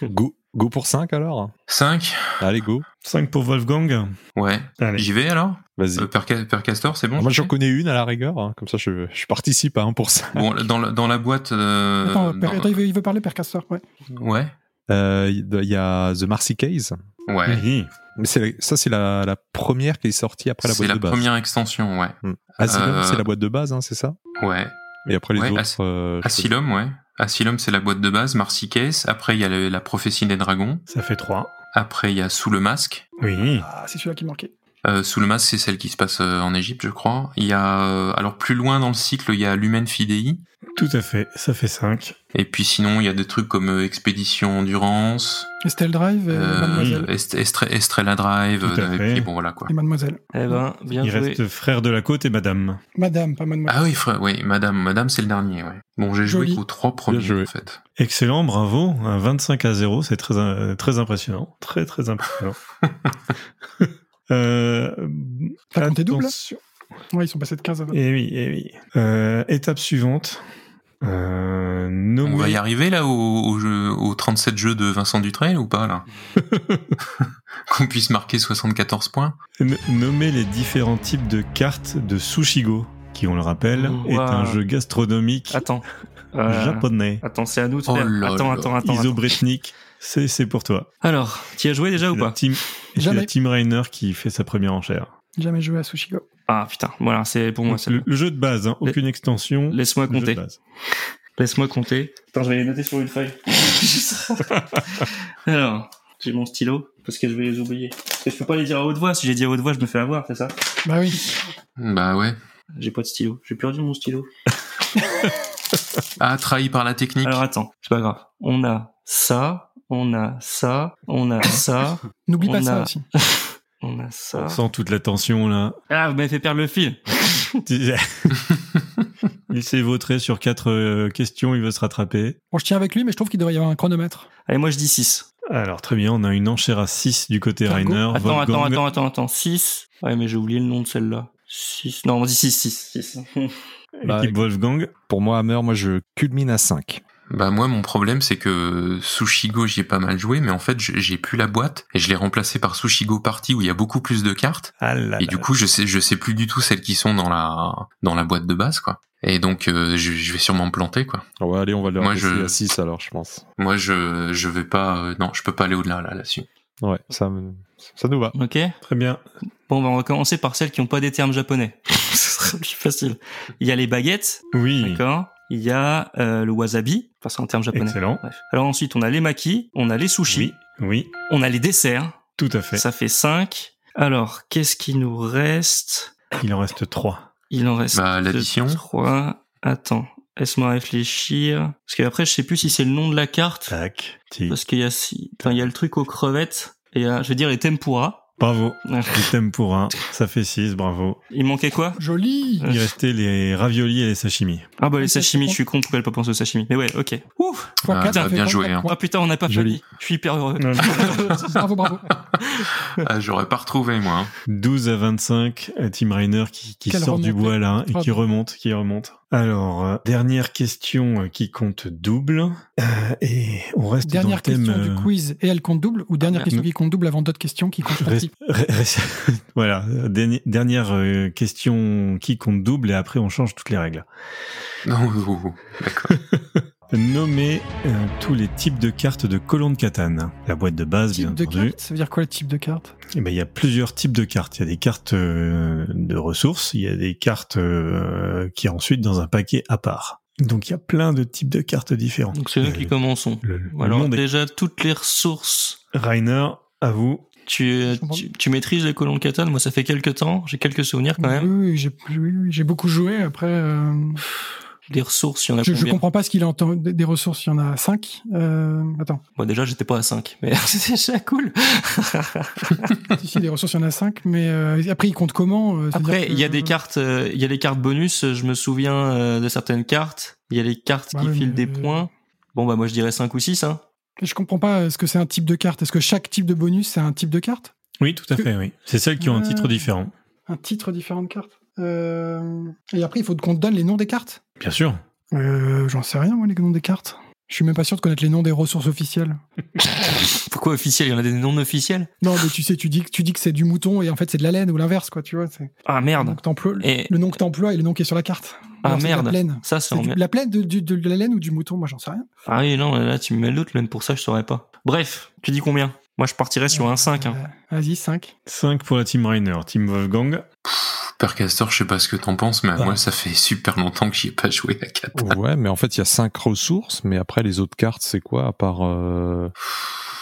Speaker 12: Go go pour 5 alors.
Speaker 6: 5
Speaker 12: Allez go.
Speaker 5: 5 pour Wolfgang.
Speaker 6: [laughs] Ouais.
Speaker 5: Allez.
Speaker 6: J'y vais alors
Speaker 12: Vas-y.
Speaker 6: Euh, per, ca- per castor, c'est bon
Speaker 12: Ah, moi,
Speaker 6: je
Speaker 12: j'en
Speaker 6: fais
Speaker 12: connais une à la rigueur, hein. comme ça je, je participe à 1%.
Speaker 6: Bon, dans la, dans la boîte. euh,
Speaker 2: attends,
Speaker 6: dans-
Speaker 2: Per- attends, il, veut, il veut parler, Père Castor. Ouais.
Speaker 6: Ouais.
Speaker 12: Euh, Il y a The Marcy Case,
Speaker 6: Ouais.
Speaker 5: Oui.
Speaker 12: mais c'est la- ça c'est la, la première qui est sortie après la
Speaker 6: C'est
Speaker 12: boîte
Speaker 6: la
Speaker 12: de base.
Speaker 6: première extension, ouais.
Speaker 12: Hmm. Asylum,
Speaker 6: Euh,
Speaker 12: c'est la boîte de base, hein, c'est ça
Speaker 6: Ouais.
Speaker 12: Et après les
Speaker 6: ouais,
Speaker 12: autres.
Speaker 6: As-
Speaker 12: euh, je
Speaker 6: Asylum, ouais. Asylum, c'est la boîte de base. Marcy Case. Après, il y a le- la prophétie des dragons.
Speaker 5: Ça fait 3.
Speaker 6: Après, il y a Sous le masque.
Speaker 5: Oui.
Speaker 2: Ah, c'est celui-là qui manquait.
Speaker 6: Euh, Sous le masque, c'est celle qui se passe euh, en Égypte, je crois. Il y a. euh, alors, plus loin dans le cycle, il y a Lumen Fidei.
Speaker 5: Tout à fait, ça fait 5.
Speaker 6: Et puis, sinon, il y a des trucs comme euh, Expédition Endurance,
Speaker 2: Estelle Drive et
Speaker 6: euh,
Speaker 2: Mademoiselle.
Speaker 6: Est- Estre- Estrella Drive.
Speaker 5: Tout à
Speaker 6: euh,
Speaker 5: fait.
Speaker 6: et puis, bon, voilà quoi.
Speaker 2: Et Mademoiselle.
Speaker 9: Eh ben, bien
Speaker 5: Il
Speaker 9: joué.
Speaker 5: reste Frère de la Côte et Madame.
Speaker 2: Madame, pas Mademoiselle.
Speaker 6: Ah oui, frère, oui, madame, madame, c'est le dernier, ouais. Bon, j'ai joué
Speaker 2: Joli.
Speaker 6: qu'aux trois premiers,
Speaker 12: Bien joué.
Speaker 6: en fait.
Speaker 5: Excellent, bravo. Un 25 à 0, c'est très, euh, très impressionnant. Très, très
Speaker 6: [laughs]
Speaker 5: impressionnant. euh,
Speaker 2: T'as compté double, là
Speaker 5: attention.
Speaker 2: Ouais, ils sont passés de 15 à 20.
Speaker 5: Eh oui, eh oui. Euh, étape suivante. Euh, nommer-
Speaker 6: On va y arriver, là, au, au jeu, aux 37 jeux de Vincent Dutrail ou pas, là? Qu'on puisse marquer 74 points?
Speaker 5: n- nommer les différents types de cartes de Sushigo, qui, on le rappelle,
Speaker 9: Wow.
Speaker 5: est un jeu gastronomique
Speaker 9: Attends. Euh,
Speaker 5: japonais.
Speaker 9: Attends, c'est à nous de
Speaker 6: Oh
Speaker 9: faire.
Speaker 6: là
Speaker 9: attends,
Speaker 6: là.
Speaker 9: attends, attends, attends.
Speaker 5: Isobretnik, c'est c'est pour toi.
Speaker 9: Alors, tu y as joué déjà ou
Speaker 5: La
Speaker 9: pas
Speaker 5: team- et C'est
Speaker 2: Jamais.
Speaker 5: la Team Rainer qui fait sa première enchère.
Speaker 2: Jamais joué à Sushigo.
Speaker 9: Ah putain, voilà, c'est pour moi.
Speaker 5: Donc,
Speaker 9: c'est
Speaker 5: le,
Speaker 9: bon.
Speaker 5: le jeu de base, hein, aucune extension.
Speaker 9: Laisse-moi
Speaker 5: le jeu de
Speaker 9: compter.
Speaker 5: base. [laughs]
Speaker 6: [laughs]
Speaker 9: Laisse-moi compter. Attends, je vais les noter sur une feuille. Alors, J'ai mon stylo parce que je vais les oublier. Parce que je peux pas les dire à haute voix. Si j'ai dit à haute voix, je me fais avoir, c'est ça
Speaker 2: Bah oui.
Speaker 6: Bah ouais.
Speaker 9: J'ai pas de stylo. J'ai perdu mon stylo.
Speaker 6: Ah, trahi par la technique.
Speaker 9: Alors attends, c'est pas grave. On a ça, on a ça, on a ça.
Speaker 2: N'oublie pas
Speaker 9: on
Speaker 2: ça
Speaker 9: a-
Speaker 2: aussi.
Speaker 9: [laughs] On a ça.
Speaker 5: Sans toute la tension,
Speaker 9: [laughs]
Speaker 5: là.
Speaker 9: Ah, vous m'avez fait perdre le fil. [laughs]
Speaker 5: il s'est vautré sur quatre euh, questions, il veut se rattraper.
Speaker 2: Bon, je tiens avec lui, mais je trouve qu'il devrait y avoir un chronomètre.
Speaker 9: Allez, moi je dis 6.
Speaker 5: Alors très bien, on a une enchère à 6 du côté
Speaker 2: Cargo.
Speaker 5: Rainer.
Speaker 9: Attends,
Speaker 5: Wolfgang-
Speaker 9: attends, attends, attends, attends. 6. Ouais, mais j'ai oublié le nom de celle-là. 6. Non, on dit 6, 6, 6.
Speaker 12: Bah,
Speaker 5: Équipe Wolfgang.
Speaker 12: Pour moi, Hammer, moi, je culmine à 5.
Speaker 6: Bah moi mon problème c'est que Sushigo j'y ai pas mal joué mais en fait j'ai j'ai plus la boîte et je l'ai remplacée par Sushigo Party où il y a beaucoup plus de cartes
Speaker 5: Ah là
Speaker 6: et du coup je sais je sais plus du tout celles qui sont dans la dans la boîte de base quoi. Et donc euh, je, je vais sûrement me planter quoi.
Speaker 12: Ah ouais, allez, on va le
Speaker 6: Moi,
Speaker 12: repousser
Speaker 6: je-
Speaker 12: à 6 alors, je pense.
Speaker 6: Moi je je vais pas euh, non, je peux pas aller au-delà
Speaker 5: [laughs]
Speaker 6: là là-dessus.
Speaker 12: Ouais, ça, me- ça nous va.
Speaker 9: Ok
Speaker 5: Très bien.
Speaker 9: Bon, bah, on va commencer par celles qui n'ont pas des termes japonais. [laughs] Ce sera plus facile. Il y a les baguettes,
Speaker 5: Oui.
Speaker 9: d'accord Il y a euh, le wasabi, enfin c'est un terme japonais.
Speaker 5: Excellent.
Speaker 9: Bref. Alors ensuite, on a les makis, on a les sushis,
Speaker 5: Oui,
Speaker 9: on a les desserts,
Speaker 5: tout à fait.
Speaker 9: ça fait 5. Alors, qu'est-ce qui nous reste
Speaker 5: Il en reste 3.
Speaker 9: Il en reste
Speaker 6: Bah l'addition
Speaker 9: 3. Attends, laisse-moi réfléchir. Parce que après, je sais plus si c'est le nom de la carte,
Speaker 5: Tac. Ti.
Speaker 9: parce qu'il y a, si... enfin, il y a le truc aux crevettes, et il y a, je veux dire les tempura.
Speaker 5: Bravo. Les thèmes pour 1, ça fait 6, bravo.
Speaker 9: Il manquait quoi Euh,
Speaker 2: Joli
Speaker 5: Il restait les raviolis et les sashimi.
Speaker 9: Ah bah les
Speaker 2: Ça, c'est
Speaker 9: sashimi,
Speaker 2: bon.
Speaker 9: je suis con, pourquoi elle pas pensé aux sashimi Mais ouais, ok. Ouh
Speaker 2: Fois
Speaker 6: Ah,
Speaker 2: quatre,
Speaker 6: bah,
Speaker 2: ça fait
Speaker 6: bien joué,
Speaker 2: 24
Speaker 6: hein.
Speaker 9: Ah
Speaker 2: points.
Speaker 9: putain, on n'a pas
Speaker 12: Joli.
Speaker 9: fini. Je suis hyper heureux.
Speaker 2: Bravo, bravo.
Speaker 6: Ah, j'aurais pas retrouvé moi. hein.
Speaker 5: 12 à 25, euh, Tim Reiner qui, qui
Speaker 2: Quelle
Speaker 5: sort du
Speaker 2: remontée.
Speaker 5: bois là hein, et qui
Speaker 2: Pardon.
Speaker 5: remonte, qui remonte. Alors, euh, dernière question euh, qui compte double. Euh, et on reste
Speaker 2: Dernière
Speaker 5: dans le thème...
Speaker 2: question
Speaker 5: euh,
Speaker 2: du quiz et elle compte double ou dernière
Speaker 9: Ah, merde.
Speaker 2: question qui compte double avant d'autres questions qui comptent
Speaker 5: Reste-
Speaker 2: partie.
Speaker 5: re- reste- [laughs] voilà, Dernier- dernière euh, question qui compte double et après on change toutes les règles.
Speaker 6: Non, oh,
Speaker 5: [laughs]
Speaker 6: oh, oh. d'accord.
Speaker 5: Nommez euh, tous les types de cartes de colon de Catane. La boîte de base,
Speaker 2: Type
Speaker 5: bien
Speaker 2: de
Speaker 5: entendu.
Speaker 2: carte, ça veut dire quoi le type de carte
Speaker 5: Eh ben, il y a plusieurs types de cartes. Il y a des cartes euh, de ressources, il y a des cartes euh, qui sont ensuite dans un paquet à part. Donc il y a plein de types de cartes différentes.
Speaker 9: Donc [laughs] c'est eux qui
Speaker 5: Euh,
Speaker 9: commençons.
Speaker 5: Le, le
Speaker 9: Alors
Speaker 5: monde est-
Speaker 9: déjà, toutes les ressources,
Speaker 5: Rainer, à vous.
Speaker 9: tu, euh,
Speaker 2: Je comprends.
Speaker 9: tu, tu maîtrises les colons de Catan. Moi, ça fait quelques temps, j'ai quelques souvenirs quand même.
Speaker 2: Oui, oui, j'ai oui, oui, j'ai beaucoup joué. Après, euh,
Speaker 9: Les ressources, il y en a
Speaker 2: je, je
Speaker 9: combien
Speaker 2: comprends pas ce qu'il entend des des ressources. Il y en a 5 Attends,
Speaker 9: Moi déjà, j'étais pas à 5, mais [laughs] c'est déjà cool.
Speaker 2: ici des ressources, il y en a 5 Mais euh, après, il compte comment euh, c'est-à-dire
Speaker 9: Après, il y a
Speaker 2: que-
Speaker 9: des cartes, euh, il y a les cartes bonus. euh, Je me souviens euh, de certaines cartes. Il y a les cartes
Speaker 2: Bah
Speaker 9: qui
Speaker 2: oui,
Speaker 9: filent des
Speaker 2: mais-
Speaker 9: points. Bon bah moi, je dirais 5 ou 6.
Speaker 2: [laughs]
Speaker 9: Hein.
Speaker 2: Je comprends pas. Est-ce que c'est un type de carte Est-ce que chaque type de bonus c'est un type de carte
Speaker 5: Oui, tout à
Speaker 2: Que-
Speaker 5: fait, oui. C'est celles qui ont un titre
Speaker 2: Ah.
Speaker 5: différent.
Speaker 2: Un titre différent de carte Euh, Et après, il faut qu'on te donne les noms des cartes.
Speaker 5: Bien sûr.
Speaker 2: Euh, J'en sais rien, moi, les noms des cartes. Je suis même pas sûr de connaître les noms des ressources officielles.
Speaker 9: Pourquoi officiel Il y en a des non officiels.
Speaker 2: Non, mais tu sais, tu dis, que- tu dis que c'est du mouton et en fait c'est de la laine ou l'inverse, quoi, tu vois. C'est
Speaker 9: Ah
Speaker 2: le
Speaker 9: merde.
Speaker 2: nom que t'emploies-
Speaker 9: Et
Speaker 2: le nom que t'emploies et le nom qui est sur la carte.
Speaker 9: ah
Speaker 2: Alors, c'est de
Speaker 9: merde.
Speaker 2: La plaine.
Speaker 9: Ça, c'est
Speaker 2: C'est
Speaker 9: en
Speaker 2: du-
Speaker 9: mer-
Speaker 2: la plaine de, du- de la laine ou du mouton, moi j'en sais rien.
Speaker 9: Ah oui, non, là tu me mets le doute, même pour ça je saurais pas. Bref, tu dis combien Moi je partirais sur un 5. Hein.
Speaker 2: Euh, Vas-y, 5.
Speaker 5: 5 pour la Team Rainer. Team Wolfgang.
Speaker 6: Père Castor, je sais pas ce que t'en penses mais
Speaker 5: Ah.
Speaker 6: moi ça fait super longtemps que j'y ai pas joué à 4.
Speaker 12: Ouais, mais en fait, il y a 5 ressources, mais après, les autres cartes, c'est quoi À part. euh,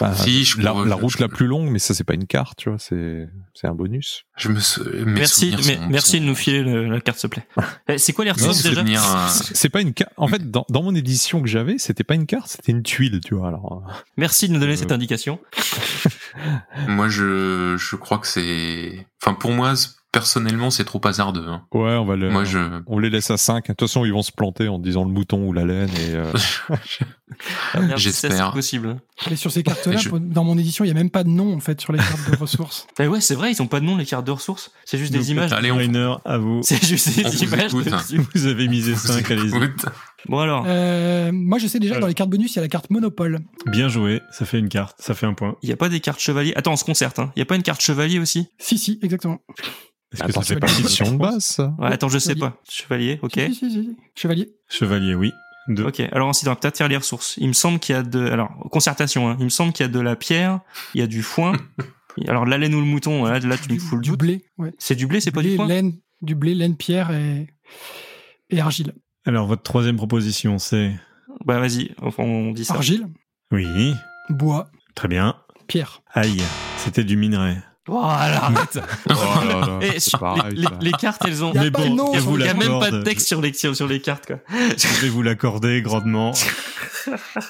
Speaker 12: bah,
Speaker 6: Si, je
Speaker 12: la,
Speaker 6: crois-
Speaker 12: la
Speaker 6: je-
Speaker 12: route
Speaker 6: je-
Speaker 12: la plus longue, mais ça, c'est pas une carte, tu vois, c'est c'est un bonus.
Speaker 6: Je me sou- mes
Speaker 9: Merci,
Speaker 6: souvenirs
Speaker 9: mais-
Speaker 6: sont-
Speaker 9: merci
Speaker 6: sont-
Speaker 9: de nous filer le- la carte, s'il te plaît.
Speaker 6: [laughs]
Speaker 9: Eh, c'est quoi les
Speaker 6: Mes
Speaker 9: ressources déjà
Speaker 6: souvenirs euh,
Speaker 12: C'est pas une carte. En fait, dans, dans mon édition que j'avais, c'était pas une carte, c'était une tuile, tu vois. Alors, euh,
Speaker 9: Merci de nous donner
Speaker 12: Euh,
Speaker 9: cette indication.
Speaker 6: Moi, je, je crois que c'est. Enfin, pour moi, c- personnellement, c'est trop hasardeux. hein.
Speaker 12: ouais, on va le.
Speaker 6: Moi, je.
Speaker 12: On les laisse à 5. De toute façon, ils vont se planter en disant le mouton ou la laine.
Speaker 6: [laughs]
Speaker 12: Et, euh,
Speaker 9: Ah, merde,
Speaker 6: J'espère.
Speaker 9: ça, C'est possible. hein.
Speaker 2: Mais sur ces cartes-là,
Speaker 6: Je-
Speaker 2: pour- dans mon édition, il y a même pas de nom en fait sur
Speaker 9: [laughs]
Speaker 2: les cartes de ressources.
Speaker 9: Eh ouais, c'est vrai, ils ont pas de nom les cartes de ressources. C'est juste des
Speaker 5: Donc,
Speaker 9: images.
Speaker 6: Allez,
Speaker 5: Team
Speaker 6: on,
Speaker 5: Rainer, à vous.
Speaker 9: [laughs] C'est juste
Speaker 6: on
Speaker 9: des
Speaker 6: Ah, vous
Speaker 9: images.
Speaker 6: écoute.
Speaker 9: dessus.
Speaker 5: Vous avez misé
Speaker 6: on
Speaker 5: 5,
Speaker 6: vous
Speaker 5: allez-y.
Speaker 6: écoute.
Speaker 9: Bon alors,
Speaker 2: Euh, moi je sais déjà que dans les cartes bonus, il y a la carte Monopole.
Speaker 5: Bien joué, ça fait une carte, ça fait un point.
Speaker 9: il y a pas des cartes chevalier. Attends, on se concerte. Hein. Il y a pas une carte chevalier aussi
Speaker 2: Si, si, exactement.
Speaker 5: Est-ce que
Speaker 12: Attends,
Speaker 5: ça fait
Speaker 12: c'est pas une
Speaker 5: partie de
Speaker 12: édition de
Speaker 5: votre
Speaker 12: base, ça
Speaker 9: ouais, Attends, je sais
Speaker 2: chevalier.
Speaker 9: pas. Chevalier, ok.
Speaker 2: Si, si, si, si. Chevalier.
Speaker 5: Chevalier, oui. Deux.
Speaker 9: Ok, alors ensuite on va peut-être faire les ressources. Il me semble qu'il y a de... Alors, concertation, hein. il me semble qu'il y a de la pierre, il y a du
Speaker 6: [laughs]
Speaker 9: foin. alors la laine ou le mouton, là, là tu me fous le
Speaker 2: du
Speaker 9: doute.
Speaker 2: blé. Ouais.
Speaker 9: C'est du blé, c'est pas
Speaker 2: Blé,
Speaker 9: du foin
Speaker 2: laine, du blé, laine, pierre et, et argile.
Speaker 5: Alors, votre troisième proposition, c'est...
Speaker 9: Bah vas-y, enfin, on dit ça.
Speaker 2: Argile,
Speaker 5: Oui,
Speaker 2: bois,
Speaker 5: très bien.
Speaker 2: Pierre.
Speaker 5: Aïe, c'était du
Speaker 12: [laughs]
Speaker 5: minerai. [laughs]
Speaker 9: Voilà, arrête.
Speaker 5: Oh là là,
Speaker 9: Et
Speaker 5: c'est
Speaker 9: sur-
Speaker 5: pareil,
Speaker 9: les, les-
Speaker 5: ça.
Speaker 9: les cartes, elles ont.
Speaker 5: Y a Mais pas de bon, nom, et vous
Speaker 9: il y a même pas
Speaker 5: l'accorde.
Speaker 9: de texte sur les, sur les cartes, quoi.
Speaker 5: Je vais vous l'accorder grandement.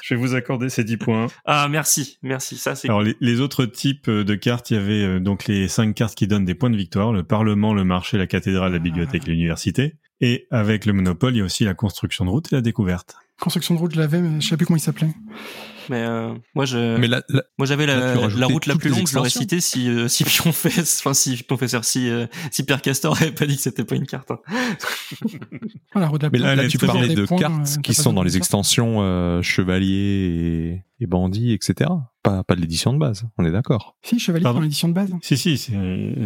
Speaker 5: Je vais vous accorder ces 10 points.
Speaker 9: Ah, merci, merci. Ça, c'est.
Speaker 5: Alors les, les autres types euh, de cartes, il y avait euh, donc les cinq cartes qui donnent des points de victoire, le Parlement, le marché, la cathédrale,
Speaker 9: Ah.
Speaker 5: la bibliothèque, l'université. Et avec le monopole, il y a aussi la construction de route et la
Speaker 2: [laughs]
Speaker 5: découverte.
Speaker 2: Construction de route, je l'avais, mais je sais plus comment il s'appelait.
Speaker 9: Mais euh, moi, je.
Speaker 5: Mais la- la-
Speaker 9: moi, j'avais
Speaker 5: là,
Speaker 9: la,
Speaker 5: tu rajoutais
Speaker 9: la route la
Speaker 5: toutes
Speaker 9: plus
Speaker 5: les
Speaker 9: longue. Je l'aurais
Speaker 5: extensions.
Speaker 9: cité si euh, si Pionfesse- enfin si professeur, si euh, si Pierre Castor avait pas dit que c'était pas une carte. hein.
Speaker 2: Voilà, route de Ah, la
Speaker 12: Mais là,
Speaker 2: Plante,
Speaker 12: là,
Speaker 2: des
Speaker 12: tu
Speaker 2: points,
Speaker 12: parlais
Speaker 2: des
Speaker 12: de
Speaker 2: points,
Speaker 12: cartes
Speaker 2: euh,
Speaker 12: qui
Speaker 2: t'as pas
Speaker 12: sont dans
Speaker 2: besoin
Speaker 12: les
Speaker 2: de ça.
Speaker 12: extensions euh, chevalier et, et bandit, etc. Pas, pas de l'édition de base, on est d'accord.
Speaker 2: Si, Chevalier, c'est dans l'édition de base.
Speaker 5: Si, si, c'est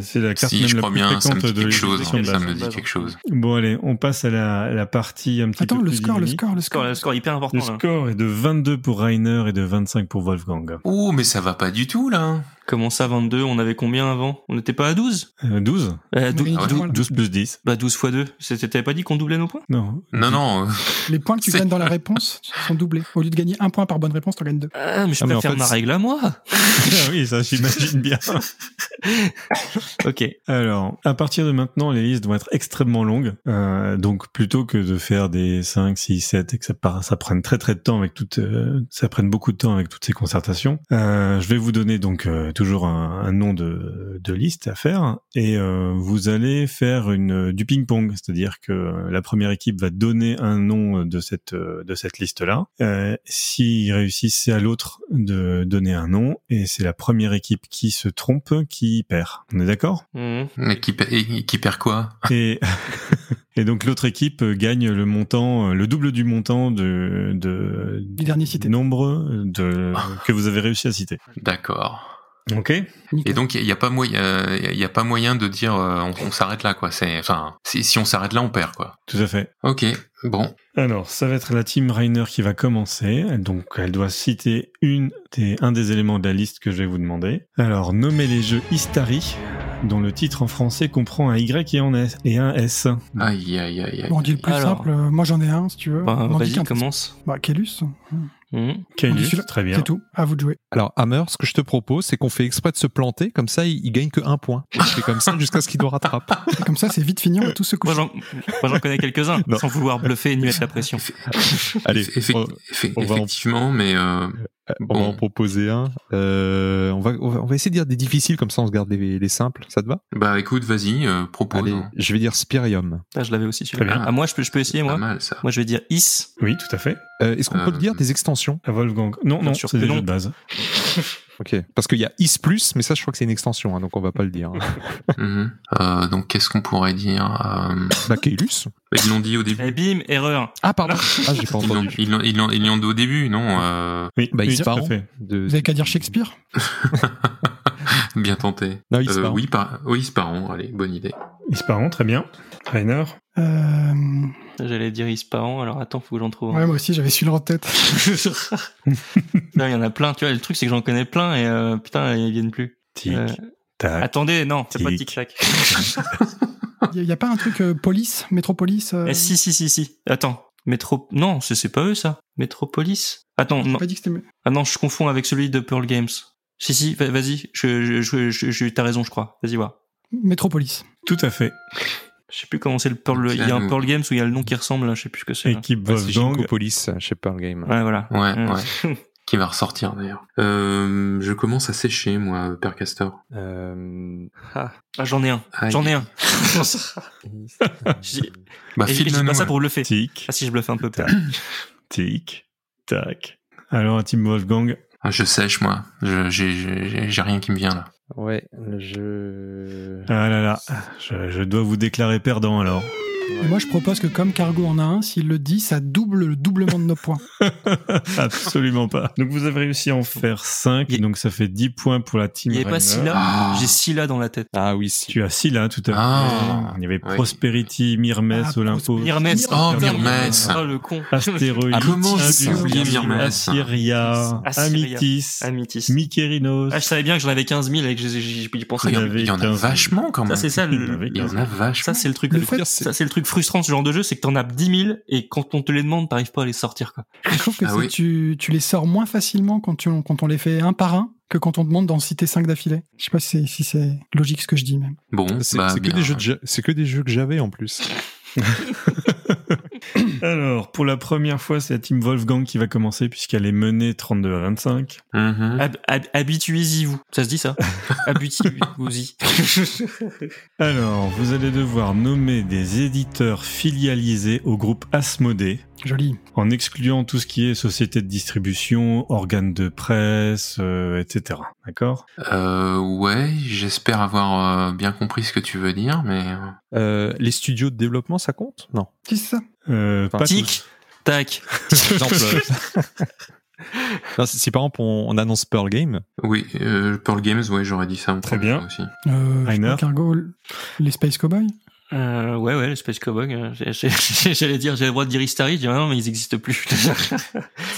Speaker 5: c'est la carte
Speaker 6: Si,
Speaker 5: même
Speaker 6: je
Speaker 5: la
Speaker 6: crois
Speaker 5: plus
Speaker 6: bien, ça me
Speaker 5: fréquente
Speaker 6: dit
Speaker 5: de
Speaker 6: quelque chose,
Speaker 5: l'édition de
Speaker 6: ça
Speaker 5: base.
Speaker 12: Bah
Speaker 6: me dit quelque chose.
Speaker 5: Bon allez, on passe à la, la partie un petit
Speaker 2: Attends,
Speaker 5: peu
Speaker 2: le
Speaker 5: plus
Speaker 2: score, le
Speaker 5: dynamique.
Speaker 2: score, le
Speaker 9: Le score,
Speaker 2: score.
Speaker 9: le score est hyper important.
Speaker 5: Le
Speaker 9: là.
Speaker 5: score est de 22 pour Rainer et de 25 pour Wolfgang.
Speaker 2: Oh.
Speaker 6: Ouh, mais ça va pas du tout, là.
Speaker 9: Comment ça 22 On avait combien avant On n'était pas à 12
Speaker 5: Euh, 12
Speaker 9: Euh, dou-
Speaker 2: Mais
Speaker 6: Ah ouais.
Speaker 2: dis-moi,
Speaker 5: 12 plus 10
Speaker 9: Bah 12 fois 2. C'était- T'avais pas dit qu'on doublait nos points
Speaker 5: Non.
Speaker 6: Non, non. euh,
Speaker 2: Les points que tu
Speaker 6: C'est-
Speaker 2: gagnes dans la réponse sont doublés. Au lieu de gagner un point par bonne réponse, t'en gagnes deux.
Speaker 9: Ah, mais je
Speaker 5: Ah, mais en
Speaker 9: préfère
Speaker 5: fait,
Speaker 9: ma
Speaker 5: c'est-
Speaker 9: règle à moi.
Speaker 5: Ah [laughs] oui, ça j'imagine bien.
Speaker 9: [laughs] ok.
Speaker 5: Alors, à partir de maintenant, les listes vont être extrêmement longues. Euh, donc, plutôt que de faire des 5, 6, 7 et que ça, par- ça prenne très très de temps avec toutes, euh, ça prenne beaucoup de temps avec toutes ces concertations, euh, je vais vous donner donc euh, toujours un, un nom de, de liste à faire et euh, vous allez faire une du ping-pong, c'est-à-dire que la première équipe va donner un nom de cette euh, de cette liste-là. Euh, S'ils réussissent, c'est à l'autre de donner un nom et c'est la première équipe qui se trompe qui perd. On est d'accord
Speaker 2: [laughs]
Speaker 9: Mhm.
Speaker 6: Mais qui, pa- et qui perd quoi
Speaker 5: et, et donc l'autre équipe euh, gagne le montant, euh, le double du montant de, de
Speaker 2: Du dernier cité.
Speaker 5: nombre
Speaker 2: [laughs]
Speaker 5: de, que vous avez réussi à citer.
Speaker 6: D'accord.
Speaker 5: Ok.
Speaker 6: Et
Speaker 2: Nickel.
Speaker 6: donc, il n'y a, pas moyen- il y a pas moyen de dire euh, on, on s'arrête là, quoi. C'est, enfin, si, si on s'arrête là, on perd, quoi.
Speaker 5: Tout à fait.
Speaker 6: Ok, bon.
Speaker 5: Alors, ça va être la team Rainer qui va commencer. Donc, elle doit citer une des, un des éléments de la liste que je vais vous demander. Alors, nommez les jeux Istari, dont le titre en français comprend un Y et, un S- et un S.
Speaker 6: Aïe, aïe, aïe, aïe.
Speaker 2: Bon, on dit le plus
Speaker 9: Alors.
Speaker 2: simple. euh, Moi, j'en ai un, si tu veux.
Speaker 9: Bah,
Speaker 2: On en dit
Speaker 9: Vas-y,
Speaker 2: qu'un.
Speaker 9: commence.
Speaker 2: Bah, Kélus.
Speaker 9: Mhm.
Speaker 5: Caillou,
Speaker 2: On dit celui-là.
Speaker 5: très bien.
Speaker 2: C'est tout. Ah. À vous de jouer.
Speaker 12: Alors, Hammer, ce que je te propose, c'est qu'on fait exprès de se planter, comme ça, il, il gagne que un point. On fait comme ça jusqu'à ce qu'il nous rattrape.
Speaker 2: Et comme ça, c'est vite fini, on va tous se
Speaker 9: Moi
Speaker 2: coucher.
Speaker 9: j'en moi, j'en connais quelques-uns,
Speaker 12: Non.
Speaker 9: sans vouloir bluffer et nuire la pression.
Speaker 12: Allez,
Speaker 6: Eff- effec-
Speaker 12: on,
Speaker 6: effec-
Speaker 12: Oh, on va en-
Speaker 6: effectivement, mais euh,
Speaker 12: on va
Speaker 6: bon.
Speaker 12: en proposer un. Euh, on, va, on va- on va essayer de dire des difficiles, comme ça, on se garde les, les simples. Ça te va
Speaker 6: bah écoute, vas-y, euh, propose.
Speaker 12: Allez,
Speaker 6: hein.
Speaker 12: je vais dire Spirium.
Speaker 9: Ah, je l'avais aussi celui-là.
Speaker 5: Très
Speaker 6: bien.
Speaker 9: Ah, moi je peux, je peux essayer
Speaker 6: Pas
Speaker 9: moi.
Speaker 6: mal ça.
Speaker 9: Moi je vais dire Is.
Speaker 5: Oui, tout à fait.
Speaker 12: Euh, Est-ce qu'on peut
Speaker 6: Euh,
Speaker 12: le dire des extensions
Speaker 5: À Wolfgang. Non,
Speaker 9: Bien
Speaker 5: non,
Speaker 9: sûr
Speaker 5: c'est
Speaker 9: que
Speaker 5: des
Speaker 9: non.
Speaker 5: jeux de base.
Speaker 12: [laughs] Ok. Parce qu'il y a Is+, mais ça, je crois que c'est une extension, hein, donc on va pas le dire. hein.
Speaker 6: [laughs] Mhm. Euh, donc qu'est-ce qu'on pourrait dire euh...
Speaker 12: bah, Keylus.
Speaker 6: bah, Ils l'ont dit au
Speaker 9: Et
Speaker 6: début.
Speaker 9: bim, erreur.
Speaker 12: Ah, pardon. Ah, j'ai pas
Speaker 6: Ils l'ont,
Speaker 12: entendu.
Speaker 6: ils l'ont, ils l'ont, ils l'ont dit au début, non euh...
Speaker 5: Oui,
Speaker 12: Bah,
Speaker 5: oui, tout à
Speaker 12: Isparan.
Speaker 5: fait.
Speaker 12: De...
Speaker 2: Vous avez qu'à dire Shakespeare.
Speaker 6: [laughs] Bien tenté.
Speaker 12: Non,
Speaker 6: Euh,
Speaker 12: Isparan.
Speaker 6: oui, par... oui, Isparan, allez, bonne idée.
Speaker 5: Isparan, très bien. Rainer.
Speaker 2: Euh...
Speaker 9: J'allais dire Is par an, alors attends, faut que j'en trouve. un.
Speaker 2: Ouais, moi aussi, j'avais celui-là
Speaker 9: [laughs]
Speaker 2: en tête.
Speaker 9: Non, il y en a plein, tu vois. Le truc, c'est que j'en connais plein et euh, putain, ils viennent plus.
Speaker 5: Tic,
Speaker 9: Euh,
Speaker 5: tac.
Speaker 9: attendez, non, c'est pas
Speaker 5: Tic.
Speaker 9: tic-tac.
Speaker 2: Il n'y a, pas un truc euh, police, métropolis euh,
Speaker 9: Eh, si, si, si, si. Attends. Métro... Non, c'est c'est pas eux, ça. Métropolis Attends,
Speaker 2: j'ai
Speaker 9: non.
Speaker 2: pas dit que c'était.
Speaker 9: Ah non, je confonds avec celui de Pearl Games. Si, si, va- vas-y. Je, je, je, je- je- t'as raison, je crois. Vas-y, voir.
Speaker 2: Métropolis.
Speaker 5: Tout à fait.
Speaker 9: Je sais plus comment c'est le Pearl... Il y a un Pearl Games où il y a le nom qui ressemble, là. Je sais plus ce que c'est. là.
Speaker 5: Équipe
Speaker 6: Bah,
Speaker 12: Ouais, c'est
Speaker 5: Wolfgang.
Speaker 12: Police
Speaker 6: euh,
Speaker 12: chez Pearl Game.
Speaker 9: Ouais, voilà.
Speaker 6: Ouais,
Speaker 9: Euh,
Speaker 6: ouais.
Speaker 9: [laughs]
Speaker 6: Qui va ressortir d'ailleurs. Euh, je commence à sécher, moi, Père Castor.
Speaker 12: Euh...
Speaker 9: Ah, j'en ai un.
Speaker 6: Aïe.
Speaker 9: J'en
Speaker 6: [laughs]
Speaker 9: ai un.
Speaker 12: Is-
Speaker 6: Bah,
Speaker 9: Et je- et je dis
Speaker 6: file-le-nous,
Speaker 9: pas ça
Speaker 6: là.
Speaker 9: pour le faire.
Speaker 5: Tic,
Speaker 9: Ah si, je bluffe un peu. peut-être.
Speaker 5: tic, tac. Alors, Team Wolfgang,
Speaker 6: Ah, Je sèche, moi. Je, j'ai, j'ai, j'ai- j'ai rien qui me vient là.
Speaker 12: Ouais, le jeu.
Speaker 5: ah là là, je, je dois vous déclarer perdant alors.
Speaker 2: Et moi, je propose que comme Cargo en a un, s'il le dit, ça double le doublement de nos points.
Speaker 5: [laughs] Absolument pas. Donc, vous avez réussi à en faire 5,
Speaker 9: Il-
Speaker 5: donc ça fait 10 points pour la Team
Speaker 9: Il n'y avait pas
Speaker 5: Rainer.
Speaker 9: Scylla.
Speaker 6: Ah.
Speaker 9: J'ai Scylla dans la tête.
Speaker 12: Ah oui, si.
Speaker 5: Tu as Scylla tout à fait.
Speaker 6: Ah.
Speaker 5: Il y avait
Speaker 6: Oui.
Speaker 5: Prosperity, Myrmes,
Speaker 2: Ah,
Speaker 5: Olympo.
Speaker 9: Myrmès.
Speaker 6: Oh,
Speaker 9: putain,
Speaker 6: Myrmès.
Speaker 9: Oh, le con. Ah,
Speaker 5: Astéroïde,
Speaker 6: Comment
Speaker 12: j'ai oublié
Speaker 6: Myrmès
Speaker 5: Assyria,
Speaker 9: Assyria.
Speaker 5: Amitis,
Speaker 9: Amitis.
Speaker 5: Mykérinos.
Speaker 9: Ah, je savais bien que j'en avais 15 000 et que j'ai- j'ai j'ai- j'y
Speaker 6: Il
Speaker 9: pensais.
Speaker 6: y, en-
Speaker 5: avait
Speaker 6: il y en a
Speaker 5: 15.
Speaker 6: vachement quand
Speaker 9: Ça,
Speaker 6: même.
Speaker 9: c'est ça, le-
Speaker 5: Il y en avait
Speaker 6: Il y en
Speaker 5: 15.
Speaker 6: a
Speaker 9: Ça,
Speaker 6: vachement.
Speaker 9: c'est le truc
Speaker 2: Le
Speaker 9: le
Speaker 2: fait,
Speaker 9: pire. Ça, c'est le truc truc frustrant de ce genre de jeu, c'est que t'en as 10 000 et quand on te les demande, t'arrives pas à les sortir, quoi.
Speaker 2: Je trouve que
Speaker 9: Ah
Speaker 2: c'est-
Speaker 9: oui.
Speaker 2: tu, tu les sors moins facilement quand, tu, quand on les fait un par un que quand on demande d'en citer 5 d'affilée. Je sais pas si c'est- si c'est logique ce que je dis, même.
Speaker 6: Bon,
Speaker 12: c'est
Speaker 6: bah,
Speaker 12: c'est que,
Speaker 6: bien.
Speaker 12: des jeux de ja- c'est que des jeux que j'avais
Speaker 6: [laughs]
Speaker 12: en plus.
Speaker 5: Alors, pour la première fois, c'est la team Wolfgang qui va commencer puisqu'elle est menée 32 à 25.
Speaker 9: Hab- hab- Habituez-y vous. Ça se
Speaker 5: [laughs]
Speaker 9: dit ça [laughs] Habituez-vous-y.
Speaker 5: [laughs] Alors, vous allez devoir nommer des éditeurs filialisés au groupe Asmodée.
Speaker 2: Joli.
Speaker 5: En excluant tout ce qui est société de distribution, organes de presse, euh, etc. D'accord
Speaker 6: Euh, ouais, j'espère avoir euh, bien compris ce que tu veux dire, mais...
Speaker 12: Euh, les studios de développement, ça compte Non.
Speaker 2: Qui c'est ça
Speaker 5: euh,
Speaker 12: pas
Speaker 9: Tic, tac.
Speaker 12: [laughs] Exemple. Non, si, si, par exemple on, on annonce Pearl Game,
Speaker 6: Oui, euh, Pearl Games, ouais, j'aurais dit ça. Très bien. Aussi.
Speaker 2: Euh, je sais pas,
Speaker 6: Rainer.
Speaker 2: Cargo, les Space Cowboys
Speaker 9: Euh, ouais, ouais, le Space Cowboy. euh, j'ai- j'ai- J'allais dire, j'ai le droit de dire Istari, je dis ah non, mais ils existent [laughs] plus.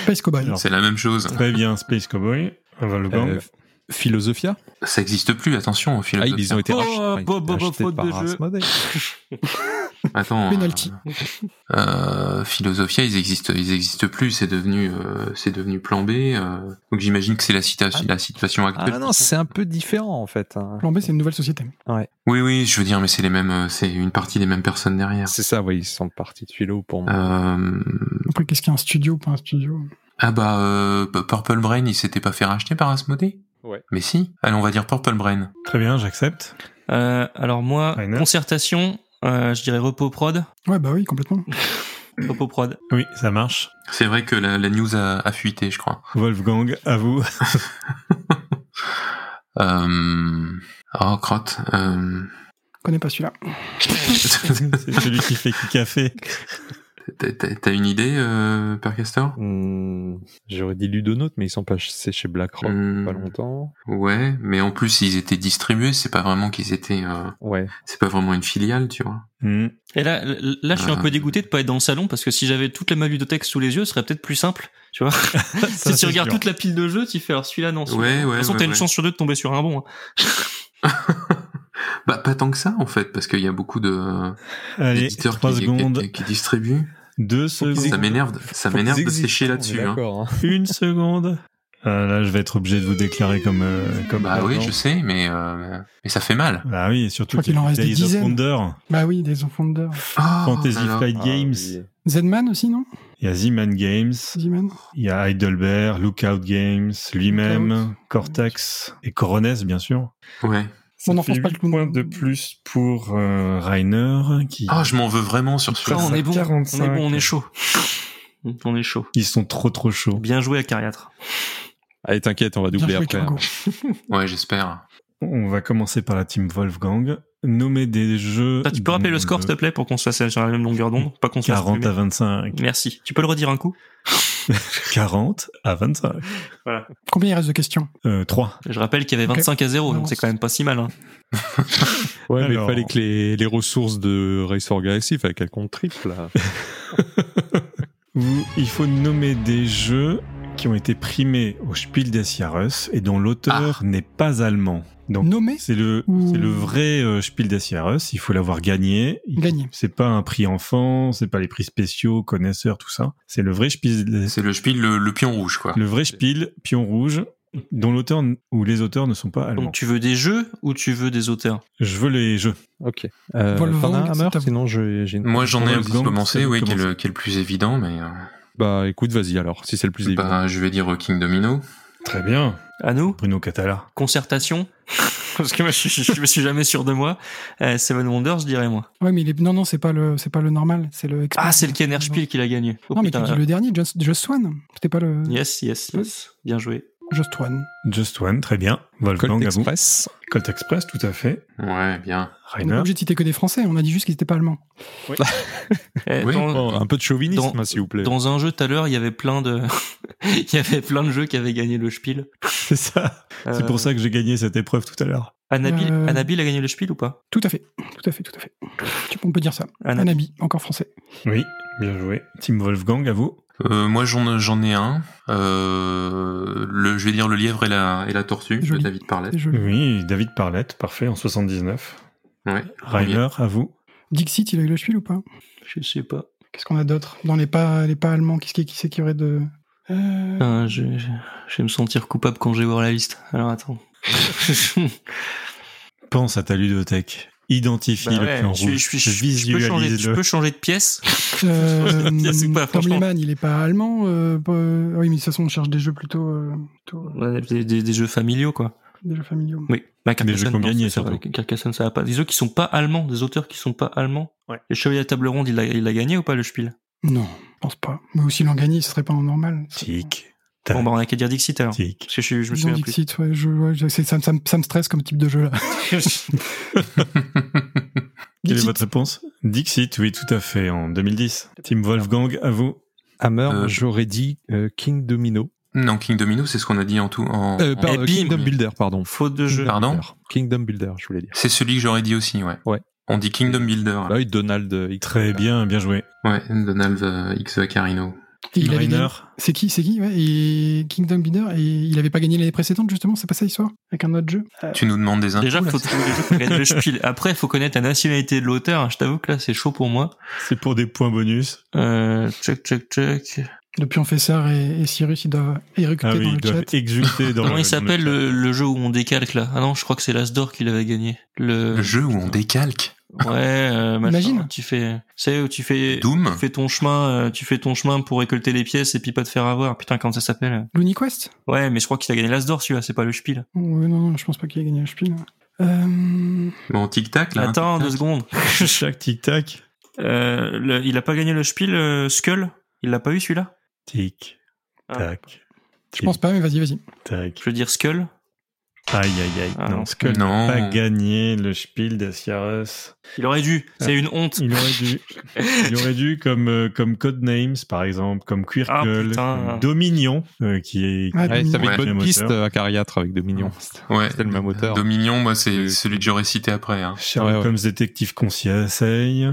Speaker 2: Space Cowboy.
Speaker 6: C'est la même chose.
Speaker 5: Très bien, Space Cowboy, Wolfgang.
Speaker 12: Euh, Philosophia
Speaker 6: Ça existe plus, attention, au fil
Speaker 12: Ah,
Speaker 6: de
Speaker 12: ils
Speaker 6: temps.
Speaker 12: ont été
Speaker 9: Oh,
Speaker 12: rach-
Speaker 9: oh,
Speaker 12: ils
Speaker 9: oh,
Speaker 12: ont
Speaker 9: oh,
Speaker 12: été rachetés
Speaker 9: faute
Speaker 12: par
Speaker 9: de jeu.
Speaker 12: Asmodee.
Speaker 6: Attends.
Speaker 2: [laughs] Penalty.
Speaker 6: Euh, euh, Philosophia, ils existent, ils existent plus. C'est devenu, euh, c'est devenu Plan B. euh, donc j'imagine que c'est la, cita- la situation actuelle.
Speaker 12: Ah non, c'est un peu différent en fait. hein.
Speaker 2: Plan B, c'est une nouvelle société.
Speaker 12: Ouais.
Speaker 6: Oui, oui, je veux dire, mais c'est les mêmes, euh, c'est une partie des mêmes personnes derrière.
Speaker 12: C'est ça, oui, ils sont partis de philo pour moi.
Speaker 6: Euh,
Speaker 2: Après, qu'est-ce qu'il y a un studio pas un studio
Speaker 6: ah bah, euh, P- Purple Brain, il s'était pas fait racheter par Asmodee
Speaker 12: Ouais.
Speaker 6: Mais si. Allez, on va dire Purple Brain.
Speaker 5: Très bien, j'accepte.
Speaker 9: Euh, alors moi, concertation, euh, je dirais repos prod.
Speaker 2: Ouais, bah oui, complètement.
Speaker 9: [laughs] Repos prod.
Speaker 5: Oui, ça marche.
Speaker 6: C'est vrai que la, la news a, a fuité, je crois.
Speaker 5: Wolfgang, à
Speaker 6: [laughs]
Speaker 5: vous. [laughs]
Speaker 6: Euh... Oh, crotte. Euh...
Speaker 2: Je connais pas celui-là.
Speaker 5: [laughs] c'est celui qui fait qui café.
Speaker 6: T'as- T'as t'as une idée, euh, Père Castor
Speaker 12: Hmm, J'aurais dit Ludonaute, mais ils sont passés chez BlackRock
Speaker 6: Euh,
Speaker 12: pas longtemps.
Speaker 6: Ouais, mais en plus ils étaient distribués, c'est pas vraiment qu'ils étaient. euh,
Speaker 12: Ouais.
Speaker 6: C'est pas vraiment une filiale, tu vois. [laughs]
Speaker 9: Et là, l- là, je suis un
Speaker 6: Ah.
Speaker 9: peu dégoûté de pas être dans le salon parce que si j'avais toute la ma ludothèque sous les yeux, ce serait peut-être plus simple, tu
Speaker 6: [laughs]
Speaker 9: vois.
Speaker 5: Ça,
Speaker 9: si
Speaker 5: c'est
Speaker 9: tu regardes
Speaker 5: sûr.
Speaker 9: toute la pile de jeux, tu fais alors celui-là non. celui-là, non.
Speaker 6: Ouais,
Speaker 9: de toute
Speaker 6: ouais,
Speaker 9: façon,
Speaker 6: ouais,
Speaker 9: t'as une
Speaker 6: ouais.
Speaker 9: chance sur deux de tomber sur un bon. hein.
Speaker 6: Bah pas tant que ça en fait, parce qu'il y a beaucoup de
Speaker 12: [laughs]
Speaker 6: euh,
Speaker 5: Allez,
Speaker 6: d'éditeurs
Speaker 5: trois
Speaker 6: qui, qui-
Speaker 5: secondes.
Speaker 6: qui- qui distribuent.
Speaker 5: Deux
Speaker 6: Ça
Speaker 5: secondes.
Speaker 6: m'énerve, ça
Speaker 12: Faut
Speaker 6: m'énerve
Speaker 12: qu'ils
Speaker 6: de
Speaker 12: existent,
Speaker 6: sécher
Speaker 12: hein, on est
Speaker 6: là-dessus. hein.
Speaker 12: d'accord, hein.
Speaker 5: Une seconde. Ah, là, je vais être obligé de vous déclarer comme. euh, comme
Speaker 6: Bah oui,
Speaker 5: perdant.
Speaker 6: je sais, mais euh, mais ça fait mal.
Speaker 5: Bah oui, et surtout
Speaker 2: crois qu'il en
Speaker 5: y a
Speaker 2: reste des
Speaker 5: Days of
Speaker 2: dizaines.
Speaker 5: Wonder,
Speaker 2: Bah oui, des enfants de
Speaker 5: Oh. Fantasy
Speaker 6: alors.
Speaker 5: Flight
Speaker 12: Ah,
Speaker 5: Games,
Speaker 12: oui.
Speaker 2: Zedman aussi, non
Speaker 5: il y a Z-Man Games,
Speaker 2: Zedman
Speaker 5: il y a Heidelberg, Lookout Games, lui-même, Cortex et Corones, bien sûr.
Speaker 6: Ouais.
Speaker 2: On
Speaker 5: Ça
Speaker 2: n'enfonce
Speaker 5: fait
Speaker 2: pas le
Speaker 5: huit
Speaker 2: clou.
Speaker 5: points de plus pour euh, Rainer qui
Speaker 6: Ah, je m'en veux vraiment sur
Speaker 9: Ah,
Speaker 6: celui-là.
Speaker 9: on est bon,
Speaker 5: 45.
Speaker 9: on est bon, on est chaud. on est chaud.
Speaker 5: ils sont trop trop chauds.
Speaker 9: Bien joué à Cariatre.
Speaker 12: Allez, t'inquiète, on va
Speaker 2: Bien
Speaker 12: doubler
Speaker 2: joué,
Speaker 12: après.
Speaker 2: Cargo.
Speaker 6: [laughs] Ouais, j'espère.
Speaker 5: On va commencer par la team Wolfgang. Nommer des jeux.
Speaker 9: Attends, tu peux rappeler le score, s'il te plaît, pour qu'on se fasse sur la même longueur d'onde, pas qu'on se fasse
Speaker 5: 40 à
Speaker 9: plumer.
Speaker 5: 25.
Speaker 9: Merci. Tu peux le redire
Speaker 5: [laughs]
Speaker 9: un coup
Speaker 5: 40 à 25.
Speaker 9: Voilà.
Speaker 2: Combien il reste de questions
Speaker 5: Euh, 3.
Speaker 9: Je rappelle qu'il y avait
Speaker 2: Ok.
Speaker 9: 25 à 0, donc
Speaker 2: Avance.
Speaker 9: c'est quand même pas si mal. Hein.
Speaker 12: Ouais, mais
Speaker 5: Alors.
Speaker 12: il fallait que les, les ressources de Race for Galaxy, il fallait qu'elles comptent triple. Là.
Speaker 5: Vous- il faut nommer des jeux qui ont été primés au Spiel des Jahres et dont l'auteur
Speaker 12: Ah.
Speaker 5: n'est pas allemand. Donc
Speaker 2: Nommé
Speaker 5: c'est le
Speaker 2: Ouh.
Speaker 5: c'est le vrai euh, Spiel des Jahres. Il faut l'avoir gagné. Il-
Speaker 2: Gagné.
Speaker 5: C'est pas un prix enfant, c'est pas les prix spéciaux, connaisseurs, tout ça. C'est le vrai Spiel des-
Speaker 6: C'est le spiel, le, le pion rouge, quoi.
Speaker 5: le vrai Spiel Pion Rouge dont l'auteur n- ou les auteurs ne sont pas allemands.
Speaker 9: Donc tu veux des jeux ou tu veux des auteurs
Speaker 5: Je veux les jeux.
Speaker 12: ok. Euh,
Speaker 2: Wolfgang,
Speaker 12: t'en as un,
Speaker 2: c'est
Speaker 12: Hammer
Speaker 2: à vous.
Speaker 12: Sinon, je- j'ai une.
Speaker 6: Moi, j'en ai un qui
Speaker 5: Wolfgang,
Speaker 6: commencé,
Speaker 5: c'est
Speaker 6: oui, qui est,
Speaker 5: commencé.
Speaker 6: le, qui est le plus évident, mais euh,
Speaker 12: Bah, écoute, vas-y alors, si c'est le plus évident.
Speaker 6: bah, je vais dire euh, King Domino.
Speaker 5: Très bien.
Speaker 9: À nous
Speaker 5: Bruno Catala.
Speaker 9: Concertation [laughs] Parce que moi, je, je- je me suis jamais sûr de moi. Euh, Seven Wonders, je dirais moi.
Speaker 2: Ouais, mais il est... non, non, c'est pas le, c'est pas le normal, c'est le. expert.
Speaker 9: Ah, c'est le Kenner Spiel qui l'a gagné. Oh,
Speaker 2: non, mais
Speaker 9: putain,
Speaker 2: tu dis le dernier, Just, Just Swan. C'était pas le
Speaker 9: Yes, yes, yes. Bien joué.
Speaker 2: Just Swan.
Speaker 5: Just One, très bien. Wolfgang
Speaker 12: Colt
Speaker 5: à vous.
Speaker 12: Express.
Speaker 5: Colt Express, tout à fait.
Speaker 6: Ouais, bien.
Speaker 2: On n'est pas
Speaker 5: Rainer.
Speaker 2: obligé de citer que des Français. On a dit juste qu'ils étaient pas allemands.
Speaker 9: Eh,
Speaker 6: Oui.
Speaker 9: dans,
Speaker 5: Oh,
Speaker 12: Bon, un peu de chauvinisme,
Speaker 9: Dans-
Speaker 12: hein, s'il vous plaît.
Speaker 9: dans un jeu tout à l'heure, il y avait plein de, [laughs] il y avait plein de jeux qui avaient gagné le
Speaker 12: [laughs]
Speaker 9: Spiel. Euh,
Speaker 5: C'est ça. C'est pour ça que j'ai gagné cette épreuve tout à l'heure.
Speaker 9: Anabil,
Speaker 2: Euh,
Speaker 9: Anabil a gagné le Spiel ou pas
Speaker 2: Tout à fait, tout à fait, tout à fait. Tu- On peut dire ça.
Speaker 9: Anabi.
Speaker 2: Anabi, encore français.
Speaker 5: Oui, bien joué. Team Wolfgang, à vous.
Speaker 6: Euh, moi, j'en j'en ai un. Euh, le, je vais dire le lièvre et la, et la tortue
Speaker 2: Joli.
Speaker 6: de David Parlet.
Speaker 2: C'est joli.
Speaker 5: Oui, David Parlette, parfait, en 79.
Speaker 6: Ouais.
Speaker 9: [laughs]
Speaker 5: Rainer, à vous.
Speaker 2: Dixit, il a eu le spiel ou pas
Speaker 9: Je sais pas.
Speaker 2: Qu'est-ce qu'on a d'autre Dans les pas, les pas allemands, qu'est-ce qui, qui c'est qui aurait de. Euh,
Speaker 9: Putain, je, je- je vais me sentir coupable quand je vais voir la liste. Alors attends.
Speaker 5: Pense à ta ludothèque. Identifie
Speaker 9: Bah
Speaker 5: le
Speaker 9: ouais,
Speaker 5: plan
Speaker 9: je-
Speaker 5: rouge.
Speaker 9: je- je- je peux changer-
Speaker 5: Visualise-le.
Speaker 9: je peux changer de pièce. [laughs]
Speaker 2: euh,
Speaker 9: Il y a- c'est pas,
Speaker 2: Tom
Speaker 9: franchement.
Speaker 2: Lehman, il est pas allemand. euh, pas- euh, oui, mais de toute façon, on cherche des jeux plutôt, euh, plutôt euh,
Speaker 9: Ouais, des, des- des jeux familiaux, quoi.
Speaker 2: des jeux familiaux.
Speaker 9: Oui. Bah, Carcassonne,
Speaker 5: jeux qu'on
Speaker 9: non,
Speaker 5: gagne,
Speaker 9: ça, ça va, Carcassonne, ça va pas. Des jeux qui sont pas allemands, des auteurs qui sont pas allemands.
Speaker 3: Ouais.
Speaker 9: Les Chevaliers à table ronde, il a, il a gagné ou pas le Spiel
Speaker 2: Non, je pense pas. Mais aussi l'en gagner, ce serait pas en normal.
Speaker 5: Tic.
Speaker 9: Bon, bah, on a qu'à dire Dixit alors. Parce que je, je me
Speaker 2: Disons
Speaker 9: souviens plus.
Speaker 2: Dixit, ouais, je, ouais, je- c'est- ça, me- ça me- ça me stresse comme type
Speaker 9: [laughs]
Speaker 2: de jeu là.
Speaker 5: Quelle est votre réponse Dixit, oui, tout à fait, en 2010. Team Wolfgang, à vous.
Speaker 12: Hammer,
Speaker 5: Euh,
Speaker 12: j'aurais dit euh, King Domino.
Speaker 6: Non, King Domino, c'est ce qu'on a dit en tout. En,
Speaker 12: Euh,
Speaker 6: en-
Speaker 12: pardon, Kingdom Builder, pardon.
Speaker 9: Faute de jeu.
Speaker 6: Pardon
Speaker 12: Builder. Kingdom Builder, je voulais dire.
Speaker 6: C'est celui que j'aurais dit aussi, ouais.
Speaker 12: Ouais.
Speaker 6: On dit Kingdom Builder.
Speaker 12: Bah oui, Donald euh, X.
Speaker 5: Très bien, bien joué.
Speaker 6: Ouais, Donald euh, X Carino.
Speaker 2: Et il avait
Speaker 5: Rainer,
Speaker 2: gagné- C'est qui C'est qui ouais, Et Kingdom Builder, et il avait pas gagné l'année précédente justement, c'est pas ça l'histoire Avec un autre jeu Euh,
Speaker 6: Tu nous demandes des infos.
Speaker 9: Déjà,
Speaker 6: là,
Speaker 9: faut
Speaker 6: c'est-
Speaker 9: trouver des jeux pour gagner le Spiel. Après, faut connaître la nationalité de l'auteur. hein, Je t'avoue que là, c'est chaud pour moi.
Speaker 5: c'est pour des points bonus.
Speaker 9: Euh, check, check, check.
Speaker 2: Depuis Fessard et, et Cyrus, ils doivent éructer
Speaker 5: Ah oui,
Speaker 2: dans
Speaker 5: ils
Speaker 2: le
Speaker 5: doivent
Speaker 2: chat.
Speaker 5: exulter
Speaker 9: [laughs]
Speaker 5: dans
Speaker 9: Comment
Speaker 5: le-
Speaker 9: il
Speaker 5: dans le
Speaker 9: s'appelle
Speaker 5: chat.
Speaker 9: le, le jeu où on décalque là Ah non, je crois que c'est l'Asdor qui l'avait gagné. Le,
Speaker 6: Le jeu où on décalque.
Speaker 9: Ouais, euh, machin,
Speaker 2: Imagine.
Speaker 9: Tu fais, c'est où tu fais,
Speaker 6: Doom.
Speaker 9: tu fais ton chemin, euh, tu fais ton chemin pour récolter les pièces et puis pas te faire avoir. Putain, comment ça s'appelle
Speaker 2: Looney Quest
Speaker 9: Ouais, mais je crois qu'il a gagné l'Asdor celui-là, c'est pas le Spiel.
Speaker 2: Ouais, Non, non, je pense pas qu'il ait gagné le Spiel. Euh,
Speaker 6: Bon, tic-tac, là. hein,
Speaker 5: Ah,
Speaker 9: Attends
Speaker 6: tic-tac.
Speaker 5: [laughs]
Speaker 9: deux secondes.
Speaker 5: Chaque tic-tac.
Speaker 9: Euh, le- il a pas gagné le Spiel euh, Skull. Il l'a pas eu celui-là. Ah.
Speaker 5: Tic, tac.
Speaker 2: je pense pas, mais vas-y, vas-y.
Speaker 5: Tac.
Speaker 9: Je veux dire Skull.
Speaker 5: Aïe, aïe, aïe.
Speaker 9: Ah, non.
Speaker 5: non, Skull n'a
Speaker 6: Non.
Speaker 5: pas gagné le Spiel des Sierras.
Speaker 9: Il aurait dû. C'est une honte.
Speaker 5: Il aurait
Speaker 9: [laughs]
Speaker 5: dû. Il aurait dû, comme, euh, comme Codenames, par exemple, comme
Speaker 9: Ah,
Speaker 5: Quirkle,
Speaker 9: putain.
Speaker 5: comme Dominion, euh, qui est.
Speaker 2: Ah,
Speaker 12: Ouais,
Speaker 2: Dominion.
Speaker 12: t'avais
Speaker 6: Ouais.
Speaker 12: une bonne
Speaker 5: Moteur.
Speaker 12: piste euh, à Cariatre avec Dominion.
Speaker 6: Ouais.
Speaker 12: C'était le même auteur.
Speaker 6: Dominion, moi, c'est celui que j'aurais cité après. Hein.
Speaker 5: Sherlock
Speaker 12: Ouais, ouais.
Speaker 5: Holmes détective conseil.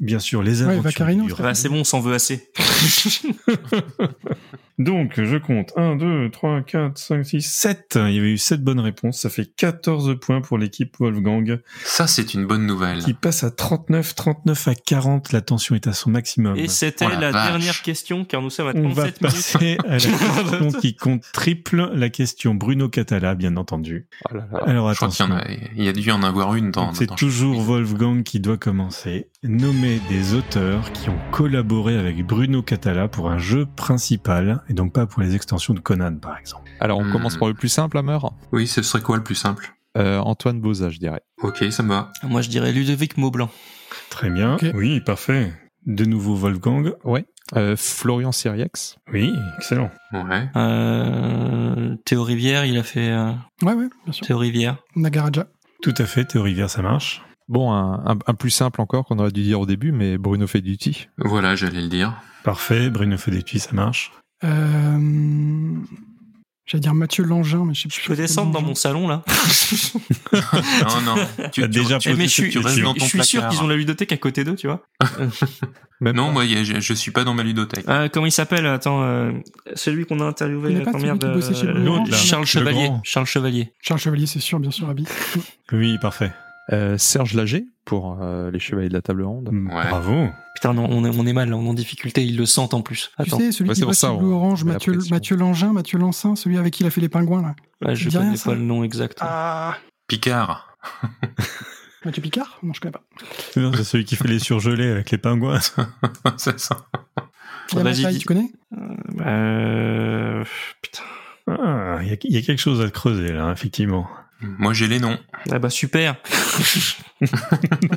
Speaker 5: Bien sûr, les
Speaker 2: Ouais,
Speaker 5: aventures
Speaker 2: Vaccarino,
Speaker 5: du-
Speaker 9: Bah, c'est bon, on s'en veut assez.
Speaker 6: Ah
Speaker 5: Donc, je compte 1, 2, 3, 4, 5, 6, 7. Il y avait eu 7 bonnes réponses. Ça fait 14 points pour l'équipe Wolfgang
Speaker 6: Ça, c'est une bonne nouvelle.
Speaker 5: qui passe à 39, 39 à 40. La tension est à son maximum.
Speaker 9: Et c'était
Speaker 6: Oh la
Speaker 9: la,
Speaker 6: vache.
Speaker 9: dernière question car nous sommes à
Speaker 5: On
Speaker 9: 37
Speaker 5: va
Speaker 9: minutes.
Speaker 5: passer à
Speaker 9: [laughs]
Speaker 5: la question qui compte triple, la question Bruno Catala, bien entendu.
Speaker 12: Oh là là.
Speaker 5: Alors
Speaker 6: Je crois qu'il
Speaker 5: attention,
Speaker 6: y en a, il y a dû y en avoir une dans.
Speaker 5: Donc, c'est
Speaker 6: dans-
Speaker 5: toujours Wolfgang qui doit commencer. Nommer des auteurs qui ont collaboré avec Bruno Catala pour un jeu principal, et donc pas pour les extensions de Conan, par exemple.
Speaker 12: Alors, on
Speaker 6: Hmm.
Speaker 12: commence par le plus simple, Hammer.
Speaker 6: Oui, ce serait quoi le plus simple
Speaker 12: Euh, Antoine Boza, je dirais.
Speaker 6: Ok, ça me va.
Speaker 9: Moi, je dirais Ludovic Maublanc.
Speaker 5: Très bien.
Speaker 2: Ok.
Speaker 5: Oui, parfait. De nouveau Wolfgang.
Speaker 12: Euh, Florian Siriax.
Speaker 5: Oui, excellent.
Speaker 6: Ouais.
Speaker 9: Euh, Théo Rivière, il a fait euh,
Speaker 2: Ouais, ouais, bien sûr.
Speaker 9: Théo Rivière.
Speaker 2: Nagaraja.
Speaker 5: Tout à fait, Théo Rivière, ça marche.
Speaker 12: Bon, un, un- un plus simple encore qu'on aurait dû dire au début, mais Bruno Feduti.
Speaker 6: Voilà, j'allais le dire.
Speaker 5: Parfait, Bruno Fedetti, ça marche.
Speaker 2: Euh, J'allais dire Mathieu Langin, mais je sais plus.
Speaker 9: Je peux descendre dans mon salon là.
Speaker 6: [laughs] Non, non.
Speaker 5: T'as déjà
Speaker 9: Eh,
Speaker 5: posé
Speaker 9: mais
Speaker 5: cette
Speaker 9: je suis,
Speaker 6: tu restes
Speaker 9: je-
Speaker 6: dans
Speaker 9: je
Speaker 6: ton
Speaker 9: suis sûr
Speaker 6: placard.
Speaker 9: qu'ils ont la ludothèque à côté d'eux, tu vois.
Speaker 12: Même
Speaker 6: Non,
Speaker 12: pas.
Speaker 6: moi, il y a- je, je suis pas dans ma ludothèque.
Speaker 9: Euh, comment il s'appelle Attends, euh, celui qu'on a interviewé.
Speaker 2: Il y a pas
Speaker 9: attends,
Speaker 2: celui
Speaker 9: merde,
Speaker 2: qui bossait chez
Speaker 9: euh,
Speaker 2: Bruno
Speaker 5: L'autre, là.
Speaker 9: Charles
Speaker 5: Le
Speaker 9: Chevalier.
Speaker 5: grand.
Speaker 9: Charles Chevalier.
Speaker 2: Charles Chevalier, c'est sûr, bien sûr, Abby.
Speaker 5: Oui, parfait.
Speaker 12: Euh, Serge Lager pour euh, les Chevaliers de la Table Ronde.
Speaker 6: Ouais.
Speaker 5: Mm, Bravo.
Speaker 9: Putain, non, on est, on est mal, là, on est en difficulté, ils le sentent en plus.
Speaker 2: Tu
Speaker 9: Attends,
Speaker 2: sais, celui
Speaker 12: Ouais,
Speaker 2: qui
Speaker 12: c'est pour
Speaker 2: bosse
Speaker 12: ça,
Speaker 2: chez
Speaker 12: on-
Speaker 2: Blue Orange,
Speaker 12: on met la
Speaker 2: Mathieu,
Speaker 12: pression.
Speaker 2: Mathieu Langin, Mathieu Lancin, celui avec qui il a fait les pingouins, là.
Speaker 9: ouais, je
Speaker 2: dis rien,
Speaker 9: connais
Speaker 2: ça.
Speaker 9: pas le nom exact.
Speaker 2: Ah
Speaker 6: Picard.
Speaker 2: Mathieu Picard Non, je connais pas.
Speaker 5: Non, C'est celui qui fait les surgelés avec les pingouins.
Speaker 6: [laughs] c'est ça.
Speaker 2: Yann
Speaker 9: vas-y,
Speaker 2: Lafaille,
Speaker 9: dis-
Speaker 2: Ah, tu connais
Speaker 9: Euh, putain.
Speaker 5: Ah, Il y, a- il y a quelque chose à creuser là, effectivement.
Speaker 6: Moi, j'ai les noms.
Speaker 9: Ah bah super.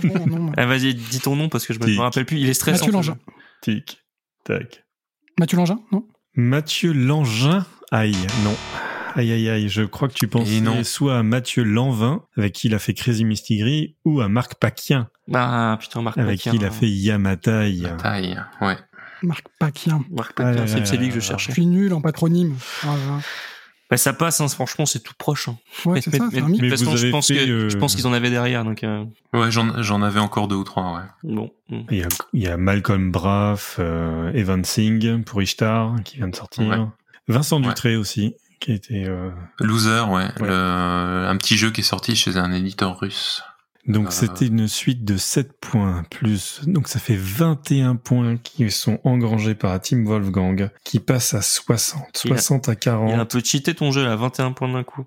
Speaker 2: Non, non, non.
Speaker 9: Ah, Vas-y, dis ton nom parce que je me, je me rappelle plus. Il est stressant.
Speaker 2: Mathieu Langin.
Speaker 5: Tic, tac.
Speaker 2: [laughs] Mathieu Langin Non
Speaker 5: Mathieu Langin. Aïe, non. Aïe, aïe, aïe, je crois que tu penses
Speaker 6: Et non.
Speaker 5: soit à Mathieu Lanvin, avec qui il a fait Crazy Misty Gris, ou à Marc Paquin,
Speaker 9: Ah putain, Marc
Speaker 5: avec qui
Speaker 9: Paquin.
Speaker 5: il a fait Yamatai.
Speaker 6: Taille. Ouais.
Speaker 2: Marc Paquin.
Speaker 9: Marc
Speaker 5: Ah
Speaker 9: Paquin,
Speaker 5: là
Speaker 9: c'est
Speaker 5: là
Speaker 9: c'est lui
Speaker 5: là
Speaker 9: que je
Speaker 5: là.
Speaker 2: Je
Speaker 9: cherchais.
Speaker 2: suis nul en patronyme. Ah,
Speaker 9: Bah, ça passe, hein, franchement, c'est tout proche. hein.
Speaker 2: ouais. Ouais, c'est ça, c'est un mythe.
Speaker 5: mais
Speaker 9: de
Speaker 5: vous
Speaker 9: toute façon, je
Speaker 5: avez
Speaker 9: pense,
Speaker 5: fait,
Speaker 9: que,
Speaker 5: euh,
Speaker 9: je pense qu'ils en avaient derrière, donc euh,
Speaker 6: Ouais, j'en j'en avais encore deux ou trois, ouais.
Speaker 9: bon. Mm.
Speaker 5: Il y a, il y a Malcolm Braff, euh, Evan Singh pour Ishtar qui vient de sortir.
Speaker 6: Ouais.
Speaker 5: Vincent
Speaker 6: Ouais.
Speaker 5: Dutré aussi, qui a été. euh,
Speaker 6: Loser, ouais.
Speaker 5: Ouais.
Speaker 6: Le- un petit jeu qui est sorti chez un éditeur russe.
Speaker 5: Donc
Speaker 6: Euh.
Speaker 5: c'était une suite de 7 points plus. Donc ça fait 21 points qui sont engrangés par Team Wolfgang qui passe à 60.
Speaker 9: Il a-
Speaker 5: 60 à 40.
Speaker 9: Il a un peu cheaté ton jeu, là, 21 points d'un coup.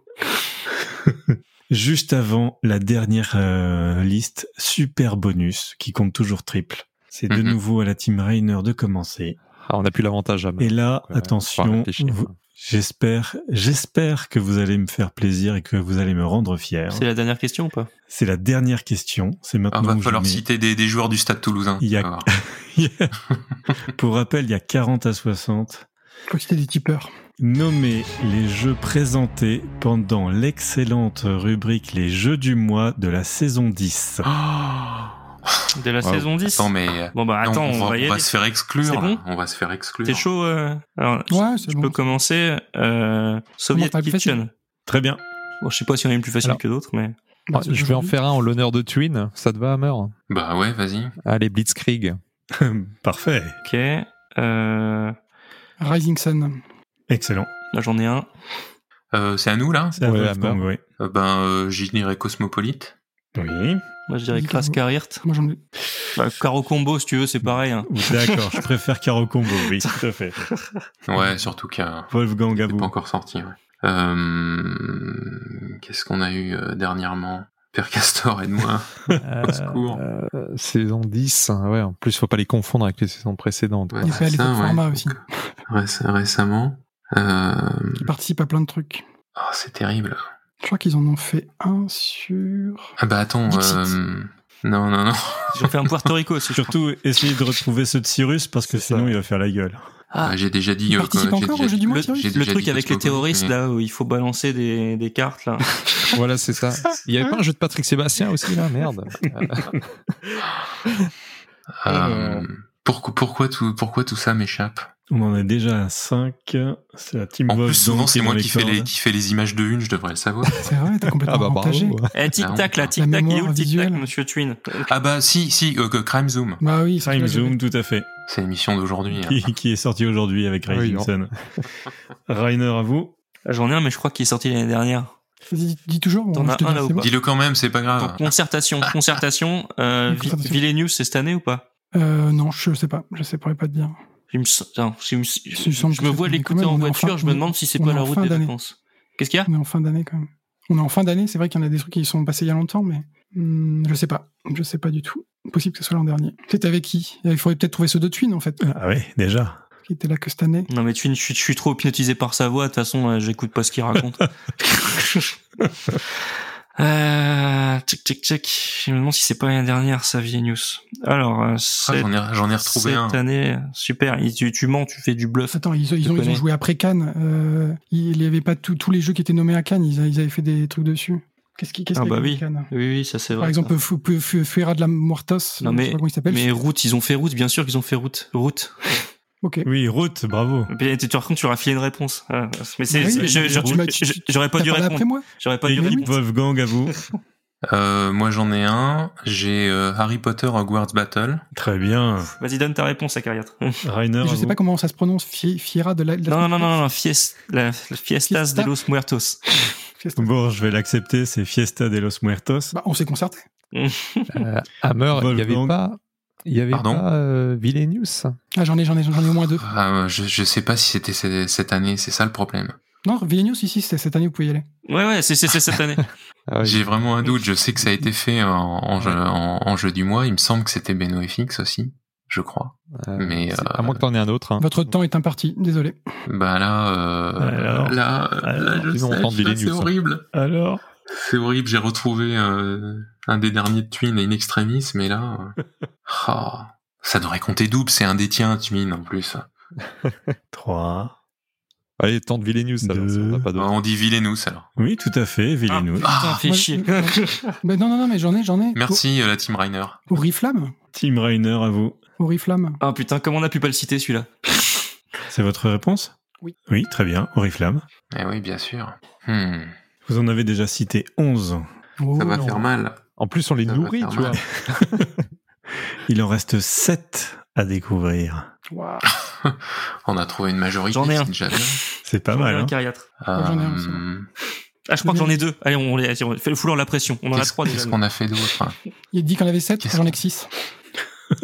Speaker 5: Juste avant la dernière euh, liste, super bonus qui compte toujours triple. C'est de
Speaker 12: Mhm.
Speaker 5: nouveau à la Team Rainer de commencer.
Speaker 12: Ah, on n'a plus l'avantage à main.
Speaker 5: Et là,
Speaker 12: Ouais, on va
Speaker 5: attention,
Speaker 12: réfléchir.
Speaker 5: vous-
Speaker 6: hein.
Speaker 5: j'espère, j'espère que vous allez me faire plaisir et que vous allez me rendre fier.
Speaker 9: C'est la dernière question ou pas
Speaker 5: C'est la dernière question. C'est
Speaker 6: Ah,
Speaker 5: maintenant
Speaker 6: va
Speaker 5: où je
Speaker 6: falloir
Speaker 5: mets-
Speaker 6: citer Ah. des, des joueurs du Stade Toulousain.
Speaker 5: Il y a-
Speaker 6: Alors,
Speaker 5: [laughs] Pour rappel, il y a 40 à 60.
Speaker 2: Faut citer des tipeurs.
Speaker 5: Nommez les jeux présentés pendant l'excellente rubrique Les Jeux du mois de la saison 10.
Speaker 6: Ah.
Speaker 9: De la
Speaker 5: Wow.
Speaker 9: saison 10
Speaker 6: Attends, mais.
Speaker 9: Bon, bah,
Speaker 6: Non,
Speaker 9: attends,
Speaker 6: on, va,
Speaker 9: y
Speaker 6: on va
Speaker 9: aller.
Speaker 6: se faire exclure.
Speaker 9: C'est bon
Speaker 6: on va se faire exclure.
Speaker 9: T'es chaud euh, Alors,
Speaker 2: Ouais,
Speaker 9: je peux commencer. Euh, Soviet
Speaker 2: par le plus
Speaker 9: Kitchen.
Speaker 5: Très bien.
Speaker 9: Bon, je sais pas si on est plus facile
Speaker 12: Alors.
Speaker 9: que d'autres, mais.
Speaker 12: Ah, je vais en faire un en l'honneur de Twin. Ça te va, Hammer
Speaker 6: Bah ouais, vas-y.
Speaker 12: Allez, Blitzkrieg.
Speaker 5: [laughs] Parfait.
Speaker 9: Ok. Euh...
Speaker 2: Rising Sun.
Speaker 5: Excellent.
Speaker 9: Là, j'en ai un.
Speaker 6: Euh, c'est à nous, là
Speaker 5: C'est à
Speaker 12: Ouais,
Speaker 5: Wolfgang,
Speaker 12: Hammer.
Speaker 5: oui.
Speaker 6: Euh, Ben, euh, j'y dirais Cosmopolite.
Speaker 5: Oui.
Speaker 9: Moi, je dirais
Speaker 2: Dis-le.
Speaker 9: Kras Carriert.
Speaker 2: Moi, j'en ai.
Speaker 9: Bah, Caro Combo, si tu veux, c'est pareil. hein.
Speaker 5: D'accord, je préfère Caro Combo,
Speaker 9: [laughs]
Speaker 5: oui, tout à fait.
Speaker 6: Ouais, surtout qu'à.
Speaker 5: Wolfgang, à
Speaker 6: C'est
Speaker 5: vous.
Speaker 6: pas encore sorti, ouais. Euh, Qu'est-ce qu'on a eu euh, dernièrement Père Castor,
Speaker 2: [laughs]
Speaker 6: aide-moi.
Speaker 12: [laughs] Euh,
Speaker 6: secours.
Speaker 12: euh, saison 10. hein, Ouais, en plus, faut pas les confondre avec les saisons précédentes.
Speaker 6: Ouais,
Speaker 12: quoi.
Speaker 2: Il fait à l'époque
Speaker 6: ça, ouais.
Speaker 2: format aussi.
Speaker 6: Réc- récemment. Euh,
Speaker 2: Il participe à plein de trucs.
Speaker 6: oh, c'est terrible.
Speaker 2: Je crois qu'ils en ont fait un sur.
Speaker 6: Ah bah attends.
Speaker 2: Dixit.
Speaker 6: euh, Non, non, non.
Speaker 9: Ils ont fait un Puerto Rico aussi. je crois.
Speaker 5: Surtout, essayez de retrouver ceux de Cyrus parce que sinon il va faire la gueule.
Speaker 9: Ah.
Speaker 6: Ah, j'ai déjà dit.
Speaker 2: Il
Speaker 6: euh,
Speaker 2: participe
Speaker 6: quoi, j'ai
Speaker 2: encore au
Speaker 6: déjà
Speaker 2: jeu du mois,
Speaker 9: Le,
Speaker 2: Cyrus
Speaker 6: j'ai
Speaker 9: le
Speaker 6: déjà
Speaker 9: truc
Speaker 6: dit
Speaker 9: avec les
Speaker 6: Cosmopolite,
Speaker 9: terroristes,
Speaker 6: mais-
Speaker 9: là, où il faut balancer des, des
Speaker 5: [laughs]
Speaker 9: cartes, là.
Speaker 12: voilà, c'est ça. Il y avait pas un jeu de Patrick Sébastien aussi, là Merde.
Speaker 6: Euh, pourquoi, pourquoi, tout, pourquoi tout ça m'échappe
Speaker 5: On en a déjà 5. C'est la team
Speaker 6: En plus,
Speaker 5: Wolfgang
Speaker 6: souvent,
Speaker 5: qui
Speaker 6: c'est
Speaker 5: est
Speaker 6: moi
Speaker 5: dans hein.
Speaker 6: qui fais, les,
Speaker 5: cordes.
Speaker 6: qui fais les images de une, je devrais le savoir.
Speaker 2: C'est vrai, t'es complètement
Speaker 12: Ah bah
Speaker 2: avantagé.
Speaker 12: bravo.
Speaker 9: Eh, tic-tac, là,
Speaker 2: La
Speaker 9: tic-tac. Il est où
Speaker 2: mémoire
Speaker 9: le tic-tac,
Speaker 2: visuelle.
Speaker 9: monsieur Twin
Speaker 6: Ah bah si, si, euh, que Crime Zoom.
Speaker 2: Bah oui, c'est
Speaker 5: Time
Speaker 2: vrai, j'avais-
Speaker 5: Zoom, tout à fait.
Speaker 6: C'est l'émission d'aujourd'hui.
Speaker 5: [laughs]
Speaker 6: hein.
Speaker 5: Qui, qui est sorti aujourd'hui
Speaker 2: Ah
Speaker 5: avec
Speaker 12: Oui,
Speaker 5: Rising
Speaker 12: non.
Speaker 5: Sun.
Speaker 9: [laughs]
Speaker 5: Rainer, à vous.
Speaker 9: J'en ai un, mais je crois qu'il est sorti l'année dernière.
Speaker 2: Dis, dis toujours.
Speaker 9: T'en
Speaker 2: moi,
Speaker 9: as
Speaker 2: je te
Speaker 9: un,
Speaker 2: dis,
Speaker 9: là,
Speaker 2: c'est
Speaker 9: ou
Speaker 2: bon.
Speaker 9: pas
Speaker 6: Dis-le quand même, c'est pas grave.
Speaker 9: Donc,
Speaker 6: [laughs]
Speaker 9: concertation, concertation. Euh,
Speaker 2: Une
Speaker 9: Vi-
Speaker 2: concertation.
Speaker 9: Villeneuve, c'est cette année ou pas
Speaker 2: Euh, non, je sais pas. Je sais pourrais pas te dire.
Speaker 9: Il me sem- attends, je me,
Speaker 2: Il me semble
Speaker 9: je
Speaker 2: que
Speaker 9: me
Speaker 2: c'est
Speaker 9: vois
Speaker 2: cette année
Speaker 9: l'écouter
Speaker 2: quand même,
Speaker 9: en
Speaker 2: on est en
Speaker 9: voiture,
Speaker 2: fin-
Speaker 9: je me demande si c'est
Speaker 2: on
Speaker 9: pas
Speaker 2: est
Speaker 9: la
Speaker 2: en
Speaker 9: route
Speaker 2: fin
Speaker 9: des
Speaker 2: d'année.
Speaker 9: vacances. Qu'est-ce qu'il y a
Speaker 2: On est en fin d'année quand même. On est en fin d'année. C'est vrai qu'il y en a des trucs qui sont passés il y a longtemps, mais hum, je sais pas. Je sais pas du tout. Possible que ce soit l'an dernier. C'était avec qui Il faudrait peut-être trouver ceux de Twin en fait,
Speaker 5: Ah ouais, déjà.
Speaker 2: qui étaient là que cette année.
Speaker 9: Non mais Twin, je suis, je suis trop hypnotisé par sa voix, de toute façon euh, j'écoute pas ce qu'il
Speaker 2: [laughs]
Speaker 9: raconte. euh, check, check, check. Je me demande si c'est pas l'année dernière ça, vieille news. Alors, euh,
Speaker 6: Ah,
Speaker 9: cette,
Speaker 6: j'en ai, j'en ai retrouvé
Speaker 9: cette
Speaker 6: un.
Speaker 9: année, super, Il- tu, tu mens, tu fais du bluff.
Speaker 2: Attends, ils, ils ont, ils ont
Speaker 9: connais.
Speaker 2: joué après Cannes. Euh, il n'y avait pas tout- tous les jeux qui étaient nommés à Cannes. Ils, a- ils avaient fait des trucs dessus. Qu'est-ce qui qu'est-ce
Speaker 9: Ah
Speaker 2: qu'il y a
Speaker 9: bah
Speaker 2: eu à
Speaker 9: oui.
Speaker 2: Cannes
Speaker 9: Oui, oui, ça c'est vrai.
Speaker 2: Par exemple, Fu- Fu- Fu- Fuera de la Muertos.
Speaker 9: Non, mais-
Speaker 2: je sais pas comment il s'appelle.
Speaker 9: Mais route, ils ont fait route, bien sûr qu'ils ont fait route. Route.
Speaker 2: Ok.
Speaker 5: Oui, Ruth, bravo.
Speaker 9: Bien, tu te rends compte, tu auras filé une réponse. Ah, Mais c'est,
Speaker 2: Oui,
Speaker 9: je-
Speaker 2: mais
Speaker 9: je-
Speaker 2: tu m'as- tu-
Speaker 9: je- je- j'aurais pas
Speaker 2: T'as
Speaker 9: dû
Speaker 2: parlé
Speaker 9: répondre.
Speaker 2: après moi
Speaker 9: J'aurais pas dû
Speaker 5: L'équipe
Speaker 9: répondre.
Speaker 5: Wolfgang, à vous.
Speaker 6: Euh, moi, j'en ai un. J'ai euh, Harry Potter Hogwarts Battle.
Speaker 5: Très bien.
Speaker 9: Vas-y, donne
Speaker 12: [laughs]
Speaker 9: ta réponse à Carrière.
Speaker 5: Rainer, à
Speaker 2: Je sais
Speaker 5: vous.
Speaker 2: pas comment ça se prononce. Fi- Fiera de la. de la-
Speaker 9: Non, non, non, non, non, fies- la, la Fiestas
Speaker 2: Fiesta.
Speaker 9: de los Muertos.
Speaker 2: Fiesta.
Speaker 5: Bon, je vais l'accepter, c'est Fiesta de los Muertos.
Speaker 2: Bah, on
Speaker 9: [laughs]
Speaker 2: s'est concerté.
Speaker 12: Euh, Hammer, il n'y avait
Speaker 5: Wolfgang.
Speaker 12: pas. Il y avait [laughs]
Speaker 6: Pardon
Speaker 12: pas euh, Villeneuve
Speaker 2: Ah, j'en ai, j'en ai, j'en ai au moins deux.
Speaker 6: Ah, je, je sais pas si c'était c- cette année, c'est ça le problème.
Speaker 2: Non, Villeneuve, si, si, c'était cette année, vous pouvez y aller.
Speaker 9: Ouais, ouais, c'est c'est- c'est cette
Speaker 6: [laughs]
Speaker 9: année.
Speaker 12: Ah oui.
Speaker 6: J'ai vraiment un doute. Je sais que ça a été fait en, en jeu, en, en jeu du mois. Il me semble que c'était Beno FX aussi, je crois.
Speaker 12: Euh,
Speaker 6: mais,
Speaker 12: c'est-
Speaker 6: euh,
Speaker 12: À moins que t'en aies un autre. hein.
Speaker 2: Votre temps est imparti, désolé.
Speaker 6: Bah là, euh,
Speaker 5: Alors,
Speaker 6: là, là, je
Speaker 12: ils ont
Speaker 6: sais,
Speaker 12: entendu
Speaker 6: là,
Speaker 12: les
Speaker 6: c'est
Speaker 12: news, hein.
Speaker 6: horrible.
Speaker 5: Alors
Speaker 6: C'est horrible. J'ai retrouvé euh, un des derniers de Twin et In Extremis, mais là, euh, [laughs] ah, ça devrait compter double. C'est un des tiens, Twin, en plus.
Speaker 5: 3.
Speaker 12: Allez, tente Villeneuve, ça,
Speaker 5: Deux.
Speaker 12: si on n'a pas
Speaker 6: Bah,
Speaker 12: d'autre.
Speaker 6: on dit Villenous alors.
Speaker 5: Oui, tout à fait, Villeneuve.
Speaker 9: Putain, fais
Speaker 2: Moi,
Speaker 9: chier.
Speaker 2: je- [laughs] Mais Bah, non, non, non, mais j'en ai, j'en ai.
Speaker 6: Ah, Merci euh, la team Reiner.
Speaker 2: Au- Oriflamme
Speaker 5: Team Rainer, à vous.
Speaker 2: Oriflamme.
Speaker 9: Ah putain, comment on a pu pas le citer celui-là
Speaker 5: C'est votre réponse
Speaker 2: Oui.
Speaker 5: Oui, très bien. Oriflamme.
Speaker 6: Eh oui, bien sûr. Hmm,
Speaker 5: Vous en avez déjà cité 11.
Speaker 2: Oh,
Speaker 6: ça va
Speaker 2: non.
Speaker 6: faire mal.
Speaker 12: En plus, on les
Speaker 6: Ça va
Speaker 12: nourrit,
Speaker 6: faire
Speaker 12: tu vois.
Speaker 6: mal.
Speaker 5: [laughs]
Speaker 6: [laughs]
Speaker 5: Il en reste 7 à découvrir.
Speaker 2: Waouh.
Speaker 6: [laughs] On a trouvé une majorité.
Speaker 9: J'en ai un.
Speaker 6: c'est déjà bien.
Speaker 5: C'est pas
Speaker 9: J'en ai
Speaker 5: mal,
Speaker 9: un
Speaker 5: hein
Speaker 9: Cariatre.
Speaker 2: Moi, j'en ai un aussi.
Speaker 6: Euh,
Speaker 9: Ah, je crois que j'en ai deux. Allez, on les on fait le fouleur la pression. On en a
Speaker 6: Qu'est-ce
Speaker 9: trois déjà.
Speaker 6: qu'est-ce qu'on a fait d'autre hein
Speaker 2: Il dit qu'on avait 7, j'en ai que 6.
Speaker 12: [laughs]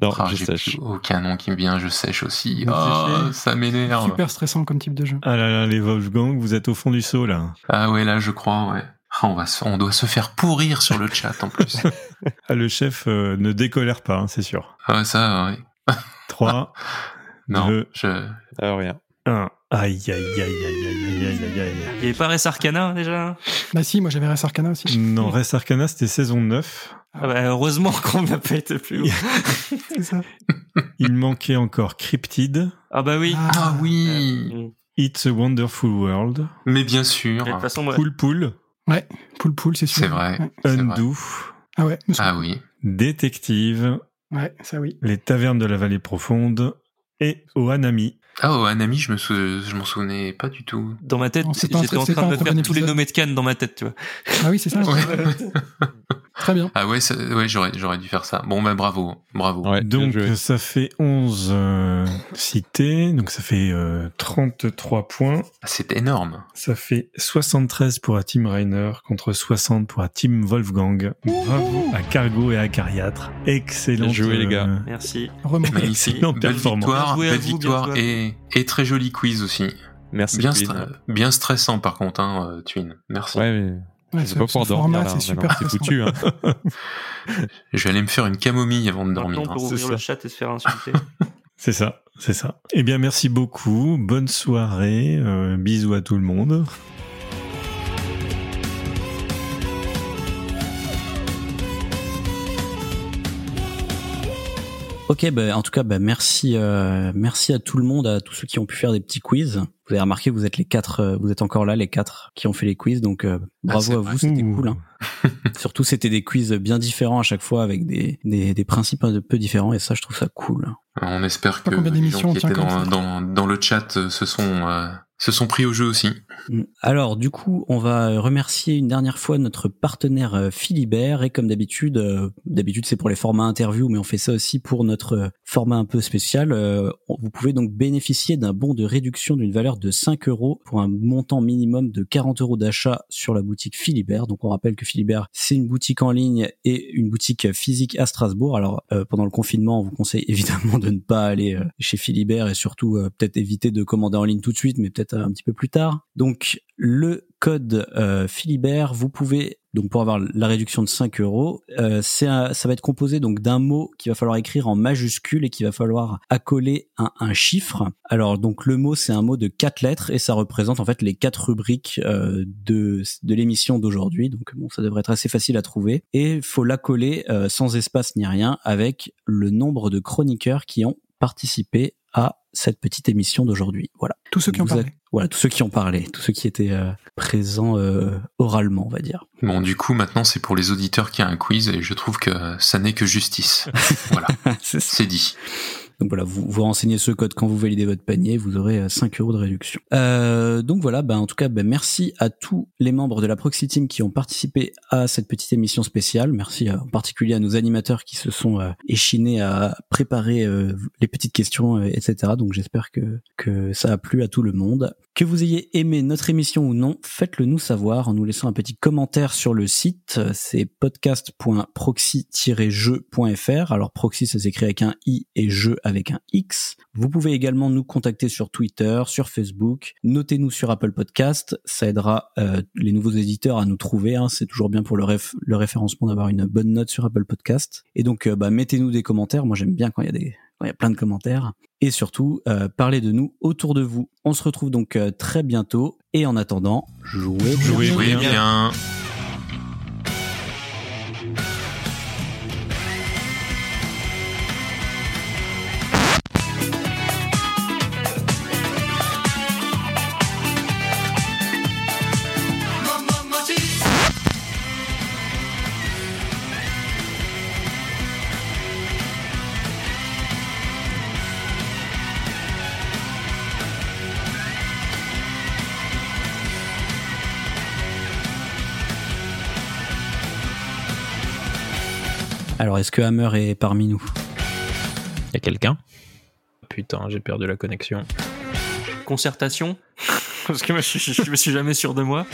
Speaker 12: Non,
Speaker 6: Ah, j'ai plus aucun nom qui me vient, je sèche aussi.
Speaker 12: Mais
Speaker 6: Ah,
Speaker 12: c'est fait.
Speaker 6: ça m'énerve.
Speaker 2: Super stressant comme type de jeu.
Speaker 5: Ah là là, les Wolfgang, vous êtes au fond du seau
Speaker 2: [laughs]
Speaker 5: là.
Speaker 6: Ah ouais, là, je crois, ouais. Ah, on, va se- on doit se faire pourrir sur le chat en
Speaker 5: [laughs]
Speaker 6: plus.
Speaker 5: Ah, le chef euh, ne décolère pas, hein, c'est sûr.
Speaker 6: ah, ouais, ça, ouais.
Speaker 5: 3,
Speaker 6: Non,
Speaker 5: Deux.
Speaker 6: je.
Speaker 12: rien.
Speaker 5: 1. Euh. Aïe, aïe, aïe, aïe, aïe, aïe, aïe, aïe, aïe.
Speaker 9: Il y avait pas Res Arcana déjà
Speaker 2: Bah si, moi j'avais Res Arcana aussi.
Speaker 5: Non, Res Arcana, c'était saison 9.
Speaker 9: ah bah, Heureusement [laughs] qu'on n'a pas été plus haut.
Speaker 2: [laughs] C'est ça.
Speaker 5: [laughs] Il manquait encore Cryptid,
Speaker 9: Ah bah oui.
Speaker 6: Ah oui
Speaker 9: Mm.
Speaker 5: It's a Wonderful World,
Speaker 6: Mais bien
Speaker 9: Et De toute
Speaker 6: sûr,
Speaker 9: façon, ouais.
Speaker 5: Pool Pool,
Speaker 2: Ouais, poule poule, c'est sûr.
Speaker 6: c'est vrai.
Speaker 2: Ouais.
Speaker 6: c'est vrai.
Speaker 5: Undo,
Speaker 2: Ah ouais, me sou-
Speaker 6: Ah oui.
Speaker 5: Détective,
Speaker 2: ouais, ça oui.
Speaker 5: Les Tavernes de la Vallée Profonde et Ohanami.
Speaker 6: Ah, oh, Anami, je me sou- je m'en souvenais pas du tout.
Speaker 9: Dans ma tête,
Speaker 2: Non, c'est pas un
Speaker 9: j'étais
Speaker 2: truc-
Speaker 9: en
Speaker 2: c'est
Speaker 9: train
Speaker 2: pas
Speaker 9: de
Speaker 2: un
Speaker 9: faire
Speaker 2: problème
Speaker 9: tous les
Speaker 2: épisode.
Speaker 9: nommés de Cannes dans ma tête, tu vois.
Speaker 2: Ah oui, c'est ça.
Speaker 6: Ouais.
Speaker 2: Très bien.
Speaker 6: Ah ouais, ça- ouais j'aurais j'aurais dû faire ça. Bon, ben bravo, bravo.
Speaker 12: Ouais,
Speaker 5: Donc
Speaker 12: bien joué.
Speaker 5: ça fait 11 euh, cités, donc ça fait euh, 33 points.
Speaker 6: Ah, C'est énorme.
Speaker 5: Ça fait 73 pour la team Rainer contre 60 pour la team Wolfgang. Bravo à Cargo et à Cariatre. Excellent
Speaker 12: Bien joué, les gars.
Speaker 9: Merci.
Speaker 2: Remonte.
Speaker 6: Magnifique.
Speaker 5: Excellente
Speaker 6: belle
Speaker 5: performance.
Speaker 6: victoire,
Speaker 9: Bien joué à
Speaker 6: belle
Speaker 9: vous, bien
Speaker 6: victoire
Speaker 9: joué à
Speaker 6: et, et très joli quiz aussi.
Speaker 12: Merci.
Speaker 6: Bien,
Speaker 12: Queen.
Speaker 6: stra- bien stressant par contre, hein, euh, Twin. Merci.
Speaker 12: Ouais, mais
Speaker 2: Ouais,
Speaker 12: je vais pas
Speaker 2: ce
Speaker 12: pouvoir dormir
Speaker 2: format,
Speaker 12: là.
Speaker 2: C'est
Speaker 12: maintenant,
Speaker 2: super
Speaker 12: C'est
Speaker 2: stressant.
Speaker 12: foutu.
Speaker 2: [laughs]
Speaker 12: Hein.
Speaker 6: Je vais aller me faire une camomille avant de dormir.
Speaker 9: Maintenant, on
Speaker 6: hein.
Speaker 9: peut
Speaker 5: c'est
Speaker 9: ouvrir
Speaker 5: ça.
Speaker 9: le chat et se faire insulter.
Speaker 5: C'est ça, c'est ça. Eh bien, merci beaucoup. Bonne soirée. euh, bisous à tout le monde.
Speaker 1: Ok, bah, en tout cas, bah, merci, euh, merci à tout le monde, à tous ceux qui ont pu faire des petits quiz. Vous avez remarqué, vous êtes les quatre, euh, vous êtes encore là, les quatre qui ont fait les quiz, donc euh, bravo
Speaker 6: Ah, c'est
Speaker 1: à
Speaker 6: vrai.
Speaker 1: vous, c'était
Speaker 5: Ouh.
Speaker 1: cool.
Speaker 6: [laughs]
Speaker 1: hein. Surtout, c'était des quiz bien différents à chaque fois, avec des, des, des principes un peu différents, et ça, je trouve ça cool.
Speaker 6: On espère
Speaker 2: Pas
Speaker 6: que
Speaker 2: combien
Speaker 6: les
Speaker 2: d'émissions
Speaker 6: gens
Speaker 2: on
Speaker 6: qui
Speaker 2: tient
Speaker 6: étaient
Speaker 2: comme
Speaker 6: dans,
Speaker 2: ça.
Speaker 6: dans, dans le chat euh, se sont, euh, se sont pris au jeu aussi.
Speaker 1: Mm. Alors, du coup, on va remercier une dernière fois notre partenaire euh, Philibert. Et comme d'habitude, euh, d'habitude c'est pour les formats interview, mais on fait ça aussi pour notre euh, format un peu spécial. Euh, on- Vous pouvez donc bénéficier d'un bon de réduction d'une valeur de 5 euros pour un montant minimum de 40 euros d'achat sur la boutique Philibert. Donc, on rappelle que Philibert, c'est une boutique en ligne et une boutique physique à Strasbourg. Alors, euh, pendant le confinement, on vous conseille [laughs] évidemment de ne pas aller euh, chez Philibert et surtout euh, peut-être éviter de commander en ligne tout de suite, mais peut-être euh, un petit peu plus tard. Donc, le code euh, Philibert, vous pouvez donc pour avoir la réduction de 5 euros, euh, c'est un- ça va être composé donc d'un mot qu'il va falloir écrire en majuscule et qu'il va falloir accoler à un chiffre. Alors donc le mot c'est un mot de quatre lettres et ça représente en fait les quatre rubriques euh, de de l'émission d'aujourd'hui. Donc bon, ça devrait être assez facile à trouver et faut l'accoler euh, sans espace ni rien avec le nombre de chroniqueurs qui ont participé à cette petite émission d'aujourd'hui. Voilà.
Speaker 2: Tous ceux qui ont
Speaker 1: Vous
Speaker 2: parlé.
Speaker 1: êtes- Voilà, tous ceux qui ont parlé, tous ceux qui étaient euh, présents euh, oralement, on va dire.
Speaker 6: Bon, du coup, maintenant, c'est pour les auditeurs qu'il y a un quiz et je trouve que ça n'est que
Speaker 1: [laughs]
Speaker 6: justice. voilà,
Speaker 1: C'est ça.
Speaker 6: c'est dit.
Speaker 1: Donc voilà, vous, vous renseignez ce code quand vous validez votre panier, vous aurez euh, 5 euros de réduction. Euh, donc voilà, ben en tout cas, ben merci à tous les membres de la Proxy Team qui ont participé à cette petite émission spéciale. Merci euh, en particulier à nos animateurs qui se sont euh, échinés à préparer euh, les petites questions, euh, etc. Donc j'espère que, que ça a plu à tout le monde. Que vous ayez aimé notre émission ou non, faites-le nous savoir en nous laissant un petit commentaire sur le site. Euh, C'est podcast.proxy-jeu.fr. Alors proxy, ça s'écrit avec un i et jeu avec un x. Vous pouvez également nous contacter sur Twitter, sur Facebook. Notez-nous sur Apple Podcast. Ça aidera euh, les nouveaux éditeurs à nous trouver. hein. C'est toujours bien pour le, réf- le référencement d'avoir une bonne note sur Apple Podcast. Et donc, euh, bah, mettez-nous des commentaires. Moi, j'aime bien quand il y a des, quand il y a plein de commentaires et surtout euh, parlez de nous autour de vous. On se retrouve donc euh, très bientôt et en attendant, jouez bien.
Speaker 5: Jouez
Speaker 6: Oui,
Speaker 5: bien.
Speaker 6: bien.
Speaker 1: Alors est-ce que Hammer est parmi nous
Speaker 10: Y a quelqu'un Putain, j'ai perdu la connexion.
Speaker 9: [laughs] Concertation. parce que moi, je, je- je me suis jamais sûr de moi.